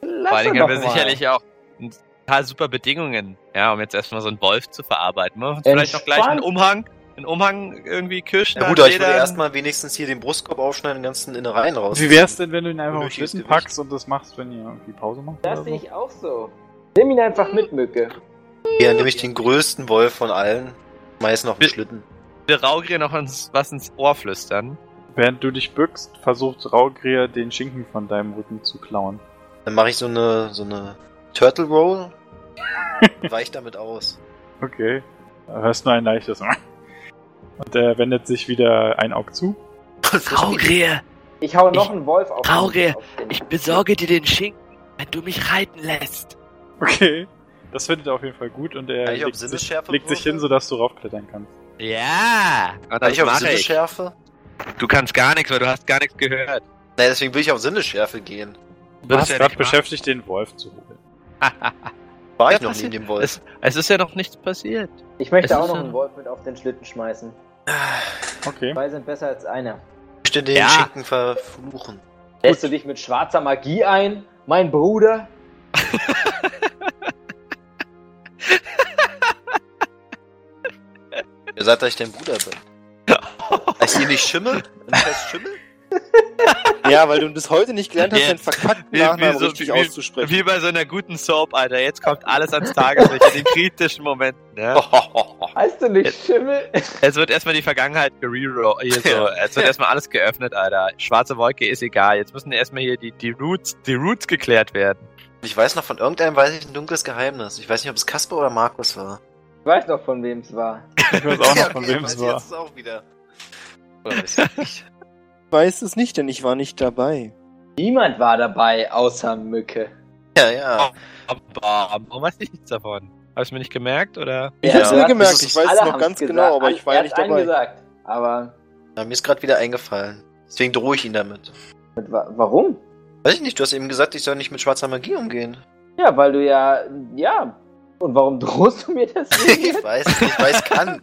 [SPEAKER 3] Lass
[SPEAKER 6] vor allen Dingen
[SPEAKER 3] doch
[SPEAKER 6] haben wir
[SPEAKER 3] mal.
[SPEAKER 6] sicherlich auch ein paar super Bedingungen, ja, um jetzt erstmal so einen Wolf zu verarbeiten. Wollen wir
[SPEAKER 2] Äh,
[SPEAKER 6] uns
[SPEAKER 3] Entspannt.
[SPEAKER 6] vielleicht noch gleich einen Umhang, einen Umhang irgendwie Kirschen.
[SPEAKER 2] Ja, gut, aber ich würde erstmal wenigstens hier den Brustkorb aufschneiden und den ganzen Innereien raus.
[SPEAKER 1] Wie wär's denn, wenn du ihn einfach auf
[SPEAKER 2] Unnötiges
[SPEAKER 1] Schlitten
[SPEAKER 2] Gewicht.
[SPEAKER 1] packst und das machst, wenn ihr irgendwie Pause macht?
[SPEAKER 3] Das
[SPEAKER 1] oder
[SPEAKER 3] sehe
[SPEAKER 1] so?
[SPEAKER 3] ich auch so. Nimm ihn einfach mit, Mücke.
[SPEAKER 2] Ja, nämlich den größten Wolf von allen. Meist noch im
[SPEAKER 6] Bi-
[SPEAKER 2] Schlitten.
[SPEAKER 6] Raugrier noch ins, was ins Ohr flüstern.
[SPEAKER 1] Während du dich bückst, versucht Raugrier den Schinken von deinem Rücken zu klauen.
[SPEAKER 2] Dann mache ich so eine, so eine Turtle
[SPEAKER 1] [LAUGHS]
[SPEAKER 2] Roll. und Weich damit aus.
[SPEAKER 1] Okay. Da hörst nur ein leichtes. [LAUGHS] Und er wendet sich wieder ein Auge zu.
[SPEAKER 5] Raugrier,
[SPEAKER 3] Ich hau noch
[SPEAKER 5] Ich-
[SPEAKER 3] einen Wolf auf.
[SPEAKER 5] Raugrier,
[SPEAKER 3] auf den-
[SPEAKER 5] ich besorge dir den Schinken, wenn du mich reiten lässt.
[SPEAKER 1] Okay. Das findet er auf jeden Fall gut und er
[SPEAKER 2] Kann ich auf
[SPEAKER 1] legt sich,
[SPEAKER 2] Sinnesschärfe
[SPEAKER 1] legt sich
[SPEAKER 2] würfeln?
[SPEAKER 1] hin, sodass du raufklettern kannst.
[SPEAKER 6] Ja!
[SPEAKER 2] Kann ich auf Sinnesschärfe?
[SPEAKER 6] Du kannst gar nichts, weil du hast gar nichts gehört.
[SPEAKER 2] Nein, deswegen will ich auf Sinnesschärfe gehen.
[SPEAKER 1] Du bist
[SPEAKER 6] ja
[SPEAKER 1] gerade
[SPEAKER 6] nicht
[SPEAKER 1] beschäftigt, den Wolf zu holen.
[SPEAKER 6] machen.
[SPEAKER 2] War
[SPEAKER 6] Ja,
[SPEAKER 2] ich noch nie in
[SPEAKER 6] passiert.
[SPEAKER 2] dem Wolf.
[SPEAKER 6] es, es ist ja noch nichts passiert.
[SPEAKER 3] Ich
[SPEAKER 6] Es ist
[SPEAKER 3] möchte auch noch
[SPEAKER 6] ja-
[SPEAKER 3] einen Wolf mit auf den Schlitten schmeißen.
[SPEAKER 1] Okay.
[SPEAKER 3] Zwei sind besser als einer.
[SPEAKER 2] Ich möchte den
[SPEAKER 6] Ja.
[SPEAKER 2] Schinken verfluchen.
[SPEAKER 3] Lässt du dich mit schwarzer Magie ein? Mein Bruder.
[SPEAKER 2] Ihr sagt, dass ich dein Bruder bin.
[SPEAKER 1] [LAUGHS]
[SPEAKER 2] Heißt ihr nicht Schimmel? Und ich heißt Schimmel?
[SPEAKER 4] Ja, weil du bis heute nicht gelernt hast, deinen verkackten
[SPEAKER 6] Wie-
[SPEAKER 4] Nachnamen
[SPEAKER 6] wie so-
[SPEAKER 4] richtig
[SPEAKER 6] wie-
[SPEAKER 4] auszusprechen.
[SPEAKER 6] Wie bei so einer guten Soap, Alter. Jetzt kommt alles ans Tageslicht in den kritischen Momenten. Ne?
[SPEAKER 3] Heißt du nicht Schimmel?
[SPEAKER 6] Es wird erstmal die Vergangenheit gereroll. [LAUGHS] Hier so.
[SPEAKER 2] Ja.
[SPEAKER 6] Es wird erstmal alles geöffnet, Alter. Schwarze Wolke ist egal. Jetzt müssen erstmal hier die, die, Roots, die Roots geklärt werden.
[SPEAKER 2] Ich weiß noch, von irgendeinem weiß ich ein dunkles Geheimnis. Ich weiß nicht, ob es Kasper oder Markus war.
[SPEAKER 3] Ich weiß noch, von wem es war.
[SPEAKER 1] Ich weiß auch
[SPEAKER 2] [LAUGHS] Ja,
[SPEAKER 1] noch, von
[SPEAKER 2] okay,
[SPEAKER 1] wem
[SPEAKER 2] weiß
[SPEAKER 1] es
[SPEAKER 2] ich
[SPEAKER 1] war.
[SPEAKER 2] Jetzt ist auch wieder. Oder weiß ich nicht.
[SPEAKER 4] Ich weiß es nicht, denn ich war nicht dabei.
[SPEAKER 3] Niemand war dabei, außer Mücke.
[SPEAKER 1] [LAUGHS]
[SPEAKER 2] Ja, ja.
[SPEAKER 6] Aber warum weiß ich nichts davon? Habe ich mir nicht gemerkt oder?
[SPEAKER 4] Ich
[SPEAKER 2] Ja.
[SPEAKER 4] hab's mir
[SPEAKER 2] Ja,
[SPEAKER 4] gemerkt,
[SPEAKER 2] das
[SPEAKER 4] ich
[SPEAKER 2] ist-
[SPEAKER 4] weiß es
[SPEAKER 3] Alle
[SPEAKER 4] noch
[SPEAKER 3] haben's
[SPEAKER 4] ganz
[SPEAKER 3] gesagt.
[SPEAKER 4] genau, aber
[SPEAKER 3] Alle-
[SPEAKER 4] ich war
[SPEAKER 3] er
[SPEAKER 4] ja
[SPEAKER 3] hat
[SPEAKER 4] nicht
[SPEAKER 3] einen
[SPEAKER 4] dabei.
[SPEAKER 3] gesagt. Aber
[SPEAKER 2] ja mir ist gerade wieder eingefallen. Deswegen drohe ich ihn damit.
[SPEAKER 3] mit, wa- warum?
[SPEAKER 2] Weiß ich nicht, du hast eben gesagt, ich soll nicht mit schwarzer Magie umgehen.
[SPEAKER 3] Ja, weil du ja. Ja. Und warum drohst du mir das
[SPEAKER 2] Ich
[SPEAKER 3] jetzt?
[SPEAKER 2] weiß es nicht, weil ich
[SPEAKER 3] [LAUGHS]
[SPEAKER 2] kann.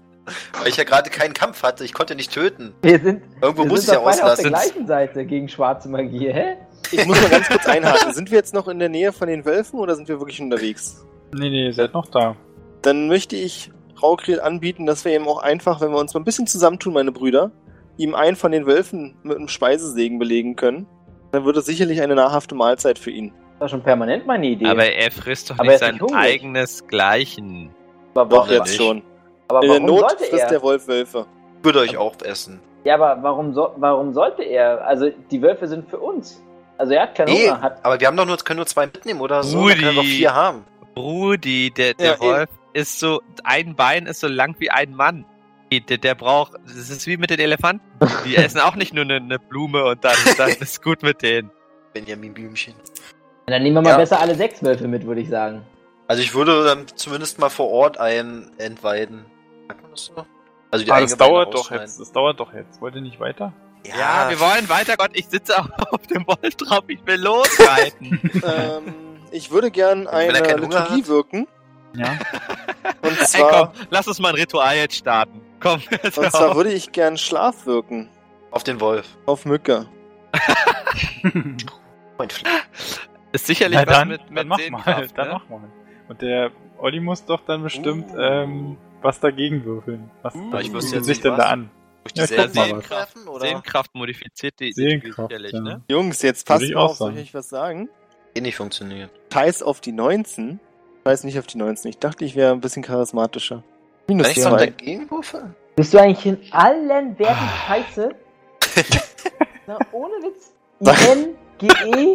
[SPEAKER 2] Weil ich ja gerade keinen Kampf hatte, ich konnte nicht töten.
[SPEAKER 3] Wir sind,
[SPEAKER 2] Irgendwo
[SPEAKER 3] wir
[SPEAKER 2] muss ich
[SPEAKER 3] sind
[SPEAKER 2] ja
[SPEAKER 3] doch beide auf der
[SPEAKER 2] auslassen.
[SPEAKER 3] gleichen Seite gegen schwarze Magie, hä?
[SPEAKER 4] Ich muss mal ganz kurz einhaken. Sind wir jetzt noch in der Nähe von den Wölfen oder sind wir wirklich unterwegs?
[SPEAKER 1] Nee, nee, ihr seid noch da.
[SPEAKER 4] Dann möchte ich Raukril anbieten, dass wir ihm auch einfach, wenn wir uns mal ein bisschen zusammentun, meine Brüder, ihm einen von den Wölfen mit einem Speisesegen belegen können. Dann wird es sicherlich eine nahrhafte Mahlzeit für ihn.
[SPEAKER 3] Das war schon permanent meine Idee.
[SPEAKER 6] Aber er frisst doch
[SPEAKER 3] Aber er
[SPEAKER 6] nicht
[SPEAKER 3] ist
[SPEAKER 6] sein
[SPEAKER 3] nicht hungrig.
[SPEAKER 6] eigenes Gleichen.
[SPEAKER 3] aber
[SPEAKER 4] Doch,
[SPEAKER 3] warum,
[SPEAKER 4] jetzt
[SPEAKER 2] nicht.
[SPEAKER 4] schon.
[SPEAKER 3] aber
[SPEAKER 4] in der
[SPEAKER 3] warum
[SPEAKER 4] Not
[SPEAKER 3] sollte
[SPEAKER 4] frisst
[SPEAKER 3] er?
[SPEAKER 4] der Wolf Wölfe.
[SPEAKER 2] Ich würde euch auch essen.
[SPEAKER 3] Ja, aber warum, so, warum sollte er? Also, die Wölfe sind für uns. Also, er hat keinen
[SPEAKER 2] Nee,
[SPEAKER 3] Hunger. Hat,
[SPEAKER 2] aber wir haben doch nur, können nur zwei mitnehmen oder so. Wir
[SPEAKER 6] Rudi.
[SPEAKER 2] können doch vier haben.
[SPEAKER 6] Brudi, der, der
[SPEAKER 4] Ja,
[SPEAKER 6] Wolf ist so, ein Bein ist so lang wie ein Mann. Der, der braucht, das ist wie mit den Elefanten. Die essen auch nicht nur eine, eine Blume und dann, [LAUGHS] dann ist gut mit denen.
[SPEAKER 2] Benjamin Blümchen.
[SPEAKER 3] dann nehmen wir mal
[SPEAKER 2] Ja.
[SPEAKER 3] besser alle sechs Wölfe mit, würde ich sagen.
[SPEAKER 2] Also ich würde dann zumindest mal vor Ort einen entweiden. Sagt man das so? Also die
[SPEAKER 1] Ah, das
[SPEAKER 2] Eingeweide
[SPEAKER 1] dauert doch
[SPEAKER 2] rausschneiden.
[SPEAKER 1] jetzt. Das dauert doch jetzt. Wollt ihr nicht weiter?
[SPEAKER 6] Ja, wir wollen weiter. Gott, ich sitze auch [LAUGHS] auf dem Wolf drauf. Ich will losreiten.
[SPEAKER 4] ähm, ich würde
[SPEAKER 2] Wenn
[SPEAKER 4] gern
[SPEAKER 2] er
[SPEAKER 4] eine
[SPEAKER 2] keinen Hunger
[SPEAKER 4] Liturgie
[SPEAKER 2] hat.
[SPEAKER 4] wirken.
[SPEAKER 1] Ja.
[SPEAKER 4] [LAUGHS] Und
[SPEAKER 6] Ey, komm,
[SPEAKER 4] zwar,
[SPEAKER 6] lass uns mal ein Ritual jetzt starten. Komm, [LAUGHS] jetzt
[SPEAKER 4] und
[SPEAKER 6] hör
[SPEAKER 4] zwar
[SPEAKER 6] auf.
[SPEAKER 4] würde ich gern Schlaf wirken.
[SPEAKER 2] Auf den Wolf.
[SPEAKER 4] Auf Mücke.
[SPEAKER 2] Mein Fl-
[SPEAKER 6] ist sicherlich
[SPEAKER 1] Na,
[SPEAKER 6] was
[SPEAKER 1] dann,
[SPEAKER 6] mit, mit
[SPEAKER 1] dann mach mal.
[SPEAKER 6] Sehnkraft,
[SPEAKER 1] Dann
[SPEAKER 6] ne?
[SPEAKER 1] mach mal. Und der Olli muss doch dann bestimmt ähm, was dagegen würfeln. Was
[SPEAKER 6] Uh,
[SPEAKER 1] was
[SPEAKER 2] ich
[SPEAKER 1] bietet
[SPEAKER 2] wusste jetzt
[SPEAKER 1] sich
[SPEAKER 2] nicht,
[SPEAKER 1] denn
[SPEAKER 2] was.
[SPEAKER 1] da an?
[SPEAKER 2] Durch
[SPEAKER 1] Ja,
[SPEAKER 2] die
[SPEAKER 1] guck mal
[SPEAKER 2] Seelen
[SPEAKER 6] was.
[SPEAKER 2] treffen, oder?
[SPEAKER 6] Sehnkraft modifiziert die, die
[SPEAKER 1] Seelenkraft.
[SPEAKER 6] sicherlich,
[SPEAKER 1] ja.
[SPEAKER 6] ne?
[SPEAKER 4] Jungs, jetzt
[SPEAKER 1] Würde
[SPEAKER 4] passt
[SPEAKER 1] ich
[SPEAKER 4] mal
[SPEAKER 1] auch
[SPEAKER 4] auf, soll
[SPEAKER 1] sagen.
[SPEAKER 4] ich euch was sagen?
[SPEAKER 2] Eh nicht funktioniert.
[SPEAKER 4] Scheiß auf die 19. Scheiß nicht auf die 19. Ich dachte, ich wäre ein bisschen charismatischer. Minus
[SPEAKER 2] Kann ich so einen
[SPEAKER 4] 2.
[SPEAKER 2] Dagegenwürfel?
[SPEAKER 3] Bist du eigentlich in allen Werten
[SPEAKER 2] Ah. [LAUGHS]
[SPEAKER 3] scheiße? Na, ohne Witz.
[SPEAKER 4] Sag-
[SPEAKER 3] E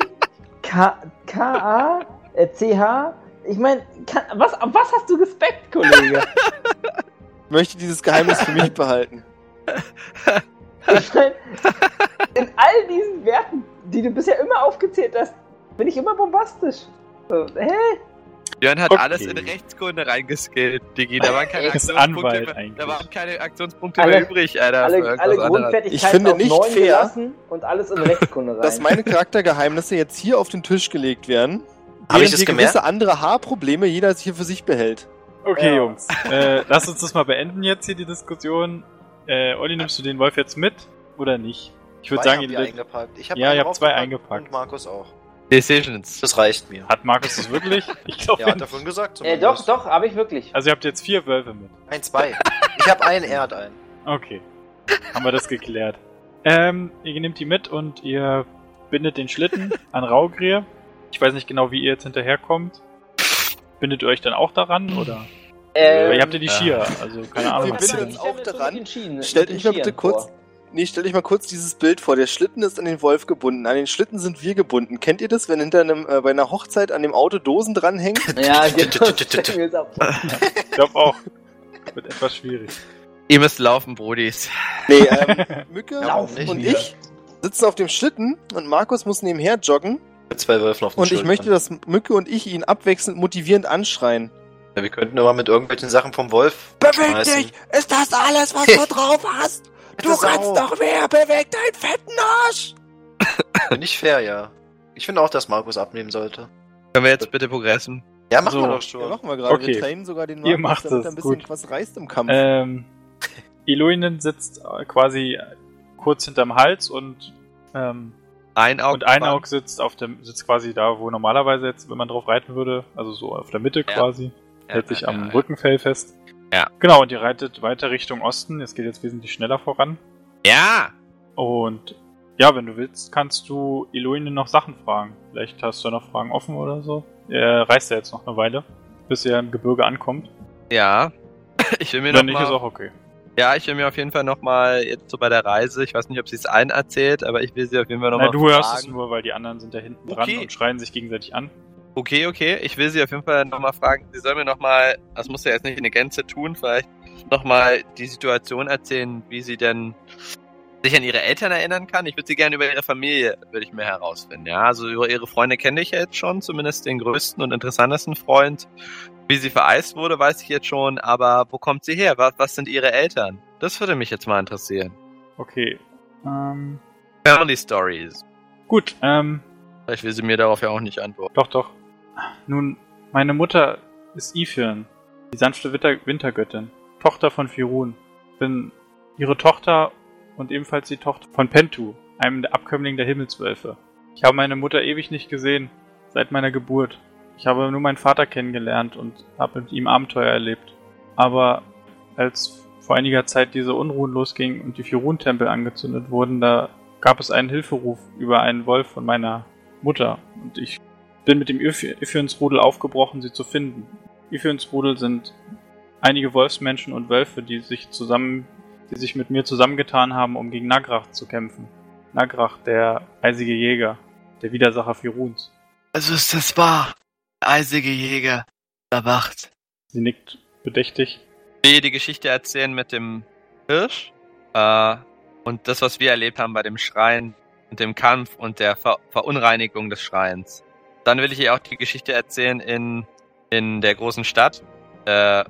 [SPEAKER 3] I-N-G-E-K-A-C-H. äh, Ich meine, was, auf was hast du gespeckt, Kollege?
[SPEAKER 4] Ich möchte dieses Geheimnis
[SPEAKER 2] [LAUGHS]
[SPEAKER 4] für mich behalten.
[SPEAKER 3] Ich mein, in all diesen Werten, die du bisher immer aufgezählt hast, bin ich immer bombastisch. So, hä?
[SPEAKER 6] Björn hat
[SPEAKER 4] Okay.
[SPEAKER 6] alles in Rechtskunde reingeskillt, Digi. Da waren
[SPEAKER 1] [LAUGHS]
[SPEAKER 6] keine
[SPEAKER 1] Ist
[SPEAKER 6] Aktionspunkte
[SPEAKER 1] Anwalt
[SPEAKER 6] mehr,
[SPEAKER 1] eigentlich.
[SPEAKER 6] da waren keine Aktionspunkte
[SPEAKER 3] Alle-
[SPEAKER 6] mehr übrig, Alter. für
[SPEAKER 3] Alle,
[SPEAKER 6] irgendwas
[SPEAKER 3] alle
[SPEAKER 6] anderes.
[SPEAKER 4] Ich
[SPEAKER 3] Grundfertigkeiten
[SPEAKER 4] finde
[SPEAKER 3] auf
[SPEAKER 4] nicht
[SPEAKER 3] neun
[SPEAKER 4] fair,
[SPEAKER 3] gelassen und alles [LAUGHS] in Rechtskunde rein.
[SPEAKER 4] Dass meine Charaktergeheimnisse jetzt hier auf den Tisch gelegt
[SPEAKER 2] Hab
[SPEAKER 4] werden.
[SPEAKER 2] ich
[SPEAKER 4] während
[SPEAKER 2] das
[SPEAKER 4] hier
[SPEAKER 2] gemerkt?
[SPEAKER 4] gewisse andere Haarprobleme jeder hier für sich behält.
[SPEAKER 1] Okay,
[SPEAKER 3] Ja.
[SPEAKER 1] Jungs. Äh, [LAUGHS] lass uns das mal beenden jetzt hier, die Diskussion. Äh, Olli, nimmst du den Wolf jetzt mit oder nicht? Ich würde
[SPEAKER 2] Zwei
[SPEAKER 1] sagen,
[SPEAKER 2] habt
[SPEAKER 1] ihr
[SPEAKER 2] ihr
[SPEAKER 1] le-
[SPEAKER 2] eingepackt. Ich hab
[SPEAKER 1] Ja,
[SPEAKER 2] einen
[SPEAKER 1] ihr habt zwei
[SPEAKER 2] draufgepackt
[SPEAKER 1] eingepackt.
[SPEAKER 2] Und Markus auch.
[SPEAKER 6] Decisions.
[SPEAKER 2] Das reicht mir.
[SPEAKER 1] hat Markus das wirklich? Ich glaube
[SPEAKER 2] Er hat
[SPEAKER 1] nicht.
[SPEAKER 2] davon gesagt.
[SPEAKER 3] äh,
[SPEAKER 2] zumindest.
[SPEAKER 3] doch, doch, habe ich wirklich.
[SPEAKER 1] Also ihr habt jetzt vier Wölfe mit.
[SPEAKER 2] Ein, zwei. Ich hab einen, er hat einen.
[SPEAKER 1] Okay. Haben wir das geklärt. Ähm, ihr nehmt die mit und ihr bindet den Schlitten
[SPEAKER 4] [LAUGHS]
[SPEAKER 1] an Raugrier. Ich weiß nicht genau, wie ihr jetzt hinterherkommt. Bindet ihr euch dann auch daran, oder?
[SPEAKER 3] Ähm,
[SPEAKER 1] Weil ihr habt ja die
[SPEAKER 6] ja.
[SPEAKER 1] Skier, also keine Ahnung.
[SPEAKER 4] Wir
[SPEAKER 1] was
[SPEAKER 4] binden
[SPEAKER 1] ihr-
[SPEAKER 4] Äh. uns
[SPEAKER 3] Ich stell
[SPEAKER 4] auch
[SPEAKER 3] mir das
[SPEAKER 4] daran.
[SPEAKER 3] mit den Schienen- mit
[SPEAKER 4] Stellt
[SPEAKER 3] den
[SPEAKER 4] euch mal bitte
[SPEAKER 3] Schieren
[SPEAKER 4] kurz-
[SPEAKER 3] vor.
[SPEAKER 4] Nee, stell dich mal kurz dieses Bild vor. Der Schlitten ist an den Wolf gebunden. An den Schlitten sind wir gebunden. Kennt ihr das, wenn hinter einem, äh, bei einer Hochzeit an dem Auto Dosen dranhängen?
[SPEAKER 3] [LAUGHS] Ja, genau. stell mir das auch vor.
[SPEAKER 1] Ich glaube auch. Wird etwas schwierig.
[SPEAKER 6] Ihr müsst laufen, Brudis.
[SPEAKER 4] Nee, ähm, Mücke
[SPEAKER 2] Ja, warum
[SPEAKER 4] und
[SPEAKER 2] nicht?
[SPEAKER 4] ich sitzen auf dem Schlitten und Markus muss nebenher joggen.
[SPEAKER 2] Mit zwei Wölfen auf den
[SPEAKER 4] Und ich
[SPEAKER 2] Schultern.
[SPEAKER 4] möchte, dass Mücke und ich ihn abwechselnd motivierend anschreien.
[SPEAKER 2] Ja, wir könnten immer mit irgendwelchen Sachen vom Wolf.
[SPEAKER 8] Beweg
[SPEAKER 2] schmeißen.
[SPEAKER 8] dich! Ist das alles, was du drauf hast? Du
[SPEAKER 2] Das ist
[SPEAKER 8] kannst
[SPEAKER 2] auch-
[SPEAKER 8] doch mehr! Beweg deinen fetten Arsch!
[SPEAKER 2] Finde ich fair, ja. Ich finde auch, dass Markus abnehmen sollte.
[SPEAKER 6] Können wir jetzt bitte progressen?
[SPEAKER 2] Ja, machen
[SPEAKER 1] So.
[SPEAKER 2] wir doch
[SPEAKER 4] Ja,
[SPEAKER 2] schon.
[SPEAKER 4] machen wir gerade.
[SPEAKER 1] Okay.
[SPEAKER 4] Wir trainen sogar den
[SPEAKER 1] Ihr
[SPEAKER 4] Markus,
[SPEAKER 1] macht
[SPEAKER 4] damit
[SPEAKER 1] es,
[SPEAKER 4] er ein bisschen
[SPEAKER 1] gut.
[SPEAKER 4] was reißt im Kampf.
[SPEAKER 1] Ähm, Eloinen sitzt äh, quasi kurz hinterm Hals und ähm,
[SPEAKER 6] Ein Auge.
[SPEAKER 1] Und ein Auge sitzt auf dem, sitzt quasi da, wo normalerweise jetzt, wenn man drauf reiten würde, also so auf der Mitte quasi,
[SPEAKER 6] Ja,
[SPEAKER 1] hält
[SPEAKER 6] ja,
[SPEAKER 1] sich
[SPEAKER 6] ja,
[SPEAKER 1] am
[SPEAKER 6] ja.
[SPEAKER 1] Rückenfell fest.
[SPEAKER 6] Ja.
[SPEAKER 1] Genau, und ihr reitet weiter Richtung Osten. Es geht jetzt wesentlich schneller voran.
[SPEAKER 6] Ja!
[SPEAKER 1] Und ja, wenn du willst, kannst du Eloine noch Sachen fragen. Vielleicht hast du noch Fragen offen oder so. Er reist ja jetzt noch eine Weile, bis er im Gebirge ankommt.
[SPEAKER 6] Ja. [LAUGHS] Ich will mir
[SPEAKER 1] Wenn
[SPEAKER 6] noch
[SPEAKER 1] nicht,
[SPEAKER 6] mal,
[SPEAKER 1] ist auch okay.
[SPEAKER 6] Ja, ich will mir auf jeden Fall nochmal jetzt so bei der Reise, ich weiß nicht, ob sie es allen erzählt, aber ich will sie auf jeden Fall
[SPEAKER 1] Na,
[SPEAKER 6] nochmal
[SPEAKER 1] du hörst es
[SPEAKER 6] fragen.
[SPEAKER 1] nur, weil die anderen sind da hinten
[SPEAKER 6] Okay.
[SPEAKER 1] dran und schreien sich gegenseitig an.
[SPEAKER 6] Okay, okay, ich will sie auf jeden Fall nochmal fragen. Sie soll mir nochmal, das muss sie jetzt nicht in der Gänze tun, vielleicht nochmal die Situation erzählen, wie sie denn sich an ihre Eltern erinnern kann. Ich würde sie gerne über ihre Familie, würde ich mehr herausfinden. Ja, also über ihre Freunde kenne ich jetzt schon, zumindest den größten und interessantesten Freund. Wie sie vereist wurde, weiß ich jetzt schon, aber wo kommt sie her? Was, was sind ihre Eltern? Das würde mich jetzt mal interessieren.
[SPEAKER 1] Okay. Ähm,
[SPEAKER 6] Family Stories.
[SPEAKER 1] gut, ähm,
[SPEAKER 6] Vielleicht will sie mir darauf ja auch nicht antworten.
[SPEAKER 1] Doch, doch. Nun, meine Mutter ist Ifirn, die sanfte Winter Wintergöttin, Tochter von Firun. Bin ihre Tochter und ebenfalls die Tochter von Pentu, einem der Abkömmling der Himmelswölfe. Ich habe meine Mutter ewig nicht gesehen, seit meiner Geburt. Ich habe nur meinen Vater kennengelernt und habe mit ihm Abenteuer erlebt. Aber als vor einiger Zeit diese Unruhen losgingen und die Firun-Tempel angezündet wurden, da gab es einen Hilferuf über einen Wolf von meiner Mutter. Und ich bin mit dem If- Ifions-Rudel aufgebrochen, sie zu finden. Ifions-Rudel sind einige Wolfsmenschen und Wölfe, die sich zusammen, die sich mit mir zusammengetan haben, um gegen Nagrach zu kämpfen. Nagrach, der eisige Jäger, der Widersacher Firuns.
[SPEAKER 5] Also ist das wahr. Der eisige Jäger erwacht.
[SPEAKER 1] Sie nickt bedächtig.
[SPEAKER 6] will die Geschichte erzählen mit dem Hirsch äh, und das, was wir erlebt haben bei dem Schrein und dem Kampf und der Ver Verunreinigung des Schreins. Dann will ich ihr auch die Geschichte erzählen in, in der großen Stadt, äh,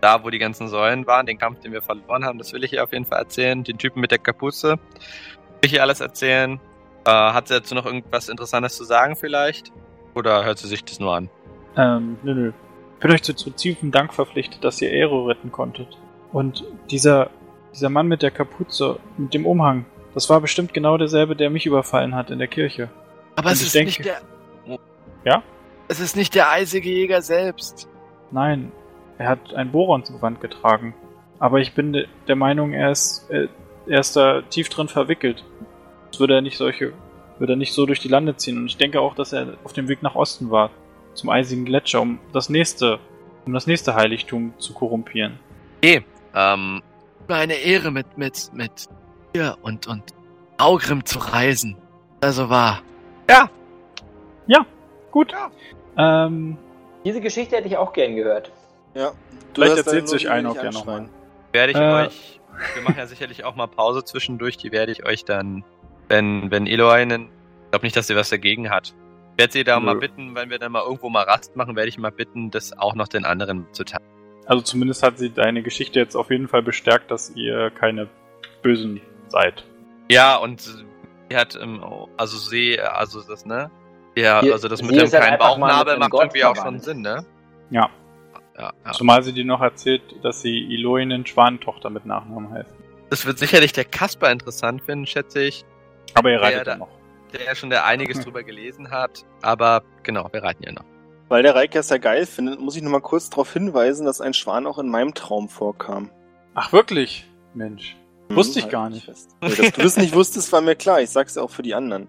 [SPEAKER 6] da wo die ganzen Säulen waren, den Kampf, den wir verloren haben, das will ich ihr auf jeden Fall erzählen, den Typen mit der Kapuze. Will ich ihr alles erzählen? Äh, hat sie dazu noch irgendwas Interessantes zu sagen vielleicht? Oder hört sie sich das nur an?
[SPEAKER 1] Ähm, nö, nö. Ich bin euch zu, zu tiefem Dank verpflichtet, dass ihr Aero retten konntet. Und dieser, dieser Mann mit der Kapuze, mit dem Umhang, das war bestimmt genau derselbe, der mich überfallen hat in der Kirche.
[SPEAKER 5] Aber
[SPEAKER 1] Und
[SPEAKER 5] es
[SPEAKER 1] ich
[SPEAKER 5] ist
[SPEAKER 1] denke-
[SPEAKER 5] nicht der.
[SPEAKER 1] Ja?
[SPEAKER 5] Es ist nicht der eisige Jäger selbst.
[SPEAKER 1] Nein, er hat ein Boron zum Gewand getragen. Aber ich bin de der Meinung, er ist, äh, er ist da tief drin verwickelt. Sonst würde er nicht solche, würde er nicht so durch die Lande ziehen. Und ich denke auch, dass er auf dem Weg nach Osten war, zum eisigen Gletscher, um das nächste, um das nächste Heiligtum zu korrumpieren.
[SPEAKER 6] Ähm,
[SPEAKER 5] War eine Ehre mit mit mit hier und und Augrim zu reisen. Also war.
[SPEAKER 1] Gut. Ähm,
[SPEAKER 3] Diese Geschichte hätte ich auch gern gehört.
[SPEAKER 4] Ja. Du
[SPEAKER 1] Vielleicht
[SPEAKER 4] hörst
[SPEAKER 1] erzählt
[SPEAKER 4] deine
[SPEAKER 1] sich
[SPEAKER 4] Leute
[SPEAKER 1] einer auch
[SPEAKER 4] nicht
[SPEAKER 1] ja noch mal.
[SPEAKER 4] anschreien.
[SPEAKER 6] werde ich
[SPEAKER 1] Äh.
[SPEAKER 6] euch, wir machen ja sicherlich auch mal Pause zwischendurch, die werde ich euch dann, wenn, wenn Eloy einen, ich glaube nicht, dass sie was dagegen hat. Ich werde sie da
[SPEAKER 1] Nö.
[SPEAKER 6] mal bitten, wenn wir dann mal irgendwo mal Rast machen, werde ich mal bitten, das auch noch den anderen zu teilen.
[SPEAKER 1] also zumindest hat sie deine Geschichte jetzt auf jeden Fall bestärkt, dass ihr keine Bösen seid.
[SPEAKER 6] Ja, und sie hat, ähm, also sie, also das, ne? Ja,
[SPEAKER 3] Sie-
[SPEAKER 6] also das mit
[SPEAKER 3] sie
[SPEAKER 6] dem
[SPEAKER 3] ist halt
[SPEAKER 6] kleinen
[SPEAKER 3] einfach mal
[SPEAKER 6] Bauchnabel
[SPEAKER 3] mit einem
[SPEAKER 6] macht irgendwie auch
[SPEAKER 3] Gott
[SPEAKER 6] schon
[SPEAKER 3] verwandt.
[SPEAKER 6] Sinn, ne?
[SPEAKER 1] Ja.
[SPEAKER 6] Ja, ja.
[SPEAKER 1] Zumal sie dir noch erzählt, dass sie Iloinen Schwanentochter mit Nachnamen heißt.
[SPEAKER 6] Das wird sicherlich der Kasper interessant finden, schätze ich,
[SPEAKER 1] Aber ihr
[SPEAKER 6] Ja,
[SPEAKER 1] reitet
[SPEAKER 6] da-
[SPEAKER 1] ja noch.
[SPEAKER 6] der ja schon der einiges
[SPEAKER 3] Mhm.
[SPEAKER 1] Hm.
[SPEAKER 6] drüber gelesen hat. Aber genau, wir reiten ja noch.
[SPEAKER 4] Weil der Reika es ja geil findet, muss ich nochmal kurz darauf hinweisen, dass ein Schwan auch in meinem Traum vorkam.
[SPEAKER 1] Ach wirklich? Mensch. Mhm. Wusste ich
[SPEAKER 4] halt
[SPEAKER 1] gar
[SPEAKER 4] mich
[SPEAKER 1] nicht.
[SPEAKER 4] fest. Nee, dass du das nicht wusstest, war mir klar. Ich sag's ja auch für die anderen.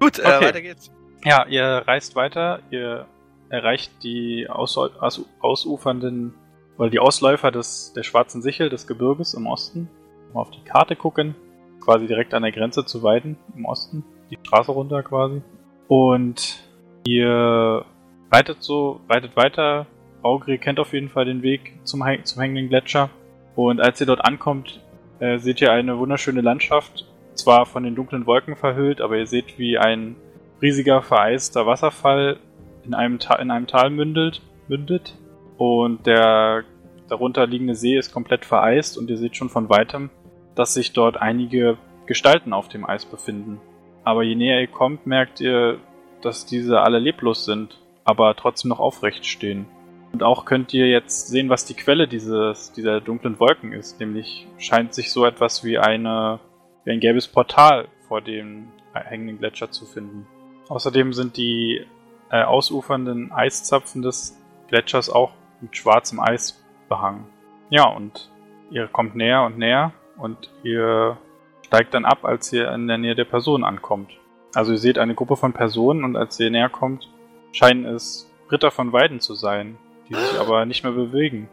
[SPEAKER 6] Gut, äh,
[SPEAKER 1] Okay.
[SPEAKER 6] weiter geht's.
[SPEAKER 1] Ja, ihr reist weiter, ihr erreicht die aus, aus, ausufernden oder die Ausläufer des, der schwarzen Sichel des Gebirges im Osten. Mal auf die Karte gucken, quasi direkt an der Grenze zu Weiden im Osten, die Straße runter quasi. Und ihr reitet so, reitet weiter. Augri kennt auf jeden Fall den Weg zum, Häng- zum hängenden Gletscher. Und als ihr dort ankommt, äh, seht ihr eine wunderschöne Landschaft, zwar von den dunklen Wolken verhüllt, aber ihr seht, wie ein riesiger vereister Wasserfall in einem, Ta in einem Tal mündelt, mündet und der darunter liegende See ist komplett vereist und ihr seht schon von weitem, dass sich dort einige Gestalten auf dem Eis befinden. Aber je näher ihr kommt, merkt ihr, dass diese alle leblos sind, aber trotzdem noch aufrecht stehen. Und auch könnt ihr jetzt sehen, was die Quelle dieses, dieser dunklen Wolken ist. Nämlich scheint sich so etwas wie eine, wie ein gelbes Portal vor dem hängenden Gletscher zu finden. Außerdem sind die äh, ausufernden Eiszapfen des Gletschers auch mit schwarzem Eis behangen. Ja, und ihr kommt näher und näher und ihr steigt dann ab, als ihr in der Nähe der Person ankommt. Also ihr seht eine Gruppe von Personen und als ihr näher kommt, scheinen es Ritter von Weiden zu sein, die sich aber nicht mehr bewegen.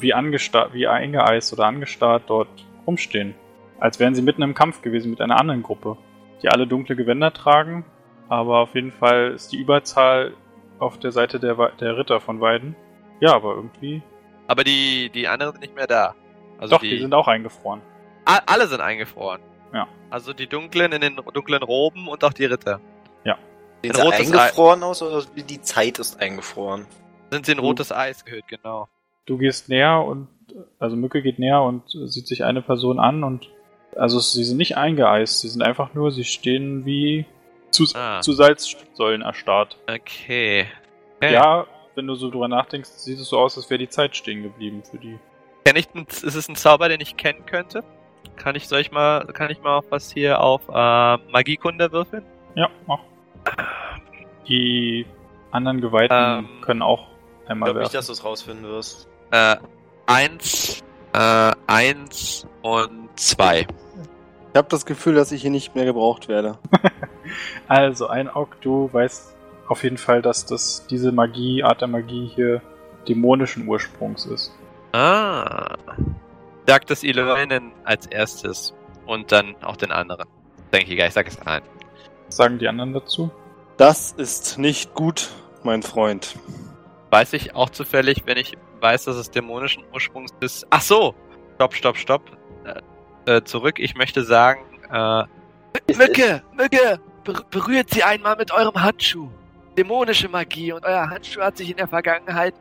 [SPEAKER 1] Wie, angesta- wie eingeeist oder angestarrt dort rumstehen. Als wären sie mitten im Kampf gewesen mit einer anderen Gruppe, die alle dunkle Gewänder tragen, aber auf jeden Fall ist die Überzahl auf der Seite der, Wa- der Ritter von Weiden. Ja, aber irgendwie.
[SPEAKER 6] Aber die, die anderen sind nicht mehr da. Also
[SPEAKER 1] doch, die sind auch eingefroren.
[SPEAKER 6] A- alle sind eingefroren.
[SPEAKER 1] Ja.
[SPEAKER 6] Also die dunklen in den dunklen Roben und auch die Ritter.
[SPEAKER 2] Sehen
[SPEAKER 6] Ein
[SPEAKER 2] sie
[SPEAKER 6] rotes
[SPEAKER 2] eingefroren aus oder die Zeit ist eingefroren?
[SPEAKER 6] Sind
[SPEAKER 1] Oh.
[SPEAKER 6] sie in rotes Eis gehüllt, genau.
[SPEAKER 1] Du gehst näher und, also Mücke geht näher und äh, sieht sich eine Person an und, also es- sie sind nicht eingeeist, sie sind einfach nur, sie stehen wie zu,
[SPEAKER 6] Ah.
[SPEAKER 1] zu Salzsäulen erstarrt.
[SPEAKER 6] Okay. okay.
[SPEAKER 1] Ja, wenn du so drüber nachdenkst, sieht es so aus, als wäre die Zeit stehen geblieben für die.
[SPEAKER 6] Kenn ich, den- ist es ein Zauber, den ich kennen könnte? Kann ich, soll ich mal, kann ich mal auf was hier auf äh, Magiekunde würfeln?
[SPEAKER 1] Ja, mach. Die anderen Geweihten
[SPEAKER 6] Ähm,
[SPEAKER 1] können auch
[SPEAKER 2] Ich
[SPEAKER 1] einmal
[SPEAKER 2] glaube
[SPEAKER 1] werfen.
[SPEAKER 2] nicht, dass du es rausfinden wirst.
[SPEAKER 6] Äh, eins, äh, eins und zwei.
[SPEAKER 4] Ich habe das Gefühl, dass ich hier nicht mehr gebraucht werde.
[SPEAKER 1] Also, ein Aug, du weißt auf jeden Fall, dass das, diese Magie, Art der Magie hier dämonischen Ursprungs ist.
[SPEAKER 6] Ah. Sagt es Iloinen als erstes und dann auch den anderen. Denke ich, ich sag es allen.
[SPEAKER 1] Was sagen die anderen dazu?
[SPEAKER 4] Das ist nicht gut, mein Freund.
[SPEAKER 6] Weiß ich auch zufällig, wenn ich weiß, dass es dämonischen Ursprungs ist. Ach so! Stopp, stopp, stopp. Äh, äh, zurück, ich möchte sagen, äh,
[SPEAKER 5] Mücke, Mücke, ber berührt sie einmal mit eurem Handschuh. Dämonische Magie und euer Handschuh hat sich in der Vergangenheit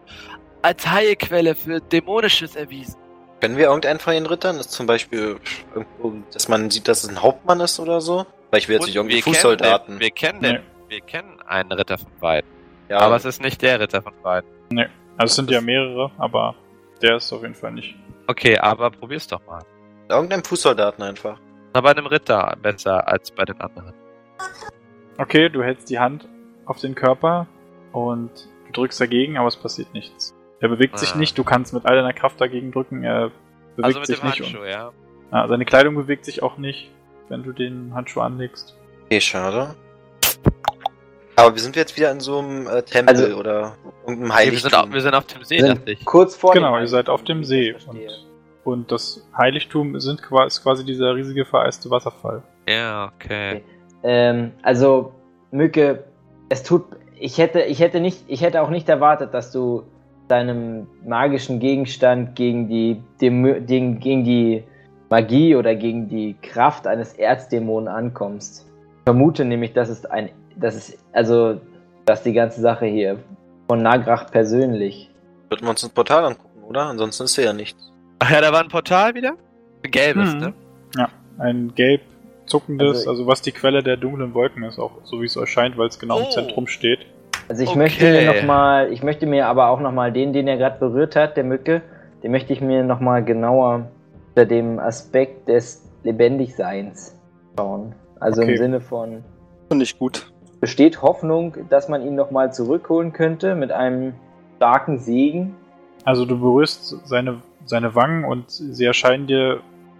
[SPEAKER 5] als Heilquelle für Dämonisches erwiesen.
[SPEAKER 2] Kennen wir irgendeinen von den Rittern? Ist zum Beispiel, irgendwo, dass man sieht, dass es ein Hauptmann ist oder so? Weil ich will jetzt
[SPEAKER 6] und
[SPEAKER 2] nicht irgendwie
[SPEAKER 6] wir kennen
[SPEAKER 2] um Fußsoldaten.
[SPEAKER 6] den- Wir kennen den, wir kennen einen Ritter von beiden.
[SPEAKER 2] ja,
[SPEAKER 6] Aber es ist nicht der Ritter von beiden.
[SPEAKER 1] Also, es sind ja mehrere, aber der ist auf jeden Fall nicht.
[SPEAKER 6] Okay, aber probier's doch mal.
[SPEAKER 2] irgendein Fußsoldaten einfach.
[SPEAKER 6] Na, bei einem Ritter besser als bei den anderen.
[SPEAKER 1] Okay, du hältst die Hand auf den Körper und du drückst dagegen, aber es passiert nichts. Er bewegt sich
[SPEAKER 6] Ah.
[SPEAKER 1] nicht, du kannst mit all deiner Kraft dagegen drücken, er bewegt
[SPEAKER 6] Also mit
[SPEAKER 1] sich
[SPEAKER 6] dem
[SPEAKER 1] nicht. um.
[SPEAKER 6] Handschuh, ja.
[SPEAKER 1] Und, ja, seine Kleidung bewegt sich auch nicht, wenn du den Handschuh anlegst.
[SPEAKER 2] Okay, schade. Aber wir sind jetzt wieder in so einem äh, Tempel
[SPEAKER 3] Also-
[SPEAKER 2] oder irgendeinem
[SPEAKER 6] Nee, wir, sind auf,
[SPEAKER 2] Heiligtum.
[SPEAKER 6] wir sind auf dem See,
[SPEAKER 3] Sind
[SPEAKER 6] dachte ich.
[SPEAKER 3] Kurz vor
[SPEAKER 1] Genau,
[SPEAKER 3] dem
[SPEAKER 1] ihr seid
[SPEAKER 3] Eingang,
[SPEAKER 1] auf dem
[SPEAKER 3] wenn ich
[SPEAKER 1] See
[SPEAKER 3] das
[SPEAKER 1] und,
[SPEAKER 3] verstehe.
[SPEAKER 1] und das Heiligtum sind, qua- ist quasi dieser riesige vereiste Wasserfall.
[SPEAKER 6] Ja, okay.
[SPEAKER 3] Ähm, also, Mücke, es tut. Ich hätte, ich hätte nicht, ich hätte auch nicht erwartet, dass du deinem magischen Gegenstand gegen die, dem, gegen, gegen die Magie oder gegen die Kraft eines Erzdämonen ankommst. Ich vermute nämlich, dass es ein, dass es, also, dass die ganze Sache hier von Nagrach persönlich.
[SPEAKER 2] Sollten wir uns das Portal angucken, oder? Ansonsten ist er ja nichts.
[SPEAKER 6] Ach ja, da war ein Portal wieder? Ein gelbes,
[SPEAKER 1] Mhm.
[SPEAKER 6] ne?
[SPEAKER 1] Ein gelb zuckendes, also,
[SPEAKER 3] Also-
[SPEAKER 1] was die Quelle der dunklen Wolken ist, auch so wie es euch scheint, weil es genau im
[SPEAKER 6] Oh.
[SPEAKER 1] Zentrum steht.
[SPEAKER 3] Also ich
[SPEAKER 6] Okay.
[SPEAKER 3] möchte mir noch mal, ich möchte mir aber auch noch mal den, den er gerade berührt hat, der Mücke, den möchte ich mir noch mal genauer unter dem Aspekt des Lebendigseins schauen. Also
[SPEAKER 1] Okay.
[SPEAKER 3] im Sinne von
[SPEAKER 4] Nicht gut.
[SPEAKER 3] besteht Hoffnung, dass man ihn noch mal zurückholen könnte mit einem starken Segen.
[SPEAKER 1] Also du berührst seine, seine Wangen und sie erscheinen dir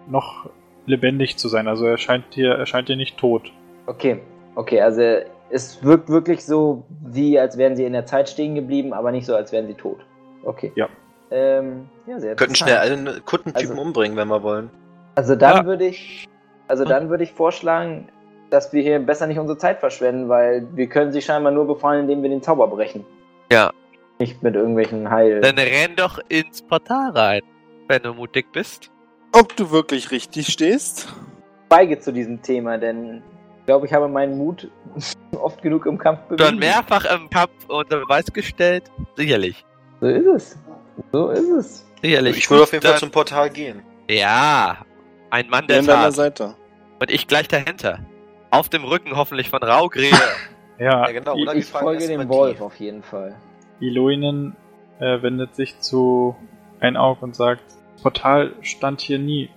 [SPEAKER 1] noch lebendig zu sein. Also er scheint dir, er scheint dir nicht tot.
[SPEAKER 3] Okay, okay, also es wirkt wirklich so, wie als wären sie in der Zeit stehen geblieben, aber nicht so, als wären sie tot. Okay.
[SPEAKER 1] Ja.
[SPEAKER 3] Ähm, ja, sehr
[SPEAKER 2] Wir könnten
[SPEAKER 3] interessant.
[SPEAKER 2] schnell alle ne, Kuttentypen
[SPEAKER 3] Also-
[SPEAKER 2] umbringen, wenn wir wollen.
[SPEAKER 3] Also dann
[SPEAKER 6] Ja.
[SPEAKER 3] würde ich, also dann würde ich vorschlagen, dass wir hier besser nicht unsere Zeit verschwenden, weil wir können sie scheinbar nur befallen, indem wir den Zauber brechen.
[SPEAKER 6] Ja.
[SPEAKER 3] Nicht mit irgendwelchen Heil.
[SPEAKER 6] Dann renn doch ins Portal rein, wenn du mutig bist.
[SPEAKER 4] Ob du wirklich richtig stehst?
[SPEAKER 3] Feige zu diesem Thema, denn ich glaube, ich habe meinen Mut [LAUGHS] oft genug im Kampf bewiesen.
[SPEAKER 6] Schon mehrfach im Kampf unter Beweis gestellt. Sicherlich.
[SPEAKER 3] So ist es. So ist es.
[SPEAKER 6] Sicherlich.
[SPEAKER 2] Ich würde auf jeden Fall
[SPEAKER 6] Dann-
[SPEAKER 2] zum Portal gehen.
[SPEAKER 6] Ja. Ein Mann der
[SPEAKER 4] Wer an deiner
[SPEAKER 6] Tat.
[SPEAKER 4] Seite.
[SPEAKER 6] Und ich gleich dahinter. Auf dem Rücken hoffentlich von Raugrehe.
[SPEAKER 2] [LAUGHS]
[SPEAKER 1] Ja,
[SPEAKER 2] Ja, genau,
[SPEAKER 1] I-
[SPEAKER 2] oder?
[SPEAKER 3] Ich
[SPEAKER 2] fragen
[SPEAKER 3] folge
[SPEAKER 2] erst mal
[SPEAKER 3] dem
[SPEAKER 2] die.
[SPEAKER 3] Wolf auf jeden Fall.
[SPEAKER 1] Iloinen äh, wendet sich zu Einaug und sagt, Portal stand hier nie.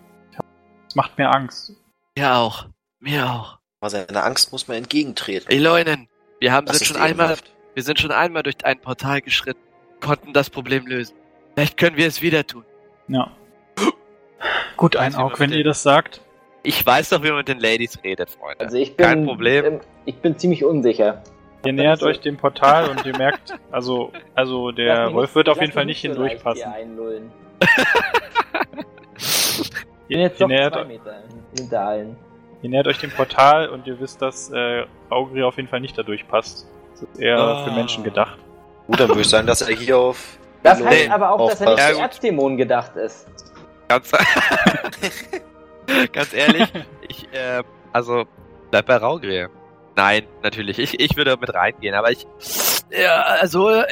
[SPEAKER 1] Es macht mir Angst.
[SPEAKER 5] Ja auch, mir auch.
[SPEAKER 2] Aber seiner Angst muss man entgegentreten.
[SPEAKER 5] Eloinen, wir haben
[SPEAKER 2] Das
[SPEAKER 5] sind
[SPEAKER 2] ist
[SPEAKER 5] schon einmal,
[SPEAKER 2] ehrenhaft.
[SPEAKER 5] wir sind schon einmal durch ein Portal geschritten, konnten das Problem lösen. Vielleicht können wir es wieder tun.
[SPEAKER 1] Ja. Gut, ein
[SPEAKER 6] Weiß, wie man
[SPEAKER 1] Auge, wenn
[SPEAKER 6] mit
[SPEAKER 1] ihr das sagt.
[SPEAKER 6] Ich weiß doch, wie man mit den Ladies redet, Freunde.
[SPEAKER 3] Also ich bin,
[SPEAKER 6] Kein Problem.
[SPEAKER 3] Ähm, ich bin ziemlich unsicher.
[SPEAKER 1] Ihr nähert euch dem Portal und ihr
[SPEAKER 2] [LAUGHS]
[SPEAKER 1] merkt, also, also
[SPEAKER 3] Lass
[SPEAKER 1] der
[SPEAKER 3] mich
[SPEAKER 1] Wolf wird auf
[SPEAKER 3] lass
[SPEAKER 1] jeden Fall
[SPEAKER 3] mich
[SPEAKER 1] nicht
[SPEAKER 3] so leicht hier
[SPEAKER 1] hindurchpassen.
[SPEAKER 3] einlullen. Ich
[SPEAKER 1] Ihr,
[SPEAKER 3] bin jetzt
[SPEAKER 1] ihr,
[SPEAKER 3] doch zwei
[SPEAKER 1] nähert,
[SPEAKER 3] Meter hinter allen.
[SPEAKER 1] ihr nähert euch dem Portal und ihr wisst, dass äh, Augri auf jeden Fall nicht dadurch passt. Das ist eher
[SPEAKER 6] Ah.
[SPEAKER 1] für Menschen gedacht.
[SPEAKER 2] Gut, dann würde ich sagen, dass er hier auf.
[SPEAKER 3] Das
[SPEAKER 2] Nee,
[SPEAKER 3] heißt aber auch, dass er nicht
[SPEAKER 2] aufpasst.
[SPEAKER 3] für
[SPEAKER 6] Ja, gut.
[SPEAKER 3] Erzdämonen gedacht ist.
[SPEAKER 6] Ganz, [LAUGHS] ganz ehrlich, ich, äh, also, bleib bei Raugrier. Nein, natürlich, ich, ich würde mit reingehen, aber ich,
[SPEAKER 5] Ja, also, äh,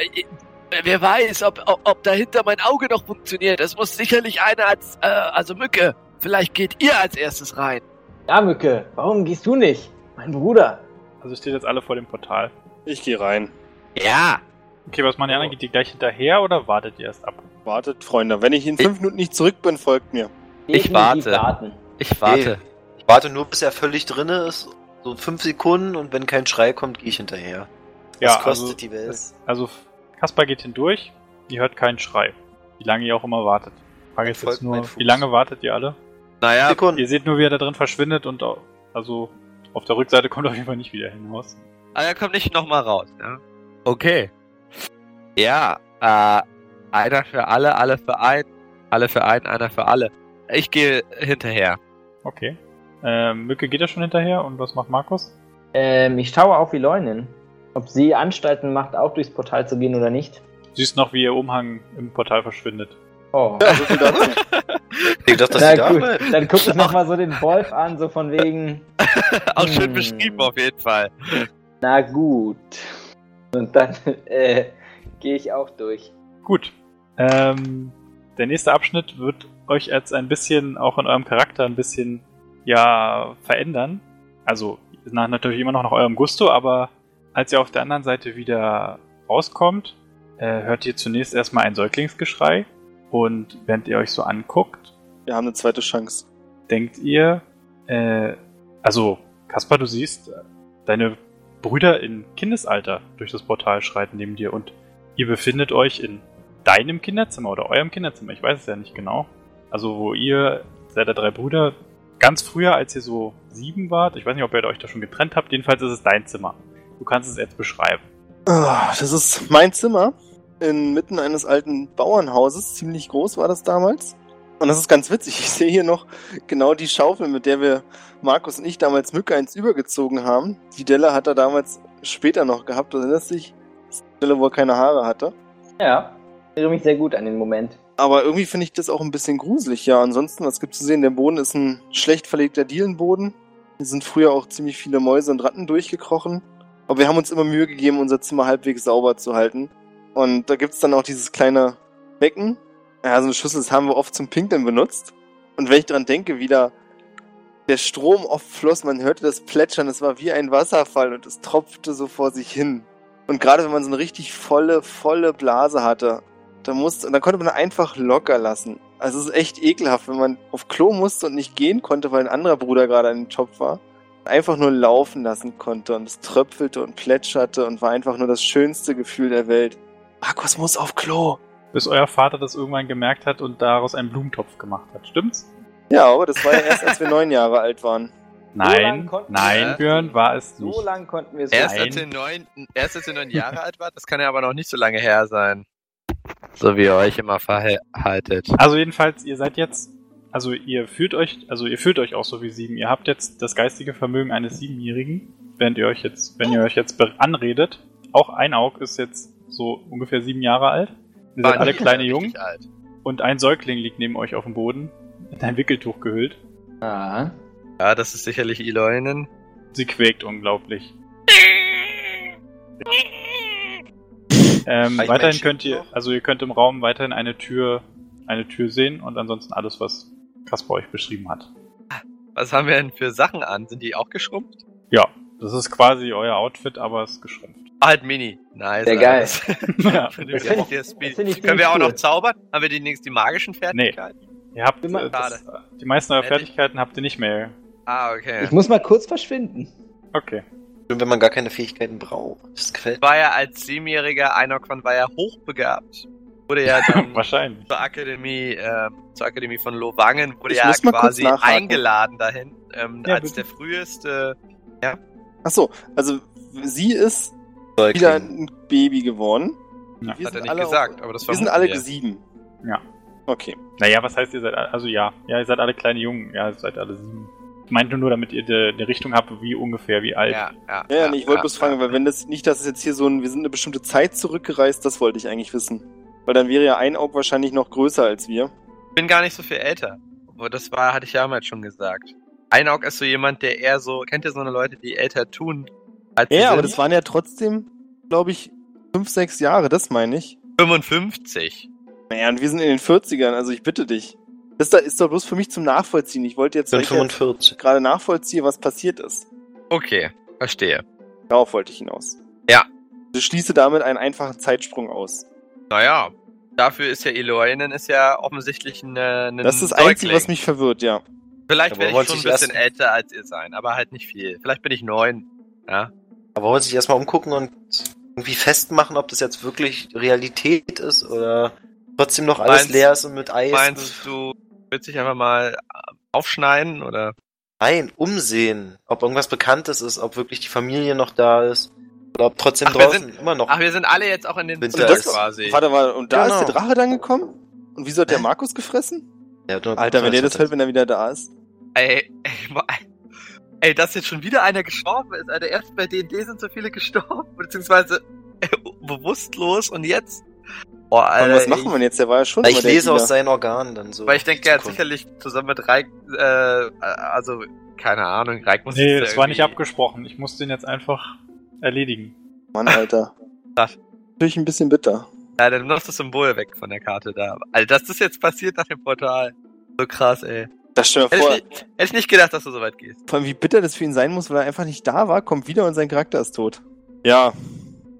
[SPEAKER 5] wer weiß, ob, ob, ob dahinter mein Auge noch funktioniert. Es muss sicherlich einer als, äh, also Mücke. Vielleicht geht ihr als erstes rein.
[SPEAKER 3] Ja, Mücke, warum gehst du nicht? Mein Bruder.
[SPEAKER 1] Also steht jetzt alle vor dem Portal.
[SPEAKER 4] Ich gehe rein.
[SPEAKER 6] ja,
[SPEAKER 1] Okay, was machen die anderen? Geht ihr gleich hinterher oder wartet ihr erst ab?
[SPEAKER 4] Wartet, Freunde. Wenn ich in fünf Minuten nicht zurück bin, folgt mir.
[SPEAKER 6] Ich
[SPEAKER 3] Definitiv
[SPEAKER 6] warte.
[SPEAKER 3] warten.
[SPEAKER 6] ich warte.
[SPEAKER 2] Ich warte nur, bis er völlig drinne ist. So fünf Sekunden und wenn kein Schrei kommt, gehe ich hinterher.
[SPEAKER 1] Ja,
[SPEAKER 2] das kostet
[SPEAKER 1] also,
[SPEAKER 2] die Welt.
[SPEAKER 1] es- also Kaspar geht hindurch, ihr hört keinen Schrei. Wie lange ihr auch immer wartet. Frage ist
[SPEAKER 2] Folgt
[SPEAKER 1] jetzt nur,
[SPEAKER 2] mein Fuß.
[SPEAKER 1] wie lange wartet ihr alle?
[SPEAKER 6] Naja,
[SPEAKER 2] Sekunden.
[SPEAKER 1] Ihr seht nur, wie er da drin verschwindet und au- also auf der Rückseite kommt er auf jeden Fall nicht wieder hinaus.
[SPEAKER 6] aber er kommt nicht nochmal raus, ne? Okay. Ja, äh, einer für alle, alle für einen, alle für einen, einer für alle. Ich gehe hinterher. [LAUGHS]
[SPEAKER 1] Okay. Ähm, Mücke geht ja schon hinterher und was macht Markus?
[SPEAKER 3] Ähm, ich schaue auf die Leunen. Ob sie Anstalten macht, auch durchs Portal zu gehen oder nicht.
[SPEAKER 1] Siehst noch, wie ihr Umhang im Portal verschwindet.
[SPEAKER 6] [LAUGHS]
[SPEAKER 3] Oh.
[SPEAKER 4] Ja, so viel dazu.
[SPEAKER 2] Ich dachte, dass
[SPEAKER 3] Na
[SPEAKER 2] die da
[SPEAKER 3] gut.
[SPEAKER 2] bleibt.
[SPEAKER 3] Dann guck
[SPEAKER 6] [LAUGHS]
[SPEAKER 3] ich nochmal so den Wolf an, so von wegen.
[SPEAKER 6] Auch schön
[SPEAKER 3] Hm.
[SPEAKER 6] beschrieben auf jeden Fall.
[SPEAKER 3] Na gut. Und dann [LAUGHS] äh, gehe ich auch durch.
[SPEAKER 1] Gut. Ähm, der nächste Abschnitt wird euch als ein bisschen, auch in eurem Charakter ein bisschen, ja, verändern. Also, na, natürlich immer noch nach eurem Gusto, aber als ihr auf der anderen Seite wieder rauskommt, äh, hört ihr zunächst erstmal ein Säuglingsgeschrei. Und während ihr euch so anguckt,
[SPEAKER 4] Wir haben eine zweite Chance.
[SPEAKER 1] denkt ihr, äh, also, Kaspar, du siehst, deine Brüder in Kindesalter durch das Portal schreiten neben dir und ihr befindet euch in deinem Kinderzimmer oder eurem Kinderzimmer, ich weiß es ja nicht genau. Also, wo ihr, seid ihr drei Brüder, ganz früher, als ihr so sieben wart, ich weiß nicht, ob ihr euch da schon getrennt habt, jedenfalls ist es dein Zimmer. Du kannst es jetzt beschreiben.
[SPEAKER 4] Ah, Das ist mein Zimmer. Inmitten eines alten Bauernhauses. Ziemlich groß war das damals. Und das ist ganz witzig. Ich sehe hier noch genau die Schaufel, mit der wir Markus und ich damals Mücke eins übergezogen haben. Die Delle hat er damals später noch gehabt. Du erinnerst dich? Das ist die Delle, wo er keine Haare hatte.
[SPEAKER 3] Ja. Ich erinnere mich sehr gut an den Moment.
[SPEAKER 4] Aber irgendwie finde ich das auch ein bisschen gruselig, ja. Ansonsten, was gibt's zu sehen? Der Boden ist ein schlecht verlegter Dielenboden. Hier sind früher auch ziemlich viele Mäuse und Ratten durchgekrochen. Aber wir haben uns immer Mühe gegeben, unser Zimmer halbwegs sauber zu halten. Und da gibt's dann auch dieses kleine Becken. Ja, so eine Schüssel, das haben wir oft zum Pinkeln benutzt. Und wenn ich dran denke, wie da der Strom oft floss, man hörte das Plätschern, es war wie ein Wasserfall und es tropfte so vor sich hin. Und gerade wenn man so eine richtig volle, volle Blase hatte, da musste, da konnte man einfach locker lassen. Also es ist echt ekelhaft, wenn man auf Klo musste und nicht gehen konnte, weil ein anderer Bruder gerade an dem Job war. Einfach nur laufen lassen konnte und es tröpfelte und plätscherte und war einfach nur das schönste Gefühl der Welt. Markus muss auf Klo.
[SPEAKER 1] Bis euer Vater das irgendwann gemerkt hat und daraus einen Blumentopf gemacht hat. Stimmt's?
[SPEAKER 4] Ja, aber das war ja erst, als wir neun Jahre alt waren.
[SPEAKER 1] Nein,
[SPEAKER 3] lang konnten
[SPEAKER 1] nein,
[SPEAKER 6] wir-
[SPEAKER 1] Björn, war es nicht.
[SPEAKER 3] So lange konnten wir es
[SPEAKER 6] Erst
[SPEAKER 1] Nein.
[SPEAKER 6] als, er neun, erst als er neun Jahre alt war, das kann ja aber noch nicht so lange her sein. So wie ihr euch immer verhaltet.
[SPEAKER 1] Also jedenfalls, ihr seid jetzt, also ihr fühlt euch, also ihr fühlt euch auch so wie sieben. Ihr habt jetzt das geistige Vermögen eines Siebenjährigen, während ihr euch jetzt, wenn ihr euch jetzt be- anredet, auch ein Aug ist jetzt so ungefähr sieben Jahre alt. Ihr seid alle
[SPEAKER 2] [LAUGHS]
[SPEAKER 1] kleine Jungen
[SPEAKER 6] Alt.
[SPEAKER 1] und ein Säugling liegt neben euch auf dem Boden, in ein Wickeltuch gehüllt.
[SPEAKER 3] Ah.
[SPEAKER 6] Ja, das ist sicherlich Eloinen.
[SPEAKER 1] Sie quäkt unglaublich. Ähm,
[SPEAKER 2] Kann ich
[SPEAKER 1] weiterhin
[SPEAKER 2] meinen
[SPEAKER 1] könnt
[SPEAKER 2] Schild
[SPEAKER 1] ihr,
[SPEAKER 2] noch?
[SPEAKER 1] also ihr könnt im Raum weiterhin eine Tür, eine Tür sehen und ansonsten alles, was Kaspar euch beschrieben hat.
[SPEAKER 6] Was haben wir denn für Sachen an? Sind die auch geschrumpft?
[SPEAKER 1] Ja, das ist quasi euer Outfit, aber es ist [LAUGHS] geschrumpft.
[SPEAKER 6] Ah, Halt Mini. Nice.
[SPEAKER 3] Sehr geil.
[SPEAKER 6] [LAUGHS]
[SPEAKER 1] ja.
[SPEAKER 3] Das
[SPEAKER 6] Das
[SPEAKER 3] find ich- das find ich
[SPEAKER 6] Können wir auch
[SPEAKER 3] ziemlich
[SPEAKER 6] noch
[SPEAKER 3] cool.
[SPEAKER 6] zaubern? Haben wir die, die magischen Fertigkeiten?
[SPEAKER 1] Ihr habt
[SPEAKER 3] Immer-
[SPEAKER 1] äh, das, die meisten eurer
[SPEAKER 6] Fertig.
[SPEAKER 1] Fertigkeiten habt ihr nicht mehr
[SPEAKER 6] Ah, okay.
[SPEAKER 3] Ich muss mal kurz verschwinden.
[SPEAKER 1] Okay.
[SPEAKER 2] Schön, wenn man gar keine Fähigkeiten braucht. Das gefällt mir.
[SPEAKER 6] War ja als siebenjähriger Einhorn war ja hochbegabt.
[SPEAKER 1] [LAUGHS]
[SPEAKER 6] Wurde ja dann
[SPEAKER 1] Wahrscheinlich.
[SPEAKER 6] zur Akademie, ähm, zur Akademie von Lowangen wurde
[SPEAKER 4] Ich
[SPEAKER 6] ja
[SPEAKER 4] muss mal kurz
[SPEAKER 6] quasi
[SPEAKER 4] nachhaken.
[SPEAKER 6] eingeladen dahin. Ähm,
[SPEAKER 1] Ja,
[SPEAKER 6] als
[SPEAKER 1] bitte.
[SPEAKER 6] der früheste.
[SPEAKER 4] Achso, also sie ist
[SPEAKER 2] Soll
[SPEAKER 4] wieder
[SPEAKER 2] klingen.
[SPEAKER 4] ein Baby geworden.
[SPEAKER 1] Ja.
[SPEAKER 4] Wir
[SPEAKER 6] hat er
[SPEAKER 4] sind
[SPEAKER 6] nicht
[SPEAKER 4] alle
[SPEAKER 6] gesagt,
[SPEAKER 4] auf-
[SPEAKER 6] aber das
[SPEAKER 4] Wir sind
[SPEAKER 6] vermuten
[SPEAKER 4] alle
[SPEAKER 6] wir.
[SPEAKER 4] gesieben.
[SPEAKER 1] Ja.
[SPEAKER 4] Okay.
[SPEAKER 1] Naja, was heißt ihr seid, alle- also ja, ja, ihr seid alle kleine Jungen, ja, ihr seid alle sieben. Ich meinte nur, damit ihr eine Richtung habt, wie ungefähr, wie alt.
[SPEAKER 6] Ja, ja.
[SPEAKER 4] Ja, ja, nee, ich wollte bloß
[SPEAKER 6] ja.
[SPEAKER 4] fragen, weil wenn das nicht, dass es jetzt hier so ein, wir sind eine bestimmte Zeit zurückgereist, das wollte ich eigentlich wissen. Weil dann wäre ja ein Auge wahrscheinlich noch größer als wir.
[SPEAKER 6] Ich bin gar nicht so viel älter. Aber das war, hatte ich ja damals schon gesagt. Einaug ist so jemand, der eher so, kennt ihr so eine Leute, die älter tun? Als sie
[SPEAKER 4] Ja, aber
[SPEAKER 6] sind?
[SPEAKER 4] das waren ja trotzdem, glaube ich, fünf, sechs Jahre, das meine ich.
[SPEAKER 6] 55.
[SPEAKER 4] Naja, und wir sind in den 40ern, also ich bitte dich. Das da ist doch bloß für mich zum Nachvollziehen. Ich wollte jetzt, weil
[SPEAKER 2] Sind
[SPEAKER 4] ich ja
[SPEAKER 2] 45.
[SPEAKER 4] gerade nachvollziehe, was passiert ist.
[SPEAKER 6] Okay, verstehe.
[SPEAKER 4] Darauf wollte ich hinaus.
[SPEAKER 6] Ja.
[SPEAKER 4] Also schließe damit einen einfachen Zeitsprung aus.
[SPEAKER 6] Naja, dafür ist ja Eloinen ist ja offensichtlich eine, eine
[SPEAKER 4] Das ist das
[SPEAKER 6] Säugling.
[SPEAKER 4] Einzige, was mich verwirrt, ja.
[SPEAKER 6] Vielleicht
[SPEAKER 2] Aber
[SPEAKER 6] werde ich
[SPEAKER 2] wollte
[SPEAKER 6] schon ein
[SPEAKER 2] ich
[SPEAKER 6] bisschen
[SPEAKER 2] erst-
[SPEAKER 6] älter als ihr sein, aber halt nicht viel. Vielleicht bin ich neun. Ja.
[SPEAKER 2] Aber wollen wir sich erstmal umgucken und irgendwie festmachen, ob das jetzt wirklich Realität ist oder trotzdem noch alles
[SPEAKER 6] Meinst-
[SPEAKER 2] leer ist und mit Eis.
[SPEAKER 6] Meinst du, willst dich einfach mal äh, aufschneiden oder?
[SPEAKER 2] Nein, umsehen, ob irgendwas Bekanntes ist, ob wirklich die Familie noch da ist oder ob trotzdem
[SPEAKER 6] Ach, wir
[SPEAKER 2] draußen immer noch.
[SPEAKER 6] Ach, wir sind alle jetzt auch in den
[SPEAKER 2] Winter
[SPEAKER 6] Zug
[SPEAKER 2] ist-
[SPEAKER 6] quasi.
[SPEAKER 4] Warte mal, und da
[SPEAKER 2] Genau.
[SPEAKER 4] ist der Drache dann gekommen? Und wieso hat der Markus gefressen?
[SPEAKER 2] Ja, du-
[SPEAKER 4] Alter, wenn der das halt hört, wenn er wieder da ist.
[SPEAKER 6] Ey, ey, boah, ey. ey, dass jetzt schon wieder einer gestorben ist, Alter. Erst bei D&D sind so viele gestorben, [LAUGHS] beziehungsweise äh, bewusstlos und jetzt. Boah,
[SPEAKER 4] Aber
[SPEAKER 6] Alter.
[SPEAKER 4] was machen wir denn jetzt? Der war ja schon
[SPEAKER 2] Na, ich
[SPEAKER 4] immer der
[SPEAKER 2] lese
[SPEAKER 4] Dealer.
[SPEAKER 2] aus seinen Organen dann so.
[SPEAKER 6] Weil ich denke, er hat
[SPEAKER 2] Zukunft.
[SPEAKER 6] sicherlich zusammen mit Reik, äh, also, keine Ahnung, Reik muss
[SPEAKER 1] Nee,
[SPEAKER 6] jetzt
[SPEAKER 1] das
[SPEAKER 6] ja
[SPEAKER 1] war nicht
[SPEAKER 6] irgendwie-
[SPEAKER 1] abgesprochen. Ich musste ihn jetzt einfach erledigen.
[SPEAKER 4] Mann, Alter.
[SPEAKER 6] Das.
[SPEAKER 4] Natürlich ein bisschen bitter.
[SPEAKER 6] Ja, dann nimmst du das Symbol weg von der Karte da. Also, dass das jetzt passiert nach dem Portal. So krass, ey.
[SPEAKER 4] Das stell dir
[SPEAKER 6] Hätte
[SPEAKER 4] vor,
[SPEAKER 6] ich, nicht, hätte ich nicht gedacht, dass du so weit gehst.
[SPEAKER 4] vor allem wie bitter das für ihn sein muss, weil er einfach nicht da war, kommt wieder und sein Charakter ist tot. Ja,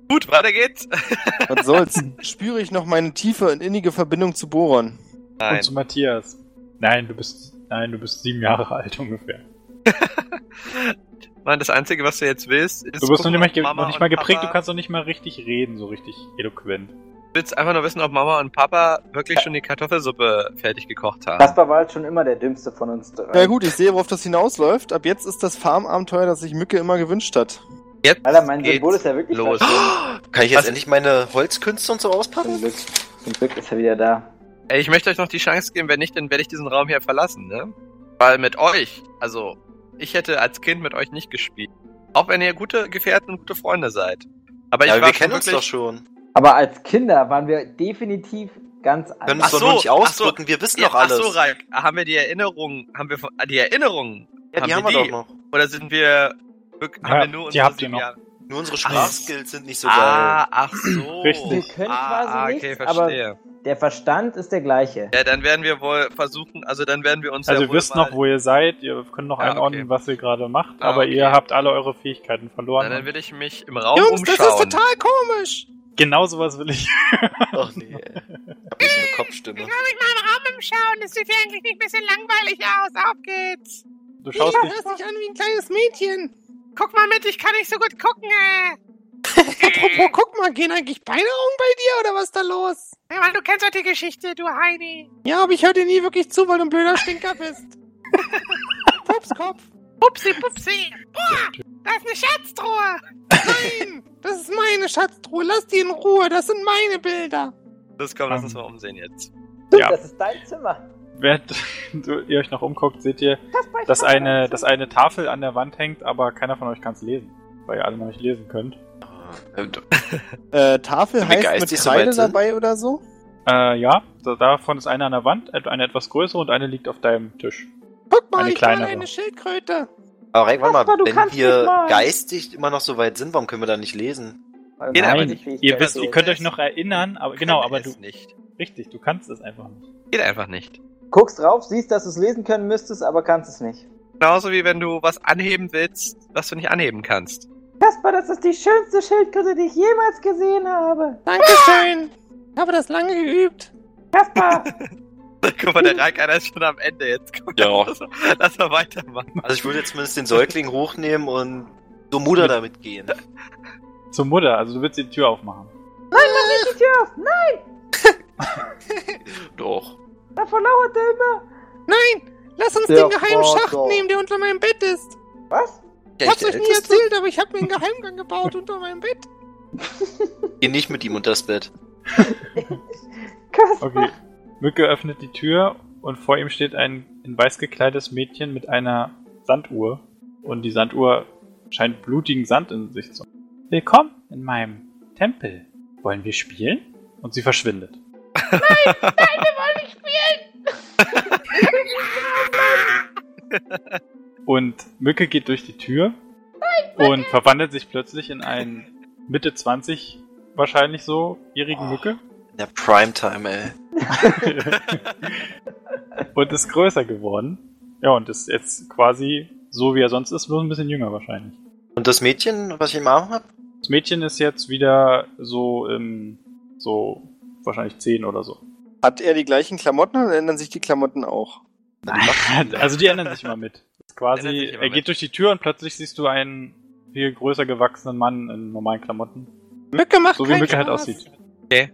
[SPEAKER 6] Gut, weiter geht's. [LAUGHS]
[SPEAKER 4] was soll's. Spüre ich noch meine tiefe und innige Verbindung zu Boron.
[SPEAKER 1] Und zu Matthias. Nein, du bist, nein, du bist sieben Jahre [LAUGHS] alt ungefähr.
[SPEAKER 6] Mann, das Einzige, was du jetzt willst, ist.
[SPEAKER 1] Du bist noch nicht, mal, ge-
[SPEAKER 6] Mama
[SPEAKER 1] noch nicht mal
[SPEAKER 6] und
[SPEAKER 1] geprägt,
[SPEAKER 6] Papa-
[SPEAKER 1] du kannst noch nicht mal richtig reden, so richtig eloquent.
[SPEAKER 6] Du willst einfach nur wissen, ob Mama und Papa wirklich schon die Kartoffelsuppe fertig gekocht haben.
[SPEAKER 3] Kaspar war halt schon immer der dümmste von uns drei.
[SPEAKER 4] Na gut, ich sehe, worauf das hinausläuft. Ab jetzt ist das Farmabenteuer, das sich Mücke immer gewünscht hat.
[SPEAKER 6] Jetzt
[SPEAKER 3] Alter, mein
[SPEAKER 6] geht's
[SPEAKER 3] Symbol ist ja wirklich
[SPEAKER 6] los. [GASPS]
[SPEAKER 3] verschwunden.
[SPEAKER 2] Kann ich jetzt
[SPEAKER 6] Was-
[SPEAKER 2] endlich meine Holzkünste und so
[SPEAKER 3] Zum
[SPEAKER 2] auspacken?
[SPEAKER 3] Glück. Zum Glück ist er wieder da.
[SPEAKER 6] Ey, ich möchte euch noch die Chance geben, wenn nicht, dann werde ich diesen Raum hier verlassen, ne? Weil mit euch, also, ich hätte als Kind mit euch nicht gespielt. Auch wenn ihr gute Gefährten und gute Freunde seid. Aber ich
[SPEAKER 2] Ja, aber
[SPEAKER 6] war
[SPEAKER 2] wir
[SPEAKER 6] schon
[SPEAKER 2] kennen uns
[SPEAKER 6] wirklich-
[SPEAKER 2] doch schon.
[SPEAKER 3] Aber als Kinder waren wir definitiv ganz
[SPEAKER 2] Können
[SPEAKER 3] anders.
[SPEAKER 2] uns
[SPEAKER 6] Ach
[SPEAKER 2] doch
[SPEAKER 6] so,
[SPEAKER 2] nur nicht
[SPEAKER 6] ach so.
[SPEAKER 2] ausdrücken, wir wissen
[SPEAKER 6] Ja,
[SPEAKER 2] doch alles.
[SPEAKER 6] Ach so, Raik, haben wir die Erinnerungen, haben wir von, ah, die Erinnerungen,
[SPEAKER 2] ja, die
[SPEAKER 6] haben
[SPEAKER 2] haben
[SPEAKER 6] wir
[SPEAKER 2] wir
[SPEAKER 6] die.
[SPEAKER 2] doch noch.
[SPEAKER 6] oder sind wir, wirk-
[SPEAKER 1] Ja,
[SPEAKER 6] haben wir nur
[SPEAKER 1] die
[SPEAKER 6] unsere
[SPEAKER 1] habt ihr
[SPEAKER 6] sieben
[SPEAKER 1] noch.
[SPEAKER 6] Jahre?
[SPEAKER 2] Nur unsere
[SPEAKER 6] Ach so.
[SPEAKER 2] Sprachskills sind nicht so
[SPEAKER 6] ah, ach so.
[SPEAKER 1] Richtig.
[SPEAKER 3] Wir können
[SPEAKER 6] ah,
[SPEAKER 3] quasi
[SPEAKER 6] ah, okay,
[SPEAKER 3] nichts, aber-
[SPEAKER 6] verstehe.
[SPEAKER 3] Der Verstand ist der gleiche.
[SPEAKER 6] Ja, dann werden wir wohl versuchen, also dann werden wir uns
[SPEAKER 1] Also
[SPEAKER 6] ja
[SPEAKER 1] ihr
[SPEAKER 6] wohl
[SPEAKER 1] wisst
[SPEAKER 6] mal,
[SPEAKER 1] noch, wo ihr seid, ihr könnt noch
[SPEAKER 6] Ja,
[SPEAKER 1] einordnen,
[SPEAKER 6] Ah, okay.
[SPEAKER 1] was ihr gerade macht,
[SPEAKER 6] Ah,
[SPEAKER 1] aber
[SPEAKER 6] okay.
[SPEAKER 1] ihr habt alle eure Fähigkeiten verloren.
[SPEAKER 6] Na, dann
[SPEAKER 1] Und
[SPEAKER 6] will ich mich im Raum
[SPEAKER 4] Jungs,
[SPEAKER 6] umschauen.
[SPEAKER 4] das ist total komisch.
[SPEAKER 1] genau sowas will ich. [LAUGHS]
[SPEAKER 2] geil. Ach nee. ey. Ich hab nicht so eine Kopfstimme.
[SPEAKER 9] mich mal im Raum umschauen. Das sieht ja eigentlich nicht ein bisschen langweilig aus. Auf geht's.
[SPEAKER 1] Du schaust dich,
[SPEAKER 8] Hörst dich an wie ein kleines Mädchen.
[SPEAKER 9] Guck mal mit, ich kann nicht so gut gucken. Äh.
[SPEAKER 8] Apropos, guck mal, gehen eigentlich beide Augen bei dir oder was ist da los?
[SPEAKER 9] Ja, Mann, du kennst doch die Geschichte, du Heini.
[SPEAKER 8] Ja, aber ich höre dir nie wirklich zu, weil du ein blöder Stinker bist. Pupskopf.
[SPEAKER 9] Pupsi, pupsi. Boah, da ist eine Schatztruhe.
[SPEAKER 8] Nein, das ist meine Schatztruhe. Lass die in Ruhe. Das sind meine Bilder.
[SPEAKER 6] Das komm, lass uns
[SPEAKER 1] Ähm.
[SPEAKER 6] mal umsehen jetzt.
[SPEAKER 1] Ja.
[SPEAKER 3] Das ist dein Zimmer.
[SPEAKER 1] während [LAUGHS] du- ihr euch noch umguckt, seht ihr, dass eine, dass eine Tafel an der Wand hängt, aber keiner von euch kann es lesen, weil ihr alle noch nicht lesen könnt.
[SPEAKER 2] Äh, d-
[SPEAKER 4] Äh, Tafel
[SPEAKER 2] Wie
[SPEAKER 4] heißt mit
[SPEAKER 2] geistig so weit
[SPEAKER 4] Kreide
[SPEAKER 2] sind?
[SPEAKER 4] dabei oder so?
[SPEAKER 1] Äh, ja, da- davon ist eine an der Wand, et- eine etwas größere und eine liegt auf deinem Tisch.
[SPEAKER 8] Guck mal,
[SPEAKER 1] Eine
[SPEAKER 8] ich male
[SPEAKER 1] kleinere.
[SPEAKER 8] eine Schildkröte.
[SPEAKER 2] Aber Reik, warte
[SPEAKER 3] Kaspar,
[SPEAKER 2] mal,
[SPEAKER 3] du
[SPEAKER 2] wenn
[SPEAKER 3] kannst nicht
[SPEAKER 2] wir
[SPEAKER 3] malen.
[SPEAKER 2] geistig immer noch so weit sind, warum können wir da nicht lesen?
[SPEAKER 3] Weil
[SPEAKER 6] Geht
[SPEAKER 3] wir
[SPEAKER 6] aber
[SPEAKER 3] haben Oh die
[SPEAKER 6] nicht.
[SPEAKER 1] Ihr
[SPEAKER 3] Fähigkeit
[SPEAKER 1] wisst,
[SPEAKER 3] dazu.
[SPEAKER 1] ihr könnt euch noch erinnern, aber genau,
[SPEAKER 6] Kann
[SPEAKER 1] aber
[SPEAKER 6] es
[SPEAKER 1] du,
[SPEAKER 6] nicht.
[SPEAKER 1] richtig, du kannst es einfach nicht.
[SPEAKER 6] Geht einfach nicht.
[SPEAKER 3] Guckst drauf, siehst, dass du es lesen können müsstest, aber kannst es nicht.
[SPEAKER 6] Genauso wie wenn du was anheben willst, was du nicht anheben kannst. [LAUGHS]
[SPEAKER 3] Kaspar, das ist die schönste Schildkröte, die ich jemals gesehen habe.
[SPEAKER 8] Dankeschön. Ich habe das lange geübt.
[SPEAKER 3] Kaspar,
[SPEAKER 6] Guck mal, der Reikaner ist schon am Ende jetzt. Guck,
[SPEAKER 10] Ja.
[SPEAKER 6] [LAUGHS] Lass, lass mal weitermachen.
[SPEAKER 2] Also ich würde jetzt zumindest den
[SPEAKER 3] [LAUGHS]
[SPEAKER 2] Säugling hochnehmen und so Mutter damit gehen.
[SPEAKER 1] Zur Mutter, also du willst die Tür aufmachen.
[SPEAKER 3] Die Tür auf! Nein,
[SPEAKER 10] Doch.
[SPEAKER 3] davor lauert er immer!
[SPEAKER 8] Nein, lass uns
[SPEAKER 3] Der
[SPEAKER 8] den geheimen
[SPEAKER 1] oh
[SPEAKER 3] Vater.
[SPEAKER 8] Schacht nehmen, der unter meinem Bett ist.
[SPEAKER 3] Was?
[SPEAKER 8] Ich hab's euch nie erzählt, aber ich hab mir einen Geheimgang gebaut unter meinem Bett.
[SPEAKER 2] Geh nicht mit ihm unters Bett.
[SPEAKER 3] Kaspar!
[SPEAKER 1] Okay. Mücke öffnet die Tür und vor ihm steht ein in weiß gekleidetes Mädchen mit einer Sanduhr. Und die Sanduhr scheint blutigen Sand in sich zu haben. Willkommen in meinem Tempel. Wollen wir spielen? Und sie verschwindet. Und Mücke geht durch die Tür und verwandelt sich plötzlich in einen Mitte 20 wahrscheinlich so jährigen
[SPEAKER 2] Oh.
[SPEAKER 1] Mücke.
[SPEAKER 2] In der Primetime, ey.
[SPEAKER 1] und ist größer geworden. Ja, und ist jetzt quasi so, wie er sonst ist, nur ein bisschen jünger wahrscheinlich.
[SPEAKER 2] Und das Mädchen, was ich im Arm hab?
[SPEAKER 1] Das Mädchen ist jetzt wieder so im, so wahrscheinlich 10 oder
[SPEAKER 6] [LAUGHS]
[SPEAKER 1] so.
[SPEAKER 4] Hat er die gleichen Klamotten oder ändern sich die Klamotten auch?
[SPEAKER 1] also die ändern sich immer mit. Ist
[SPEAKER 6] Ändern
[SPEAKER 1] Quasi,
[SPEAKER 6] sich
[SPEAKER 1] er
[SPEAKER 6] immer
[SPEAKER 1] geht
[SPEAKER 6] mit.
[SPEAKER 1] durch die Tür und plötzlich siehst du einen viel größer gewachsenen Mann in normalen Klamotten.
[SPEAKER 8] Mücke macht
[SPEAKER 1] So wie
[SPEAKER 8] keinen
[SPEAKER 1] Mücke halt
[SPEAKER 8] Spaß.
[SPEAKER 1] aussieht.
[SPEAKER 6] Ich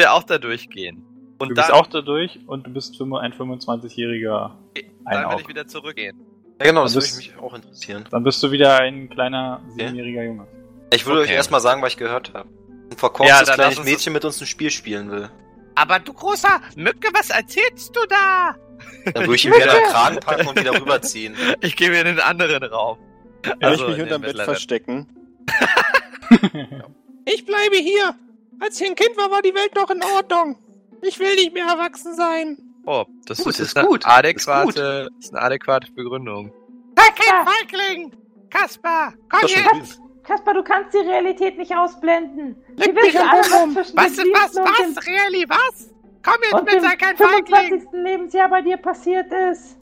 [SPEAKER 6] will auch da durchgehen. Und
[SPEAKER 1] Du
[SPEAKER 6] dann,
[SPEAKER 1] bist auch dadurch und du bist fünf- ein 25-jähriger ein
[SPEAKER 6] dann will ich
[SPEAKER 1] Auge.
[SPEAKER 6] wieder zurückgehen.
[SPEAKER 2] Ja genau,
[SPEAKER 1] das
[SPEAKER 2] das würde
[SPEAKER 1] ist-
[SPEAKER 2] mich auch interessieren.
[SPEAKER 1] Dann bist du wieder ein kleiner siebenjähriger Junge.
[SPEAKER 2] Ich würde
[SPEAKER 6] Okay.
[SPEAKER 2] euch erstmal sagen, was ich gehört habe. Ein verkorkstes
[SPEAKER 6] Ja, dann lass
[SPEAKER 2] kleines
[SPEAKER 6] uns-
[SPEAKER 2] Mädchen mit uns ein Spiel spielen [LAUGHS] will.
[SPEAKER 9] Aber du großer Mücke, was erzählst du da?
[SPEAKER 2] Dann würde ich ihn wieder in den Kragen packen und wieder [LAUGHS] rüberziehen.
[SPEAKER 6] Ich gehe mir in den anderen Raum.
[SPEAKER 4] Kann
[SPEAKER 6] Also,
[SPEAKER 4] ich mich
[SPEAKER 6] in den
[SPEAKER 4] unterm Bett
[SPEAKER 6] mittleren.
[SPEAKER 4] verstecken?
[SPEAKER 8] Ich bleibe hier. Als ich ein Kind war, war die Welt noch in Ordnung. Ich will nicht mehr erwachsen sein.
[SPEAKER 6] Oh, das
[SPEAKER 2] Gut,
[SPEAKER 6] ist,
[SPEAKER 2] ist
[SPEAKER 6] eine
[SPEAKER 2] gut, ist
[SPEAKER 6] adäquate, ist eine adäquate Begründung.
[SPEAKER 9] Sei kein Feigling! Kaspar, komm jetzt!
[SPEAKER 11] Kaspar, du kannst die Realität nicht ausblenden.
[SPEAKER 8] Leck
[SPEAKER 11] Wir wissen
[SPEAKER 8] mich am
[SPEAKER 11] alle, was
[SPEAKER 8] Bum.
[SPEAKER 11] zwischen
[SPEAKER 9] Was,
[SPEAKER 11] dem
[SPEAKER 9] was,
[SPEAKER 11] 7. und
[SPEAKER 9] was, Really, was? Komm
[SPEAKER 11] dem,
[SPEAKER 9] jetzt
[SPEAKER 11] und
[SPEAKER 9] mit, sei
[SPEAKER 11] dem
[SPEAKER 9] kein Feigling!
[SPEAKER 11] 25. Lebensjahr bei dir passiert
[SPEAKER 9] [LAUGHS]
[SPEAKER 11] ist.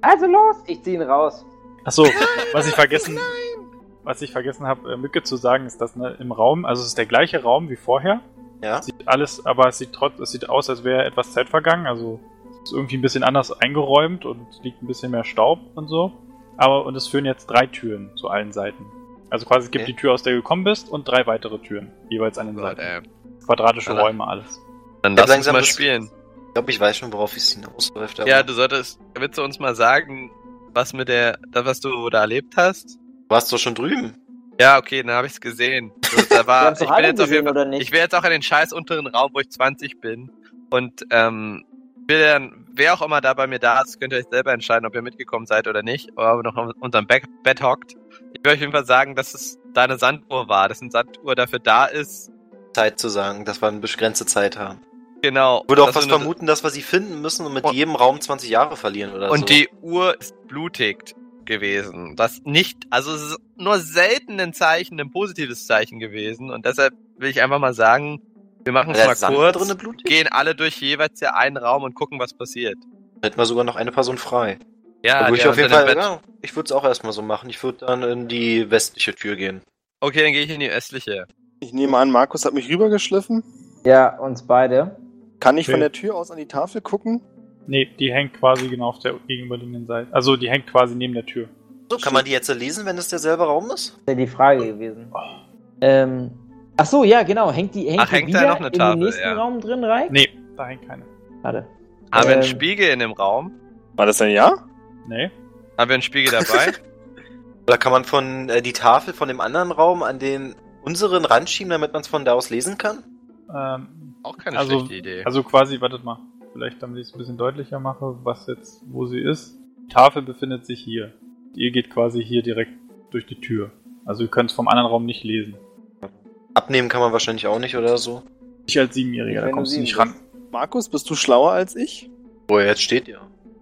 [SPEAKER 3] Also los! Ich zieh ihn raus.
[SPEAKER 1] Achso, was ich vergessen, was ich vergessen habe, Mücke zu sagen, ist, dass ne, im Raum, also es ist der gleiche Raum wie vorher.
[SPEAKER 2] Ja.
[SPEAKER 1] Sieht alles, aber es sieht trotz, es sieht aus, als wäre etwas Zeit vergangen. Also es ist irgendwie ein bisschen anders eingeräumt und liegt ein bisschen mehr Staub und so. Aber und es führen jetzt drei Türen zu allen Seiten. Also quasi es gibt
[SPEAKER 2] Okay.
[SPEAKER 1] die Tür, aus der du gekommen bist, und drei weitere Türen jeweils an den
[SPEAKER 6] Gott,
[SPEAKER 1] Seiten.
[SPEAKER 6] ey.
[SPEAKER 1] Quadratische
[SPEAKER 6] Ja.
[SPEAKER 1] Räume alles.
[SPEAKER 6] Dann
[SPEAKER 2] Ja,
[SPEAKER 6] lass uns
[SPEAKER 2] langsam
[SPEAKER 6] mal
[SPEAKER 2] das-
[SPEAKER 6] spielen.
[SPEAKER 2] Ich glaube, ich weiß schon, worauf es hinausläuft. aber
[SPEAKER 6] Ja, du solltest, willst du uns mal sagen, was mit der, das, was du da erlebt hast?
[SPEAKER 2] du warst doch schon drüben.
[SPEAKER 6] Ja, okay, dann habe ich es gesehen.
[SPEAKER 2] [LAUGHS]
[SPEAKER 6] So, da
[SPEAKER 3] Wir
[SPEAKER 6] war,
[SPEAKER 3] haben's
[SPEAKER 6] ich
[SPEAKER 3] doch
[SPEAKER 6] bin
[SPEAKER 3] alle
[SPEAKER 6] jetzt auf jeden
[SPEAKER 3] gesehen,
[SPEAKER 6] Fall,
[SPEAKER 3] oder nicht?
[SPEAKER 6] ich will jetzt auch in den scheiß unteren Raum, wo ich 20 bin. Und ähm, ich will dann, wer auch immer da bei mir da ist, könnt ihr euch selber entscheiden, ob ihr mitgekommen seid oder nicht, oder ob ihr noch auf unserem Back Bett hockt. Ich will auf jeden Fall sagen, dass es deine Sanduhr war, dass eine Sanduhr dafür da ist.
[SPEAKER 2] Zeit zu sagen, dass wir eine begrenzte Zeit haben.
[SPEAKER 6] Genau.
[SPEAKER 2] Ich würde auch
[SPEAKER 6] Dass
[SPEAKER 2] was
[SPEAKER 6] du eine-
[SPEAKER 2] vermuten, dass wir sie finden müssen und mit
[SPEAKER 6] Und-
[SPEAKER 2] jedem Raum 20 Jahre verlieren oder so.
[SPEAKER 6] Und die Uhr ist blutig gewesen. Das nicht, also es ist nur selten ein Zeichen, ein positives Zeichen gewesen. Und deshalb will ich einfach mal sagen, wir machen
[SPEAKER 2] War
[SPEAKER 6] es
[SPEAKER 2] der
[SPEAKER 6] mal
[SPEAKER 2] Sand
[SPEAKER 6] kurz,
[SPEAKER 2] drinne blutig?
[SPEAKER 6] gehen alle durch jeweils ja einen Raum und gucken, was passiert.
[SPEAKER 2] Hätten wir sogar noch eine Person frei.
[SPEAKER 6] Ja,
[SPEAKER 2] da würde ich
[SPEAKER 6] der
[SPEAKER 2] auf jeden
[SPEAKER 6] unter
[SPEAKER 2] Fall.
[SPEAKER 6] dem Bett-
[SPEAKER 2] Ja, ich würde es auch erstmal so machen. Ich würde dann in die westliche Tür gehen.
[SPEAKER 6] Okay, dann gehe ich in die östliche.
[SPEAKER 4] Ich nehme an, Markus hat mich rübergeschliffen.
[SPEAKER 3] Ja, uns beide.
[SPEAKER 4] Kann ich
[SPEAKER 1] Okay.
[SPEAKER 4] von der Tür aus an die Tafel gucken?
[SPEAKER 1] Nee, die hängt quasi genau auf der gegenüberliegenden Seite. Also die hängt quasi neben der Tür.
[SPEAKER 2] So, kann man die jetzt lesen, wenn es derselbe Raum ist?
[SPEAKER 3] Das wäre die Frage gewesen. Ähm. Ach so, ja, genau. Hängt die, hängt
[SPEAKER 6] Ach,
[SPEAKER 3] die
[SPEAKER 6] hängt da
[SPEAKER 3] wieder
[SPEAKER 6] noch eine
[SPEAKER 3] in
[SPEAKER 6] Tafel,
[SPEAKER 3] den nächsten
[SPEAKER 6] ja.
[SPEAKER 3] Raum drin rein?
[SPEAKER 1] Nee, da hängt keine.
[SPEAKER 3] Warte.
[SPEAKER 6] Haben
[SPEAKER 3] Ähm.
[SPEAKER 6] wir einen Spiegel in dem Raum?
[SPEAKER 4] War das ein Ja?
[SPEAKER 1] Nee.
[SPEAKER 6] Haben wir einen Spiegel dabei?
[SPEAKER 2] Oder kann man von äh, die Tafel von dem anderen Raum an den unseren Rand schieben, damit man es von da aus lesen kann?
[SPEAKER 1] Ähm,
[SPEAKER 6] Auch keine
[SPEAKER 1] Also-
[SPEAKER 6] schlechte Idee.
[SPEAKER 1] Also quasi, wartet mal, vielleicht damit ich es ein bisschen deutlicher mache, was jetzt, wo sie ist. Die Tafel befindet sich hier. Ihr geht quasi hier direkt durch die Tür. Also ihr könnt es vom anderen Raum nicht lesen.
[SPEAKER 2] Abnehmen kann man wahrscheinlich auch nicht oder so.
[SPEAKER 1] Ich als Siebenjähriger, da
[SPEAKER 3] Wenn du
[SPEAKER 1] kommst du
[SPEAKER 3] sieben
[SPEAKER 1] nicht ran.
[SPEAKER 4] Markus, bist du schlauer als ich?
[SPEAKER 2] Boah, jetzt steht ihr.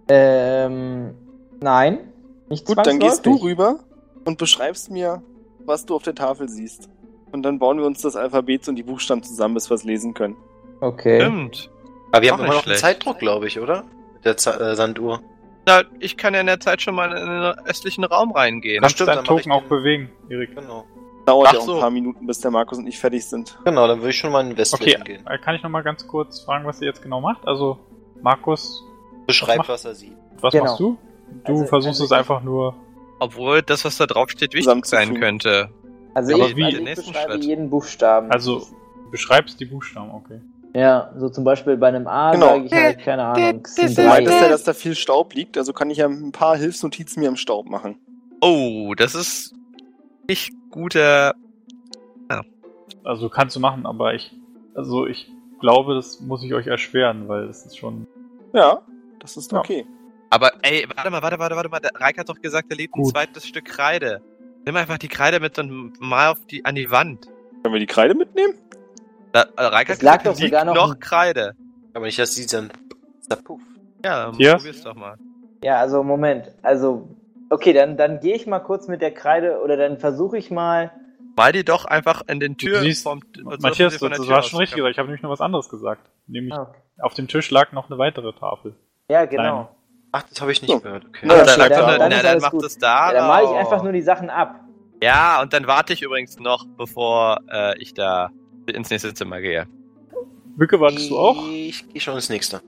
[SPEAKER 3] Ähm. Nein. Nicht
[SPEAKER 4] Gut, dann gehst du
[SPEAKER 3] zwangsläufig.
[SPEAKER 4] rüber und beschreibst mir, was du auf der Tafel siehst. Und dann bauen wir uns das Alphabet und die Buchstaben zusammen, bis wir es lesen können.
[SPEAKER 3] Okay.
[SPEAKER 6] Stimmt.
[SPEAKER 2] Aber wir
[SPEAKER 6] Auch
[SPEAKER 2] haben immer noch
[SPEAKER 6] nicht schlecht.
[SPEAKER 2] einen Zeitdruck, glaube ich, oder? Mit der Ze äh, Sanduhr.
[SPEAKER 6] Na, ich kann ja in der Zeit schon mal in den östlichen Raum reingehen.
[SPEAKER 1] Kannst
[SPEAKER 2] stimmt,
[SPEAKER 1] deinen
[SPEAKER 2] dann mach ich
[SPEAKER 1] Token auch
[SPEAKER 2] den-
[SPEAKER 1] bewegen, Erik.
[SPEAKER 2] Genau.
[SPEAKER 4] Dauert
[SPEAKER 1] Ach
[SPEAKER 4] ja auch
[SPEAKER 1] so.
[SPEAKER 4] ein paar Minuten, bis der Markus und ich fertig sind.
[SPEAKER 2] Genau, dann würde ich schon mal in Westwind
[SPEAKER 1] Okay,
[SPEAKER 2] gehen.
[SPEAKER 1] äh, kann ich nochmal ganz kurz fragen, was ihr jetzt genau macht? Also, Markus,
[SPEAKER 2] Beschreibt,
[SPEAKER 1] mach-
[SPEAKER 2] was er sieht.
[SPEAKER 1] was
[SPEAKER 3] Genau.
[SPEAKER 1] machst du? Du
[SPEAKER 3] Also,
[SPEAKER 1] versuchst
[SPEAKER 3] also
[SPEAKER 1] es
[SPEAKER 3] ich-
[SPEAKER 1] einfach nur.
[SPEAKER 6] Obwohl das, was da drauf steht, wichtig sein
[SPEAKER 4] Zusammenzufügen.
[SPEAKER 6] könnte.
[SPEAKER 3] Also
[SPEAKER 1] Aber
[SPEAKER 3] ich,
[SPEAKER 1] wie?
[SPEAKER 3] also
[SPEAKER 6] Den
[SPEAKER 3] ich
[SPEAKER 6] nächsten
[SPEAKER 3] beschreibe
[SPEAKER 6] Schritt.
[SPEAKER 3] jeden Buchstaben.
[SPEAKER 1] Also, du beschreibst die Buchstaben, okay.
[SPEAKER 3] ja, so zum Beispiel bei einem A
[SPEAKER 4] Genau.
[SPEAKER 3] sage ich halt, keine Ahnung, es sind
[SPEAKER 9] das
[SPEAKER 4] Du
[SPEAKER 9] ist-
[SPEAKER 3] drei.
[SPEAKER 4] meintest ja, dass da viel Staub liegt, also kann ich ja ein paar Hilfsnotizen mir im Staub machen.
[SPEAKER 6] Oh, das ist nicht guter.
[SPEAKER 1] Also, kannst du machen, aber ich. Also, ich glaube, das muss ich euch erschweren, weil das ist schon.
[SPEAKER 4] Ja, das ist
[SPEAKER 1] Ja.
[SPEAKER 4] okay.
[SPEAKER 6] Aber ey, warte mal, warte, warte, warte mal. Der Reik hat doch gesagt, er lebt ein
[SPEAKER 1] Gut.
[SPEAKER 6] zweites Stück Kreide. Nimm einfach die Kreide mit und mal auf die, an die Wand.
[SPEAKER 4] Können wir die Kreide mitnehmen?
[SPEAKER 6] Da, äh, Reik
[SPEAKER 3] Es
[SPEAKER 6] hat
[SPEAKER 3] lag
[SPEAKER 6] gesagt,
[SPEAKER 3] doch
[SPEAKER 6] liegt
[SPEAKER 3] sogar noch
[SPEAKER 6] noch
[SPEAKER 3] ein-
[SPEAKER 6] Kreide.
[SPEAKER 2] Aber nicht, dass sie dann zerpuff.
[SPEAKER 6] Ja, dann
[SPEAKER 1] Hier?
[SPEAKER 6] probier's doch mal.
[SPEAKER 3] Ja, also Moment. Also, okay, dann, dann gehe ich mal kurz mit der Kreide oder dann versuche ich mal.
[SPEAKER 6] Mal die doch einfach in den
[SPEAKER 1] Du
[SPEAKER 6] Türen
[SPEAKER 1] siehst-
[SPEAKER 6] vom also
[SPEAKER 1] Matthias,
[SPEAKER 6] von
[SPEAKER 1] das, das
[SPEAKER 6] der Tür
[SPEAKER 1] war
[SPEAKER 6] aus.
[SPEAKER 1] schon richtig gesagt. Ich habe nämlich noch was anderes gesagt. Nämlich,
[SPEAKER 3] Ah, okay.
[SPEAKER 1] auf dem Tisch lag noch eine weitere Tafel.
[SPEAKER 3] Ja, genau.
[SPEAKER 2] Ach, das habe ich nicht
[SPEAKER 4] So.
[SPEAKER 2] gehört. Okay.
[SPEAKER 4] Na,
[SPEAKER 6] Na,
[SPEAKER 4] dann
[SPEAKER 6] dann,
[SPEAKER 4] schreibt er
[SPEAKER 6] dann,
[SPEAKER 4] auf.
[SPEAKER 6] dann,
[SPEAKER 3] Dann
[SPEAKER 6] na,
[SPEAKER 3] ist
[SPEAKER 6] dann
[SPEAKER 3] alles
[SPEAKER 6] macht
[SPEAKER 3] gut.
[SPEAKER 6] es da.
[SPEAKER 3] Ja, dann male ich
[SPEAKER 6] drauf.
[SPEAKER 3] einfach nur die Sachen ab.
[SPEAKER 6] Ja, und dann warte ich übrigens noch, bevor äh, ich da ins nächste Zimmer gehe.
[SPEAKER 1] Mücke, wartest du auch?
[SPEAKER 2] Ich gehe schon ins nächste.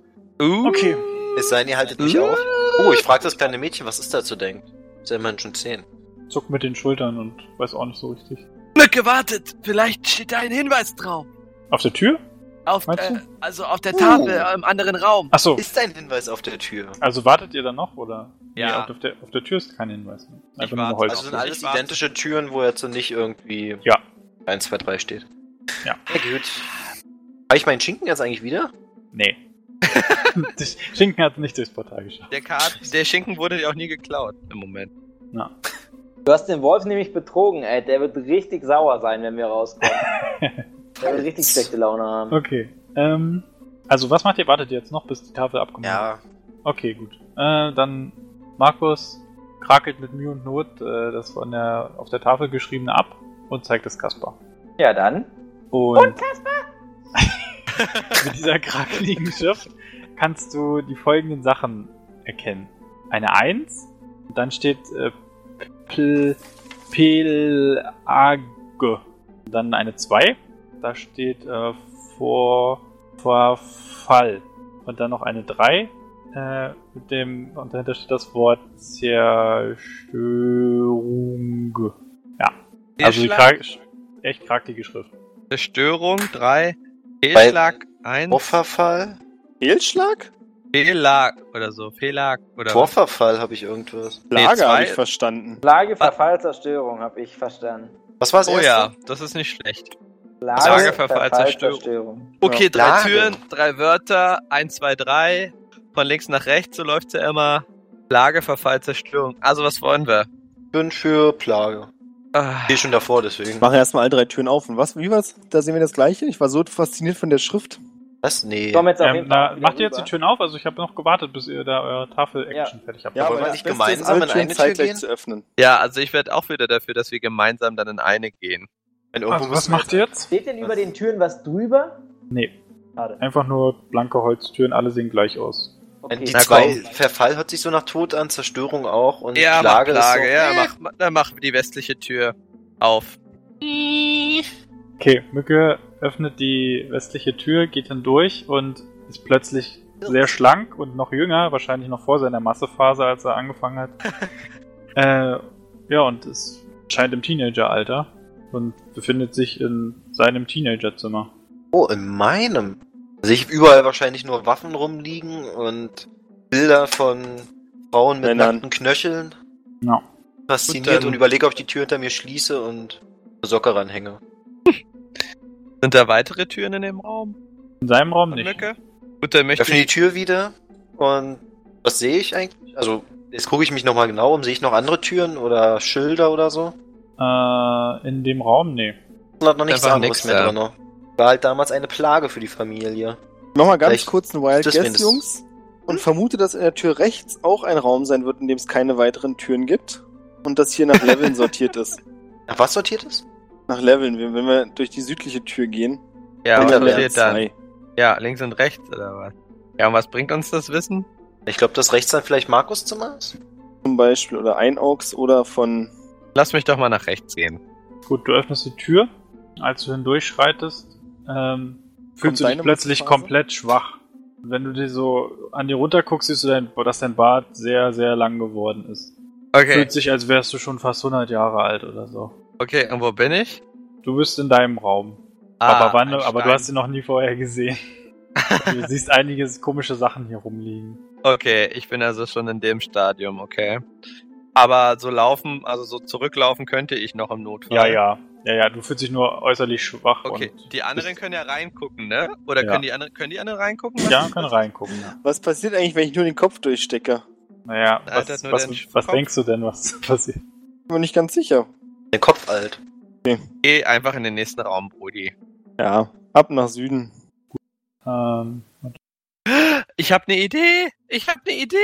[SPEAKER 6] Uh,
[SPEAKER 1] Okay.
[SPEAKER 2] Es sei denn, ihr haltet mich auf. Oh, ich frage das kleine Mädchen, was ist dazu denkt. Ist ja immerhin schon zehn.
[SPEAKER 1] Zuck mit den Schultern und weiß auch nicht so richtig.
[SPEAKER 5] Mücke, wartet! Vielleicht steht da ein Hinweis drauf.
[SPEAKER 1] Auf der Tür?
[SPEAKER 5] Auf,
[SPEAKER 1] Meinst
[SPEAKER 5] äh, also auf der
[SPEAKER 2] Uh.
[SPEAKER 5] Tafel äh, im anderen Raum.
[SPEAKER 1] Achso,
[SPEAKER 2] Ist ein Hinweis auf der Tür.
[SPEAKER 1] also wartet ihr dann noch, oder?
[SPEAKER 6] Ja.
[SPEAKER 1] Nee, auf, der, auf der Tür ist kein Hinweis mehr.
[SPEAKER 6] Ich
[SPEAKER 1] Einfach nur eine
[SPEAKER 6] warte.
[SPEAKER 1] Holz.
[SPEAKER 2] Also sind alles
[SPEAKER 6] Ich warte.
[SPEAKER 2] identische Türen, wo jetzt nicht irgendwie
[SPEAKER 1] Ja.
[SPEAKER 2] 1, 2, 3 steht.
[SPEAKER 1] Ja.
[SPEAKER 2] Na gut. Habe ich meinen Schinken jetzt eigentlich wieder?
[SPEAKER 1] Nee. [LAUGHS] Das Schinken hat nicht durchs Portal geschafft.
[SPEAKER 6] der, Kart, der Schinken wurde ja auch nie geklaut im Moment.
[SPEAKER 3] Du hast den Wolf nämlich betrogen, ey. Der wird richtig sauer sein, wenn wir rauskommen.
[SPEAKER 1] [LAUGHS]
[SPEAKER 3] der wird richtig schlechte Laune haben.
[SPEAKER 1] Okay. Ähm, also was macht ihr? Wartet ihr jetzt noch, bis die Tafel abgemacht
[SPEAKER 2] Ja.
[SPEAKER 1] Okay, gut. Äh, dann Markus krakelt mit Mühe und Not äh, das von der auf der Tafel geschriebene ab und zeigt es Kaspar.
[SPEAKER 3] Ja, dann.
[SPEAKER 1] Und, und Kaspar! mit dieser krakeligen Schrift kannst du die folgenden Sachen erkennen. Eine 1, und dann steht äh, Pel- Pelage. Und Dann eine 2, da steht äh, vor, Verfall. Und dann noch eine 3, äh, mit dem, und dahinter steht das Wort Zerstörung. Also die
[SPEAKER 6] Fehlschlag,
[SPEAKER 1] krak echt krakelige Schrift.
[SPEAKER 6] Zerstörung
[SPEAKER 2] Bei-
[SPEAKER 6] 3, Fehlschlag 1,
[SPEAKER 2] Vorverfall?
[SPEAKER 4] Fehlschlag?
[SPEAKER 6] Fehlag oder so, Fehlag oder
[SPEAKER 2] Vorverfall habe ich irgendwas.
[SPEAKER 6] Nee,
[SPEAKER 4] Lager
[SPEAKER 6] zwei-
[SPEAKER 4] habe ich verstanden.
[SPEAKER 3] Lage, Verfall, Zerstörung, habe ich verstanden.
[SPEAKER 2] Was war das
[SPEAKER 6] Oh
[SPEAKER 2] erste?
[SPEAKER 6] ja, das ist nicht schlecht.
[SPEAKER 3] Lage,
[SPEAKER 6] Lage, Verfall, Zerstörung.
[SPEAKER 3] Zerstörung.
[SPEAKER 6] Okay, drei
[SPEAKER 2] Lage.
[SPEAKER 6] Türen, drei Wörter, 1, 2, 3, von links nach rechts, so läuft's ja immer. Lage, Verfall, Zerstörung. Also was wollen wir?
[SPEAKER 2] Türen für Plage.
[SPEAKER 6] Ah,
[SPEAKER 2] Steht schon davor, deswegen.
[SPEAKER 4] Ich mache erstmal alle drei Türen auf. Und was? Wie war's? Da sehen wir das gleiche. Ich war so fasziniert von der Schrift.
[SPEAKER 2] Was? Nee.
[SPEAKER 3] Ich komm jetzt auf
[SPEAKER 1] Ähm,
[SPEAKER 3] jeden Fall
[SPEAKER 1] na,
[SPEAKER 3] wieder
[SPEAKER 1] macht ihr jetzt die
[SPEAKER 3] rüber.
[SPEAKER 1] Türen auf? Also ich habe noch gewartet, bis ihr da eure Tafel-Action fertig habt. Also,
[SPEAKER 2] Ja,
[SPEAKER 1] Aber
[SPEAKER 2] wollen wir
[SPEAKER 4] das
[SPEAKER 2] nicht
[SPEAKER 4] Beste ist,
[SPEAKER 2] gemeinsam
[SPEAKER 4] alle
[SPEAKER 2] in
[SPEAKER 4] Türen
[SPEAKER 2] eine Tür
[SPEAKER 4] zeitgleich
[SPEAKER 2] gehen?
[SPEAKER 4] zu öffnen.
[SPEAKER 6] Ja, also ich werde auch wieder dafür, dass wir gemeinsam dann in eine gehen.
[SPEAKER 2] Wenn
[SPEAKER 1] was,
[SPEAKER 2] irgendwo
[SPEAKER 1] also, was
[SPEAKER 2] müssen wir
[SPEAKER 1] macht ihr jetzt?
[SPEAKER 3] Steht denn über den Türen was drüber?
[SPEAKER 1] Nee,
[SPEAKER 3] Schade.
[SPEAKER 1] einfach nur blanke Holztüren, alle sehen gleich aus.
[SPEAKER 3] Okay.
[SPEAKER 2] Die
[SPEAKER 6] Na
[SPEAKER 2] zwei,
[SPEAKER 6] komm.
[SPEAKER 2] Verfall hört sich so nach Tod an, Zerstörung auch und
[SPEAKER 6] Ja,
[SPEAKER 2] Plage,
[SPEAKER 6] Plage, Plage
[SPEAKER 2] ist
[SPEAKER 6] ja, mach, ma- dann machen wir die westliche Tür auf.
[SPEAKER 1] Okay, Mücke öffnet die westliche Tür, geht dann durch und ist plötzlich sehr schlank und noch jünger, wahrscheinlich noch vor seiner Massephase, als er angefangen
[SPEAKER 3] [LAUGHS]
[SPEAKER 1] hat. äh, ja, und es scheint im Teenageralter und befindet sich in seinem Teenagerzimmer.
[SPEAKER 2] so. Oh, in meinem. Also ich hab überall wahrscheinlich nur Waffen rumliegen und Bilder von Frauen mit
[SPEAKER 4] Männern.
[SPEAKER 2] nackten Knöcheln.
[SPEAKER 1] Ja.
[SPEAKER 6] Gut,
[SPEAKER 2] Fasziniert
[SPEAKER 6] dann-
[SPEAKER 2] und überlege, ob ich die Tür hinter mir schließe und eine Socke ranhänge.
[SPEAKER 6] Sind da weitere Türen in dem Raum?
[SPEAKER 1] In seinem Raum nicht.
[SPEAKER 6] Mücke? Gut, dann möchte
[SPEAKER 2] Öffne die
[SPEAKER 6] ich.
[SPEAKER 2] Tür wieder und was sehe ich eigentlich? Also, jetzt gucke ich mich nochmal genau um. Sehe ich noch andere Türen oder Schilder oder so?
[SPEAKER 1] Äh, in dem Raum, nee.
[SPEAKER 2] Da hat noch nichts
[SPEAKER 6] war
[SPEAKER 2] anderes
[SPEAKER 6] nix
[SPEAKER 2] mehr
[SPEAKER 6] da.
[SPEAKER 2] drin. War halt damals eine Plage für die Familie.
[SPEAKER 4] Nochmal ganz
[SPEAKER 2] Vielleicht
[SPEAKER 4] kurz ein Wild
[SPEAKER 2] das
[SPEAKER 4] Guess,
[SPEAKER 2] mindestens.
[SPEAKER 4] Jungs. Und vermute, dass in der Tür rechts auch ein Raum sein wird, in dem es keine weiteren Türen gibt. Und das hier nach Leveln [LAUGHS] sortiert ist.
[SPEAKER 2] Nach was sortiert ist?
[SPEAKER 4] Nach Leveln, wenn wenn wir durch die südliche Tür gehen.
[SPEAKER 6] Ja,
[SPEAKER 4] dann
[SPEAKER 6] was
[SPEAKER 2] Hinter mir
[SPEAKER 6] passiert dann?
[SPEAKER 4] zwei.
[SPEAKER 6] Ja, links und rechts oder was? Ja, und was bringt uns das Wissen?
[SPEAKER 2] Ich glaube, das rechts dann vielleicht Markus Zimmer ist.
[SPEAKER 4] Zum Beispiel. Oder Einaugs oder von.
[SPEAKER 6] Lass mich doch mal nach rechts gehen.
[SPEAKER 1] Gut, du öffnest die Tür. Als du hindurchschreitest, ähm, fühlst du dich
[SPEAKER 4] deine
[SPEAKER 1] plötzlich
[SPEAKER 4] Muskelphase?
[SPEAKER 1] komplett schwach. Und wenn du dir so an dir runterguckst, siehst du, dein, dass dein Bart sehr, sehr lang geworden ist.
[SPEAKER 6] Okay,
[SPEAKER 1] Fühlt sich, als wärst du schon fast 100 Jahre alt oder so.
[SPEAKER 6] okay, und wo bin ich?
[SPEAKER 1] Du bist in deinem Raum.
[SPEAKER 6] Ah,
[SPEAKER 1] aber, wann, aber du hast ihn noch nie vorher gesehen.
[SPEAKER 6] [LAUGHS]
[SPEAKER 1] du siehst einige komische Sachen hier rumliegen.
[SPEAKER 6] Okay, ich bin also schon in dem Stadium, okay. Aber so laufen, also so zurücklaufen könnte ich noch im Notfall.
[SPEAKER 1] Ja, ja. Ja, ja, du fühlst dich nur äußerlich schwach.
[SPEAKER 6] Okay,
[SPEAKER 1] Und
[SPEAKER 6] die anderen
[SPEAKER 1] bist-
[SPEAKER 6] können ja reingucken, ne? Oder
[SPEAKER 1] Ja.
[SPEAKER 6] können, die anderen, können die anderen reingucken?
[SPEAKER 1] Ja, können reingucken.
[SPEAKER 4] Was passiert eigentlich, wenn ich nur den Kopf durchstecke?
[SPEAKER 1] Naja,
[SPEAKER 6] Da hat er
[SPEAKER 1] was,
[SPEAKER 6] nur den
[SPEAKER 1] was, was
[SPEAKER 6] Kopf.
[SPEAKER 1] denkst du denn, was [LAUGHS] passiert?
[SPEAKER 4] Bin mir nicht ganz sicher.
[SPEAKER 2] Den Kopf alt.
[SPEAKER 6] Geh einfach in den nächsten Raum, Brudi.
[SPEAKER 4] Ja, ab nach Süden.
[SPEAKER 1] Ähm,
[SPEAKER 6] Ich hab ne Idee! Ich hab ne Idee!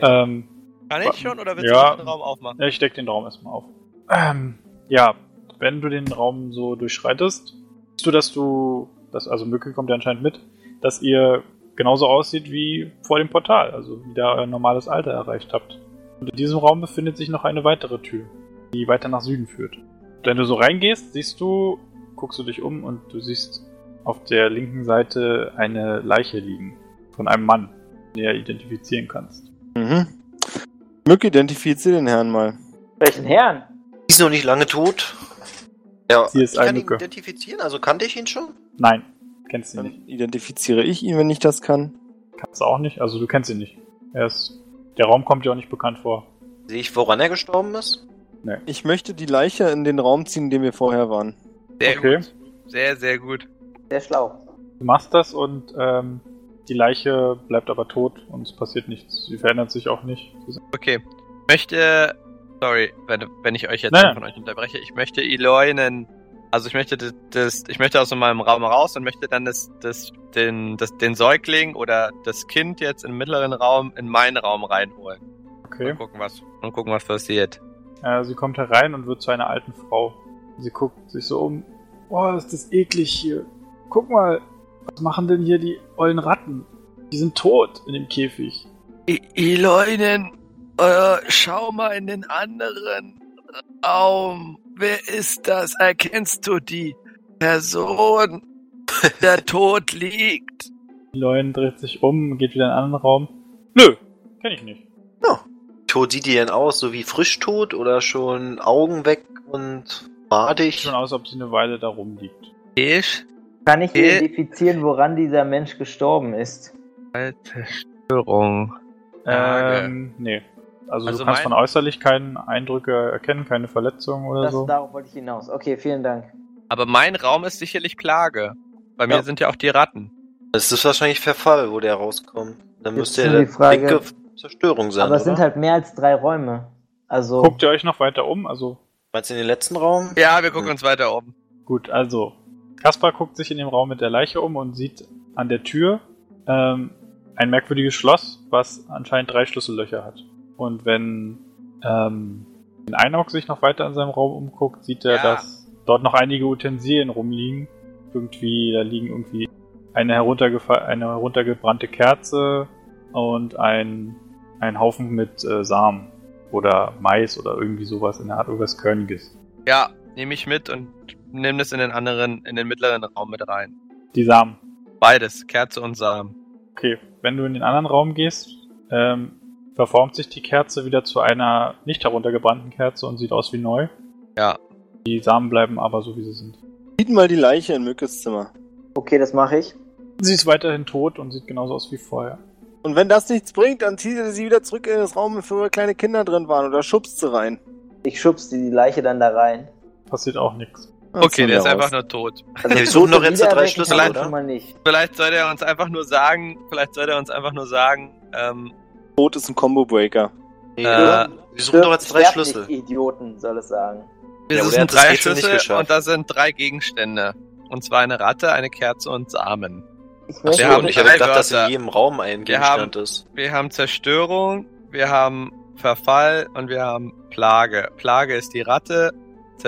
[SPEAKER 1] ähm,
[SPEAKER 6] Kann
[SPEAKER 1] Wa-
[SPEAKER 6] ich schon oder willst
[SPEAKER 1] ja.
[SPEAKER 6] du noch den Raum aufmachen?
[SPEAKER 1] Ja, ich deck den Raum erstmal auf. Ähm, ja, wenn du den Raum so durchschreitest, siehst du, dass du, dass, also Mücke kommt ja anscheinend mit, dass ihr genauso aussieht wie vor dem Portal, also wie da euer normales Alter erreicht habt. Und in diesem Raum befindet sich noch eine weitere Tür, die weiter nach Süden führt. Wenn du so reingehst, siehst du, guckst du dich um und du siehst auf der linken Seite eine Leiche liegen. Von einem Mann, den du identifizieren kannst.
[SPEAKER 4] Mhm. Mück, identifiziere den Herrn mal.
[SPEAKER 3] Welchen Herrn?
[SPEAKER 2] Die ist noch nicht lange tot. Ja,
[SPEAKER 1] Sie ist
[SPEAKER 2] ich kann
[SPEAKER 1] eine
[SPEAKER 2] ihn
[SPEAKER 1] Mücke.
[SPEAKER 2] identifizieren, also kannte ich ihn schon?
[SPEAKER 1] Nein, kennst du nicht.
[SPEAKER 4] Dann identifiziere ich ihn, wenn ich das kann.
[SPEAKER 1] Kannst du auch nicht? Also du kennst ihn nicht. Er ist, der Raum kommt dir auch nicht bekannt vor.
[SPEAKER 2] Sehe ich, woran er gestorben ist?
[SPEAKER 4] Ich möchte die Leiche in den Raum ziehen, in dem wir vorher waren.
[SPEAKER 6] Sehr
[SPEAKER 1] okay.
[SPEAKER 6] gut. Sehr, sehr gut.
[SPEAKER 3] Sehr schlau.
[SPEAKER 1] Du machst das und ähm, die Leiche bleibt aber tot und es passiert nichts. Sie verändert sich auch nicht. Sie ist-
[SPEAKER 6] Okay. Möchte. Sorry, wenn, wenn ich euch jetzt
[SPEAKER 1] Nein, nein.
[SPEAKER 6] von euch unterbreche. Ich möchte Eloy einen. Also ich möchte das, das, ich möchte aus meinem Raum raus und möchte dann das, das, den, das, den Säugling oder das Kind jetzt im mittleren Raum in meinen Raum reinholen.
[SPEAKER 1] Okay.
[SPEAKER 6] Und gucken, was, und gucken, was passiert.
[SPEAKER 1] Äh, sie kommt herein und wird zu einer alten Frau. Sie guckt sich so um. Boah, ist das eklig hier. Guck mal, was machen denn hier die ollen Ratten? Die sind tot in dem Käfig.
[SPEAKER 5] I- Iloinen, äh, schau mal in den anderen Raum. Wer ist das? Erkennst du die
[SPEAKER 6] [LAUGHS]
[SPEAKER 5] Person, der tot liegt?
[SPEAKER 1] Die Leuen dreht sich um, geht wieder in einen anderen Raum. Nö, kenn ich nicht.
[SPEAKER 2] Tot sieht die denn aus? So wie frisch tot oder schon Augen weg und madig?
[SPEAKER 1] Sieht schon aus, als ob sie eine Weile da rumliegt.
[SPEAKER 6] Ich?
[SPEAKER 3] Kann ich
[SPEAKER 6] Äh.
[SPEAKER 3] identifizieren, woran dieser Mensch gestorben ist?
[SPEAKER 6] Alte Störung. Frage.
[SPEAKER 1] Ähm, nee. Also,
[SPEAKER 6] Also
[SPEAKER 1] du kannst
[SPEAKER 6] mein-
[SPEAKER 1] von äußerlich keinen Eindrücke erkennen, keine Verletzungen oder
[SPEAKER 3] Das,
[SPEAKER 1] so.
[SPEAKER 3] Darauf wollte ich hinaus. Okay, vielen Dank.
[SPEAKER 6] Aber mein Raum ist sicherlich Plage. Bei mir
[SPEAKER 2] Ja.
[SPEAKER 6] sind ja auch die Ratten.
[SPEAKER 2] Das ist wahrscheinlich Verfall, wo der rauskommt. Dann
[SPEAKER 3] Jetzt
[SPEAKER 2] müsste ja
[SPEAKER 3] nur
[SPEAKER 2] der
[SPEAKER 3] die Frage-
[SPEAKER 2] dicke Zerstörung sein.
[SPEAKER 3] Aber es
[SPEAKER 2] oder?
[SPEAKER 3] sind halt mehr als drei Räume. Also,
[SPEAKER 1] Guckt ihr euch noch weiter um? Also,
[SPEAKER 2] Meinst du in den letzten Raum?
[SPEAKER 6] Ja, wir gucken uns weiter um.
[SPEAKER 1] gut, also. Kaspar guckt sich in dem Raum mit der Leiche um und sieht an der Tür ähm, ein merkwürdiges Schloss, was anscheinend drei Schlüssellöcher hat. Und wenn, ähm, wenn Einaug sich noch weiter in seinem Raum umguckt, sieht er,
[SPEAKER 6] Ja.
[SPEAKER 1] dass dort noch einige Utensilien rumliegen. Irgendwie, da liegen irgendwie eine, heruntergefa- eine heruntergebrannte Kerze und ein, ein Haufen mit äh, Samen oder Mais oder irgendwie sowas in der Art, irgendwas Körniges.
[SPEAKER 6] Ja, nehme ich mit und nehme das in den anderen, in den mittleren Raum mit rein.
[SPEAKER 1] Die Samen.
[SPEAKER 6] Beides, Kerze und Samen.
[SPEAKER 1] Okay, wenn du in den anderen Raum gehst, ähm, verformt sich die Kerze wieder zu einer nicht heruntergebrannten Kerze und sieht aus wie neu.
[SPEAKER 6] Ja.
[SPEAKER 1] Die Samen bleiben aber so, wie sie sind.
[SPEAKER 4] Sieht mal die Leiche in Mückes Zimmer.
[SPEAKER 3] okay, das mache ich.
[SPEAKER 1] Sie ist weiterhin tot und sieht genauso aus wie vorher.
[SPEAKER 4] Und wenn das nichts bringt, dann zieht er sie wieder zurück in das Raum, wo kleine Kinder drin waren oder schubst sie rein.
[SPEAKER 3] Ich schubst die Leiche dann da rein.
[SPEAKER 1] Passiert auch nichts.
[SPEAKER 4] Dann
[SPEAKER 6] okay, der
[SPEAKER 4] sind wir
[SPEAKER 6] ist
[SPEAKER 4] raus.
[SPEAKER 6] einfach nur tot.
[SPEAKER 3] Also,
[SPEAKER 2] wir suchen doch
[SPEAKER 3] Tote
[SPEAKER 2] jetzt die drei
[SPEAKER 3] wiedererwecken
[SPEAKER 2] Schlüssel,
[SPEAKER 3] kann ich
[SPEAKER 2] oder?
[SPEAKER 3] Schon mal nicht.
[SPEAKER 6] Vielleicht sollte er uns einfach nur sagen, vielleicht sollte er uns einfach nur sagen, ähm,
[SPEAKER 4] Tod ist ein Combo-Breaker.
[SPEAKER 2] Nee,
[SPEAKER 6] Äh,
[SPEAKER 2] wir suchen doch jetzt drei
[SPEAKER 3] Sterbt
[SPEAKER 2] Schlüssel.
[SPEAKER 3] Nicht, Idioten, soll es sagen.
[SPEAKER 6] wir
[SPEAKER 2] Ja, oder er
[SPEAKER 6] sind
[SPEAKER 2] hat das
[SPEAKER 6] drei
[SPEAKER 2] Rätsel nicht
[SPEAKER 6] Schlüssel
[SPEAKER 2] geschafft.
[SPEAKER 6] und da sind drei Gegenstände. Und zwar eine Ratte, eine Kerze und Samen.
[SPEAKER 3] Ich
[SPEAKER 2] Ach so,
[SPEAKER 3] möchte
[SPEAKER 6] Wir haben
[SPEAKER 2] ich
[SPEAKER 6] drei
[SPEAKER 2] habe gedacht, dass
[SPEAKER 6] Wörter.
[SPEAKER 2] in jedem Raum ein
[SPEAKER 6] Wir
[SPEAKER 2] Gegenstand ist.
[SPEAKER 6] Wir haben Zerstörung, wir haben Verfall und wir haben Plage. Plage ist die Ratte,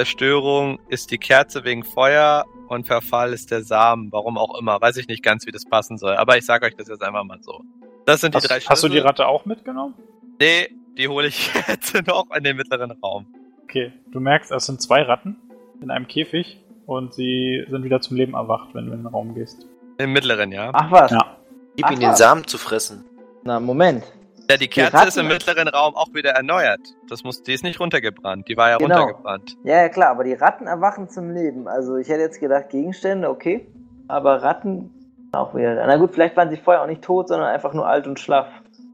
[SPEAKER 6] Zerstörung ist die Kerze wegen Feuer und Verfall ist der Samen, warum auch immer. Weiß ich nicht ganz, wie das passen soll, aber ich sage euch das jetzt einfach mal so. Das sind die drei
[SPEAKER 1] Hast, hast du die
[SPEAKER 6] Schlüssel.
[SPEAKER 1] Ratte auch mitgenommen?
[SPEAKER 6] [LAUGHS] Nee, die hole ich jetzt noch in den mittleren Raum.
[SPEAKER 1] Okay, du merkst, es sind zwei Ratten in einem Käfig und sie sind wieder zum Leben erwacht, wenn du in den Raum gehst.
[SPEAKER 6] Im mittleren, ja.
[SPEAKER 3] Ach was.
[SPEAKER 1] Ja.
[SPEAKER 2] Gib ihm um den
[SPEAKER 3] Aha.
[SPEAKER 2] Samen zu fressen.
[SPEAKER 3] Na, Moment.
[SPEAKER 6] Ja, die Kerze
[SPEAKER 3] Ratten-
[SPEAKER 6] ist im mittleren Raum auch wieder erneuert. Das muss, die ist nicht runtergebrannt. Die war ja
[SPEAKER 3] Genau.
[SPEAKER 6] runtergebrannt.
[SPEAKER 3] Ja, ja, klar, aber die Ratten erwachen zum Leben. Also ich hätte jetzt gedacht, Gegenstände, okay. Aber Ratten auch wieder. Na gut, vielleicht waren sie vorher auch nicht tot, sondern einfach nur alt und schlaff.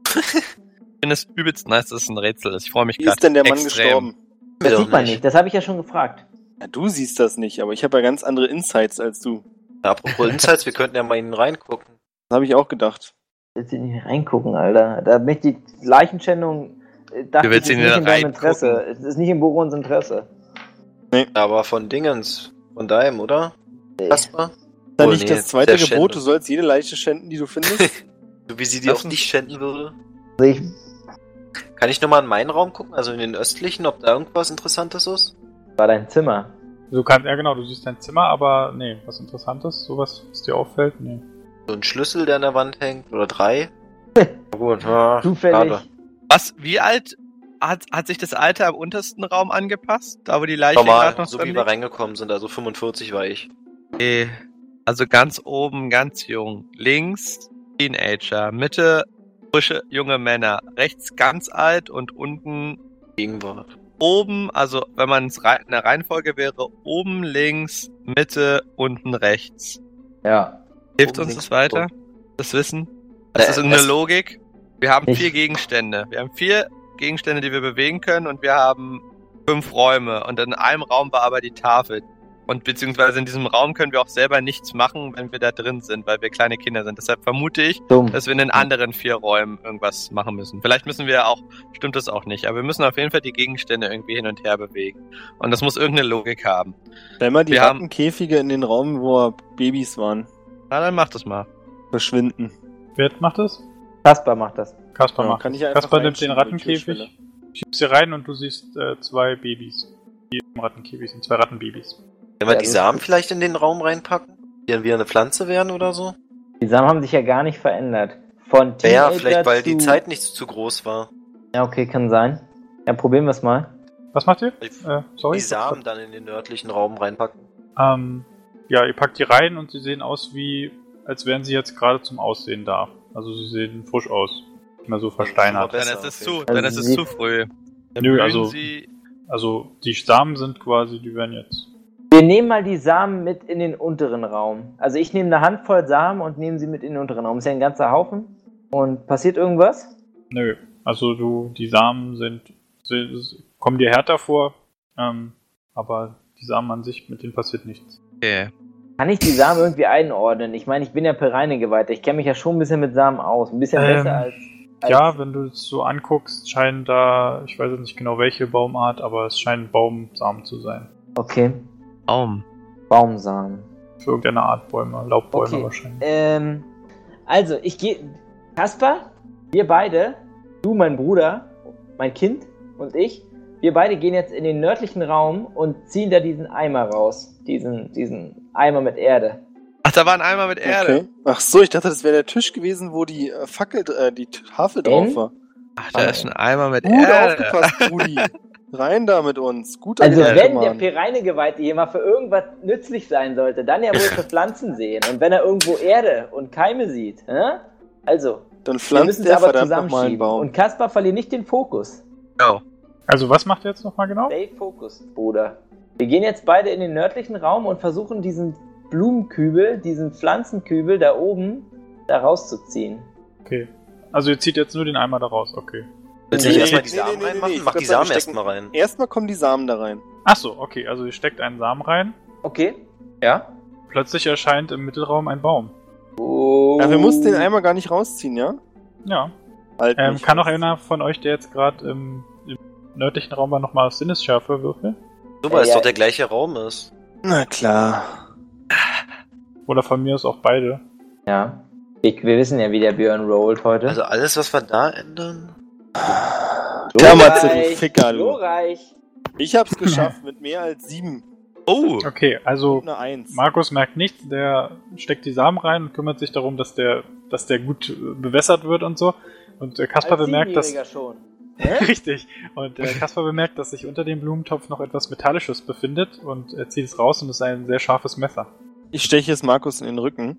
[SPEAKER 6] Ich finde es übelst nice, dass es ein Rätsel ist. Ich freue mich
[SPEAKER 4] Wie
[SPEAKER 6] gerade.
[SPEAKER 4] ist denn der Mann
[SPEAKER 6] extrem.
[SPEAKER 4] gestorben?
[SPEAKER 3] Das
[SPEAKER 2] Doch
[SPEAKER 3] sieht man nicht, das habe ich ja schon gefragt.
[SPEAKER 4] Ja, du siehst das nicht, aber ich habe ja ganz andere Insights als du.
[SPEAKER 2] Ja, apropos Insights, wir könnten ja mal ihnen reingucken.
[SPEAKER 4] Das habe ich auch gedacht.
[SPEAKER 3] Willst du nicht reingucken, Alter? Da möchte die Leichenschändung. äh, Dachte
[SPEAKER 6] Du willst
[SPEAKER 3] ich, ist
[SPEAKER 6] ihn
[SPEAKER 3] nicht in deinem
[SPEAKER 6] reingucken?
[SPEAKER 3] Interesse. Es ist nicht in Borons Interesse.
[SPEAKER 2] Aber von Dingens, von deinem, oder?
[SPEAKER 3] Nee.
[SPEAKER 2] Kasper?
[SPEAKER 4] Ist da
[SPEAKER 2] Oh, nee,
[SPEAKER 4] nicht das zweite
[SPEAKER 2] der
[SPEAKER 4] Gebot,
[SPEAKER 2] Schändung.
[SPEAKER 4] du sollst jede Leiche schänden, die
[SPEAKER 6] [LAUGHS]
[SPEAKER 4] du findest?
[SPEAKER 2] So wie sie die auf dich schänden würde?
[SPEAKER 3] Also ich,
[SPEAKER 2] Kann ich nochmal in meinen Raum gucken, also in den östlichen, ob da irgendwas Interessantes ist?
[SPEAKER 3] war dein Zimmer.
[SPEAKER 1] Du kannst, ja genau, du siehst dein Zimmer, aber nee, was Interessantes, sowas, was dir auffällt, nee.
[SPEAKER 2] So ein Schlüssel, der an der Wand hängt, oder drei? Na Gut, ja,
[SPEAKER 3] Zufällig.
[SPEAKER 2] schade.
[SPEAKER 6] Was, wie alt? Hat, hat sich das Alter im untersten Raum angepasst? Da, wo die Leiche gerade
[SPEAKER 2] Normal,
[SPEAKER 6] noch
[SPEAKER 2] so
[SPEAKER 6] drin
[SPEAKER 2] wie wir
[SPEAKER 6] liegt?
[SPEAKER 2] reingekommen sind, also 45 war ich.
[SPEAKER 6] Okay. Also ganz oben, ganz jung. Links Teenager, Mitte frische junge Männer, rechts ganz alt und unten
[SPEAKER 2] Gegenwart.
[SPEAKER 6] oben, also wenn man es rei- in der Reihenfolge wäre, oben links, Mitte, unten rechts.
[SPEAKER 3] Ja.
[SPEAKER 6] Hilft
[SPEAKER 2] Oben
[SPEAKER 6] uns
[SPEAKER 2] links,
[SPEAKER 6] das weiter? Das Wissen?
[SPEAKER 2] Äh,
[SPEAKER 6] Das ist eine
[SPEAKER 2] es-
[SPEAKER 6] Logik. Wir haben
[SPEAKER 3] Ich-
[SPEAKER 6] vier Gegenstände. Wir haben vier Gegenstände, die wir bewegen können und wir haben fünf Räume. Und in einem Raum war aber die Tafel. Und beziehungsweise in diesem Raum können wir auch selber nichts machen, wenn wir da drin sind, weil wir kleine Kinder sind. Deshalb vermute ich,
[SPEAKER 3] Dumm.
[SPEAKER 6] dass wir in den anderen vier Räumen irgendwas machen müssen. Vielleicht müssen wir auch, stimmt das auch nicht, aber wir müssen auf jeden Fall die Gegenstände irgendwie hin und her bewegen. Und das muss irgendeine Logik haben.
[SPEAKER 4] Stell mal die
[SPEAKER 6] Wir haben-
[SPEAKER 4] Rattenkäfige in den Raum, wo Babys waren,
[SPEAKER 6] Na, dann mach das mal.
[SPEAKER 4] verschwinden.
[SPEAKER 1] Wer macht das?
[SPEAKER 3] Kaspar macht das.
[SPEAKER 1] Kasper
[SPEAKER 4] Ja,
[SPEAKER 1] macht
[SPEAKER 4] kann
[SPEAKER 1] das.
[SPEAKER 4] ich einfach
[SPEAKER 1] Kasper nimmt den
[SPEAKER 4] reinschieben, die
[SPEAKER 1] Rattenkäfig,
[SPEAKER 4] Türschwelle.
[SPEAKER 1] schiebst sie rein und du siehst äh, zwei Babys. Die im Rattenkäfig sind zwei Rattenbabys.
[SPEAKER 2] Wenn wir
[SPEAKER 3] Ja,
[SPEAKER 2] die
[SPEAKER 3] das-
[SPEAKER 2] Samen vielleicht in den Raum reinpacken, die dann wieder eine Pflanze werden oder so?
[SPEAKER 3] Die Samen haben sich ja gar nicht verändert. Von
[SPEAKER 2] Ja, ja,
[SPEAKER 3] Teenager
[SPEAKER 2] vielleicht weil die
[SPEAKER 3] zu-
[SPEAKER 2] Zeit nicht zu groß war.
[SPEAKER 3] Ja, okay, kann sein. Ja, probieren wir es mal.
[SPEAKER 1] Was macht ihr?
[SPEAKER 2] Ich-
[SPEAKER 1] Äh, sorry.
[SPEAKER 2] Die Samen dann in den nördlichen Raum reinpacken.
[SPEAKER 1] Ähm, ja, ihr packt die rein und sie sehen aus wie, als wären sie jetzt gerade zum Aussehen da. Also sie sehen frisch aus. Nicht mehr so versteinert.
[SPEAKER 6] Dann
[SPEAKER 2] Besser,
[SPEAKER 6] ist es
[SPEAKER 2] auf jeden
[SPEAKER 6] zu, dann ist
[SPEAKER 3] Also
[SPEAKER 6] es
[SPEAKER 3] sie-
[SPEAKER 6] zu früh. Dann
[SPEAKER 1] Nö,
[SPEAKER 6] blühen
[SPEAKER 1] also-
[SPEAKER 6] sie-
[SPEAKER 1] Also die Samen sind quasi, die werden jetzt.
[SPEAKER 3] Wir nehmen mal die Samen mit in den unteren Raum. Also ich nehme eine Handvoll Samen und nehme sie mit in den unteren Raum. Ist ja ein ganzer Haufen. Und passiert irgendwas?
[SPEAKER 1] Nö. Also du, die Samen sind, sind kommen dir härter vor, ähm, aber die Samen an sich, mit denen passiert nichts.
[SPEAKER 6] Okay.
[SPEAKER 3] Kann ich die Samen irgendwie einordnen? Ich meine, ich bin ja Pereine geweiht. Ich kenne mich ja schon ein bisschen mit Samen aus. Ein bisschen
[SPEAKER 1] Ähm,
[SPEAKER 3] besser als. als
[SPEAKER 1] Ja, wenn du es so anguckst, scheinen da, ich weiß jetzt nicht genau welche Baumart, aber es scheinen Baumsamen zu sein.
[SPEAKER 3] Okay.
[SPEAKER 6] Baum.
[SPEAKER 3] Baumsamen.
[SPEAKER 1] Für irgendeine Art Bäume, Laubbäume
[SPEAKER 3] Okay.
[SPEAKER 1] wahrscheinlich.
[SPEAKER 3] Ähm, also, ich gehe. Kasper, wir beide, du, mein Bruder, mein Kind und ich, wir beide gehen jetzt in den nördlichen Raum und ziehen da diesen Eimer raus. Diesen, diesen Eimer mit Erde.
[SPEAKER 6] Ach, da waren einmal mit Erde.
[SPEAKER 4] Okay. Ach so, ich dachte, das wäre der Tisch gewesen, wo die äh, Fackel, dr- äh, die Tafel
[SPEAKER 3] Ähm?
[SPEAKER 4] drauf war.
[SPEAKER 6] Ach, da ist ein Eimer mit
[SPEAKER 4] Gut
[SPEAKER 6] Erde.
[SPEAKER 4] aufgepasst, Rudi. Rein da mit uns. Gut
[SPEAKER 3] Also,
[SPEAKER 4] angehört,
[SPEAKER 3] wenn der
[SPEAKER 4] Mann.
[SPEAKER 3] Pereinegeweihte hier mal für irgendwas nützlich sein sollte, dann ja wohl
[SPEAKER 4] [LAUGHS]
[SPEAKER 3] für Pflanzen sehen. Und wenn er irgendwo Erde und Keime sieht, hä? Also,
[SPEAKER 4] Dann
[SPEAKER 3] wir
[SPEAKER 4] pflanzt
[SPEAKER 3] müssen es
[SPEAKER 4] er
[SPEAKER 3] aber
[SPEAKER 4] verdammt nochmal einen
[SPEAKER 3] zusammenschieben.
[SPEAKER 4] Baum.
[SPEAKER 3] Und Kaspar verliert nicht den Fokus.
[SPEAKER 6] Oh.
[SPEAKER 1] Also was macht ihr jetzt nochmal genau?
[SPEAKER 3] Stay focused, Bruder. Wir gehen jetzt beide in den nördlichen Raum und versuchen diesen Blumenkübel, diesen Pflanzenkübel da oben, da rauszuziehen.
[SPEAKER 1] Okay. Also ihr zieht jetzt nur den Eimer da raus, okay.
[SPEAKER 2] Willst du
[SPEAKER 1] Nee,
[SPEAKER 2] nicht
[SPEAKER 1] nee,
[SPEAKER 2] erstmal die
[SPEAKER 4] nee,
[SPEAKER 2] Samen
[SPEAKER 4] nee, nee, nee,
[SPEAKER 2] reinmachen?
[SPEAKER 4] ich
[SPEAKER 2] Mach
[SPEAKER 4] würd
[SPEAKER 2] die
[SPEAKER 4] sagen,
[SPEAKER 2] Samen
[SPEAKER 4] wir
[SPEAKER 2] erstmal rein.
[SPEAKER 4] Erstmal kommen die Samen da rein.
[SPEAKER 1] Ach so, okay, also ihr steckt einen Samen rein.
[SPEAKER 3] Okay. Ja.
[SPEAKER 1] Plötzlich erscheint im Mittelraum ein Baum.
[SPEAKER 3] Oh.
[SPEAKER 4] Ja, wir mussten den einmal gar nicht rausziehen, ja?
[SPEAKER 1] Ja.
[SPEAKER 4] Halt
[SPEAKER 1] Ähm,
[SPEAKER 4] mich.
[SPEAKER 1] kann noch einer von euch, der jetzt gerade im, im nördlichen Raum war, nochmal Sinnesschärfe würfeln?
[SPEAKER 2] So, weil es
[SPEAKER 3] Ja,
[SPEAKER 2] doch
[SPEAKER 3] ja.
[SPEAKER 2] der gleiche Raum ist.
[SPEAKER 4] Na klar.
[SPEAKER 1] Oder von mir ist auch beide.
[SPEAKER 3] Ja. Ich, wir wissen ja, wie der Björn rollt heute.
[SPEAKER 2] Also alles, was wir da ändern.
[SPEAKER 4] Klammer zu, du Ficker, du.
[SPEAKER 3] Glorreich.
[SPEAKER 4] Ich
[SPEAKER 1] [LAUGHS]
[SPEAKER 4] hab's geschafft mit mehr als sieben.
[SPEAKER 6] Oh.
[SPEAKER 1] Okay, also
[SPEAKER 4] Eine Eins.
[SPEAKER 1] Markus merkt nichts, der steckt die Samen rein und kümmert sich darum, dass der, dass der gut äh, bewässert wird und so. Und äh, Kasper
[SPEAKER 3] Als
[SPEAKER 1] bemerkt, dass, [LAUGHS]
[SPEAKER 3] Siebenjähriger schon.
[SPEAKER 1] Richtig. Und äh, Kaspar bemerkt, dass sich unter dem Blumentopf noch etwas Metallisches befindet und äh, zieht es raus und es ist ein sehr scharfes Messer.
[SPEAKER 4] Ich steche jetzt Markus in
[SPEAKER 2] [LAUGHS]
[SPEAKER 4] den Rücken.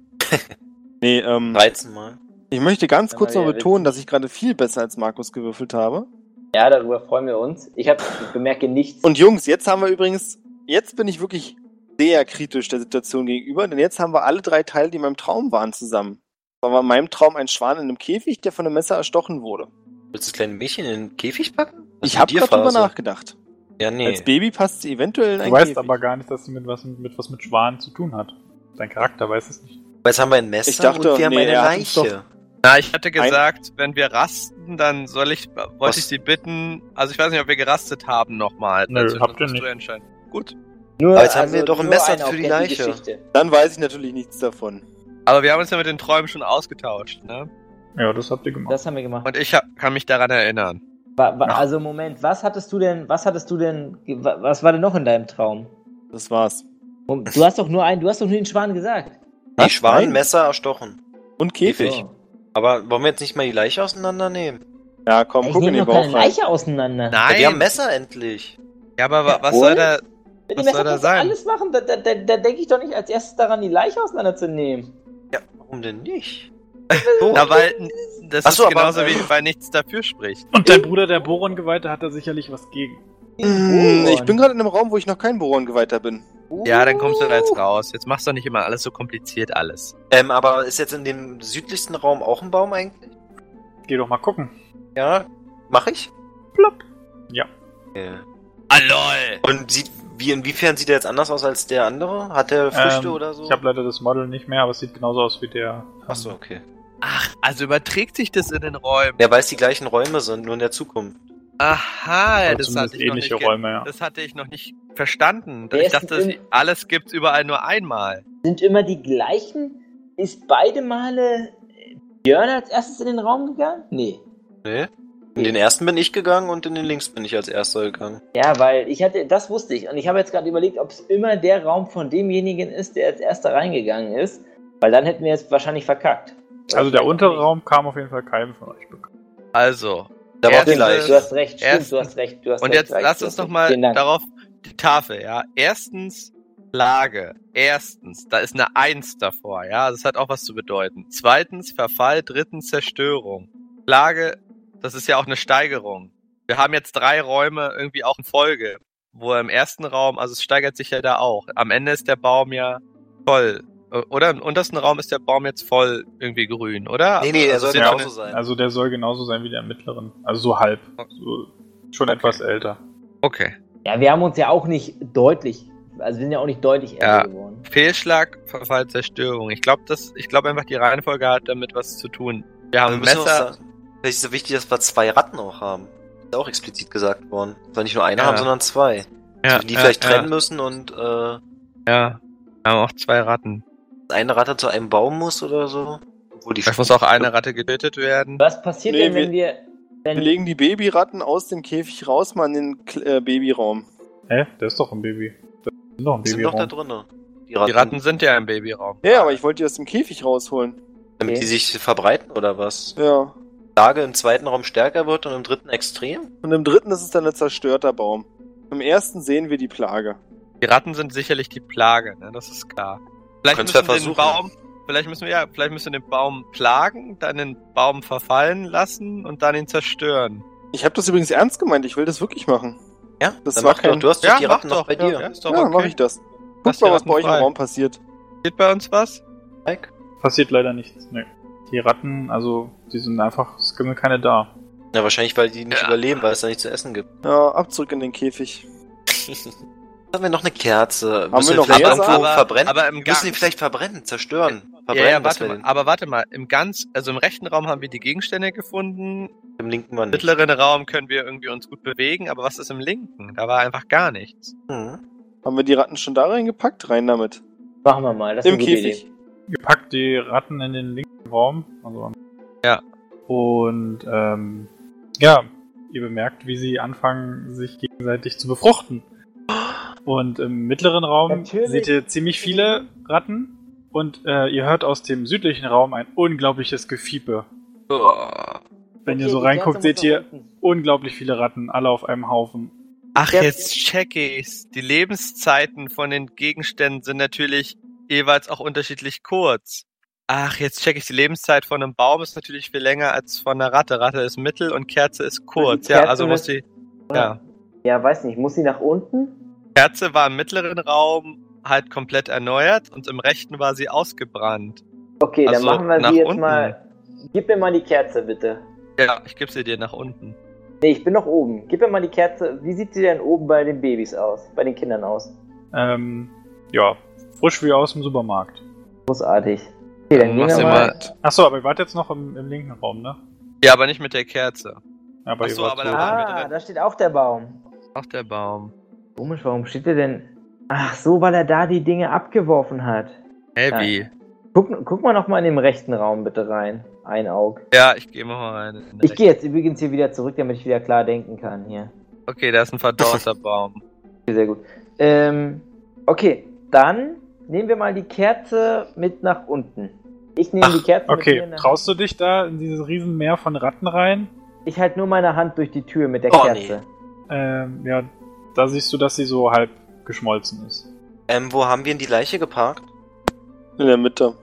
[SPEAKER 4] Nee, ähm,
[SPEAKER 2] 13 Mal.
[SPEAKER 4] ich möchte ganz
[SPEAKER 3] Dann
[SPEAKER 4] kurz
[SPEAKER 3] mal
[SPEAKER 4] noch
[SPEAKER 3] wieder
[SPEAKER 4] betonen, dass ich gerade viel besser als Markus gewürfelt habe.
[SPEAKER 3] Ja, darüber freuen wir uns. Ich, hab, ich bemerke nichts.
[SPEAKER 4] Und Jungs, jetzt haben wir übrigens, jetzt bin ich wirklich sehr kritisch der Situation gegenüber, denn jetzt haben wir alle drei Teile, die in meinem Traum waren, zusammen. Da war in meinem Traum ein Schwan in einem Käfig, der von einem Messer erstochen wurde.
[SPEAKER 2] Willst du das kleine Mädchen in den Käfig packen? Was
[SPEAKER 4] ich
[SPEAKER 2] ist
[SPEAKER 4] habe
[SPEAKER 2] mit dir,
[SPEAKER 4] darüber
[SPEAKER 2] Phase?
[SPEAKER 4] nachgedacht.
[SPEAKER 2] Ja, nee.
[SPEAKER 4] Als Baby passt sie eventuell in
[SPEAKER 1] Du
[SPEAKER 4] einen
[SPEAKER 1] weißt
[SPEAKER 4] Käfig.
[SPEAKER 1] aber gar nicht, dass sie mit was mit, was mit Schwanen zu tun hat. Dein Charakter weiß es nicht.
[SPEAKER 2] Aber Jetzt haben wir ein Messer
[SPEAKER 4] Ich dachte,
[SPEAKER 2] und wir haben
[SPEAKER 4] nee,
[SPEAKER 2] eine
[SPEAKER 4] er hat uns
[SPEAKER 2] Leiche.
[SPEAKER 6] Na, ich hatte gesagt, wenn wir rasten, dann soll ich,
[SPEAKER 2] Was?
[SPEAKER 6] wollte ich Sie bitten, also ich weiß nicht, ob wir gerastet haben nochmal. Also,
[SPEAKER 1] Nö,
[SPEAKER 6] Dazwischen
[SPEAKER 1] habt ihr
[SPEAKER 6] musst
[SPEAKER 1] nicht.
[SPEAKER 6] Du entscheiden. Gut.
[SPEAKER 3] Nur, also
[SPEAKER 2] Aber jetzt haben wir doch ein
[SPEAKER 3] nur
[SPEAKER 2] Messer
[SPEAKER 3] eine
[SPEAKER 2] für die
[SPEAKER 3] aufwendige
[SPEAKER 2] Leiche.
[SPEAKER 3] Geschichte.
[SPEAKER 4] Dann weiß ich natürlich nichts davon.
[SPEAKER 6] Aber wir haben uns ja mit den Träumen schon ausgetauscht, ne?
[SPEAKER 1] Ja, das habt ihr gemacht.
[SPEAKER 3] Das haben wir gemacht.
[SPEAKER 6] Und ich hab, kann mich daran erinnern.
[SPEAKER 3] Wa- wa-
[SPEAKER 1] Ja.
[SPEAKER 3] also Moment, was hattest du denn, was hattest du denn, ge- wa- was war denn noch in deinem Traum?
[SPEAKER 4] Das war's.
[SPEAKER 3] Moment, Du hast doch nur einen, du hast doch nur den Schwan gesagt.
[SPEAKER 2] Die
[SPEAKER 4] Was?
[SPEAKER 2] Schwan,
[SPEAKER 4] Nein.
[SPEAKER 2] Messer erstochen.
[SPEAKER 4] Und Käfig.
[SPEAKER 2] Käfig. Aber wollen wir jetzt nicht mal die Leiche auseinandernehmen?
[SPEAKER 4] Ja, komm,
[SPEAKER 3] Ich
[SPEAKER 4] guck in
[SPEAKER 3] nehme
[SPEAKER 4] den
[SPEAKER 3] doch keine
[SPEAKER 4] Bauch rein.
[SPEAKER 3] Leiche auseinander.
[SPEAKER 2] Ja,
[SPEAKER 6] Nein!
[SPEAKER 2] wir haben Messer endlich.
[SPEAKER 6] ja, aber wa- was
[SPEAKER 3] Und?
[SPEAKER 6] soll da.
[SPEAKER 3] Mit dem
[SPEAKER 6] was
[SPEAKER 3] Messer
[SPEAKER 6] soll da
[SPEAKER 3] kannst du
[SPEAKER 6] sein?
[SPEAKER 3] alles machen. Da, da, da, da denke ich doch nicht als erstes daran, die Leiche auseinanderzunehmen.
[SPEAKER 2] Ja, warum denn nicht?
[SPEAKER 6] Na, weil n- das
[SPEAKER 2] Ach so,
[SPEAKER 6] ist
[SPEAKER 2] aber-
[SPEAKER 6] genauso wie weil nichts dafür spricht.
[SPEAKER 1] Und dein Bruder, der Boron-Geweihte, hat da sicherlich was gegen.
[SPEAKER 2] Mm,
[SPEAKER 4] Hm, ich
[SPEAKER 3] Bohren.
[SPEAKER 4] bin gerade in einem Raum, wo ich noch kein Boron-Geweihter bin.
[SPEAKER 6] Ja, dann kommst du da jetzt raus. Jetzt machst du doch nicht immer alles so kompliziert alles.
[SPEAKER 2] Ähm, aber ist jetzt in dem südlichsten Raum auch ein Baum eigentlich?
[SPEAKER 1] Geh doch mal gucken.
[SPEAKER 2] Ja, mache ich.
[SPEAKER 1] Plopp. Ja.
[SPEAKER 2] Okay.
[SPEAKER 6] Ah, Alol!
[SPEAKER 2] Und sieht, wie, inwiefern sieht er jetzt anders aus als der andere? Hat er Früchte
[SPEAKER 1] Ähm,
[SPEAKER 2] oder so?
[SPEAKER 1] Ich habe leider das Model nicht mehr, aber es sieht genauso aus wie der.
[SPEAKER 2] Achso, okay.
[SPEAKER 6] Ach, also überträgt sich das in den Räumen.
[SPEAKER 2] Ja, weil es die gleichen Räume sind, nur in der Zukunft.
[SPEAKER 6] Aha,
[SPEAKER 1] Ja,
[SPEAKER 6] ja,
[SPEAKER 1] das
[SPEAKER 6] das hatte
[SPEAKER 1] zumindest
[SPEAKER 6] ich noch nicht
[SPEAKER 1] ähnliche
[SPEAKER 6] ge-
[SPEAKER 1] Räume, ja.
[SPEAKER 6] Das hatte ich noch nicht verstanden.
[SPEAKER 3] Wer
[SPEAKER 6] ich
[SPEAKER 3] ist
[SPEAKER 6] dachte,
[SPEAKER 3] denn
[SPEAKER 6] es- alles gibt's überall nur einmal.
[SPEAKER 3] Sind immer die gleichen? Ist beide Male äh, Björn als erstes in den Raum gegangen? Nee.
[SPEAKER 2] Nee? In den ersten bin ich gegangen und in den links bin ich als erster gegangen.
[SPEAKER 3] Ja, weil ich hatte, das wusste ich. Und ich habe jetzt gerade überlegt, ob es immer der Raum von demjenigen ist, der als erster reingegangen ist. Weil dann hätten wir jetzt wahrscheinlich verkackt. Oder
[SPEAKER 1] Also der
[SPEAKER 3] vielleicht auch
[SPEAKER 1] untere
[SPEAKER 3] nicht.
[SPEAKER 1] Raum kam auf jeden Fall keinem von euch bekannt.
[SPEAKER 6] Also,
[SPEAKER 2] Da war auch die
[SPEAKER 6] Erste-
[SPEAKER 2] Leiche.
[SPEAKER 3] Du hast recht, stimmt,
[SPEAKER 6] Erstens.
[SPEAKER 3] du hast recht. Du hast
[SPEAKER 6] und
[SPEAKER 3] recht,
[SPEAKER 6] jetzt
[SPEAKER 3] Reich,
[SPEAKER 6] lasst
[SPEAKER 3] du
[SPEAKER 6] uns
[SPEAKER 3] hast recht.
[SPEAKER 6] nochmal
[SPEAKER 3] Vielen Dank.
[SPEAKER 6] darauf die Tafel, ja. Erstens Lage. Erstens, da ist eine Eins davor, ja. Also es hat auch was zu bedeuten. Zweitens Verfall, drittens Zerstörung. Lage, das ist ja auch eine Steigerung. Wir haben jetzt drei Räume irgendwie auch in Folge, wo im ersten Raum, also es steigert sich ja da auch. Am Ende ist der Baum ja voll. O- Oder im untersten Raum ist der Baum jetzt voll irgendwie grün, oder?
[SPEAKER 2] Nee, nee, er
[SPEAKER 6] Also es
[SPEAKER 2] soll
[SPEAKER 6] ist jetzt so
[SPEAKER 2] genauso
[SPEAKER 6] eine-
[SPEAKER 2] sein.
[SPEAKER 1] Also der soll genauso sein wie der mittlere. Also so halb. So, schon etwas älter.
[SPEAKER 6] Okay.
[SPEAKER 3] Ja, wir haben uns ja auch nicht deutlich, also wir sind ja auch nicht deutlich älter
[SPEAKER 6] Ja.
[SPEAKER 3] geworden.
[SPEAKER 6] Fehlschlag, Verfall, Zerstörung. Ich glaube, das, ich glaube einfach, die Reihenfolge hat damit was zu tun. Wir haben
[SPEAKER 2] Wir müssen auch
[SPEAKER 6] Messer.
[SPEAKER 2] sagen, Vielleicht ist es wichtig, dass wir zwei Ratten auch haben. Ist auch explizit gesagt worden. Soll nicht nur eine
[SPEAKER 6] Ja.
[SPEAKER 2] haben, sondern zwei.
[SPEAKER 6] Ja,
[SPEAKER 2] dass wir die vielleicht
[SPEAKER 6] ja,
[SPEAKER 2] trennen müssen und äh,
[SPEAKER 6] Ja, wir haben auch zwei Ratten.
[SPEAKER 2] eine Ratte zu einem Baum muss oder so. Obwohl die
[SPEAKER 6] Vielleicht muss auch eine Ratte getötet werden.
[SPEAKER 3] Was passiert
[SPEAKER 4] Nee,
[SPEAKER 3] denn, wenn wir,
[SPEAKER 4] Wir
[SPEAKER 3] wenn,
[SPEAKER 4] legen die Babyratten aus dem Käfig raus, mal in den Kl- äh, Babyraum.
[SPEAKER 1] Hä? Der ist doch ein Baby. Der ist doch ein
[SPEAKER 2] Die sind doch da
[SPEAKER 1] Babyraum.
[SPEAKER 2] drinne.
[SPEAKER 6] Die Ratten sind ja im Babyraum.
[SPEAKER 4] Ja, aber ich wollte die aus dem Käfig rausholen.
[SPEAKER 2] Damit
[SPEAKER 3] Okay.
[SPEAKER 2] die sich verbreiten oder was?
[SPEAKER 4] Ja.
[SPEAKER 2] Lage im zweiten Raum stärker wird und im dritten extrem?
[SPEAKER 4] Und im dritten ist es dann ein zerstörter Baum. Im ersten sehen wir die Plage.
[SPEAKER 6] Die Ratten sind sicherlich die Plage, ne? Das ist klar. Vielleicht
[SPEAKER 2] Können's
[SPEAKER 6] müssen wir
[SPEAKER 2] ja
[SPEAKER 6] den
[SPEAKER 2] versuchen.
[SPEAKER 6] Baum, vielleicht müssen wir ja, vielleicht müssen wir den Baum plagen, dann den Baum verfallen lassen und dann ihn zerstören.
[SPEAKER 4] Ich habe das übrigens ernst gemeint, ich will das wirklich machen.
[SPEAKER 2] Ja,
[SPEAKER 4] Das
[SPEAKER 2] dann
[SPEAKER 4] war
[SPEAKER 2] mach doch.
[SPEAKER 4] kein-
[SPEAKER 2] Du hast doch die Ratten noch bei
[SPEAKER 6] ja,
[SPEAKER 2] dir.
[SPEAKER 6] Ja, ist
[SPEAKER 4] Ja,
[SPEAKER 6] doch
[SPEAKER 4] dann
[SPEAKER 6] okay.
[SPEAKER 4] mache ich das. Guck
[SPEAKER 6] Lass die
[SPEAKER 4] mal, was
[SPEAKER 6] Ratten
[SPEAKER 4] bei euch im
[SPEAKER 6] frei.
[SPEAKER 4] Raum passiert.
[SPEAKER 6] Geht bei uns was?
[SPEAKER 2] Mike?
[SPEAKER 1] Passiert leider nichts. Nee. Die Ratten, also die sind einfach, es sind keine da.
[SPEAKER 2] Ja, wahrscheinlich, weil die nicht
[SPEAKER 6] Ja.
[SPEAKER 2] überleben, weil es da nichts zu essen gibt.
[SPEAKER 4] Ja, ab zurück in den Käfig.
[SPEAKER 2] Jetzt haben wir noch eine Kerze. müssen
[SPEAKER 4] wir noch
[SPEAKER 2] vielleicht
[SPEAKER 4] Gläser?
[SPEAKER 2] irgendwo
[SPEAKER 6] Aber-
[SPEAKER 2] verbrennen?
[SPEAKER 6] aber im
[SPEAKER 2] wir müssen
[SPEAKER 6] Gang-
[SPEAKER 2] ihn vielleicht verbrennen, zerstören. Verbrennen,
[SPEAKER 6] Ja, ja,
[SPEAKER 2] dass
[SPEAKER 6] warte
[SPEAKER 2] wir
[SPEAKER 6] mal.
[SPEAKER 2] den
[SPEAKER 6] Aber warte mal, im ganz, also im rechten Raum haben wir die Gegenstände gefunden.
[SPEAKER 2] im linken Mann
[SPEAKER 6] Im
[SPEAKER 2] nicht.
[SPEAKER 6] mittleren Raum können wir irgendwie uns gut bewegen, aber was ist im linken? Da war einfach gar nichts.
[SPEAKER 2] Hm.
[SPEAKER 4] Haben wir die Ratten schon da reingepackt? Rein damit.
[SPEAKER 3] machen wir mal, das ist
[SPEAKER 4] Im
[SPEAKER 3] eine gute
[SPEAKER 4] Käfig.
[SPEAKER 3] Idee.
[SPEAKER 1] Gepackt die Ratten in den linken Raum. Also am-
[SPEAKER 6] Ja.
[SPEAKER 1] Und ähm, ja, ihr bemerkt, wie sie anfangen, sich gegenseitig zu befruchten. Und im mittleren Raum
[SPEAKER 3] Natürlich.
[SPEAKER 1] seht ihr ziemlich viele Ratten und äh, ihr hört aus dem südlichen Raum ein unglaubliches Gefiepe. Wenn
[SPEAKER 3] Okay,
[SPEAKER 1] ihr so
[SPEAKER 3] die
[SPEAKER 1] reinguckt,
[SPEAKER 3] Kerze muss
[SPEAKER 1] seht ihr
[SPEAKER 3] nach unten.
[SPEAKER 1] unglaublich viele Ratten, alle auf einem Haufen.
[SPEAKER 6] Ach,
[SPEAKER 3] Ja.
[SPEAKER 6] jetzt check ich's. Die Lebenszeiten von den Gegenständen sind natürlich jeweils auch unterschiedlich kurz. Ach, jetzt check ich, die Lebenszeit von einem Baum ist natürlich viel länger als von einer Ratte. Ratte ist mittel und Kerze ist kurz.
[SPEAKER 3] die
[SPEAKER 6] Ja,
[SPEAKER 3] Kerze
[SPEAKER 6] also muss die
[SPEAKER 3] wird-
[SPEAKER 6] Ja.
[SPEAKER 3] Ja, weiß nicht. Muss sie nach unten?
[SPEAKER 6] Kerze war im mittleren Raum halt komplett erneuert und im rechten war sie ausgebrannt.
[SPEAKER 3] Okay, dann
[SPEAKER 6] Also,
[SPEAKER 3] machen wir
[SPEAKER 6] nach
[SPEAKER 3] sie jetzt
[SPEAKER 6] unten.
[SPEAKER 3] mal. Gib mir mal die Kerze, bitte.
[SPEAKER 6] Ja, ich geb sie dir nach unten.
[SPEAKER 3] Nee, ich bin noch oben. Gib mir mal die Kerze. Wie sieht sie denn oben bei den Babys aus? Bei den Kindern aus?
[SPEAKER 1] Ähm, ja, frisch wie aus dem Supermarkt.
[SPEAKER 3] Großartig. Okay, dann
[SPEAKER 6] Dann
[SPEAKER 3] gehen
[SPEAKER 6] machst
[SPEAKER 3] wir
[SPEAKER 6] du
[SPEAKER 3] mal.
[SPEAKER 6] mal-
[SPEAKER 1] Achso, aber ihr wart jetzt noch im, im linken Raum, ne?
[SPEAKER 6] Ja, aber nicht mit der Kerze.
[SPEAKER 1] Aber
[SPEAKER 6] Ach so, aber da waren wir
[SPEAKER 3] Ah,
[SPEAKER 6] drin.
[SPEAKER 3] da steht auch der Baum.
[SPEAKER 6] Auch der Baum.
[SPEAKER 3] Komisch, warum steht der denn? Ach so, weil er da die Dinge abgeworfen hat.
[SPEAKER 6] Heavy.
[SPEAKER 3] Guck, guck mal nochmal in den rechten Raum bitte rein. Ein Auge.
[SPEAKER 6] Ja, ich gehe mal rein. in den
[SPEAKER 3] Ich
[SPEAKER 6] rechten.
[SPEAKER 3] gehe jetzt übrigens hier wieder zurück, damit ich wieder klar denken kann hier.
[SPEAKER 6] Okay, da ist ein verdorrter Baum.
[SPEAKER 3] Sehr gut. Ähm, okay, dann nehmen wir mal die Kerze mit nach unten. Ich nehme
[SPEAKER 1] Ach,
[SPEAKER 3] die Kerze mit
[SPEAKER 1] Okay,
[SPEAKER 3] mir nach
[SPEAKER 1] traust du dich da in dieses Riesenmeer von Ratten rein?
[SPEAKER 3] Ich halte nur meine Hand durch die Tür mit der
[SPEAKER 2] Oh,
[SPEAKER 3] Kerze.
[SPEAKER 1] Ähm, ja, da siehst du, dass sie so halb geschmolzen ist.
[SPEAKER 2] Ähm, wo haben wir denn die Leiche geparkt?
[SPEAKER 4] In der Mitte.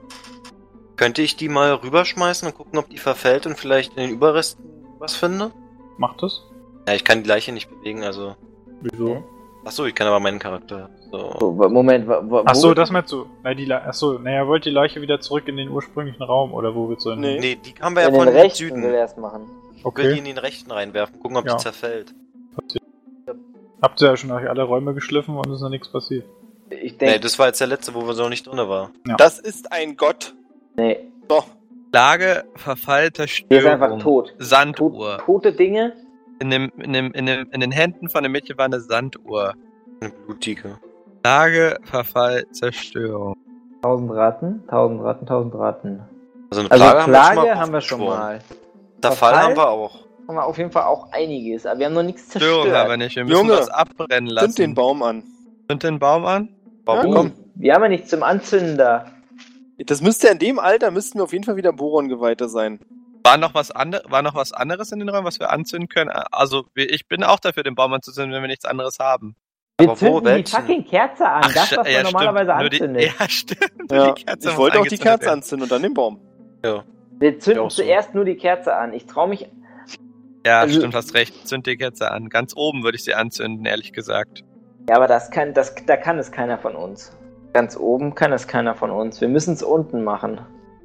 [SPEAKER 2] Könnte ich die mal rüberschmeißen und gucken, ob die verfällt und vielleicht in den Überresten was finde?
[SPEAKER 1] Macht es?
[SPEAKER 2] Ja, ich kann die Leiche nicht bewegen, also.
[SPEAKER 1] Wieso?
[SPEAKER 2] Achso, ich kann aber meinen Charakter. So.
[SPEAKER 3] So, wa- Moment, wa- wa- wo,
[SPEAKER 1] Achso, das meinst du? Na, die Le Achso, naja, wollt die Leiche wieder zurück in den ursprünglichen Raum oder wo willst du hin?
[SPEAKER 4] Nee.
[SPEAKER 2] Nee, die haben wir
[SPEAKER 3] in
[SPEAKER 2] ja
[SPEAKER 3] den
[SPEAKER 2] von
[SPEAKER 3] rechten
[SPEAKER 2] Süden.
[SPEAKER 3] will er es machen.
[SPEAKER 2] Ich will die
[SPEAKER 1] Okay.
[SPEAKER 2] in den rechten reinwerfen, gucken, ob
[SPEAKER 1] Ja.
[SPEAKER 2] die zerfällt.
[SPEAKER 1] Habt ihr ja schon durch alle Räume geschliffen und ist noch nichts passiert.
[SPEAKER 3] Ich
[SPEAKER 2] Nee,
[SPEAKER 3] denke,
[SPEAKER 2] das war jetzt der letzte, wo wir so nicht drin war.
[SPEAKER 4] Das ist ein Gott.
[SPEAKER 3] nee,
[SPEAKER 4] So,
[SPEAKER 6] Lage verfallter
[SPEAKER 3] der
[SPEAKER 6] Störung.
[SPEAKER 3] ist einfach tot.
[SPEAKER 6] Sanduhr.
[SPEAKER 3] Tot, tote Dinge.
[SPEAKER 6] In, dem, in, dem, in, dem, in den Händen von dem Mädchen war eine Sanduhr.
[SPEAKER 2] Eine Blutdicke.
[SPEAKER 6] Lage, Verfall, Zerstörung.
[SPEAKER 3] 1000 Ratten, 1000 Ratten, 1000 Ratten.
[SPEAKER 2] Also eine
[SPEAKER 3] Also
[SPEAKER 2] Plage,
[SPEAKER 3] Plage haben wir schon
[SPEAKER 2] aufgeschworen.
[SPEAKER 3] mal.
[SPEAKER 2] Zerfall
[SPEAKER 3] Verfall?
[SPEAKER 2] haben wir auch.
[SPEAKER 3] Haben wir auf jeden Fall auch einiges, aber wir haben noch nichts zerstört.
[SPEAKER 6] Störung haben wir nicht. Wir müssen
[SPEAKER 4] Junge,
[SPEAKER 6] was abbrennen lassen.
[SPEAKER 4] zünd den Baum an.
[SPEAKER 6] Zünd den Baum an?
[SPEAKER 4] Ja,
[SPEAKER 2] Warum?
[SPEAKER 4] komm.
[SPEAKER 3] Hm, Wir haben ja nichts zum Anzünden da.
[SPEAKER 4] Das müsste in dem Alter, müssten wir auf jeden Fall wieder Boron-Geweihter sein.
[SPEAKER 6] War noch, was ander war noch was anderes in den Räumen, was wir anzünden können? Also, wir- ich bin auch dafür, den Baum anzuzünden, wenn wir nichts anderes haben.
[SPEAKER 3] Wir
[SPEAKER 2] Aber wo,
[SPEAKER 3] zünden die
[SPEAKER 2] welchen?
[SPEAKER 3] fucking Kerze an, das,
[SPEAKER 6] sche-
[SPEAKER 3] was man
[SPEAKER 6] ja,
[SPEAKER 3] normalerweise
[SPEAKER 6] stimmt. Nur die-
[SPEAKER 3] anzündet.
[SPEAKER 6] [LAUGHS] Ja, stimmt.
[SPEAKER 4] Ja,
[SPEAKER 6] Die Kerze
[SPEAKER 4] ich
[SPEAKER 6] muss
[SPEAKER 4] wollte auch die
[SPEAKER 6] angezündet
[SPEAKER 4] Kerze
[SPEAKER 6] werden.
[SPEAKER 4] anzünden und dann den Baum.
[SPEAKER 3] Wir zünden
[SPEAKER 2] Ja, auch so.
[SPEAKER 3] zuerst nur die Kerze an. Ich traue mich.
[SPEAKER 6] Ja,
[SPEAKER 3] Also-
[SPEAKER 6] stimmt, hast recht. Zünd die Kerze an. Ganz oben würde ich sie anzünden, ehrlich gesagt.
[SPEAKER 3] Ja, aber das kann, das, da kann es keiner von uns. Ganz oben kann es keiner von uns. Wir müssen es unten machen.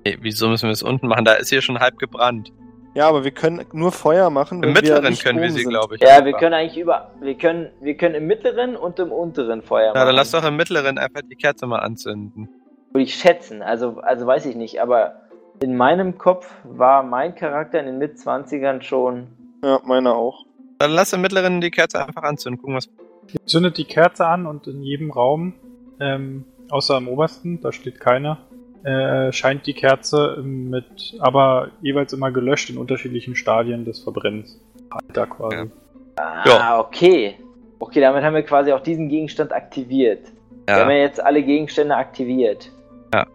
[SPEAKER 6] Nee, wieso müssen wir es unten machen? Da ist hier schon halb gebrannt.
[SPEAKER 4] Ja, aber wir können nur Feuer machen.
[SPEAKER 6] Im
[SPEAKER 4] wenn wir
[SPEAKER 6] mittleren
[SPEAKER 4] nicht
[SPEAKER 6] können wir
[SPEAKER 4] oben
[SPEAKER 6] sie,
[SPEAKER 4] sind.
[SPEAKER 6] glaube ich.
[SPEAKER 3] Ja, wir
[SPEAKER 6] einfach.
[SPEAKER 3] können eigentlich über. Wir können, wir können im mittleren und im unteren Feuer machen.
[SPEAKER 6] Na, dann lass doch im mittleren einfach die Kerze mal anzünden.
[SPEAKER 3] Würde ich schätzen. Also, also weiß ich nicht, aber in meinem Kopf war mein Charakter in den Mitzwanzigern schon.
[SPEAKER 4] Ja, meiner auch.
[SPEAKER 6] Dann lass im mittleren die Kerze einfach anzünden. Gucken, was.
[SPEAKER 1] Ihr zündet die Kerze an und in jedem Raum, ähm, außer im obersten, da steht keiner, äh, scheint die Kerze mit, aber jeweils immer gelöscht in unterschiedlichen Stadien des Verbrennens. Alter quasi.
[SPEAKER 6] Ja.
[SPEAKER 3] Ah,
[SPEAKER 6] Ja.
[SPEAKER 3] okay. Okay, damit haben wir quasi auch diesen Gegenstand aktiviert. Wir
[SPEAKER 6] Ja,
[SPEAKER 3] haben
[SPEAKER 6] wir
[SPEAKER 3] ja jetzt alle Gegenstände aktiviert.
[SPEAKER 6] haben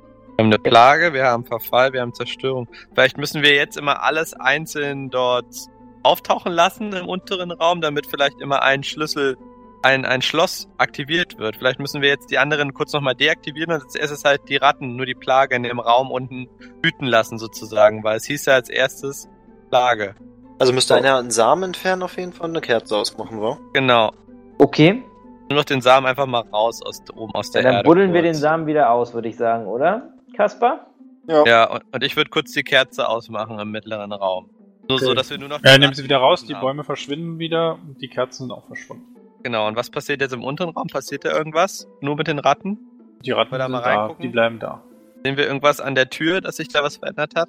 [SPEAKER 6] eine Plage, wir haben Verfall, wir haben Zerstörung. Vielleicht müssen wir jetzt immer alles einzeln dort auftauchen lassen im unteren Raum, damit vielleicht immer ein Schlüssel, ein, ein Schloss aktiviert wird. Vielleicht müssen wir jetzt die anderen kurz nochmal deaktivieren und als erstes halt die Ratten, nur die Plage in dem Raum unten hüten lassen sozusagen, weil es hieß ja als erstes Plage.
[SPEAKER 2] Also müsste einer einen Samen entfernen auf jeden Fall und eine Kerze ausmachen, wa?
[SPEAKER 6] Genau.
[SPEAKER 3] Okay,
[SPEAKER 6] Nur noch den Samen einfach mal raus aus oben aus der
[SPEAKER 3] dann
[SPEAKER 6] Erde.
[SPEAKER 3] buddeln wir den
[SPEAKER 6] kurz.
[SPEAKER 3] Samen wieder aus, würde ich sagen, oder? Kasper?
[SPEAKER 6] Ja, und, und ich würde kurz die Kerze ausmachen im mittleren Raum. Nur so,
[SPEAKER 1] Okay.
[SPEAKER 6] dass wir nur noch.
[SPEAKER 1] Ja, nehmt sie wieder raus, die
[SPEAKER 6] haben.
[SPEAKER 1] Bäume verschwinden wieder und die Kerzen sind auch verschwunden.
[SPEAKER 6] Genau, und was passiert jetzt im unteren Raum? Passiert da irgendwas? Nur mit den Ratten?
[SPEAKER 1] Die Ratten
[SPEAKER 6] Wollen wir
[SPEAKER 1] sind
[SPEAKER 6] da mal
[SPEAKER 1] da,
[SPEAKER 6] reingucken?
[SPEAKER 1] die bleiben da.
[SPEAKER 6] Sehen wir irgendwas an der Tür, dass sich da was verändert hat?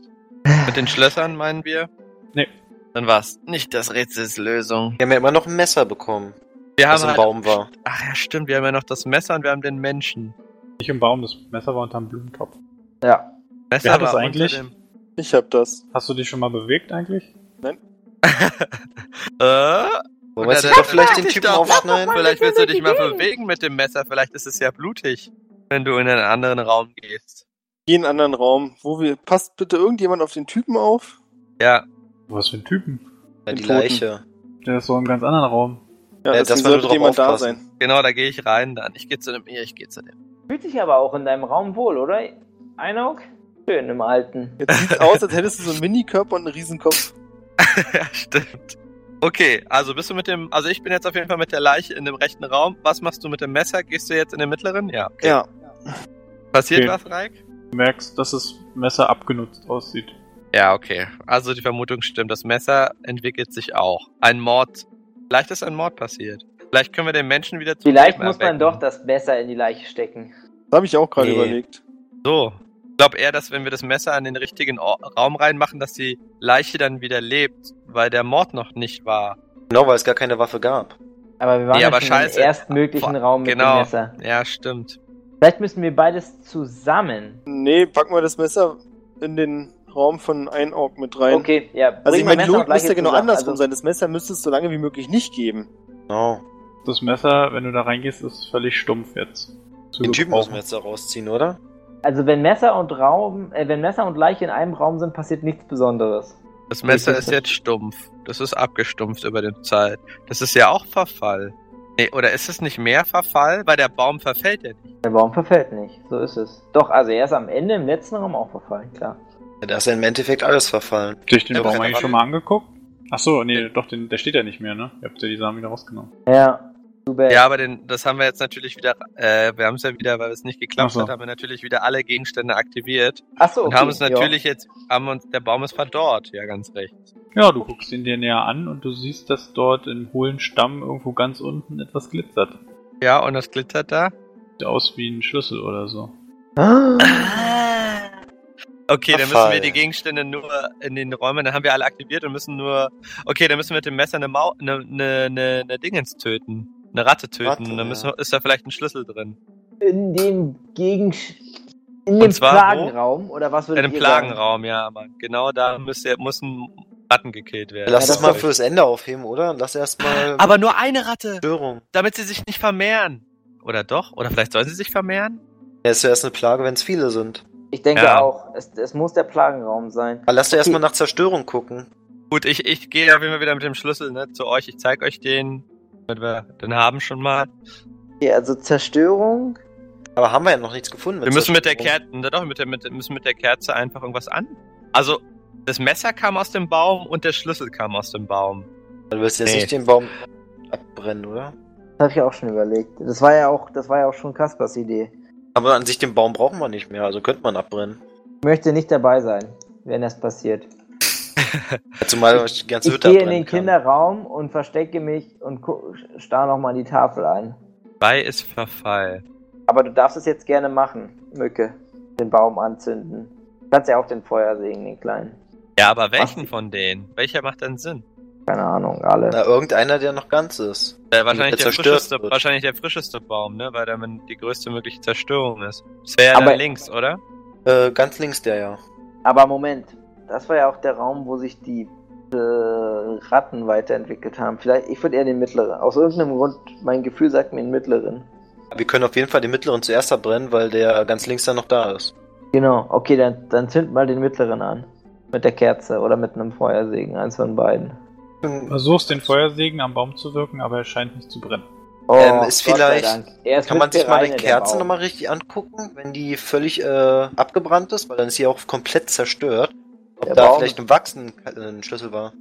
[SPEAKER 6] Mit den Schlössern, meinen wir?
[SPEAKER 1] Nee.
[SPEAKER 6] Dann war's. Nicht das Rätsels Lösung.
[SPEAKER 2] Wir haben ja immer noch ein Messer bekommen,
[SPEAKER 6] Wir
[SPEAKER 2] das
[SPEAKER 6] haben
[SPEAKER 2] im
[SPEAKER 6] halt,
[SPEAKER 2] Baum war.
[SPEAKER 6] Ach ja, stimmt, wir haben ja noch das Messer und wir haben den Menschen.
[SPEAKER 1] Nicht im Baum, das Messer war unterm Blumentopf.
[SPEAKER 3] Ja.
[SPEAKER 6] Messer
[SPEAKER 1] Wer hat das
[SPEAKER 6] unter
[SPEAKER 1] eigentlich?
[SPEAKER 6] Dem...
[SPEAKER 4] Ich hab das.
[SPEAKER 1] Hast du dich schon mal bewegt eigentlich?
[SPEAKER 2] Wollen
[SPEAKER 6] äh? Ja,
[SPEAKER 2] wir jetzt
[SPEAKER 6] dann-
[SPEAKER 2] doch vielleicht
[SPEAKER 6] dann-
[SPEAKER 2] den Typen
[SPEAKER 6] dann-
[SPEAKER 2] aufschneiden?
[SPEAKER 6] Vielleicht willst du dich mal
[SPEAKER 11] bewegen.
[SPEAKER 6] bewegen mit dem Messer. Vielleicht ist es ja blutig, wenn du in einen anderen Raum gehst.
[SPEAKER 4] Geh in einen anderen Raum, wo wir. Passt bitte irgendjemand auf den Typen auf?
[SPEAKER 6] Ja,
[SPEAKER 1] Was für ein Typen?
[SPEAKER 2] Ja, die
[SPEAKER 4] den Toten.
[SPEAKER 2] Leiche.
[SPEAKER 1] Der ist so im ganz anderen Raum.
[SPEAKER 4] Ja,
[SPEAKER 2] Äh,
[SPEAKER 4] deswegen
[SPEAKER 2] dass wir nur
[SPEAKER 4] sollte
[SPEAKER 2] drauf
[SPEAKER 4] jemand da
[SPEAKER 2] aufpassen.
[SPEAKER 4] sein.
[SPEAKER 6] Genau, da gehe ich rein dann. Ich gehe zu dem, ja, ich gehe zu dem.
[SPEAKER 3] Fühlt sich aber auch in deinem Raum wohl, oder? Einauk? Schön im Alten.
[SPEAKER 4] Jetzt sieht's aus, als hättest du so einen Minikörper und einen Riesenkopf.
[SPEAKER 6] [LAUGHS] ja, stimmt. Okay, also bist du mit dem, also ich bin jetzt auf jeden Fall mit der Leiche in dem rechten Raum. Was machst du mit dem Messer? Gehst du jetzt in den mittleren? Ja. Okay.
[SPEAKER 4] Ja.
[SPEAKER 6] Passiert
[SPEAKER 1] Okay.
[SPEAKER 6] was, Reik?
[SPEAKER 1] Du merkst, dass das Messer abgenutzt aussieht.
[SPEAKER 6] Ja, okay. Also die Vermutung stimmt. Das Messer entwickelt sich auch. Ein Mord. Vielleicht ist ein Mord passiert. Vielleicht können wir den Menschen wieder zum
[SPEAKER 3] Vielleicht
[SPEAKER 6] Leben
[SPEAKER 3] muss man
[SPEAKER 6] erwecken.
[SPEAKER 3] doch das Messer in die Leiche stecken.
[SPEAKER 4] Da habe ich auch gerade
[SPEAKER 2] Nee.
[SPEAKER 4] überlegt.
[SPEAKER 6] So. Ich glaube eher, dass wenn wir das Messer an den richtigen Or Raum reinmachen, dass die Leiche dann wieder lebt, weil der Mord noch nicht war.
[SPEAKER 2] Genau, weil es gar keine Waffe gab.
[SPEAKER 3] Aber wir waren
[SPEAKER 6] Nee,
[SPEAKER 3] ja
[SPEAKER 6] aber
[SPEAKER 3] schon
[SPEAKER 6] scheiße.
[SPEAKER 3] im erstmöglichen
[SPEAKER 6] Boah,
[SPEAKER 3] Raum mit
[SPEAKER 6] genau.
[SPEAKER 3] dem Messer.
[SPEAKER 6] Ja, stimmt.
[SPEAKER 3] Vielleicht müssen wir beides zusammen.
[SPEAKER 4] Nee, packen wir das Messer in den Raum von Einorg mit rein.
[SPEAKER 3] Okay, ja.
[SPEAKER 4] Also
[SPEAKER 3] bring
[SPEAKER 4] ich
[SPEAKER 3] mal
[SPEAKER 4] meine, die
[SPEAKER 3] Messer und
[SPEAKER 4] Logik müsste
[SPEAKER 3] Leiche
[SPEAKER 4] genau
[SPEAKER 3] zusammen.
[SPEAKER 4] andersrum
[SPEAKER 3] Also-
[SPEAKER 4] sein. Das Messer müsste es so lange wie möglich nicht geben.
[SPEAKER 2] Genau.
[SPEAKER 1] Das Messer, wenn du da reingehst, ist völlig stumpf jetzt. Zu
[SPEAKER 2] Den Typen
[SPEAKER 1] gebrauchen.
[SPEAKER 2] müssen wir jetzt da rausziehen, oder?
[SPEAKER 3] Also wenn Messer und Raum, äh, wenn Messer und Leiche in einem Raum sind, passiert nichts Besonderes.
[SPEAKER 6] Das Messer ist jetzt stumpf. Das ist abgestumpft über die Zeit. Das ist ja auch Verfall. Nee, oder ist es nicht mehr Verfall? Weil der Baum verfällt ja nicht.
[SPEAKER 3] Der Baum verfällt nicht, so ist es. Doch, also er ist am Ende im letzten Raum auch verfallen, klar.
[SPEAKER 2] Ja, Da ist ja im Endeffekt alles verfallen.
[SPEAKER 1] Habt ihr euch den
[SPEAKER 2] Ja,
[SPEAKER 1] Baum
[SPEAKER 2] keine
[SPEAKER 1] eigentlich
[SPEAKER 2] Waffe.
[SPEAKER 1] schon mal angeguckt? Achso, nee, doch, den, der steht ja nicht mehr, ne? Ihr habt ja die Samen wieder rausgenommen.
[SPEAKER 3] Ja, du bist.
[SPEAKER 6] Ja, aber den, das haben wir jetzt natürlich wieder, äh, wir haben es ja wieder, weil es nicht geklappt
[SPEAKER 1] Ach so.
[SPEAKER 6] hat, haben wir natürlich wieder alle Gegenstände aktiviert
[SPEAKER 3] Achso, okay.
[SPEAKER 6] und haben uns
[SPEAKER 3] ja.
[SPEAKER 6] natürlich jetzt, haben uns, der Baum ist verdorrt, ja, ganz recht.
[SPEAKER 1] Ja, du guckst ihn dir näher an und du siehst, dass dort im hohlen Stamm irgendwo ganz unten etwas glitzert.
[SPEAKER 6] Ja, und das glittert da.
[SPEAKER 1] Sieht aus wie ein Schlüssel oder so.
[SPEAKER 6] Okay, dann müssen
[SPEAKER 2] Verfall.
[SPEAKER 6] wir die Gegenstände nur in den Räumen, dann haben wir alle aktiviert und müssen nur, okay, dann müssen wir mit dem Messer eine Mau, eine, eine, eine, eine Dingens töten. Eine Ratte töten,
[SPEAKER 2] Ratte,
[SPEAKER 6] dann müssen,
[SPEAKER 2] ja.
[SPEAKER 6] wir- ist da vielleicht ein Schlüssel drin.
[SPEAKER 3] [GASPS] In dem Gegen... In
[SPEAKER 6] Und
[SPEAKER 3] dem
[SPEAKER 6] zwar wo?
[SPEAKER 3] Plagenraum, oder was
[SPEAKER 6] In
[SPEAKER 3] würdet
[SPEAKER 6] einem
[SPEAKER 3] ihr sagen?
[SPEAKER 6] Plagenraum, ja, aber genau da müsste, müssen Ratten gekillt werden.
[SPEAKER 2] Lass
[SPEAKER 3] Ja,
[SPEAKER 2] das
[SPEAKER 3] das
[SPEAKER 2] mal
[SPEAKER 3] soll-
[SPEAKER 2] fürs Ende aufheben, oder? Lass erstmal
[SPEAKER 6] Aber nur eine Ratte,
[SPEAKER 2] Störung.
[SPEAKER 6] damit sie sich nicht vermehren. Oder doch? Oder vielleicht sollen sie sich vermehren?
[SPEAKER 2] Ja, ist zuerst eine Plage, wenn es viele sind.
[SPEAKER 3] Ich denke
[SPEAKER 6] Ja.
[SPEAKER 3] auch, es, es muss der Plagenraum sein.
[SPEAKER 2] Aber lass doch erstmal nach Zerstörung gucken.
[SPEAKER 6] Gut, ich, ich gehe auf jeden Fall wieder mit dem Schlüssel ne, zu euch. Ich zeig euch den, damit wir den haben schon mal.
[SPEAKER 3] Okay, also Zerstörung.
[SPEAKER 2] Aber haben wir ja noch nichts gefunden.
[SPEAKER 6] Wir müssen mit der
[SPEAKER 2] Zerstörung.
[SPEAKER 6] Kerze, na doch, mit der, mit, müssen mit der Kerze einfach irgendwas an. Also, das Messer kam aus dem Baum und der Schlüssel kam aus dem Baum.
[SPEAKER 2] Du wirst jetzt
[SPEAKER 6] Nee.
[SPEAKER 2] nicht den Baum abbrennen, oder?
[SPEAKER 3] Das habe ich auch schon überlegt. Das war ja auch, das war ja auch schon Kaspers Idee.
[SPEAKER 2] Aber an sich den Baum brauchen wir nicht mehr, also könnte man abbrennen.
[SPEAKER 3] Ich möchte nicht dabei sein, wenn das passiert.
[SPEAKER 2] Ja, Zumal ich die ganze
[SPEAKER 3] Ich
[SPEAKER 2] Hütte
[SPEAKER 3] gehe in den
[SPEAKER 2] abbrennen kann.
[SPEAKER 3] Kinderraum und verstecke mich und gu- starr nochmal die Tafel ein.
[SPEAKER 6] Bei ist Verfall.
[SPEAKER 3] Aber du darfst es jetzt gerne machen, Mücke. Den Baum anzünden. Du kannst ja auch den Feuersegen, den kleinen.
[SPEAKER 6] Ja, aber welchen von denen? Welcher macht dann Sinn?
[SPEAKER 3] Keine Ahnung, alle.
[SPEAKER 2] Na, irgendeiner, der noch ganz ist.
[SPEAKER 6] Äh,
[SPEAKER 2] der
[SPEAKER 6] wahrscheinlich, der
[SPEAKER 2] zerstört
[SPEAKER 6] frischeste,
[SPEAKER 2] wird.
[SPEAKER 6] wahrscheinlich der frischeste Baum, ne? Weil damit die größte mögliche Zerstörung ist. Das wäre ja
[SPEAKER 3] Aber-
[SPEAKER 6] dann links, oder?
[SPEAKER 2] Äh, ganz links der ja.
[SPEAKER 3] Aber Moment, das war ja auch der Raum, wo sich die äh, Ratten weiterentwickelt haben. Vielleicht, ich würde eher den mittleren. Aus irgendeinem Grund, mein Gefühl sagt mir den mittleren.
[SPEAKER 2] Wir können auf jeden Fall den mittleren zuerst abbrennen, weil der ganz links dann noch da ist.
[SPEAKER 3] Genau, okay, dann, dann zünd mal den mittleren an. Mit der Kerze oder mit einem Feuersegen, eins von
[SPEAKER 2] Ähm,
[SPEAKER 3] beiden.
[SPEAKER 1] Versuchst den Feuersegen am Baum zu wirken, aber er scheint nicht zu brennen.
[SPEAKER 3] Oh,
[SPEAKER 2] Ähm, ist vielleicht-
[SPEAKER 3] Er ist
[SPEAKER 2] Kann man sich mal die
[SPEAKER 3] Mittelreine, der
[SPEAKER 2] Kerze
[SPEAKER 3] Baum.
[SPEAKER 2] nochmal richtig angucken, wenn die völlig äh, abgebrannt ist, weil dann ist sie auch komplett zerstört. Ob
[SPEAKER 3] Der
[SPEAKER 2] da
[SPEAKER 3] Baum-
[SPEAKER 2] vielleicht ein wachsenden äh, ein Schlüssel war.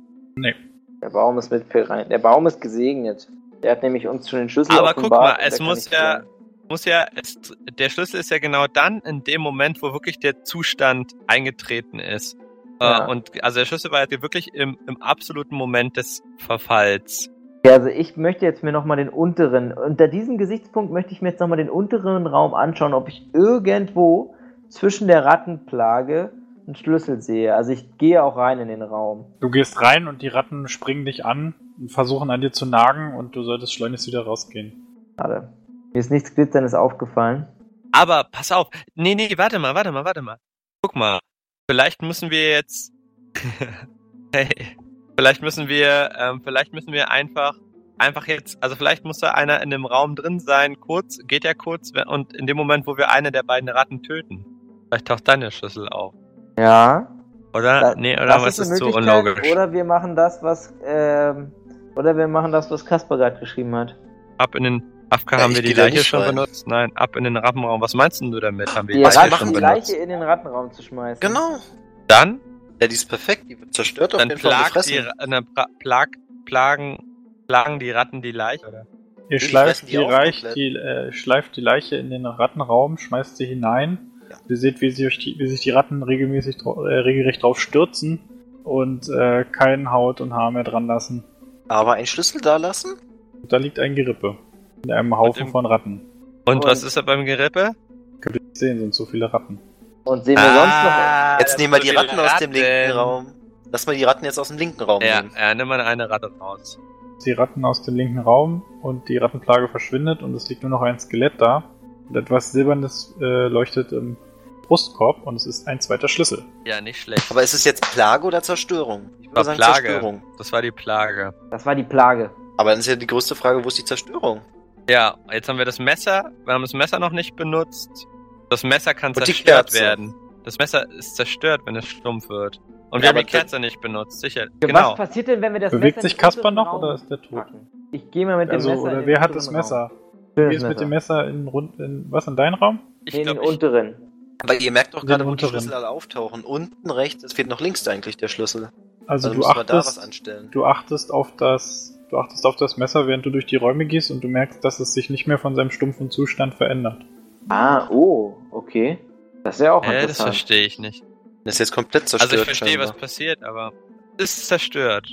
[SPEAKER 3] Der Baum ist mit Piranha. Der Baum ist gesegnet. Der hat nämlich uns schon den Schlüssel
[SPEAKER 6] Aber guck
[SPEAKER 3] offenbart.
[SPEAKER 6] mal, es muss ja, muss ja, es, der Schlüssel ist ja genau dann in dem Moment, wo wirklich der Zustand eingetreten ist.
[SPEAKER 3] Ja.
[SPEAKER 6] Äh, und also der Schlüssel war ja wirklich im, im absoluten Moment des Verfalls.
[SPEAKER 3] Ja, also ich möchte jetzt mir nochmal den unteren, unter diesem Gesichtspunkt möchte ich mir jetzt nochmal den unteren Raum anschauen, ob ich irgendwo zwischen der Rattenplage einen Schlüssel sehe. Also ich gehe auch rein in den Raum.
[SPEAKER 1] Du gehst rein und die Ratten springen dich an und versuchen an dir zu nagen und du solltest schleunigst wieder rausgehen.
[SPEAKER 3] Schade. Mir ist nichts Glitzerndes aufgefallen.
[SPEAKER 6] Aber pass auf, nee, nee, warte mal, warte mal, warte mal. Guck mal, vielleicht müssen wir jetzt, [LAUGHS] hey, vielleicht müssen wir, ähm, vielleicht müssen wir einfach, einfach jetzt, also vielleicht muss da einer in dem Raum drin sein, kurz, geht ja kurz, we- und in dem Moment, wo wir eine der beiden Ratten töten, vielleicht taucht dann der Schlüssel auf.
[SPEAKER 3] Ja.
[SPEAKER 6] Oder?
[SPEAKER 3] Da-
[SPEAKER 6] nee, oder
[SPEAKER 3] das ist
[SPEAKER 6] was ist,
[SPEAKER 3] eine
[SPEAKER 6] zu
[SPEAKER 3] Möglichkeit.
[SPEAKER 6] unlogisch?
[SPEAKER 3] Oder wir machen das, was ähm, Oder wir machen das, was Kasper gerade geschrieben hat.
[SPEAKER 6] Ab in den Afka
[SPEAKER 2] Ja,
[SPEAKER 6] haben
[SPEAKER 2] ich
[SPEAKER 6] wir die
[SPEAKER 2] geh da
[SPEAKER 6] Leiche
[SPEAKER 2] nicht
[SPEAKER 6] schon
[SPEAKER 2] rein.
[SPEAKER 6] benutzt. Nein, ab in den Rappenraum. Was meinst denn du damit? Haben wir
[SPEAKER 3] Die,
[SPEAKER 6] die Leiche
[SPEAKER 3] Ratten,
[SPEAKER 6] schon
[SPEAKER 3] die
[SPEAKER 6] benutzt?
[SPEAKER 3] Leiche in den Rattenraum zu schmeißen.
[SPEAKER 2] Genau.
[SPEAKER 6] Dann,
[SPEAKER 2] Ja, die ist perfekt. Die wird zerstört auf
[SPEAKER 6] dann
[SPEAKER 2] jeden Fall.
[SPEAKER 6] plagt
[SPEAKER 2] gefressen.
[SPEAKER 6] die, äh, ne, pra- plag, plagen, plagen die Ratten die Leiche. Oder?
[SPEAKER 1] Ihr
[SPEAKER 2] Die fressen
[SPEAKER 1] schleift
[SPEAKER 2] die
[SPEAKER 1] die,
[SPEAKER 2] auch
[SPEAKER 1] Reich,
[SPEAKER 2] komplett.
[SPEAKER 1] die, äh, schleift die Leiche in den Rattenraum, schmeißt sie hinein.
[SPEAKER 2] Ja.
[SPEAKER 1] Ihr seht, wie, sie, wie sich die Ratten regelmäßig drau- äh, regelrecht drauf stürzen und äh, keinen Haut und Haar mehr dran lassen.
[SPEAKER 2] Aber einen Schlüssel da lassen?
[SPEAKER 1] Und da liegt ein Gerippe in einem Haufen
[SPEAKER 6] dem-
[SPEAKER 1] von Ratten.
[SPEAKER 6] Und,
[SPEAKER 3] Und-
[SPEAKER 6] was ist da beim Gerippe?
[SPEAKER 1] Könnt ihr nicht sehen, sind so viele Ratten.
[SPEAKER 3] Und sehen wir
[SPEAKER 6] Ah.
[SPEAKER 3] sonst
[SPEAKER 2] Jetzt nehmen wir die Ratten aus dem linken
[SPEAKER 6] Raum.
[SPEAKER 2] Raum. Lass mal die Ratten jetzt aus dem linken Raum
[SPEAKER 6] Ja,
[SPEAKER 2] nehmen.
[SPEAKER 6] ja, nimm mal eine Ratte raus.
[SPEAKER 1] Die Ratten aus dem linken Raum und die Rattenplage verschwindet und es liegt nur noch ein Skelett da. Und etwas Silbernes äh, leuchtet im Brustkorb und es ist ein zweiter Schlüssel.
[SPEAKER 6] Ja, nicht schlecht.
[SPEAKER 2] Aber ist es jetzt Plage oder Zerstörung? Ich würde
[SPEAKER 6] War
[SPEAKER 2] sagen
[SPEAKER 6] Plage.
[SPEAKER 2] Zerstörung.
[SPEAKER 6] Das war die Plage.
[SPEAKER 3] noch. Das war die Plage.
[SPEAKER 2] Aber dann ist ja die größte Frage, wo ist die Zerstörung?
[SPEAKER 6] Ja, jetzt haben wir das Messer. Wir haben das Messer noch nicht benutzt. Das Messer kann
[SPEAKER 2] Und die
[SPEAKER 6] zerstört
[SPEAKER 2] Kerze.
[SPEAKER 6] werden. Das Messer ist zerstört, wenn es stumpf wird. Und
[SPEAKER 2] Ja,
[SPEAKER 6] wir haben
[SPEAKER 2] aber
[SPEAKER 6] die Kerze nicht benutzt, sicher.
[SPEAKER 3] Ja,
[SPEAKER 6] Genau.
[SPEAKER 3] Was passiert denn, wenn wir das
[SPEAKER 1] Bewegt
[SPEAKER 3] Messer
[SPEAKER 1] sich
[SPEAKER 3] in den
[SPEAKER 1] Kasper
[SPEAKER 3] unteren
[SPEAKER 1] noch
[SPEAKER 3] Raum
[SPEAKER 1] oder ist der tot?
[SPEAKER 3] packen? Ich gehe mal mit
[SPEAKER 1] Also,
[SPEAKER 3] dem Messer.
[SPEAKER 1] oder
[SPEAKER 3] in
[SPEAKER 1] wer
[SPEAKER 3] den
[SPEAKER 1] hat das
[SPEAKER 3] unteren Raum.
[SPEAKER 1] Messer?
[SPEAKER 3] Schönes
[SPEAKER 1] Wie ist mit dem Messer in, rund, in was in deinem Raum?
[SPEAKER 6] Ich
[SPEAKER 3] In den
[SPEAKER 6] glaub, ich,
[SPEAKER 3] unteren.
[SPEAKER 2] Aber ihr merkt doch
[SPEAKER 1] Den
[SPEAKER 2] gerade, wo die
[SPEAKER 1] unteren.
[SPEAKER 2] Schlüssel alle auftauchen. Unten rechts, es fehlt noch links eigentlich der Schlüssel.
[SPEAKER 1] Also,
[SPEAKER 2] Also,
[SPEAKER 1] du
[SPEAKER 2] müssen wir da was
[SPEAKER 1] achtest,
[SPEAKER 2] anstellen.
[SPEAKER 1] du achtest auf das, du achtest auf das Messer, während du durch die Räume gehst und du merkst, dass es sich nicht mehr von seinem stumpfen Zustand verändert.
[SPEAKER 3] Ah, oh, okay. Das wäre auch
[SPEAKER 6] äh, das
[SPEAKER 3] interessant.
[SPEAKER 6] verstehe ich nicht.
[SPEAKER 2] Das ist jetzt komplett zerstört.
[SPEAKER 6] Also ich verstehe, was
[SPEAKER 2] scheinbar.
[SPEAKER 6] passiert, aber es ist zerstört.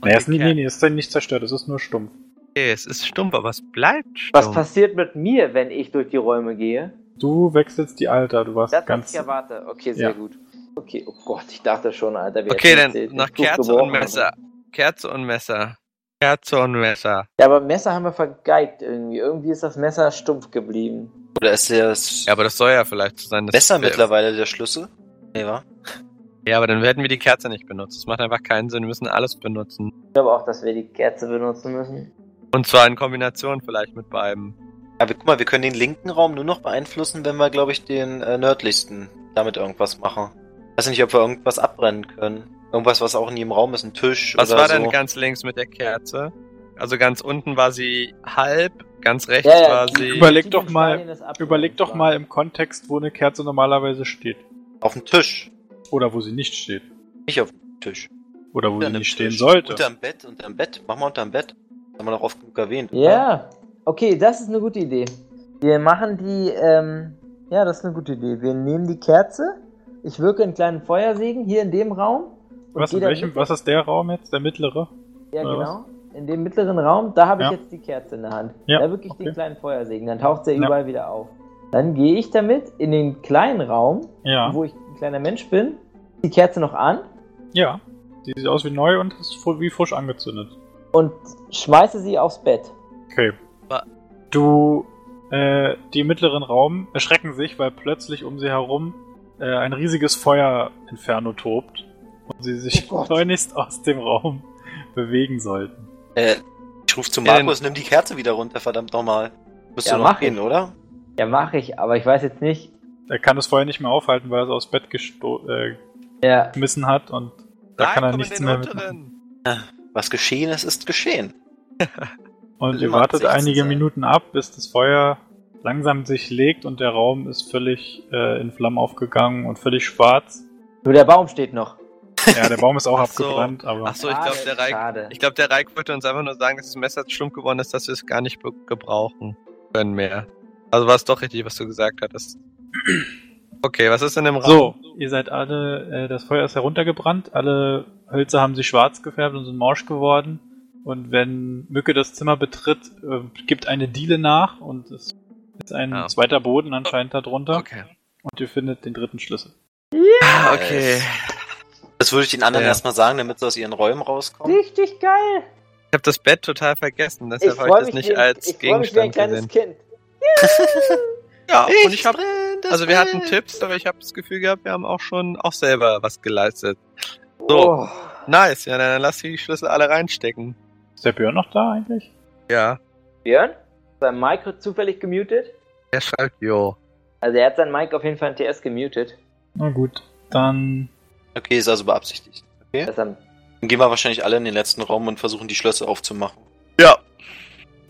[SPEAKER 6] Und
[SPEAKER 1] Naja,
[SPEAKER 6] die
[SPEAKER 1] es, nee,
[SPEAKER 6] Kerze-
[SPEAKER 1] nee, nee, es ist dann nicht zerstört, es ist nur stumpf.
[SPEAKER 6] Okay, es ist stumpf, aber es bleibt stumpf.
[SPEAKER 3] Was passiert mit mir, wenn ich durch die Räume gehe?
[SPEAKER 1] Du wechselst die Alter, du warst
[SPEAKER 3] Das was
[SPEAKER 1] ganz.
[SPEAKER 3] ich erwarte. Okay, sehr
[SPEAKER 1] Ja.
[SPEAKER 3] gut. Okay, oh Gott, ich dachte schon, Alter. wir
[SPEAKER 6] Okay,
[SPEAKER 3] hätten
[SPEAKER 6] dann
[SPEAKER 3] jetzt den
[SPEAKER 6] nach
[SPEAKER 3] Zug
[SPEAKER 6] Kerze
[SPEAKER 3] gebrochen,
[SPEAKER 6] und Messer.
[SPEAKER 3] aber-
[SPEAKER 6] Kerze und Messer. Kerze und Messer.
[SPEAKER 3] Ja, aber Messer haben wir vergeigt irgendwie. Irgendwie ist das Messer stumpf geblieben.
[SPEAKER 2] Oder ist das
[SPEAKER 6] Ja, aber das soll ja vielleicht so sein. dass-
[SPEAKER 2] besser mittlerweile der Schlüssel? Nee, wa?
[SPEAKER 6] Ja, aber dann hätten wir die Kerze nicht benutzt. Das macht einfach keinen Sinn. Wir müssen alles benutzen.
[SPEAKER 3] Ich glaube auch, dass wir die Kerze benutzen müssen.
[SPEAKER 6] Und zwar in Kombination vielleicht mit beiden.
[SPEAKER 2] Aber guck mal, wir können den linken Raum nur noch beeinflussen, wenn wir, glaube ich, den äh, nördlichsten damit irgendwas machen. Weiß nicht, ob wir irgendwas abbrennen können. Irgendwas, was auch in jedem Raum ist, ein Tisch
[SPEAKER 6] Was
[SPEAKER 2] oder
[SPEAKER 6] war
[SPEAKER 2] so.
[SPEAKER 6] denn ganz links mit der Kerze? Also ganz unten war sie halb, ganz rechts
[SPEAKER 3] Ja, ja,
[SPEAKER 6] war
[SPEAKER 3] die-
[SPEAKER 6] sie.
[SPEAKER 1] Überleg
[SPEAKER 3] die
[SPEAKER 1] doch
[SPEAKER 3] Stadien
[SPEAKER 1] mal-
[SPEAKER 3] des Abgrunds
[SPEAKER 1] Überleg doch
[SPEAKER 3] waren.
[SPEAKER 1] mal im Kontext, wo eine Kerze normalerweise steht.
[SPEAKER 2] Auf dem Tisch.
[SPEAKER 1] Oder wo sie nicht steht.
[SPEAKER 2] Nicht auf dem Tisch.
[SPEAKER 1] Oder wo sie
[SPEAKER 2] Unter einem
[SPEAKER 1] nicht stehen
[SPEAKER 2] Tisch.
[SPEAKER 1] sollte.
[SPEAKER 2] Unterm Bett, unterm Bett. Mach mal unterm Bett. Das haben wir noch oft genug erwähnt. oder?
[SPEAKER 3] Ja, okay, das ist eine gute Idee. Wir machen die, ähm, ja, das ist eine gute Idee. Wir nehmen die Kerze, ich wirke einen kleinen Feuersegen hier in dem Raum.
[SPEAKER 1] Was, in
[SPEAKER 3] jeder
[SPEAKER 1] welchem,
[SPEAKER 3] bitte-
[SPEAKER 1] was ist der Raum jetzt? Der mittlere?
[SPEAKER 3] Ja,
[SPEAKER 1] Oder
[SPEAKER 3] genau. In dem mittleren Raum, da habe ich
[SPEAKER 1] Ja.
[SPEAKER 3] jetzt die Kerze in der Hand.
[SPEAKER 1] Ja,
[SPEAKER 3] da wirklich
[SPEAKER 1] okay.
[SPEAKER 3] den kleinen Feuersegen, dann taucht sie
[SPEAKER 1] Ja.
[SPEAKER 3] überall wieder auf. Dann gehe ich damit in den kleinen Raum,
[SPEAKER 1] Ja.
[SPEAKER 3] wo ich ein kleiner Mensch bin, die Kerze noch an
[SPEAKER 1] Ja. Die sieht aus wie neu und ist fu- wie frisch angezündet.
[SPEAKER 3] und schmeiße sie aufs Bett.
[SPEAKER 1] Okay.
[SPEAKER 6] Wa-
[SPEAKER 1] Du, äh, die im mittleren Raum erschrecken sich, weil plötzlich um sie herum äh, ein riesiges Feuerinferno tobt und sie sich
[SPEAKER 3] Oh Gott.
[SPEAKER 1] schleunigst aus dem Raum [LAUGHS] bewegen sollten.
[SPEAKER 2] Äh, ich ruf zu
[SPEAKER 6] Ja,
[SPEAKER 2] Markus, nimm die Kerze wieder runter, verdammt nochmal. Müsste
[SPEAKER 3] Ja,
[SPEAKER 2] noch
[SPEAKER 3] mach
[SPEAKER 2] gehen,
[SPEAKER 3] ich.
[SPEAKER 2] oder?
[SPEAKER 3] Ja, mache ich, aber ich weiß jetzt nicht.
[SPEAKER 1] Er kann es vorher nicht mehr aufhalten, weil er es aus Bett gesto äh,
[SPEAKER 3] Ja,
[SPEAKER 1] geschmissen hat und da
[SPEAKER 6] Nein,
[SPEAKER 1] kann er
[SPEAKER 6] komm in
[SPEAKER 1] nichts
[SPEAKER 6] den
[SPEAKER 1] mehr mitmachen.
[SPEAKER 6] unteren.
[SPEAKER 2] Was geschehen ist, ist geschehen.
[SPEAKER 1] Und ihr
[SPEAKER 2] Immer ab
[SPEAKER 1] wartet
[SPEAKER 2] 16
[SPEAKER 1] einige
[SPEAKER 2] sein.
[SPEAKER 1] Minuten ab, bis das Feuer langsam sich legt und der Raum ist völlig äh, in Flammen aufgegangen und völlig schwarz.
[SPEAKER 3] nur der Baum steht noch.
[SPEAKER 1] Ja, der Baum ist auch
[SPEAKER 6] [LAUGHS] Ach so.
[SPEAKER 1] abgebrannt, aber.
[SPEAKER 6] Ach so, ich glaube, der Reik,
[SPEAKER 3] Schade.
[SPEAKER 6] ich glaub, der Reik wollte uns einfach nur sagen, dass das Messer stumpf geworden ist, dass wir es gar nicht be- gebrauchen können mehr. Also war es doch richtig, was du gesagt hattest. Okay, was ist in dem Raum?
[SPEAKER 1] So, ihr seid alle, äh, das Feuer ist heruntergebrannt, alle Hölzer haben sich schwarz gefärbt und sind morsch geworden. Und wenn Mücke das Zimmer betritt, äh, gibt eine Diele nach und es ist ein
[SPEAKER 6] Ah.
[SPEAKER 1] zweiter Boden anscheinend darunter.
[SPEAKER 6] Okay.
[SPEAKER 1] Und ihr findet den dritten Schlüssel.
[SPEAKER 6] Ah, okay.
[SPEAKER 2] Äh, Das würde ich den anderen
[SPEAKER 6] Ja.
[SPEAKER 2] erstmal sagen, damit sie aus ihren Räumen rauskommen.
[SPEAKER 11] Richtig geil.
[SPEAKER 6] Ich habe das Bett total vergessen,
[SPEAKER 3] Ich
[SPEAKER 6] deshalb
[SPEAKER 3] freue
[SPEAKER 6] habe ich das
[SPEAKER 3] mich,
[SPEAKER 6] nicht
[SPEAKER 3] wie ein-
[SPEAKER 6] als
[SPEAKER 3] ich freu mich wie ein kleines
[SPEAKER 6] Gegenstand gesehen.
[SPEAKER 3] Kind.
[SPEAKER 6] Ja, und ich habe
[SPEAKER 2] brenn, das
[SPEAKER 6] also wir hatten
[SPEAKER 2] brennt.
[SPEAKER 6] Tipps, aber ich habe das Gefühl gehabt, wir haben auch schon auch selber was geleistet. So,
[SPEAKER 3] Oh.
[SPEAKER 6] nice. Ja, dann lass die Schlüssel alle reinstecken.
[SPEAKER 1] Ist der Björn noch da eigentlich?
[SPEAKER 6] Ja,
[SPEAKER 3] Björn? Ist Sein Mikro zufällig gemutet?
[SPEAKER 6] er schreibt jo.
[SPEAKER 3] Also er hat sein Mic auf jeden Fall in TS gemutet.
[SPEAKER 1] Na gut, dann
[SPEAKER 2] Okay, ist also beabsichtigt.
[SPEAKER 3] Das ist am
[SPEAKER 2] Dann gehen wir wahrscheinlich alle in den letzten Raum und versuchen die Schlösser aufzumachen.
[SPEAKER 4] Ja.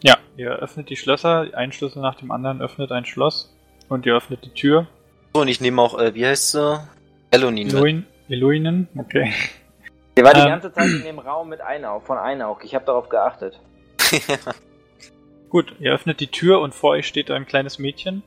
[SPEAKER 1] Ja, ihr öffnet die Schlösser, ein Schlüssel nach dem anderen öffnet ein Schloss und ihr öffnet die Tür.
[SPEAKER 2] So, und ich nehme auch, äh, wie heißt sie? ne? Elonin. mit.
[SPEAKER 1] Eluin, Eluinen, okay.
[SPEAKER 3] Der war
[SPEAKER 1] Ähm.
[SPEAKER 3] die ganze Zeit in dem Raum mit Einaug, von Einaug. Ich habe darauf geachtet.
[SPEAKER 1] Gut, ihr öffnet die Tür und vor euch steht ein kleines Mädchen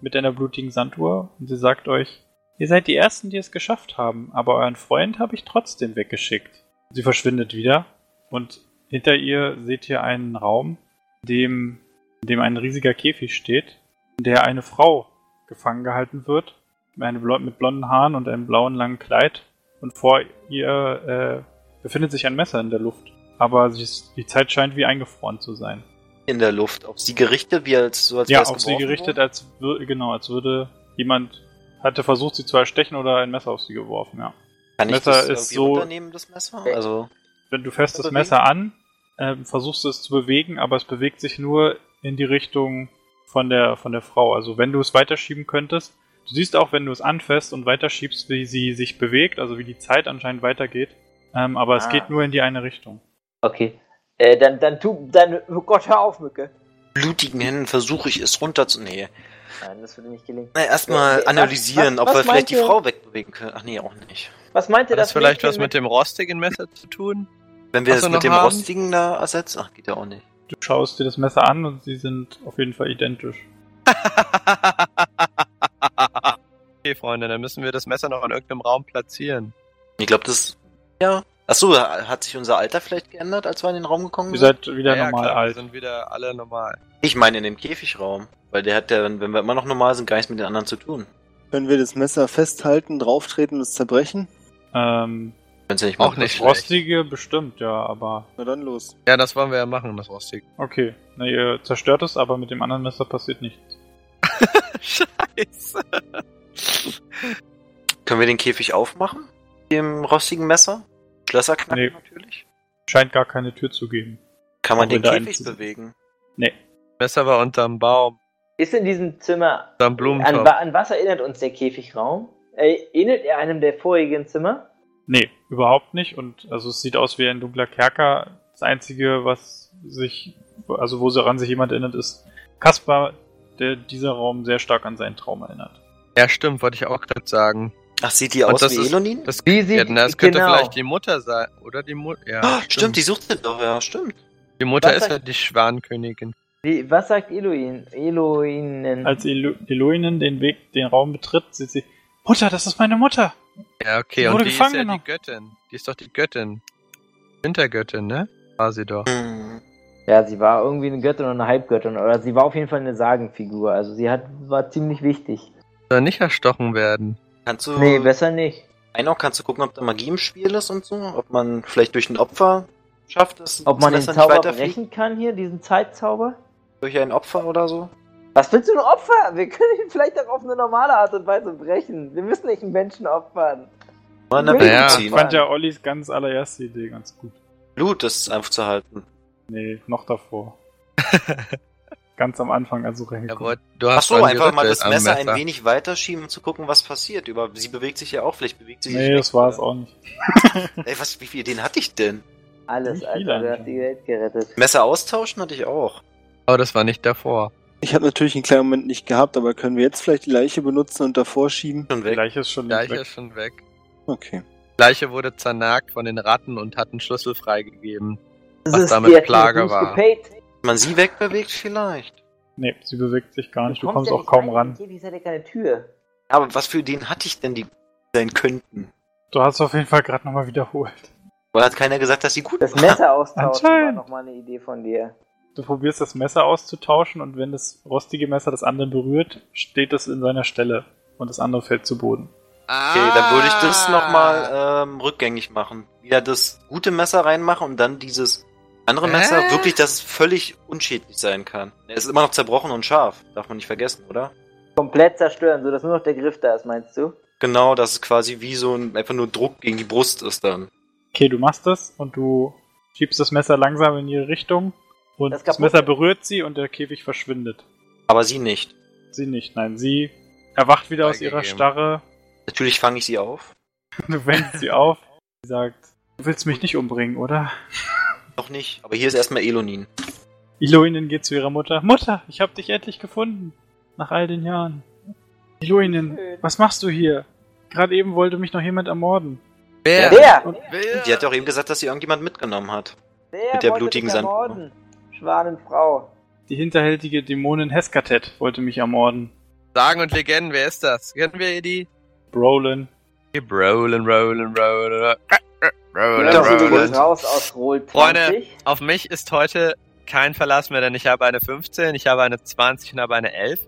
[SPEAKER 1] mit einer blutigen Sanduhr und sie sagt euch, ihr seid die Ersten, die es geschafft haben, aber euren Freund habe ich trotzdem weggeschickt. Sie verschwindet wieder und hinter ihr seht ihr einen Raum, in dem, in dem ein riesiger Käfig steht, in der eine Frau gefangen gehalten wird, mit einem blo- mit blonden Haaren und einem blauen langen Kleid und vor ihr äh, befindet sich ein Messer in der Luft, aber sie ist, die Zeit scheint wie eingefroren zu sein.
[SPEAKER 2] in der Luft. Auf sie gerichtet, wie als so als
[SPEAKER 1] Ja,
[SPEAKER 2] wär's
[SPEAKER 1] auf sie
[SPEAKER 2] geworfen
[SPEAKER 1] gerichtet,
[SPEAKER 2] worden?
[SPEAKER 1] als wür- genau, als würde jemand hatte versucht, sie zu erstechen oder ein Messer auf sie geworfen. Ja,
[SPEAKER 2] Kann ich
[SPEAKER 1] Messer
[SPEAKER 2] das
[SPEAKER 1] ist
[SPEAKER 2] irgendwie
[SPEAKER 1] so-
[SPEAKER 2] runternehmen, das Messer? Also,
[SPEAKER 1] wenn du fährst das
[SPEAKER 2] Bewegen?
[SPEAKER 1] Messer an, ähm, versuchst es zu bewegen, aber es bewegt sich nur in die Richtung von der von der Frau. Also wenn du es weiterschieben könntest, du siehst auch, wenn du es anfährst und weiterschiebst, wie sie sich bewegt, also wie die Zeit anscheinend weitergeht. Ähm, aber es
[SPEAKER 3] Ah.
[SPEAKER 1] geht nur in die eine Richtung.
[SPEAKER 3] Okay. Äh, dann, dann tu, dann, oh Gott, hör auf, Mücke.
[SPEAKER 2] blutigen Händen versuche ich es runterzunehmen.
[SPEAKER 3] Nein, das würde nicht gelingen.
[SPEAKER 2] Na, erstmal
[SPEAKER 3] Was-
[SPEAKER 2] analysieren,
[SPEAKER 3] was-
[SPEAKER 2] ob wir
[SPEAKER 3] was
[SPEAKER 2] vielleicht die
[SPEAKER 3] meint ihr?
[SPEAKER 2] Frau wegbewegen können. Ach nee, auch nicht.
[SPEAKER 3] Was meinte
[SPEAKER 6] Hat
[SPEAKER 3] das
[SPEAKER 6] das vielleicht was
[SPEAKER 3] Mädchen
[SPEAKER 6] mit dem rostigen Messer zu tun?
[SPEAKER 2] Wenn wir
[SPEAKER 6] Hast
[SPEAKER 2] es
[SPEAKER 6] du
[SPEAKER 2] mit
[SPEAKER 6] noch
[SPEAKER 2] dem
[SPEAKER 6] Haaren?
[SPEAKER 2] rostigen da ersetzen, ach, geht ja auch nicht.
[SPEAKER 1] Du schaust dir das Messer an und sie sind auf jeden Fall identisch.
[SPEAKER 6] [LAUGHS] okay, Freunde, dann müssen wir das Messer noch in irgendeinem Raum platzieren.
[SPEAKER 2] Ich glaube, das. Ja. Achso, hat sich unser Alter vielleicht geändert, als wir in den Raum gekommen
[SPEAKER 1] Ihr
[SPEAKER 2] sind?
[SPEAKER 1] seid wieder
[SPEAKER 6] Ja, ja,
[SPEAKER 1] normal
[SPEAKER 6] klar,
[SPEAKER 1] alt.
[SPEAKER 6] Wir sind wieder alle normal.
[SPEAKER 2] Ich meine in dem Käfigraum. Weil der hat ja, dann, wenn wir immer noch normal sind, gar nichts mit den anderen zu tun.
[SPEAKER 4] Können wir das Messer festhalten, drauftreten und es zerbrechen?
[SPEAKER 1] Ähm,
[SPEAKER 2] Wenn's ja nicht mal
[SPEAKER 6] Auch nicht. Schlecht.
[SPEAKER 1] Rostige bestimmt, ja, aber
[SPEAKER 4] Na dann los.
[SPEAKER 6] Ja, das wollen wir ja machen, das Rostige.
[SPEAKER 1] Okay, na ihr zerstört es, aber mit dem anderen Messer passiert nichts.
[SPEAKER 6] Scheiße.
[SPEAKER 2] Können wir den Käfig aufmachen? Mit dem rostigen Messer? Schlösser knacken
[SPEAKER 1] Nee.
[SPEAKER 2] natürlich.
[SPEAKER 1] Scheint gar keine Tür zu geben.
[SPEAKER 2] Kann man
[SPEAKER 1] Auch wenn
[SPEAKER 2] den
[SPEAKER 1] da
[SPEAKER 2] Käfig
[SPEAKER 1] ein-
[SPEAKER 2] bewegen?
[SPEAKER 6] Messer war unterm Baum,
[SPEAKER 3] Ist in diesem Zimmer.
[SPEAKER 6] unterm
[SPEAKER 3] An,
[SPEAKER 6] Blumentopf.
[SPEAKER 3] wa- an was erinnert uns der Käfigraum? Äh, Erinnert er einem der vorigen Zimmer?
[SPEAKER 1] Nee, überhaupt nicht. Und also es sieht aus wie ein dunkler Kerker. Das Einzige, was sich, also wo daran sich jemand erinnert, ist Kaspar, der dieser Raum sehr stark an seinen Traum erinnert.
[SPEAKER 6] ja, stimmt, wollte ich auch gerade sagen.
[SPEAKER 2] Ach, sieht die
[SPEAKER 6] Und
[SPEAKER 2] aus
[SPEAKER 6] das
[SPEAKER 2] wie
[SPEAKER 6] ist-
[SPEAKER 2] Elonin?
[SPEAKER 6] Das,
[SPEAKER 3] Wie
[SPEAKER 6] ja,
[SPEAKER 3] sieht
[SPEAKER 6] na, das könnte
[SPEAKER 3] genau.
[SPEAKER 6] vielleicht die Mutter sein, oder die Mutter. Ja,
[SPEAKER 2] Ah, stimmt, die sucht den doch, ja, stimmt.
[SPEAKER 6] Die Mutter
[SPEAKER 3] Was
[SPEAKER 6] ist
[SPEAKER 3] sagt-
[SPEAKER 6] ja die Schwankönigin.
[SPEAKER 3] Wie, was sagt Eloin? Eloinen.
[SPEAKER 6] Also-
[SPEAKER 1] Als Elu- Eloinen den Weg, den Raum betritt, sieht sie, Mutter, das ist meine Mutter!
[SPEAKER 6] Ja,
[SPEAKER 1] Die
[SPEAKER 6] okay, und
[SPEAKER 1] wurde
[SPEAKER 6] die ist ja
[SPEAKER 1] gefangen
[SPEAKER 6] die
[SPEAKER 1] genommen.
[SPEAKER 6] Göttin. Die ist doch die Göttin. Wintergöttin, ne? War sie doch.
[SPEAKER 2] Hm.
[SPEAKER 3] ja, sie war irgendwie eine Göttin und eine Halbgöttin. Oder sie war auf jeden Fall eine Sagenfigur. Also sie hat, war ziemlich wichtig.
[SPEAKER 6] Soll nicht
[SPEAKER 1] [LAUGHS]
[SPEAKER 6] erstochen werden.
[SPEAKER 2] Kannst du, nee,
[SPEAKER 3] Nee, besser nicht.
[SPEAKER 2] auch kannst du gucken, ob da Magie im Spiel ist und so? Ob man vielleicht durch ein Opfer schafft es?
[SPEAKER 3] Ob man den
[SPEAKER 2] das Messer
[SPEAKER 3] Zauber
[SPEAKER 2] weiterfliegt?
[SPEAKER 3] brechen kann hier, diesen Zeitzauber?
[SPEAKER 2] Durch ein Opfer oder so?
[SPEAKER 3] Was willst du ein Opfer? Wir können ihn vielleicht auch auf eine normale Art und Weise brechen. Wir müssen nicht einen Menschen opfern.
[SPEAKER 2] Mal in der
[SPEAKER 3] Ja,
[SPEAKER 2] Bibel
[SPEAKER 6] ja.
[SPEAKER 1] Ich
[SPEAKER 2] ziehen.
[SPEAKER 1] fand ja Ollis ganz allererste Idee ganz gut.
[SPEAKER 2] um Blut ist einfach zu halten.
[SPEAKER 1] Nee, noch davor. ganz am Anfang, also
[SPEAKER 6] Er
[SPEAKER 1] reingekommen.
[SPEAKER 6] wollte, du
[SPEAKER 2] Ach
[SPEAKER 6] hast
[SPEAKER 2] so,
[SPEAKER 6] dran
[SPEAKER 2] einfach mal
[SPEAKER 6] gerüttelt
[SPEAKER 2] das
[SPEAKER 6] am
[SPEAKER 2] Messer ein wenig weiterschieben, um zu gucken, was passiert. Über, sie bewegt sich ja auch, vielleicht bewegt sie sich.
[SPEAKER 1] Nee, das war es auch nicht.
[SPEAKER 2] Ey, was, wie viel Ideen hatte ich denn?
[SPEAKER 3] Alles,
[SPEAKER 1] Nicht viel
[SPEAKER 3] Alter, du hast
[SPEAKER 1] anscheinend.
[SPEAKER 3] die Welt gerettet.
[SPEAKER 2] Messer austauschen hatte ich auch.
[SPEAKER 6] Oh, das war nicht davor.
[SPEAKER 4] Ich habe natürlich einen kleinen Moment nicht gehabt, aber können wir jetzt vielleicht die Leiche benutzen und davor schieben?
[SPEAKER 2] Schon weg.
[SPEAKER 1] Gleich ist schon nicht
[SPEAKER 6] Leiche
[SPEAKER 1] weg.
[SPEAKER 6] ist schon weg.
[SPEAKER 4] Okay.
[SPEAKER 6] Leiche wurde zernagt von den Ratten und hat einen Schlüssel freigegeben.
[SPEAKER 3] Das
[SPEAKER 6] Was damit
[SPEAKER 3] die hat
[SPEAKER 6] Plage
[SPEAKER 3] nicht
[SPEAKER 6] war.
[SPEAKER 3] gepayt.
[SPEAKER 2] Wenn man sie wegbewegt, vielleicht.
[SPEAKER 1] Nee, sie bewegt sich gar nicht. Du kommst
[SPEAKER 3] kommst ja
[SPEAKER 1] auch
[SPEAKER 3] nicht
[SPEAKER 1] kaum
[SPEAKER 3] rein,
[SPEAKER 1] ran.
[SPEAKER 3] Hier, wie ist ja keine Tür.
[SPEAKER 2] Aber was für Ideen hatte ich denn, die sein könnten?
[SPEAKER 1] Du hast auf jeden Fall gerade nochmal wiederholt.
[SPEAKER 2] Weil hat keiner gesagt, dass sie gut
[SPEAKER 3] Das
[SPEAKER 1] [LAUGHS]
[SPEAKER 2] waren?
[SPEAKER 3] Messer austauschen war
[SPEAKER 1] Anscheinend.
[SPEAKER 3] nochmal eine Idee von dir.
[SPEAKER 1] Du probierst das Messer auszutauschen und wenn das rostige Messer das andere berührt, steht es in seiner Stelle und das andere fällt zu Boden.
[SPEAKER 2] Okay, dann würde ich das
[SPEAKER 6] Ah.
[SPEAKER 2] nochmal ähm, rückgängig machen. Wieder das gute Messer reinmachen und dann dieses andere
[SPEAKER 6] Hä?
[SPEAKER 2] Messer, wirklich, dass es völlig unschädlich sein kann. Er ist immer noch zerbrochen und scharf, darf man nicht vergessen, oder?
[SPEAKER 3] Komplett zerstören, sodass nur noch der Griff da ist, meinst du?
[SPEAKER 2] Genau, dass es quasi wie so ein einfach nur Druck gegen die Brust ist dann.
[SPEAKER 1] Okay, du machst das und du schiebst das Messer langsam in ihre Richtung und
[SPEAKER 3] Das
[SPEAKER 1] das,
[SPEAKER 3] kaputt.
[SPEAKER 1] Messer berührt sie und der Käfig verschwindet.
[SPEAKER 2] Aber sie nicht.
[SPEAKER 1] Sie nicht, nein, sie erwacht wieder aus ihrer [LAUGHS]
[SPEAKER 6] Freigegeben.
[SPEAKER 1] Starre.
[SPEAKER 2] Natürlich fange ich sie auf.
[SPEAKER 1] Du wendest sie auf. Sie sagt, Du willst mich nicht umbringen, oder?
[SPEAKER 2] Noch nicht. Aber hier ist erstmal Elonin.
[SPEAKER 1] Iloinen geht zu ihrer Mutter. Mutter, ich hab dich endlich gefunden. Nach all den Jahren. Iloinen,
[SPEAKER 11] Schön.
[SPEAKER 1] was machst du hier? Gerade eben wollte mich noch jemand ermorden.
[SPEAKER 5] Wer?
[SPEAKER 3] Wer?
[SPEAKER 5] Wer?
[SPEAKER 2] Die hat ja auch eben gesagt, dass sie irgendjemand mitgenommen hat.
[SPEAKER 3] Wer
[SPEAKER 2] Mit der
[SPEAKER 3] wollte
[SPEAKER 2] blutigen
[SPEAKER 3] dich
[SPEAKER 2] Sand-
[SPEAKER 3] ermorden? Schwanenfrau.
[SPEAKER 1] Die hinterhältige Dämonin Heskateth wollte mich ermorden.
[SPEAKER 6] Sagen und Legenden, wer ist das? Kennen wir die?
[SPEAKER 1] Brolin.
[SPEAKER 6] Die Rollen, rollen, rollen, rollen, rollen,
[SPEAKER 3] Lassen Sie
[SPEAKER 6] rollen.
[SPEAKER 3] dich raus aus Roll
[SPEAKER 6] Freunde.
[SPEAKER 3] 20.
[SPEAKER 6] Auf mich ist heute kein Verlass mehr, denn ich habe eine 15, ich habe eine 20 und habe eine 11.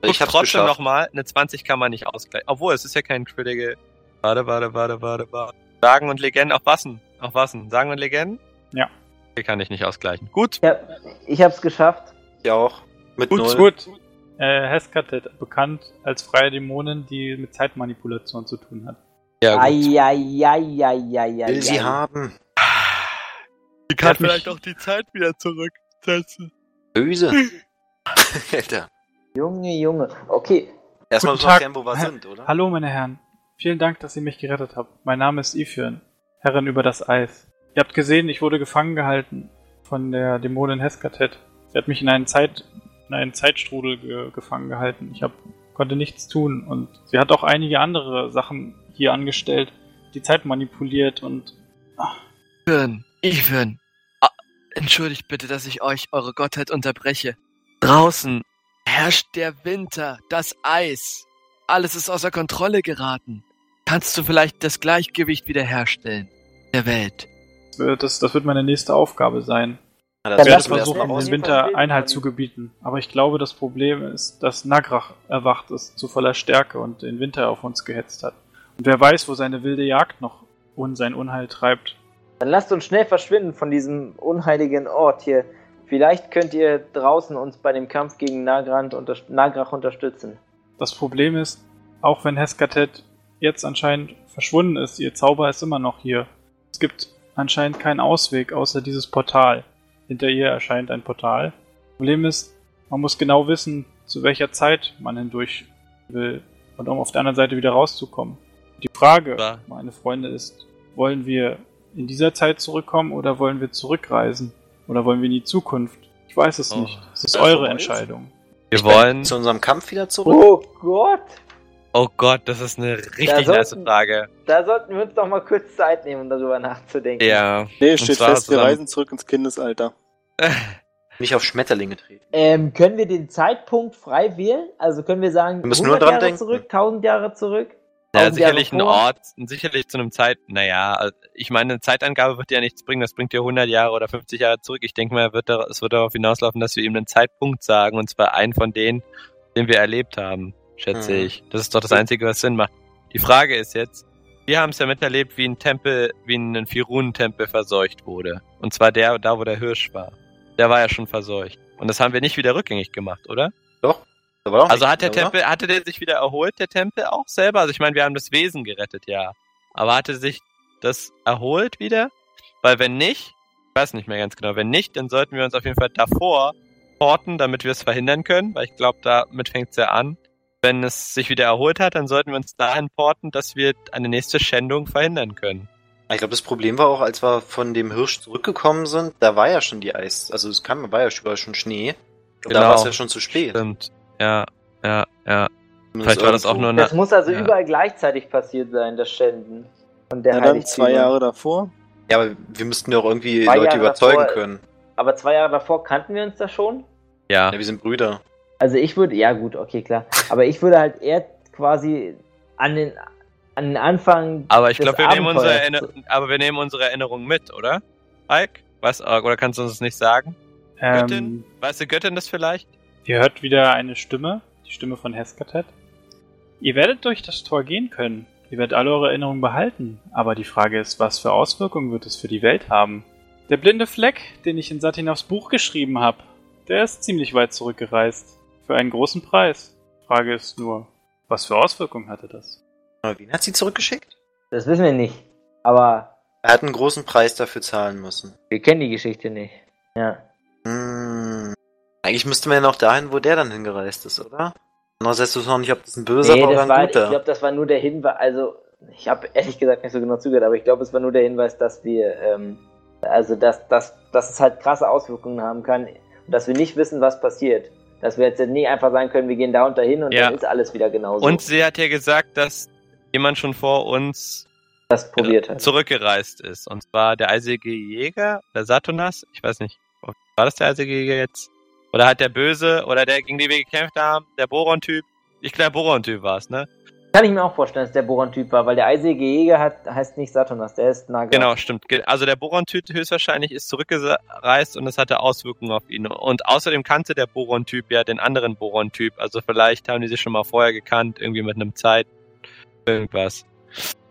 [SPEAKER 6] Guck
[SPEAKER 2] Ich hab's
[SPEAKER 6] trotzdem
[SPEAKER 2] geschafft.
[SPEAKER 6] nochmal, eine 20 kann man nicht ausgleichen. Obwohl, es ist ja kein Critical. Warte, warte, warte, warte, warte. Sagen und Legenden, auf Wassen, auf Wassen. Sagen und Legenden?
[SPEAKER 1] Ja.
[SPEAKER 6] Hier kann ich nicht ausgleichen. Gut.
[SPEAKER 3] Ich, hab, ich hab's geschafft.
[SPEAKER 2] Ja auch. Mit
[SPEAKER 1] Gut,
[SPEAKER 2] null.
[SPEAKER 1] gut. Äh, Heskateth, bekannt als freie Dämonin, die mit Zeitmanipulation zu tun hat.
[SPEAKER 6] Ja,
[SPEAKER 3] Eieieiei.
[SPEAKER 2] Will sie haben.
[SPEAKER 6] Die
[SPEAKER 1] kann vielleicht
[SPEAKER 6] auch die Zeit wieder zurück.
[SPEAKER 2] Böse.
[SPEAKER 1] Hm.
[SPEAKER 2] Alter.
[SPEAKER 3] Junge, Junge. Okay.
[SPEAKER 2] Erstmal
[SPEAKER 1] Guten
[SPEAKER 2] müssen wir
[SPEAKER 1] Tag.
[SPEAKER 2] klären, wo wir
[SPEAKER 1] Hä?
[SPEAKER 2] sind, oder?
[SPEAKER 1] Hallo, meine Herren. Vielen Dank, dass ihr mich gerettet habt. Mein Name ist Ifirn, Herrin über das Eis. Ihr habt gesehen, ich wurde gefangen gehalten von der Dämonin Heskateth. Sie hat mich in einen, Zeit, in einen Zeitstrudel ge gefangen gehalten. Ich hab, konnte nichts tun und sie hat auch einige andere Sachen hier angestellt, die Zeit manipuliert und
[SPEAKER 5] Ivan, Ivan. Ah, entschuldigt bitte, dass ich euch eure Gottheit unterbreche. Draußen herrscht der Winter, das Eis. Alles ist außer Kontrolle geraten. Kannst du vielleicht das Gleichgewicht wiederherstellen? Der Welt.
[SPEAKER 1] das wird, das, das wird meine nächste Aufgabe sein.
[SPEAKER 2] Na,
[SPEAKER 3] Ja,
[SPEAKER 1] Ich werde
[SPEAKER 3] lass
[SPEAKER 2] müssen wir
[SPEAKER 3] uns
[SPEAKER 1] versuchen,
[SPEAKER 2] erstmal
[SPEAKER 3] das
[SPEAKER 1] den
[SPEAKER 2] raus.
[SPEAKER 3] sehen.
[SPEAKER 1] Winter
[SPEAKER 3] Verstehen
[SPEAKER 1] Einhalt
[SPEAKER 3] von
[SPEAKER 1] zu
[SPEAKER 3] ihm.
[SPEAKER 1] gebieten. Aber ich glaube, das Problem ist, dass Nagrach erwacht ist zu voller Stärke und den Winter auf uns gehetzt hat. Und wer weiß, wo seine wilde Jagd noch un sein Unheil treibt.
[SPEAKER 3] Dann lasst uns schnell verschwinden von diesem unheiligen Ort hier. Vielleicht könnt ihr draußen uns bei dem Kampf gegen Nagrand unterst Nagrach unterstützen.
[SPEAKER 1] Das Problem ist, auch wenn Heskateth jetzt anscheinend verschwunden ist, ihr Zauber ist immer noch hier. Es gibt anscheinend keinen Ausweg außer dieses Portal. Hinter ihr erscheint ein Portal. Problem ist, man muss genau wissen, zu welcher Zeit man hindurch will und um auf der anderen Seite wieder rauszukommen. Die Frage,
[SPEAKER 6] Ja.
[SPEAKER 1] meine Freunde, ist, wollen wir in dieser Zeit zurückkommen oder wollen wir zurückreisen? Oder wollen wir in die Zukunft? Ich weiß es
[SPEAKER 6] Oh.
[SPEAKER 1] nicht. Es ist
[SPEAKER 2] Ja,
[SPEAKER 1] eure
[SPEAKER 2] vorbei ist.
[SPEAKER 1] Entscheidung.
[SPEAKER 6] Wir wollen.
[SPEAKER 2] Zu unserem Kampf wieder zurück.
[SPEAKER 3] Oh Gott!
[SPEAKER 6] Oh Gott, das ist eine richtig
[SPEAKER 3] sollten-
[SPEAKER 6] nice Frage.
[SPEAKER 3] Da sollten wir uns doch mal kurz Zeit nehmen, um darüber nachzudenken.
[SPEAKER 6] [LAUGHS] Ja.
[SPEAKER 4] Nee, steht
[SPEAKER 6] zwar
[SPEAKER 4] fest, wir
[SPEAKER 6] zusammen-
[SPEAKER 4] reisen zurück ins Kindesalter.
[SPEAKER 1] Oh.
[SPEAKER 2] Nicht auf Schmetterlinge treten.
[SPEAKER 3] Ähm, können wir den Zeitpunkt frei wählen? Also können wir sagen,
[SPEAKER 2] Wir müssen nur dran
[SPEAKER 3] Jahre
[SPEAKER 2] denken.
[SPEAKER 3] zurück, 1000 Jahre zurück? 1000
[SPEAKER 6] Ja,
[SPEAKER 3] Jahre
[SPEAKER 6] sicherlich ein
[SPEAKER 3] vor?
[SPEAKER 6] Ort, sicherlich zu einem Zeit, naja, also ich meine, eine Zeitangabe wird ja nichts bringen, das bringt ja 100 Jahre oder 50 Jahre zurück. Ich denke mal, er wird da, es wird darauf hinauslaufen, dass wir ihm einen Zeitpunkt sagen, und zwar einen von denen, den wir erlebt haben, schätze
[SPEAKER 2] Mhm.
[SPEAKER 6] ich. Das ist doch das Einzige, was Sinn macht. Die Frage ist jetzt, wir haben es ja miterlebt, wie ein Tempel, wie ein Firun-Tempel verseucht wurde. Und zwar der, da wo der Hirsch war. Der war ja schon verseucht. Und das haben wir nicht wieder rückgängig gemacht, oder?
[SPEAKER 2] Doch. Da war doch
[SPEAKER 6] Also
[SPEAKER 2] nichts,
[SPEAKER 6] hat der
[SPEAKER 2] oder?
[SPEAKER 6] Tempel, hatte der sich wieder erholt, der Tempel auch selber? Also ich meine, wir haben das Wesen gerettet, ja. Aber hatte sich das erholt wieder? Weil wenn nicht, ich weiß nicht mehr ganz genau, wenn nicht, dann sollten wir uns auf jeden Fall davor porten, damit wir es verhindern können, weil ich glaube, damit fängt es ja an. Wenn es sich wieder erholt hat, dann sollten wir uns dahin porten, dass wir eine nächste Schändung verhindern können.
[SPEAKER 2] Ich glaube, das Problem war auch, als wir von dem Hirsch zurückgekommen sind, da war ja schon die Eis. Also es kam, war ja schon, war schon Schnee. Und Da
[SPEAKER 6] Genau.
[SPEAKER 2] war es ja schon zu spät.
[SPEAKER 6] Stimmt. Ja, ja, ja.
[SPEAKER 2] Zumindest
[SPEAKER 6] Vielleicht war das auch
[SPEAKER 2] irgendwo.
[SPEAKER 6] nur eine.
[SPEAKER 2] [LAUGHS]
[SPEAKER 3] das muss also
[SPEAKER 6] ne? ja.
[SPEAKER 3] überall gleichzeitig passiert sein, das Schänden. Und der
[SPEAKER 4] Ja, dann
[SPEAKER 3] Heiligtümer.
[SPEAKER 4] zwei Jahre davor.
[SPEAKER 2] Ja, aber wir müssten ja auch irgendwie
[SPEAKER 3] Zwei
[SPEAKER 2] Leute
[SPEAKER 3] Jahre
[SPEAKER 2] überzeugen
[SPEAKER 3] davor-
[SPEAKER 2] können.
[SPEAKER 3] Aber zwei Jahre davor kannten wir uns da schon?
[SPEAKER 6] Ja.
[SPEAKER 2] Ja, wir sind Brüder.
[SPEAKER 3] Also ich würde, ja gut, okay, klar. Aber ich würde halt eher quasi an den, an den Anfang.
[SPEAKER 6] Aber ich
[SPEAKER 3] des
[SPEAKER 6] glaube, wir, nehmen unsere
[SPEAKER 3] Abenteuers
[SPEAKER 6] Erinner- aber wir nehmen unsere Erinnerung mit, oder? Ike? Was, äh, oder kannst du uns das nicht sagen?
[SPEAKER 1] Ähm,
[SPEAKER 6] Göttin? Weißt du Göttin das vielleicht?
[SPEAKER 1] Ihr hört wieder eine Stimme, die Stimme von Heskateth. Ihr werdet durch das Tor gehen können. Ihr werdet alle eure Erinnerungen behalten. Aber die Frage ist, was für Auswirkungen wird es für die Welt haben? Der blinde Fleck, den ich in Satinovs Buch geschrieben habe, der ist ziemlich weit zurückgereist. Für einen großen Preis. Frage ist nur, was für Auswirkungen hatte das?
[SPEAKER 2] Aber Wen hat sie zurückgeschickt?
[SPEAKER 3] Das wissen wir nicht. Aber
[SPEAKER 2] Er hat einen großen Preis dafür zahlen müssen.
[SPEAKER 3] wir kennen die Geschichte nicht. Ja.
[SPEAKER 2] Hm. Eigentlich müsste man ja noch dahin, wo der dann hingereist ist, oder? Andererseits wissen wir noch nicht, ob das ein böser
[SPEAKER 3] nee,
[SPEAKER 2] war
[SPEAKER 3] das
[SPEAKER 2] oder
[SPEAKER 3] war,
[SPEAKER 2] ein
[SPEAKER 3] ich
[SPEAKER 2] guter.
[SPEAKER 3] glaube, das war nur der Hinweis. Also ich habe ehrlich gesagt nicht so genau zugehört, aber ich glaube, es war nur der Hinweis, dass wir, ähm, also dass, dass, dass es halt krasse Auswirkungen haben kann und dass wir nicht wissen, was passiert. Dass wir jetzt nie einfach sagen können, wir gehen da und dahin und
[SPEAKER 6] Ja.
[SPEAKER 3] dann ist alles wieder genauso.
[SPEAKER 6] Und sie hat ja gesagt, dass jemand schon vor uns äh,
[SPEAKER 3] das probiert hat.
[SPEAKER 6] zurückgereist ist. Und zwar der eisige Jäger oder Satanas. Ich weiß nicht. War das der eisige Jäger jetzt? Oder hat der Böse oder der, gegen den wir gekämpft haben, der Boron-Typ? Ich glaube, Boron-Typ war es, ne?
[SPEAKER 3] Kann ich mir auch vorstellen, dass der Boron-Typ war, weil der eisige Jäger hat, heißt nicht Saturnas, der ist Naga.
[SPEAKER 6] Genau, stimmt. Ge- Also der Boron-Typ höchstwahrscheinlich ist zurückgereist und es hatte Auswirkungen auf ihn. Und außerdem kannte der Boron-Typ ja den anderen Boron-Typ. Also vielleicht haben die sich schon mal vorher gekannt, irgendwie mit einem Zeit irgendwas.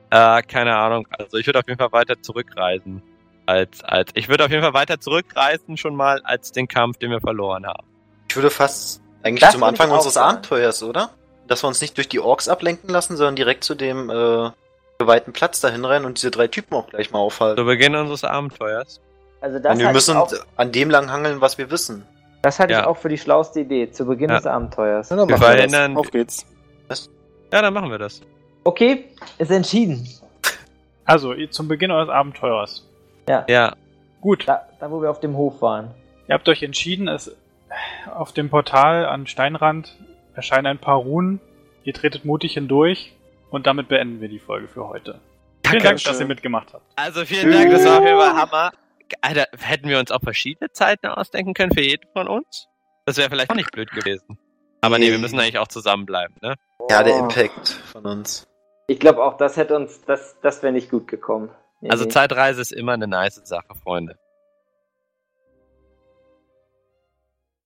[SPEAKER 6] Äh, keine Ahnung. Also ich würde auf jeden Fall weiter zurückreisen. Als, als, ich würde auf jeden Fall weiter zurückreisen schon mal als den Kampf, den wir verloren haben.
[SPEAKER 2] Ich würde fast eigentlich
[SPEAKER 3] Das
[SPEAKER 2] zum
[SPEAKER 3] würde ich
[SPEAKER 2] Anfang
[SPEAKER 3] auch
[SPEAKER 2] unseres
[SPEAKER 3] sagen.
[SPEAKER 2] Abenteuers, oder? Dass wir uns nicht durch die Orks ablenken lassen, sondern direkt zu dem äh, geweihten Platz dahin rennen und diese drei Typen auch gleich mal aufhalten.
[SPEAKER 6] Zu Beginn unseres Abenteuers.
[SPEAKER 3] Also das
[SPEAKER 2] Und wir
[SPEAKER 3] hatte,
[SPEAKER 2] müssen
[SPEAKER 3] ich auch,
[SPEAKER 2] an dem lang hangeln, was wir wissen.
[SPEAKER 3] das hatte ich
[SPEAKER 6] ja.
[SPEAKER 3] auch für die schlauste Idee, zu Beginn
[SPEAKER 6] Ja.
[SPEAKER 3] des Abenteuers.
[SPEAKER 4] Ja, dann
[SPEAKER 6] Wir
[SPEAKER 4] machen wir
[SPEAKER 6] verändern-
[SPEAKER 4] das. Auf geht's.
[SPEAKER 6] Ja, dann machen wir das.
[SPEAKER 3] Okay, ist entschieden.
[SPEAKER 1] Also, ihr- zum Beginn eures Abenteurers.
[SPEAKER 6] Ja,
[SPEAKER 1] Gut,
[SPEAKER 3] Da, da wo wir auf dem Hof waren.
[SPEAKER 1] ihr habt euch entschieden, es auf dem Portal an Steinrand erscheinen ein paar Runen. Ihr tretet mutig hindurch und damit beenden wir die Folge für heute. Vielen Dank, dass ihr mitgemacht habt.
[SPEAKER 6] Also vielen Dank, das war auf jeden Fall Hammer. Alter, hätten wir uns auch verschiedene Zeiten ausdenken können für jeden von uns? Das wäre vielleicht auch nicht blöd gewesen. Aber nee, wir müssen eigentlich auch zusammenbleiben, ne?
[SPEAKER 2] Ja, der
[SPEAKER 3] Oh.
[SPEAKER 2] Impact von uns.
[SPEAKER 3] Ich glaube auch, das hätte uns, das, das wäre nicht gut gekommen. Nee,
[SPEAKER 6] Also
[SPEAKER 3] nee.
[SPEAKER 6] Zeitreise ist immer eine nice Sache, Freunde.